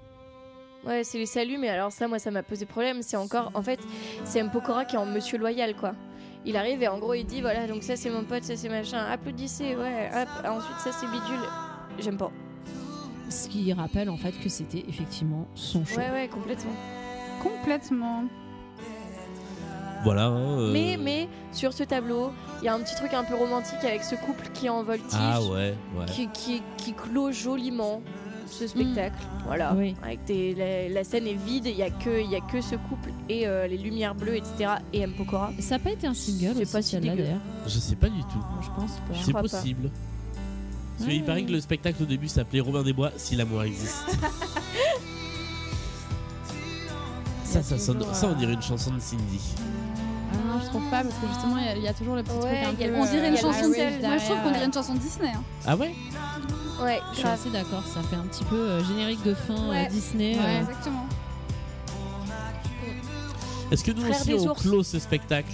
S5: Ouais, c'est les saluts, mais alors ça, moi, ça m'a posé problème. C'est encore, en fait, c'est M. Pokora qui est en Monsieur Loyal, quoi. Il arrive et en gros, il dit voilà, donc ça, c'est mon pote, ça, c'est machin. Applaudissez, ouais, hop. Ensuite, ça, c'est bidule. J'aime pas.
S6: Ce qui rappelle en fait que c'était effectivement son show.
S5: Ouais, ouais, complètement.
S4: Complètement.
S2: Voilà. hein, euh,
S5: Mais, mais, sur ce tableau, il y a un petit truc un peu romantique avec ce couple qui est en voltige,
S2: Ah ouais, ouais.
S5: qui, qui, qui clôt joliment. ce spectacle. Voilà.
S9: Oui.
S5: Avec des- la, la scène est vide, il n'y a, que- il y a que ce couple et euh, les lumières bleues, etc. Et M. Pokora.
S6: Ah,
S9: Ça n'a pas été un single
S5: C'est
S9: aussi,
S5: pas si
S9: celle-là,
S5: dégueu.
S9: d'ailleurs.
S2: Je sais pas du tout.
S9: Je pense pas.
S2: C'est
S5: crois pas. Hmm.
S2: possible. Parce qu'il paraît que le spectacle au début s'appelait Robin des Bois, si l'amour existe. ça, ça, sonne-
S5: euh,
S2: ça, on dirait une chanson de Cindy.
S3: Ah non, je trouve pas parce que justement, il y a- il y, a toujours le petit
S5: Ouais,
S3: truc. Un
S5: il y a
S3: peu, euh,
S5: le-
S4: On dirait une
S5: il y a le
S4: chanson
S5: Irish
S4: de Moi, je trouve qu'on dirait une chanson de Disney. hein.
S2: Ah ouais
S5: Ouais,
S9: Je suis assez d'accord, ça fait un petit peu euh, générique de fin euh,
S4: Ouais.
S9: Disney.
S3: Ouais.
S9: euh,
S4: Exactement.
S2: Est-ce que nous
S5: Frère
S2: aussi
S5: des
S2: on
S5: ours.
S2: clôt ce spectacle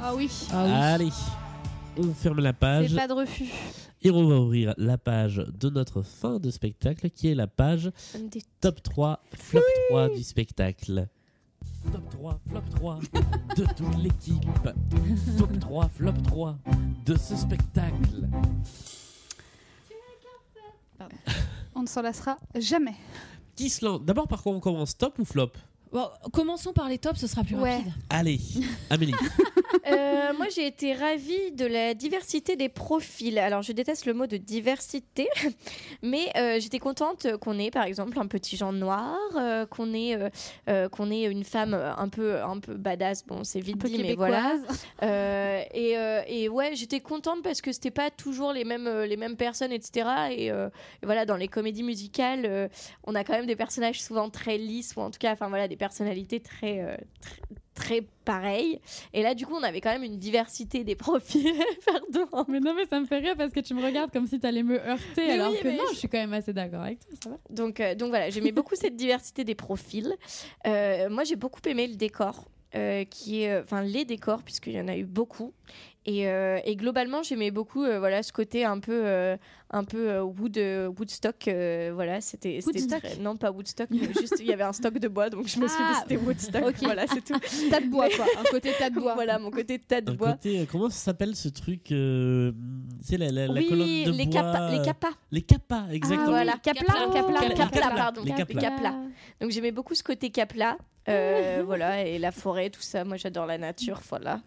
S4: Ah oui.
S9: ah oui.
S2: Allez, on ferme la page.
S5: c'est pas de refus.
S2: Et on va ouvrir la page de notre fin de spectacle qui est la page
S5: Des-
S2: top 3, flop 3 du spectacle. Top 3, flop 3 de toute l'équipe. Top 3, flop 3 de ce spectacle.
S4: On ne s'en lassera jamais.
S2: Qui se lance D'abord, par quoi on commence Top ou flop
S9: Bon, commençons par les tops, ce sera plus
S4: Ouais.
S9: rapide.
S2: Allez, Amélie.
S5: Euh, moi, j'ai été ravie de la diversité des profils. Alors, je déteste le mot de diversité, mais euh, j'étais contente qu'on ait, par exemple, un petit Jean noir, euh, qu'on ait, euh, euh, qu'on ait une femme euh, un peu, un peu badass. Bon, c'est vite
S4: peu
S5: dit, mais
S4: québécoise.
S5: voilà. Euh, et, euh, et ouais, j'étais contente parce que c'était pas toujours les mêmes, euh, les mêmes personnes, etc. Et, euh, et voilà, dans les comédies musicales, euh, on a quand même des personnages souvent très lisses ou en tout cas, enfin voilà, des personnalités très, euh, très, très pareilles. Et là, du coup, on avait quand même une diversité des profils. Pardon.
S3: Mais non, mais ça me fait rire parce que tu me regardes comme si t'allais me heurter alors
S5: oui,
S3: que
S5: mais
S3: non,
S5: je-
S3: je... suis quand même assez d'accord avec toi, ça va.
S5: Donc, euh, donc voilà, j'aimais beaucoup cette diversité des profils. Euh, moi, j'ai beaucoup aimé le décor, euh, qui est, enfin les décors, puisqu'il y en a eu beaucoup. Et, euh, et globalement, j'aimais beaucoup, euh, voilà, ce côté un peu, euh, un peu euh, wood, euh, Woodstock, euh, voilà, c'était, c'était
S4: Woodstock.
S5: très- non pas Woodstock, mais juste il y avait un stock de bois, donc je me suis dit
S4: Ah,
S5: c'était Woodstock,
S4: ok.
S5: voilà, c'est tout.
S4: Tas de bois, quoi. Un côté tas de bois.
S5: voilà mon côté tas de
S2: Un
S5: bois.
S2: côté, euh, comment ça s'appelle ce truc euh, C'est la, la, la
S5: oui,
S2: colonne
S5: oui,
S2: de
S5: les
S2: bois.
S5: capas, les
S2: euh,
S5: capas,
S2: les capas, exactement.
S5: voilà,
S9: Capla,
S5: capla,
S2: Capla,
S5: capla,
S2: capla.
S5: pardon,
S2: Les capla.
S5: les capla. Donc j'aimais beaucoup ce côté capla, euh, voilà, et la forêt, tout ça. Moi, j'adore la nature, voilà.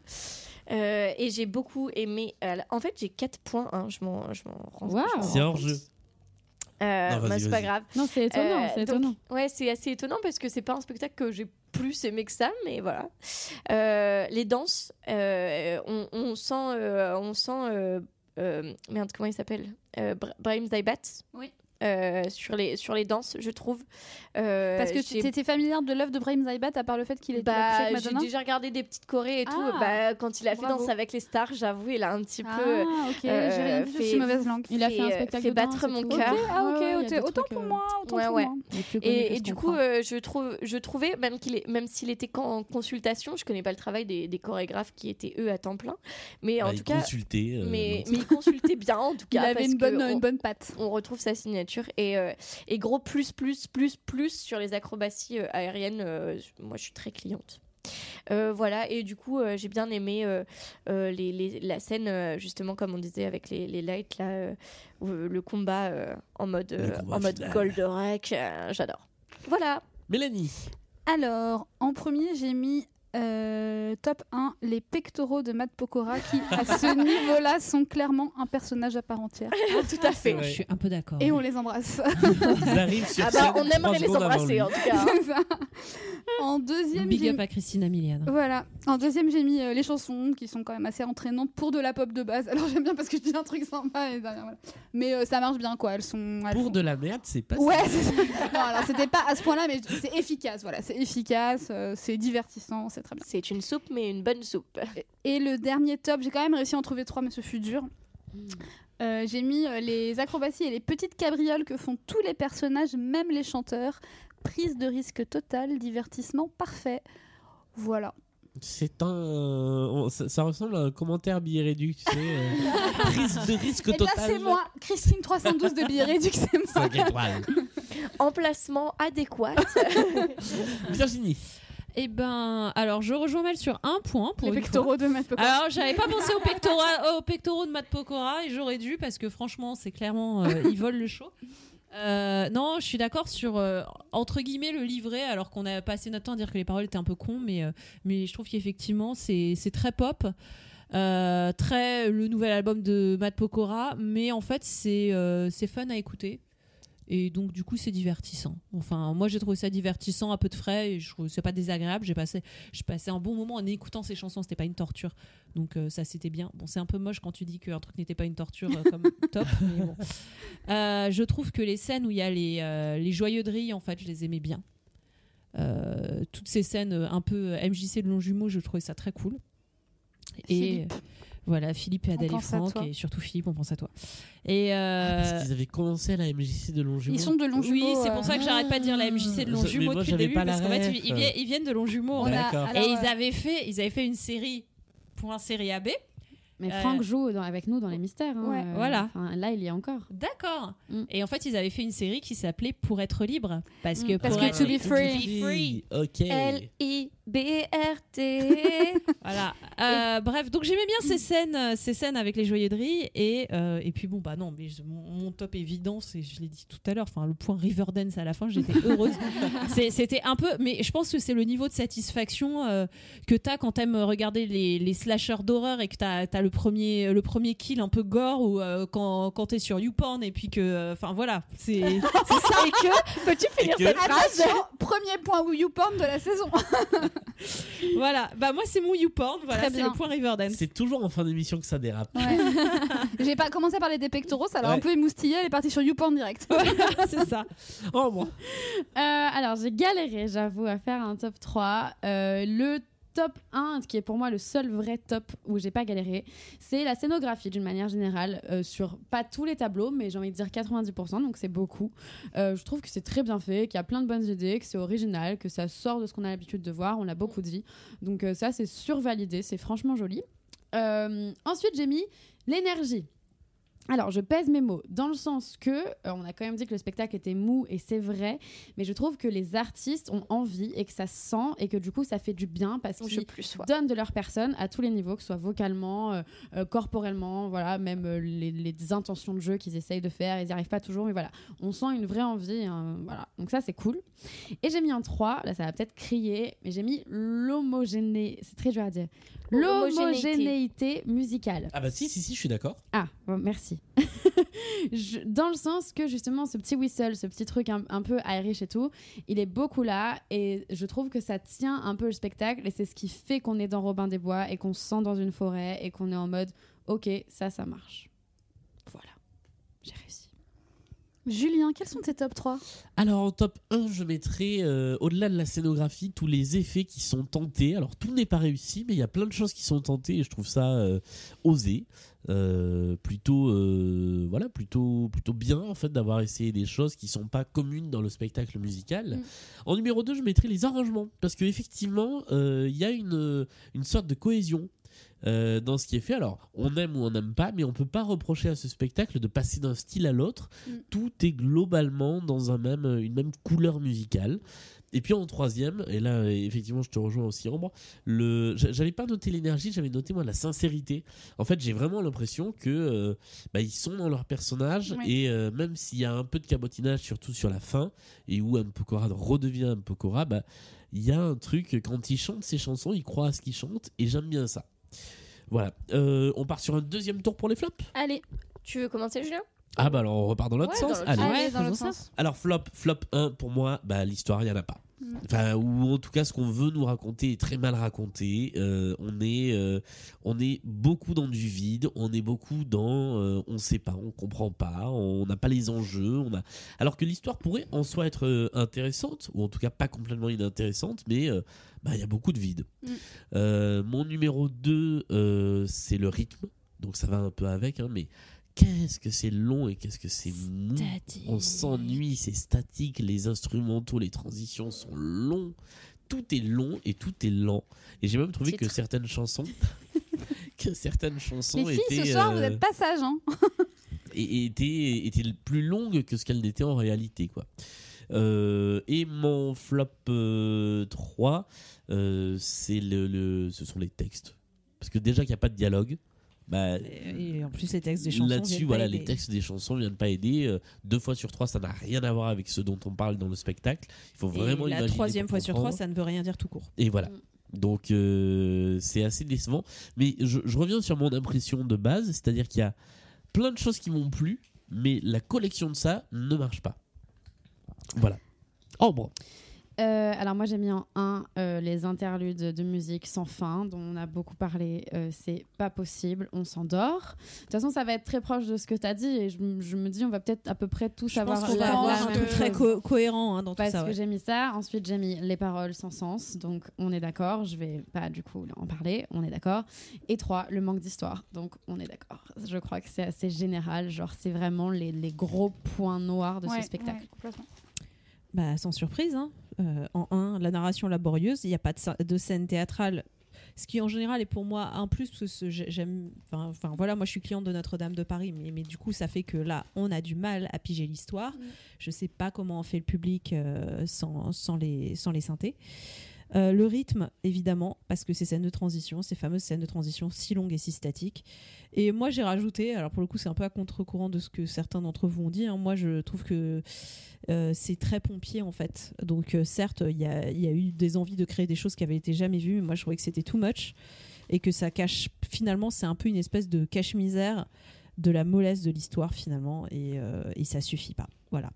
S5: Euh, et j'ai beaucoup aimé. euh, en fait, j'ai 4 points. hein, je m'en, je m'en rends.
S3: Waouh.
S5: je m'en
S2: C'est
S5: rends
S2: hors
S5: compte.
S2: jeu.
S5: Euh,
S2: Non, vas-y,
S5: bah, c'est pas
S2: vas-y.
S5: grave.
S3: Non, c'est étonnant,
S5: Euh,
S3: c'est
S5: donc,
S3: étonnant.
S5: Ouais, c'est assez étonnant parce que c'est pas un spectacle que j'ai plus aimé que ça, mais voilà. Euh, les danses, euh, on, on sent, euh, on sent. euh, euh, merde, comment il s'appelle euh, Bra- Brahim Zaibat.
S4: Oui.
S5: Euh, sur les sur les danses, je trouve. Euh,
S4: Parce que
S5: j'ai
S4: tu étais familière de l'œuvre de Brahim Zaibat à part le fait qu'il était
S5: Bah,
S4: couché avec
S5: j'ai
S4: Madonna.
S5: déjà regardé des petites chorées et
S4: Ah,
S5: tout. Bah, quand il a fait
S4: bravo.
S5: Danse avec les stars, j'avoue, il a un petit
S4: Ah,
S5: peu
S4: ok,
S5: euh,
S4: j'ai rien dit, je
S5: fait-
S4: suis mauvaise langue.
S3: Il a fait, un
S5: fait, euh,
S3: spectacle
S5: fait
S3: de danse
S5: battre
S3: et
S5: mon
S3: tout.
S5: cœur.
S3: Ouais,
S4: Ah, ok,
S3: ouais, il y a
S4: ok,
S3: des
S4: autant
S3: trucs,
S4: pour
S3: euh,
S4: moi, autant
S5: ouais,
S4: pour
S5: ouais.
S4: moi.
S3: les plus connus que
S5: Et, et
S3: je
S5: du coup,
S3: comprends.
S5: euh, je, trouve, je trouvais, même qu'il est- même s'il était qu'en- en consultation, je connais pas le travail des, des chorégraphes qui étaient eux à temps plein, mais en
S2: Bah,
S5: tout cas,
S2: consulter, euh,
S5: mais,
S2: non.
S5: mais ils consultaient bien en tout
S4: Il
S5: cas.
S4: avait
S5: parce
S4: une bonne,
S5: que
S4: une
S5: on-
S4: bonne patte.
S5: on retrouve sa signature et, euh, et gros plus plus plus plus sur les acrobaties euh, aériennes. euh, moi, je suis très cliente. Euh, voilà et du coup euh, j'ai bien aimé euh, euh, les- les- la scène euh, justement comme on disait avec les, les lights là euh, où, euh, le combat euh, en mode
S2: Le
S5: euh,
S2: combat
S5: en mode
S2: final.
S5: Goldorak euh, j'adore voilà
S2: Mélanie.
S4: Alors, en premier, j'ai mis euh, top 1, les pectoraux de Matt Pokora, qui à ce niveau-là sont clairement un personnage à part entière.
S5: Ah, tout à fait
S2: Ouais.
S9: Je suis un peu d'accord.
S4: Et on les embrasse.
S2: Ils arrivent sur
S5: ah bah
S2: scène
S5: on
S2: trois
S5: aimerait les
S2: secondes avant
S5: embrasser
S2: lui.
S5: en tout cas hein.
S4: C'est ça. En deuxième,
S9: Big
S4: j'ai
S9: up à Christina Milian.
S4: Voilà. En deuxième, j'ai mis euh, les chansons qui sont quand même assez entraînantes pour de la pop de base. Alors j'aime bien parce que je dis un truc sympa et derrière, voilà. Mais euh, ça marche bien quoi. Elles sont. elles
S2: Pour
S4: font-
S2: de la merde, c'est pas
S4: Ah, Ouais. c'est ça. non alors c'était pas à ce point-là, mais c'est efficace. Voilà, c'est efficace, euh, c'est divertissant, c'est très bien.
S5: c'est une soupe mais une bonne soupe
S4: Et le dernier top, j'ai quand même réussi à en trouver trois, mais ce fut dur. Euh, j'ai mis euh, les acrobaties et les petites cabrioles que font tous les personnages, même les chanteurs. Prise de risque totale, divertissement parfait. Voilà.
S2: C'est un. on- ça, ça ressemble à un commentaire billet réduit, tu sais. euh, prise de risque
S4: Et là,
S2: total.
S4: Eh c'est moi, Christine 312 de Billet Réduc, c'est moi.
S2: Cinq étoiles.
S5: emplacement adéquat
S2: Ah, Virginie.
S9: Et ben, alors je rejoins Mel sur un point pour
S4: Les
S9: une
S4: pectoraux de Matt Pokora.
S9: Alors, j'avais pas pensé aux pectoraux, aux pectoraux de Matt Pokora et j'aurais dû parce que franchement, c'est clairement, euh, ils volent le show. Euh, non, je suis d'accord sur euh, entre guillemets le livret, alors qu'on a passé notre temps à dire que les paroles étaient un peu cons, mais, euh, mais je trouve qu'effectivement, c'est c'est très pop. Euh, très le nouvel album de Matt Pokora, mais en fait, c'est euh, c'est fun à écouter.
S6: Et donc, du coup, c'est divertissant. Enfin, moi, j'ai trouvé ça divertissant, à peu de frais, et je trouve c'est pas désagréable. J'ai passé, j'ai passé un bon moment en écoutant ces chansons, c'était pas une torture. Donc, euh, ça, c'était bien. Bon, c'est un peu moche quand tu dis qu'un truc n'était pas une torture euh, comme top, mais bon. Euh, je trouve que les scènes où il y a les, euh, les joyeux de rire, en fait, je les aimais bien. Euh, toutes ces scènes euh, un peu euh, MJC de Longjumeau, je trouvais ça très cool. Et
S4: Philippe.
S6: euh, voilà, Philippe et Adèle et
S4: pense à
S6: Franck,
S4: toi.
S6: et surtout Philippe, on pense à toi. Et euh,
S2: Ah, Parce qu'ils avaient commencé à la MJC de Longjumeau.
S4: Ils sont de euh, Longjumeau.
S6: oui, c'est pour ça que j'arrête pas de dire la MJC de
S2: euh, Mais moi,
S6: Longjumeau depuis le
S2: j'avais
S6: début,
S2: pas euh. la
S6: parce qu'en fait,
S2: ref.
S6: ils, ils vi- ils viennent de Longjumeau.
S4: On a-
S2: D'accord.
S4: alors,
S6: Et ils
S4: euh,
S6: avaient, fait, ils avaient fait une série pour un série AB.
S3: Mais
S6: Euh,
S3: Franck joue dans- avec nous dans les mystères. hein,
S4: Ouais,
S3: euh,
S6: voilà.
S3: enfin, Là, il y est encore.
S6: D'accord.
S3: Mm.
S6: Et en fait, ils avaient fait une série qui s'appelait Pour être libre. Parce que,
S4: Mm. Parce
S6: pour
S4: que
S6: être
S4: to be
S6: libre-
S4: free.
S2: Ok.
S5: L-I-B-R-T.
S6: Voilà. Euh, bref, donc j'aimais bien ces scènes, euh, ces scènes avec les joyeuderies et euh, et puis bon bah non, mais je- mon, mon top évident, c'est je l'ai dit tout à l'heure, enfin le point Riverdance à la fin, j'étais heureuse. C'est- C'était un peu, mais je pense que c'est le niveau de satisfaction euh, que t'as quand t'aimes regarder les, les slashers d'horreur et que t'as as le premier le premier kill un peu gore ou euh, quand quand t'es sur YouPorn et puis que euh, enfin voilà, c'est
S5: Et que peux-tu finir
S2: que-
S5: cette phrase
S4: Attention, premier point YouPorn de la saison.
S6: voilà. Bah moi c'est mon YouPorn, voilà,
S4: Très
S6: c'est
S4: bien.
S6: le point Riverdance.
S2: C'est toujours en fin d'émission que ça dérape.
S4: Ouais. J'ai pas commencé à parler des pectoraux, ça l'a
S2: Ouais.
S4: un peu émoustillé, elle est partie sur YouPorn direct.
S6: Voilà, c'est ça.
S2: Oh, moi.
S3: Euh, alors, j'ai galéré, j'avoue, à faire un top 3. Euh, le top 1, qui est pour moi le seul vrai top où j'ai pas galéré, c'est la scénographie d'une manière générale, euh, sur pas tous les tableaux, mais j'ai envie de dire 90%, donc c'est beaucoup. Euh, je trouve que c'est très bien fait, qu'il y a plein de bonnes idées, que c'est original, que ça sort de ce qu'on a l'habitude de voir, on l'a beaucoup dit. Donc euh, ça, c'est survalidé, c'est franchement joli. Euh, ensuite, j'ai mis l'énergie. Alors, je pèse mes mots, dans le sens que, euh, on a quand même dit que le spectacle était mou, et c'est vrai, mais je trouve que les artistes ont envie et que ça se sent et que du coup ça fait du bien parce
S5: Je
S3: qu'ils
S5: plus sois.
S3: donnent de leur personne à tous les niveaux, que ce soit vocalement, euh, euh, corporellement, voilà, même euh, les, les intentions de jeu qu'ils essayent de faire, ils n'y arrivent pas toujours, mais voilà, on sent une vraie envie, hein, voilà, donc ça c'est cool. Et j'ai mis un 3, là ça va peut-être crier, mais j'ai mis l'homogéné, c'est très dur à dire,
S5: L'homogénéité.
S3: l'homogénéité musicale.
S2: Ah, bah si, si, si, je suis d'accord.
S3: Ah, bon, merci. Je- dans le sens que justement, ce petit whistle, ce petit truc un, un peu Irish et tout, il est beaucoup là et je trouve que ça tient un peu le spectacle et c'est ce qui fait qu'on est dans Robin des Bois et qu'on se sent dans une forêt et qu'on est en mode ok, ça, ça marche. Voilà, j'ai réussi.
S4: Julien, quels sont tes top 3
S2: Alors en top 1, je mettrai euh, au-delà de la scénographie tous les effets qui sont tentés. Alors tout n'est pas réussi, mais il y a plein de choses qui sont tentées et je trouve ça euh, osé, Euh, plutôt euh, voilà, plutôt plutôt bien en fait d'avoir essayé des choses qui sont pas communes dans le spectacle musical.
S4: Mm.
S2: En numéro 2, je mettrai les arrangements parce que effectivement, euh, il y a une une sorte de cohésion. euh, dans ce qui est fait, alors on aime ou on n'aime pas, mais on peut pas reprocher à ce spectacle de passer d'un style à l'autre tout est globalement dans un même, euh, une même couleur musicale. Et puis en troisième, et là euh, effectivement je te rejoins aussi Ambre, le, j'a- j'avais pas noté l'énergie, j'avais noté moi la sincérité. En fait j'ai vraiment l'impression que euh, bah, ils sont dans leur personnage
S4: Ouais.
S2: et euh, même s'il y a un peu de cabotinage surtout sur la fin et où Pokora redevient Pokora, bah il y a un truc quand il chante ses chansons, il croit à ce qu'il chante et j'aime bien ça. Voilà, Euh, on part sur un deuxième tour pour les flops.
S5: Allez, tu veux commencer, Julien
S2: Ah bah alors on repart dans l'autre
S5: Ouais, dans
S2: sens.
S5: l'autre
S2: Allez.
S5: sens.
S4: Allez, dans
S6: faisons
S4: l'autre
S6: ça.
S4: sens.
S2: Alors flop, flop 1 pour moi, bah l'histoire il y en a pas.
S4: Mm.
S2: Enfin ou en tout cas ce qu'on veut nous raconter est très mal raconté. Euh, on est euh, on est beaucoup dans du vide, on est beaucoup dans euh, on sait pas, on comprend pas, on n'a pas les enjeux, on a alors que l'histoire pourrait en soi être euh, intéressante ou en tout cas pas complètement inintéressante mais euh, bah, il y a beaucoup de vide.
S4: Mm.
S2: Euh, mon numéro 2 c'est le rythme. Donc ça va un peu avec hein, mais qu'est-ce que c'est long et qu'est-ce que c'est mou. On s'ennuie, c'est statique, les instrumentaux, les transitions sont longs. Tout est long et tout est lent. Et j'ai même trouvé
S5: Titre.
S2: que certaines chansons, que certaines chansons
S4: Les filles,
S2: étaient,
S4: ce soir, vous
S2: euh,
S4: êtes pas sages. Hein.
S2: et- et étaient, étaient plus longues que ce qu'elles n'étaient en réalité, quoi. Euh, et mon flop euh, 3, euh, c'est le, le- ce sont les textes. Parce que déjà qu'il n'y a pas de dialogue, bah,
S6: Et en plus, les textes des chansons.
S2: Là-dessus,
S6: viennent
S2: voilà,
S6: pas
S2: les
S6: aider.
S2: textes des chansons viennent pas aider. Euh, deux fois sur trois, ça n'a rien à voir avec ce dont on parle dans le spectacle. Il faut
S6: Et
S2: vraiment
S6: la
S2: imaginer
S6: troisième
S2: pour
S6: fois sur
S2: comprendre.
S6: trois, ça ne veut rien dire tout court.
S2: Et voilà.
S5: Mm.
S2: Donc euh, c'est assez décevant. Mais je, je reviens sur mon impression de base, c'est-à-dire qu'il y a plein de choses qui m'ont plu, mais la collection de ça ne marche pas. Voilà. Ambre.
S3: Euh, alors moi j'ai mis en 1 les interludes de musique sans fin dont on a beaucoup parlé. Euh, c'est pas possible, on s'endort. De toute façon ça va être très proche de ce que tu as dit et je, m- je me dis on va peut-être à peu près tous
S9: Je
S3: avoir
S9: pense qu'on
S3: la-
S9: va
S3: la
S9: avoir un
S3: même
S9: truc
S3: chose.
S9: très co- cohérent hein, dans tout
S3: Parce
S9: ça.
S3: que
S9: ouais.
S3: j'ai mis ça. Ensuite, j'ai mis les paroles sans sens. Donc, on est d'accord. Je vais pas du coup en parler. On est d'accord. Et trois, le manque d'histoire. Donc, on est d'accord. Je crois que c'est assez général. Genre, c'est vraiment les, les gros points noirs de
S4: Ouais,
S3: ce spectacle.
S4: ouais, complètement.
S9: Bah, sans surprise, hein. Euh, en un, la narration laborieuse, il n'y a pas de, sc- de scène théâtrale. Ce qui en général est pour moi un plus, parce que ce- j'ai- j'aime. Enfin, enfin, voilà, moi je suis cliente de Notre-Dame de Paris, mais, mais du coup ça fait que là on a du mal à piger l'histoire. Je sais pas comment on fait le public euh, sans, sans, les, sans les synthés. Euh, le rythme, évidemment, parce que ces scènes de transition, ces fameuses scènes de transition si longues et si statiques. Et moi j'ai rajouté, alors pour le coup c'est un peu à contre-courant de ce que certains d'entre vous ont dit, hein, moi je trouve que euh, c'est très pompier en fait. Donc euh, certes, il y a, il y a eu des envies de créer des choses qui avaient été jamais vues, mais moi je trouvais que c'était too much et que ça cache finalement c'est un peu une espèce de cache-misère de la mollesse de l'histoire finalement et, euh, et ça suffit pas. Voilà.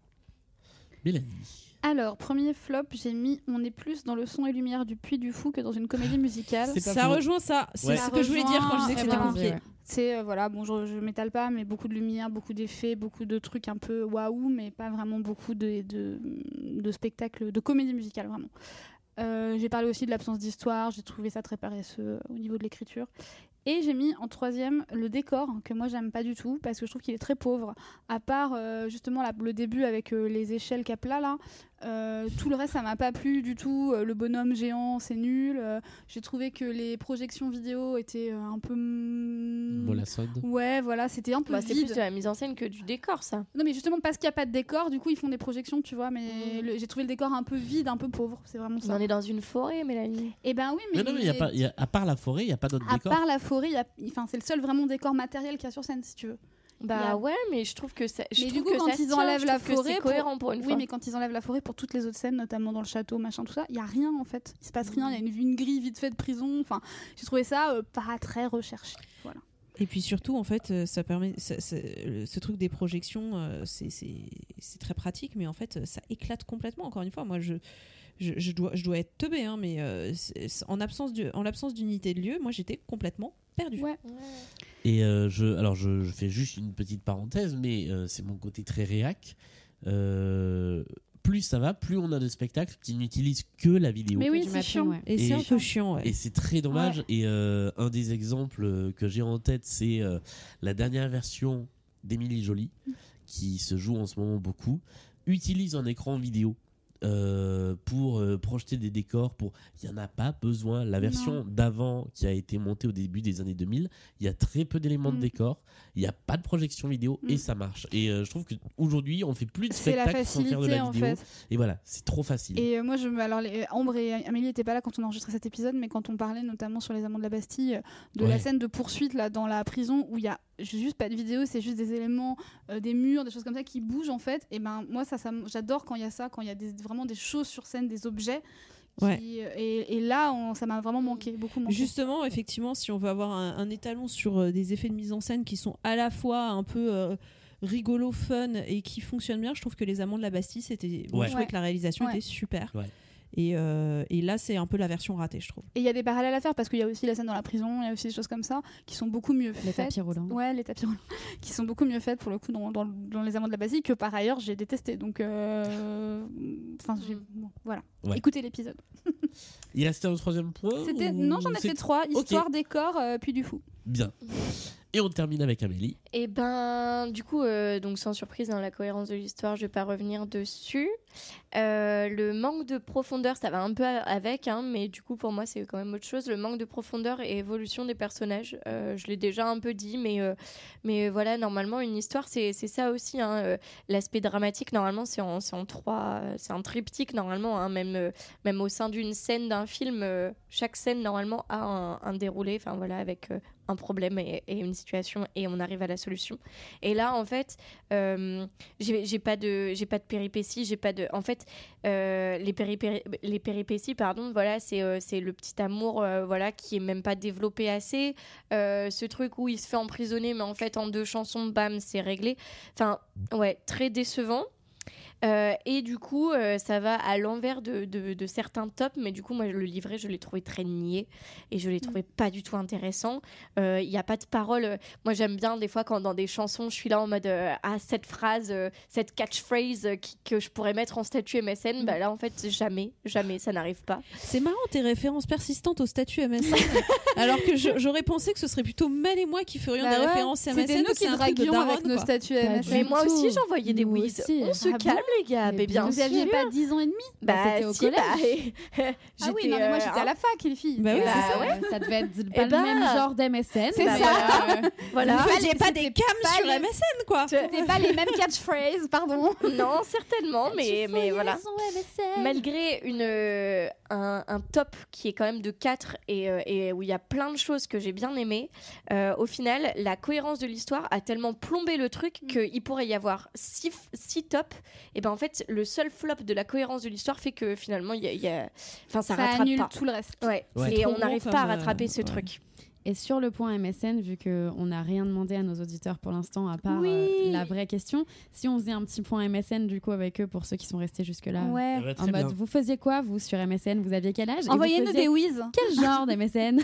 S2: Mélanie.
S4: Alors, premier flop, j'ai mis On est plus dans le son et lumière du Puy du Fou que dans une comédie musicale.
S2: C'est pas
S9: Ça
S2: faux.
S9: rejoint ça, c'est
S2: Ouais.
S9: ce que je voulais dire quand je disais que
S4: Eh
S9: c'était
S4: ben,
S9: pompier.
S3: ouais.
S4: C'est, euh, voilà, bon, je, je m'étale pas, mais beaucoup de lumière, beaucoup d'effets, beaucoup de trucs un peu waouh, mais pas vraiment beaucoup de, de, de spectacles, de comédie musicale vraiment. Euh, j'ai parlé aussi de l'absence d'histoire, j'ai trouvé ça très paresseux euh, au niveau de l'écriture. Et j'ai mis en troisième le décor, que moi j'aime pas du tout, parce que je trouve qu'il est très pauvre. À part euh, justement la- le début avec euh, les échelles cap là, là euh, tout le reste ça m'a pas plu du tout. Euh, le bonhomme géant, c'est nul. Euh, j'ai trouvé que les projections vidéo étaient euh, un peu. mm,
S2: Molassonne.
S4: Ouais, voilà, c'était un peu
S5: Bah, c'est plus euh,
S4: vide.
S5: de la mise en scène que du décor, ça.
S4: Non, mais justement, parce qu'il n'y a pas de décor, du coup, ils font des projections, tu vois. Mais le- j'ai trouvé le décor un peu vide, un peu pauvre. C'est vraiment
S5: On
S4: ça.
S5: est Mmh. dans une forêt, Mélanie.
S4: Et ben oui, mais.
S2: Non, non, mais il y a pas, il y a- à part la forêt, il n'y a pas d'autres
S4: À
S2: décors.
S4: part la forêt, il y a- enfin, c'est le seul vraiment décor matériel qu'il y a sur scène, si tu veux.
S5: Bah
S4: Y a-
S5: ouais, mais je trouve que ça. Je
S4: Mais du
S5: trouve
S4: coup,
S5: que
S4: quand
S5: ça
S4: ils
S5: tient,
S4: enlèvent
S5: je
S4: la
S5: trouve que
S4: forêt
S5: c'est
S4: pour-
S5: cohérent pour une
S4: Oui,
S5: fois.
S4: mais quand ils enlèvent la forêt pour toutes les autres scènes, notamment dans le château, machin, tout ça, il y a rien en fait. Il se passe rien. Il y a une, une grille vite fait de prison. Enfin, j'ai trouvé ça euh, pas très recherché. Voilà.
S9: Et puis surtout, en fait, euh, ça permet ça- ça- le- ce truc des projections, euh, c'est- c'est c'est très pratique, mais en fait, euh, ça éclate complètement. Encore une fois, moi, je, je, je dois, je dois être teubé, hein, mais euh, c'est- c'est- en absence de- en l'absence d'unité de lieu, moi, j'étais complètement perdue.
S4: Ouais.
S2: Et euh, je, alors je, je fais juste une petite parenthèse, mais euh, c'est mon côté très réac. Euh, plus ça va, plus on a de spectacles qui n'utilisent que la vidéo.
S4: Mais
S3: Que
S4: oui,
S3: du
S4: c'est
S3: mapping,
S4: chiant.
S3: ouais.
S9: Et, c'est
S2: Et-
S9: un peu chiant. ouais.
S2: Et c'est très dommage. Et euh, un des exemples euh, que j'ai en tête, c'est euh, la dernière version d'Emily Jolie, qui se joue en ce moment beaucoup, utilise un écran vidéo. euh, pour euh, projeter des décors, pour il y en a pas besoin. La version d'avant qui a été montée au début des années 2000, il y a très peu d'éléments de
S4: Mm.
S2: décor, il n'y a pas de projection vidéo et
S4: Mm.
S2: ça marche. Et euh, je trouve que aujourd'hui on fait plus de
S4: C'est la
S2: spectacles sans faire de
S4: facilité
S2: la
S4: en
S2: vidéo.
S4: fait.
S2: Et voilà, c'est trop facile.
S4: Et euh, moi, je, me- alors, les- Ambre et Amélie n'étaient pas là quand on enregistrait cet épisode, mais quand on parlait notamment sur les Amants de la Bastille, euh, de
S2: Ouais.
S4: la scène de poursuite là, dans la prison où il y a juste pas de vidéo, c'est juste des éléments, euh, des murs, des choses comme ça qui bougent en fait. Et ben moi, ça, ça m- j'adore quand il y a ça, quand il y a des- vraiment des choses sur scène, des objets. qui- euh,
S9: Ouais.
S4: et, et là, on- ça m'a vraiment manqué, beaucoup manqué.
S9: Justement, effectivement, si on veut avoir un, un étalon sur euh, des effets de mise en scène qui sont à la fois un peu euh, rigolo, fun et qui fonctionnent bien, je trouve que Les Amants de la Bastille, c'était. moi,
S2: Ouais.
S9: je trouvais
S4: Ouais.
S9: que la réalisation
S4: Ouais.
S9: était super.
S2: Ouais.
S9: Et, euh, et là, c'est un peu la version ratée, je trouve.
S4: Et il y a des parallèles à faire parce qu'il y a aussi la scène dans la prison, il y a aussi des choses comme ça qui sont beaucoup mieux
S3: Les
S4: faites.
S3: papiers roulants.
S4: Ouais, les tapis roulants, qui sont beaucoup mieux faites pour le coup dans, dans- dans les amants de la Bastille que par ailleurs j'ai détesté. Donc, euh, enfin, j'ai- bon, voilà.
S2: Ouais.
S4: Écoutez l'épisode.
S2: Il restait un troisième point.
S4: C'était
S2: ou
S4: non, j'en ai
S2: c'est-
S4: fait trois.
S2: Ok.
S4: Histoire, décor, euh, puis du fou.
S2: Bien. Et on termine avec Amélie.
S5: Et ben, du coup, euh, donc sans surprise, hein, la cohérence de l'histoire, je vais pas revenir dessus. Euh, le manque de profondeur, ça va un peu a- avec, hein, mais du coup, pour moi, c'est quand même autre chose. Le manque de profondeur et évolution des personnages, Euh, je l'ai déjà un peu dit, mais, euh, mais voilà, normalement, une histoire, c'est c'est ça aussi. hein, euh, L'aspect dramatique, normalement, c'est en, c'est en trois, euh, c'est un triptyque, normalement, hein, même, euh, même au sein d'une scène, d'un film, euh, chaque scène, normalement, a un, un déroulé, enfin voilà, avec euh, un problème et, et une situation et on arrive à la solution. Et là, en fait, euh, j'ai j'ai pas de, j'ai pas de péripéties, j'ai pas de, en fait, euh, les, péripé- les péripéties, pardon, voilà, c'est euh, c'est le petit amour, euh, voilà, qui est même pas développé assez. Euh, ce truc où il se fait emprisonner, mais en fait, en deux chansons, bam, c'est réglé. Enfin, ouais, très décevant. Euh, et du coup, euh, ça va à l'envers de, de- de certains tops, mais du coup, moi, le livret, je l'ai trouvé très niais et je l'ai trouvé pas du tout intéressant. Euh, Il n'y a pas de parole. Moi, j'aime bien des fois quand dans des chansons, je suis là en mode euh, Ah, cette phrase, euh, cette catchphrase euh, qui- que je pourrais mettre en statut MSN,
S3: Mm.
S5: bah là, en fait, jamais, jamais, ça n'arrive pas.
S10: C'est marrant tes références persistantes au statut MSN. alors que je- j'aurais pensé que ce serait plutôt Mel et moi qui ferions
S4: Bah
S10: des
S4: ouais,
S10: références MSN.
S4: C'était nous
S10: parce que
S4: qui
S10: c'est un truc de
S4: draguions avec
S10: daronne,
S4: nos
S10: quoi.
S4: statuts
S3: Pas
S4: MS.
S3: du
S5: Mais moi
S3: tout.
S5: aussi, j'envoyais des
S3: Nous
S5: whiz.
S3: aussi.
S5: On se
S3: Ah bon
S5: calme, les gars, mais, bien,
S4: Vous
S5: sûr.
S4: aviez pas 10 ans et demi
S5: Bah,
S3: c'était au
S5: si, bah,
S4: Ah oui,
S5: j'étais,
S4: non, mais moi
S5: euh,
S4: j'étais à la fac, les filles. Euh,
S10: Bah oui,
S3: Bah
S10: c'est
S5: ça.
S3: ouais, ça devait être pas le
S5: bah,
S3: même genre d'MSN.
S4: Eh ben, C'est
S5: Bah,
S4: ça.
S5: Voilà.
S10: Il fallait pas des
S4: pas
S10: cams sur
S4: les-
S10: MSN, quoi.
S4: C'était pas les mêmes catchphrases, pardon.
S5: Non, certainement, mais, mais voilà.
S3: MSN.
S5: Malgré une, euh, un, un top qui est quand même de 4 et, euh, et où il y a plein de choses que j'ai bien aimées, euh, au final, la cohérence de l'histoire a tellement plombé le truc qu'il pourrait y avoir 6 six, six tops. Et ben en fait, le seul flop de la cohérence de l'histoire fait que finalement, il y a, il y a- enfin, ça, rattrape
S4: annule
S5: pas.
S4: tout le reste.
S5: Ouais.
S2: Ouais.
S5: Et
S10: Trop
S5: on
S10: gros
S5: n'arrive pas
S10: comme,
S5: à
S10: euh,
S5: rattraper ce
S10: ouais.
S5: truc.
S3: Et sur le point MSN, vu qu'on n'a rien demandé à nos auditeurs pour l'instant, à part
S5: Oui.
S3: euh, la vraie question, si on faisait un petit point MSN du coup avec eux pour ceux qui sont restés jusque-là,
S4: Ouais.
S2: Ouais,
S3: en
S2: très
S3: mode
S2: bien.
S3: vous faisiez quoi vous sur MSN Vous aviez quel âge Et vous
S4: Envoyez-nous
S3: faisiez
S4: des whiz.
S3: Quel genre d'MSN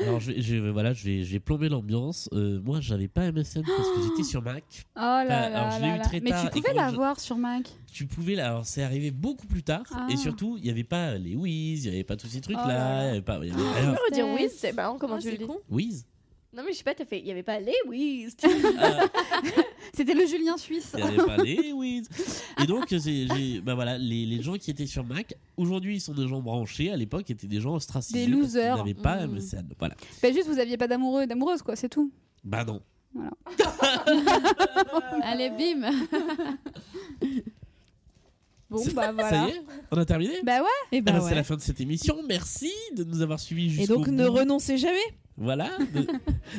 S2: Alors, je, vais- je vais- voilà, je vais, je vais plomber l'ambiance. Euh, moi, j'avais pas MSN parce que j'étais sur Mac.
S4: Oh là là.
S2: alors, je l'ai
S4: là
S2: eu
S4: là.
S2: très
S4: Mais
S2: tard
S4: tu
S2: et
S4: pouvais
S2: quand je-
S4: l'avoir sur Mac.
S2: Tu pouvais là, alors c'est arrivé beaucoup plus tard.
S4: Ah.
S2: Et surtout, il n'y avait pas les Wiz, il n'y avait pas tous ces trucs
S4: Oh
S2: là.
S4: là là.
S2: il y avait pas, il y avait rien.
S5: Je peux redire oui, c'est marrant comment
S10: Ah,
S5: tu le
S10: c'est
S5: dis.
S10: con.
S2: Wiz
S5: Non, mais je sais pas, t'as fait. Il y avait pas les oui.
S2: Ah,
S4: C'était le Julien Suisse.
S2: Il n'y avait pas les Wiz. Et donc, c'est- j'ai- bah voilà, les, les gens qui étaient sur Mac, aujourd'hui, ils sont des gens branchés. À l'époque, étaient des gens ostracisés. parce
S4: Des
S2: qu'ils
S4: losers.
S2: n'avaient pas
S5: Mm.
S2: MSN. Voilà.
S4: Bah juste, vous aviez pas d'amoureux et d'amoureuse, quoi, c'est tout.
S2: Bah non.
S3: Allez, bim
S4: Bon, bah
S2: Ça
S4: voilà.
S2: y est On a terminé
S3: Mm.
S4: Bah ouais.
S10: Et
S2: Ah
S10: bah
S2: bah, C'est
S10: ouais.
S2: la fin de cette émission. Merci de nous avoir suivis
S10: Et
S2: jusqu'au
S10: donc ne
S2: bout.
S10: renoncez jamais.
S2: Voilà, de-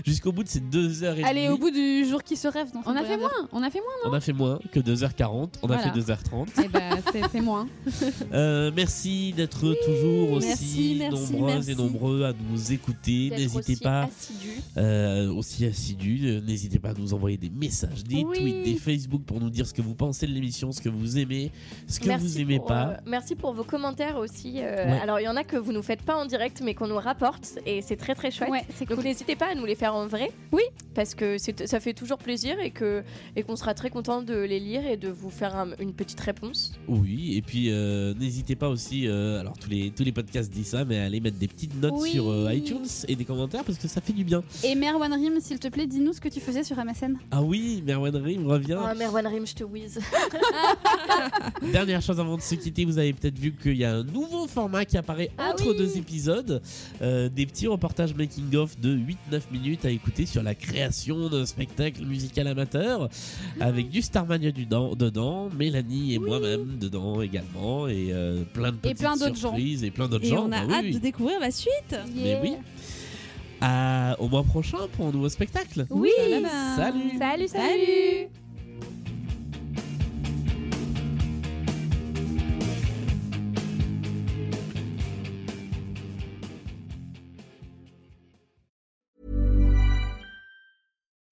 S2: jusqu'au bout de ces deux heures et
S4: Allez, au
S2: demie.
S4: bout du jour qui se rêve. non, ça
S3: On a
S4: veut
S3: fait
S4: rien dire.
S3: moins On a fait moins
S2: On a fait moins que 2h40, on a
S3: Voilà.
S2: fait 2h30.
S3: Eh ben, c'est- c'est moins.
S2: Euh, merci d'être toujours aussi
S10: merci, merci,
S2: nombreuses
S10: merci.
S2: et nombreux à nous écouter. N'hésitez pas, euh, aussi assidus, euh, n'hésitez pas à nous envoyer des messages, des
S5: Oui.
S2: tweets, des Facebook pour nous dire ce que vous pensez de l'émission, ce que vous aimez, ce que vous aimez
S5: pour,
S2: pas.
S5: euh, merci pour vos commentaires aussi. euh,
S2: Ouais.
S5: Alors, il y en a que vous nous faites pas en direct, mais qu'on nous rapporte, et c'est très très chouette.
S4: Ouais, c'est
S5: Donc
S4: cool.
S5: n'hésitez pas à nous les faire en vrai. Oui. Parce que c'est- ça fait toujours plaisir et que et qu'on sera très content de les lire et de vous faire un- une petite réponse.
S2: Oui, et puis euh, n'hésitez pas aussi, euh, alors tous les, tous les podcasts disent ça, mais à aller mettre des petites notes
S4: Oui.
S2: sur euh, iTunes et des commentaires parce que ça fait du bien.
S4: Et Merwan Rim, s'il te plaît, dis-nous ce que tu faisais sur MSN.
S2: Ah oui, Merwan Rim revient.
S5: Ah, Merwan Rim, je te whiz.
S2: Dernière chose avant de se quitter, vous avez peut-être vu qu'il y a un nouveau format qui apparaît
S5: Ah
S2: entre
S5: oui.
S2: deux épisodes. Euh, des petits reportages making-of de 8-9 minutes à écouter sur la création d'un spectacle musical amateur avec du Starmania du dan- dedans, Mélanie et moi-même dedans également et euh, plein de petites
S4: plein d'autres gens.
S2: surprises et plein d'autres
S10: Et
S2: gens.
S10: on a
S2: Bah oui,
S10: hâte
S2: oui.
S10: de découvrir la suite.
S2: Mais oui. À- au mois prochain pour un nouveau spectacle.
S4: Oui.
S2: Salut.
S4: Salut, salut.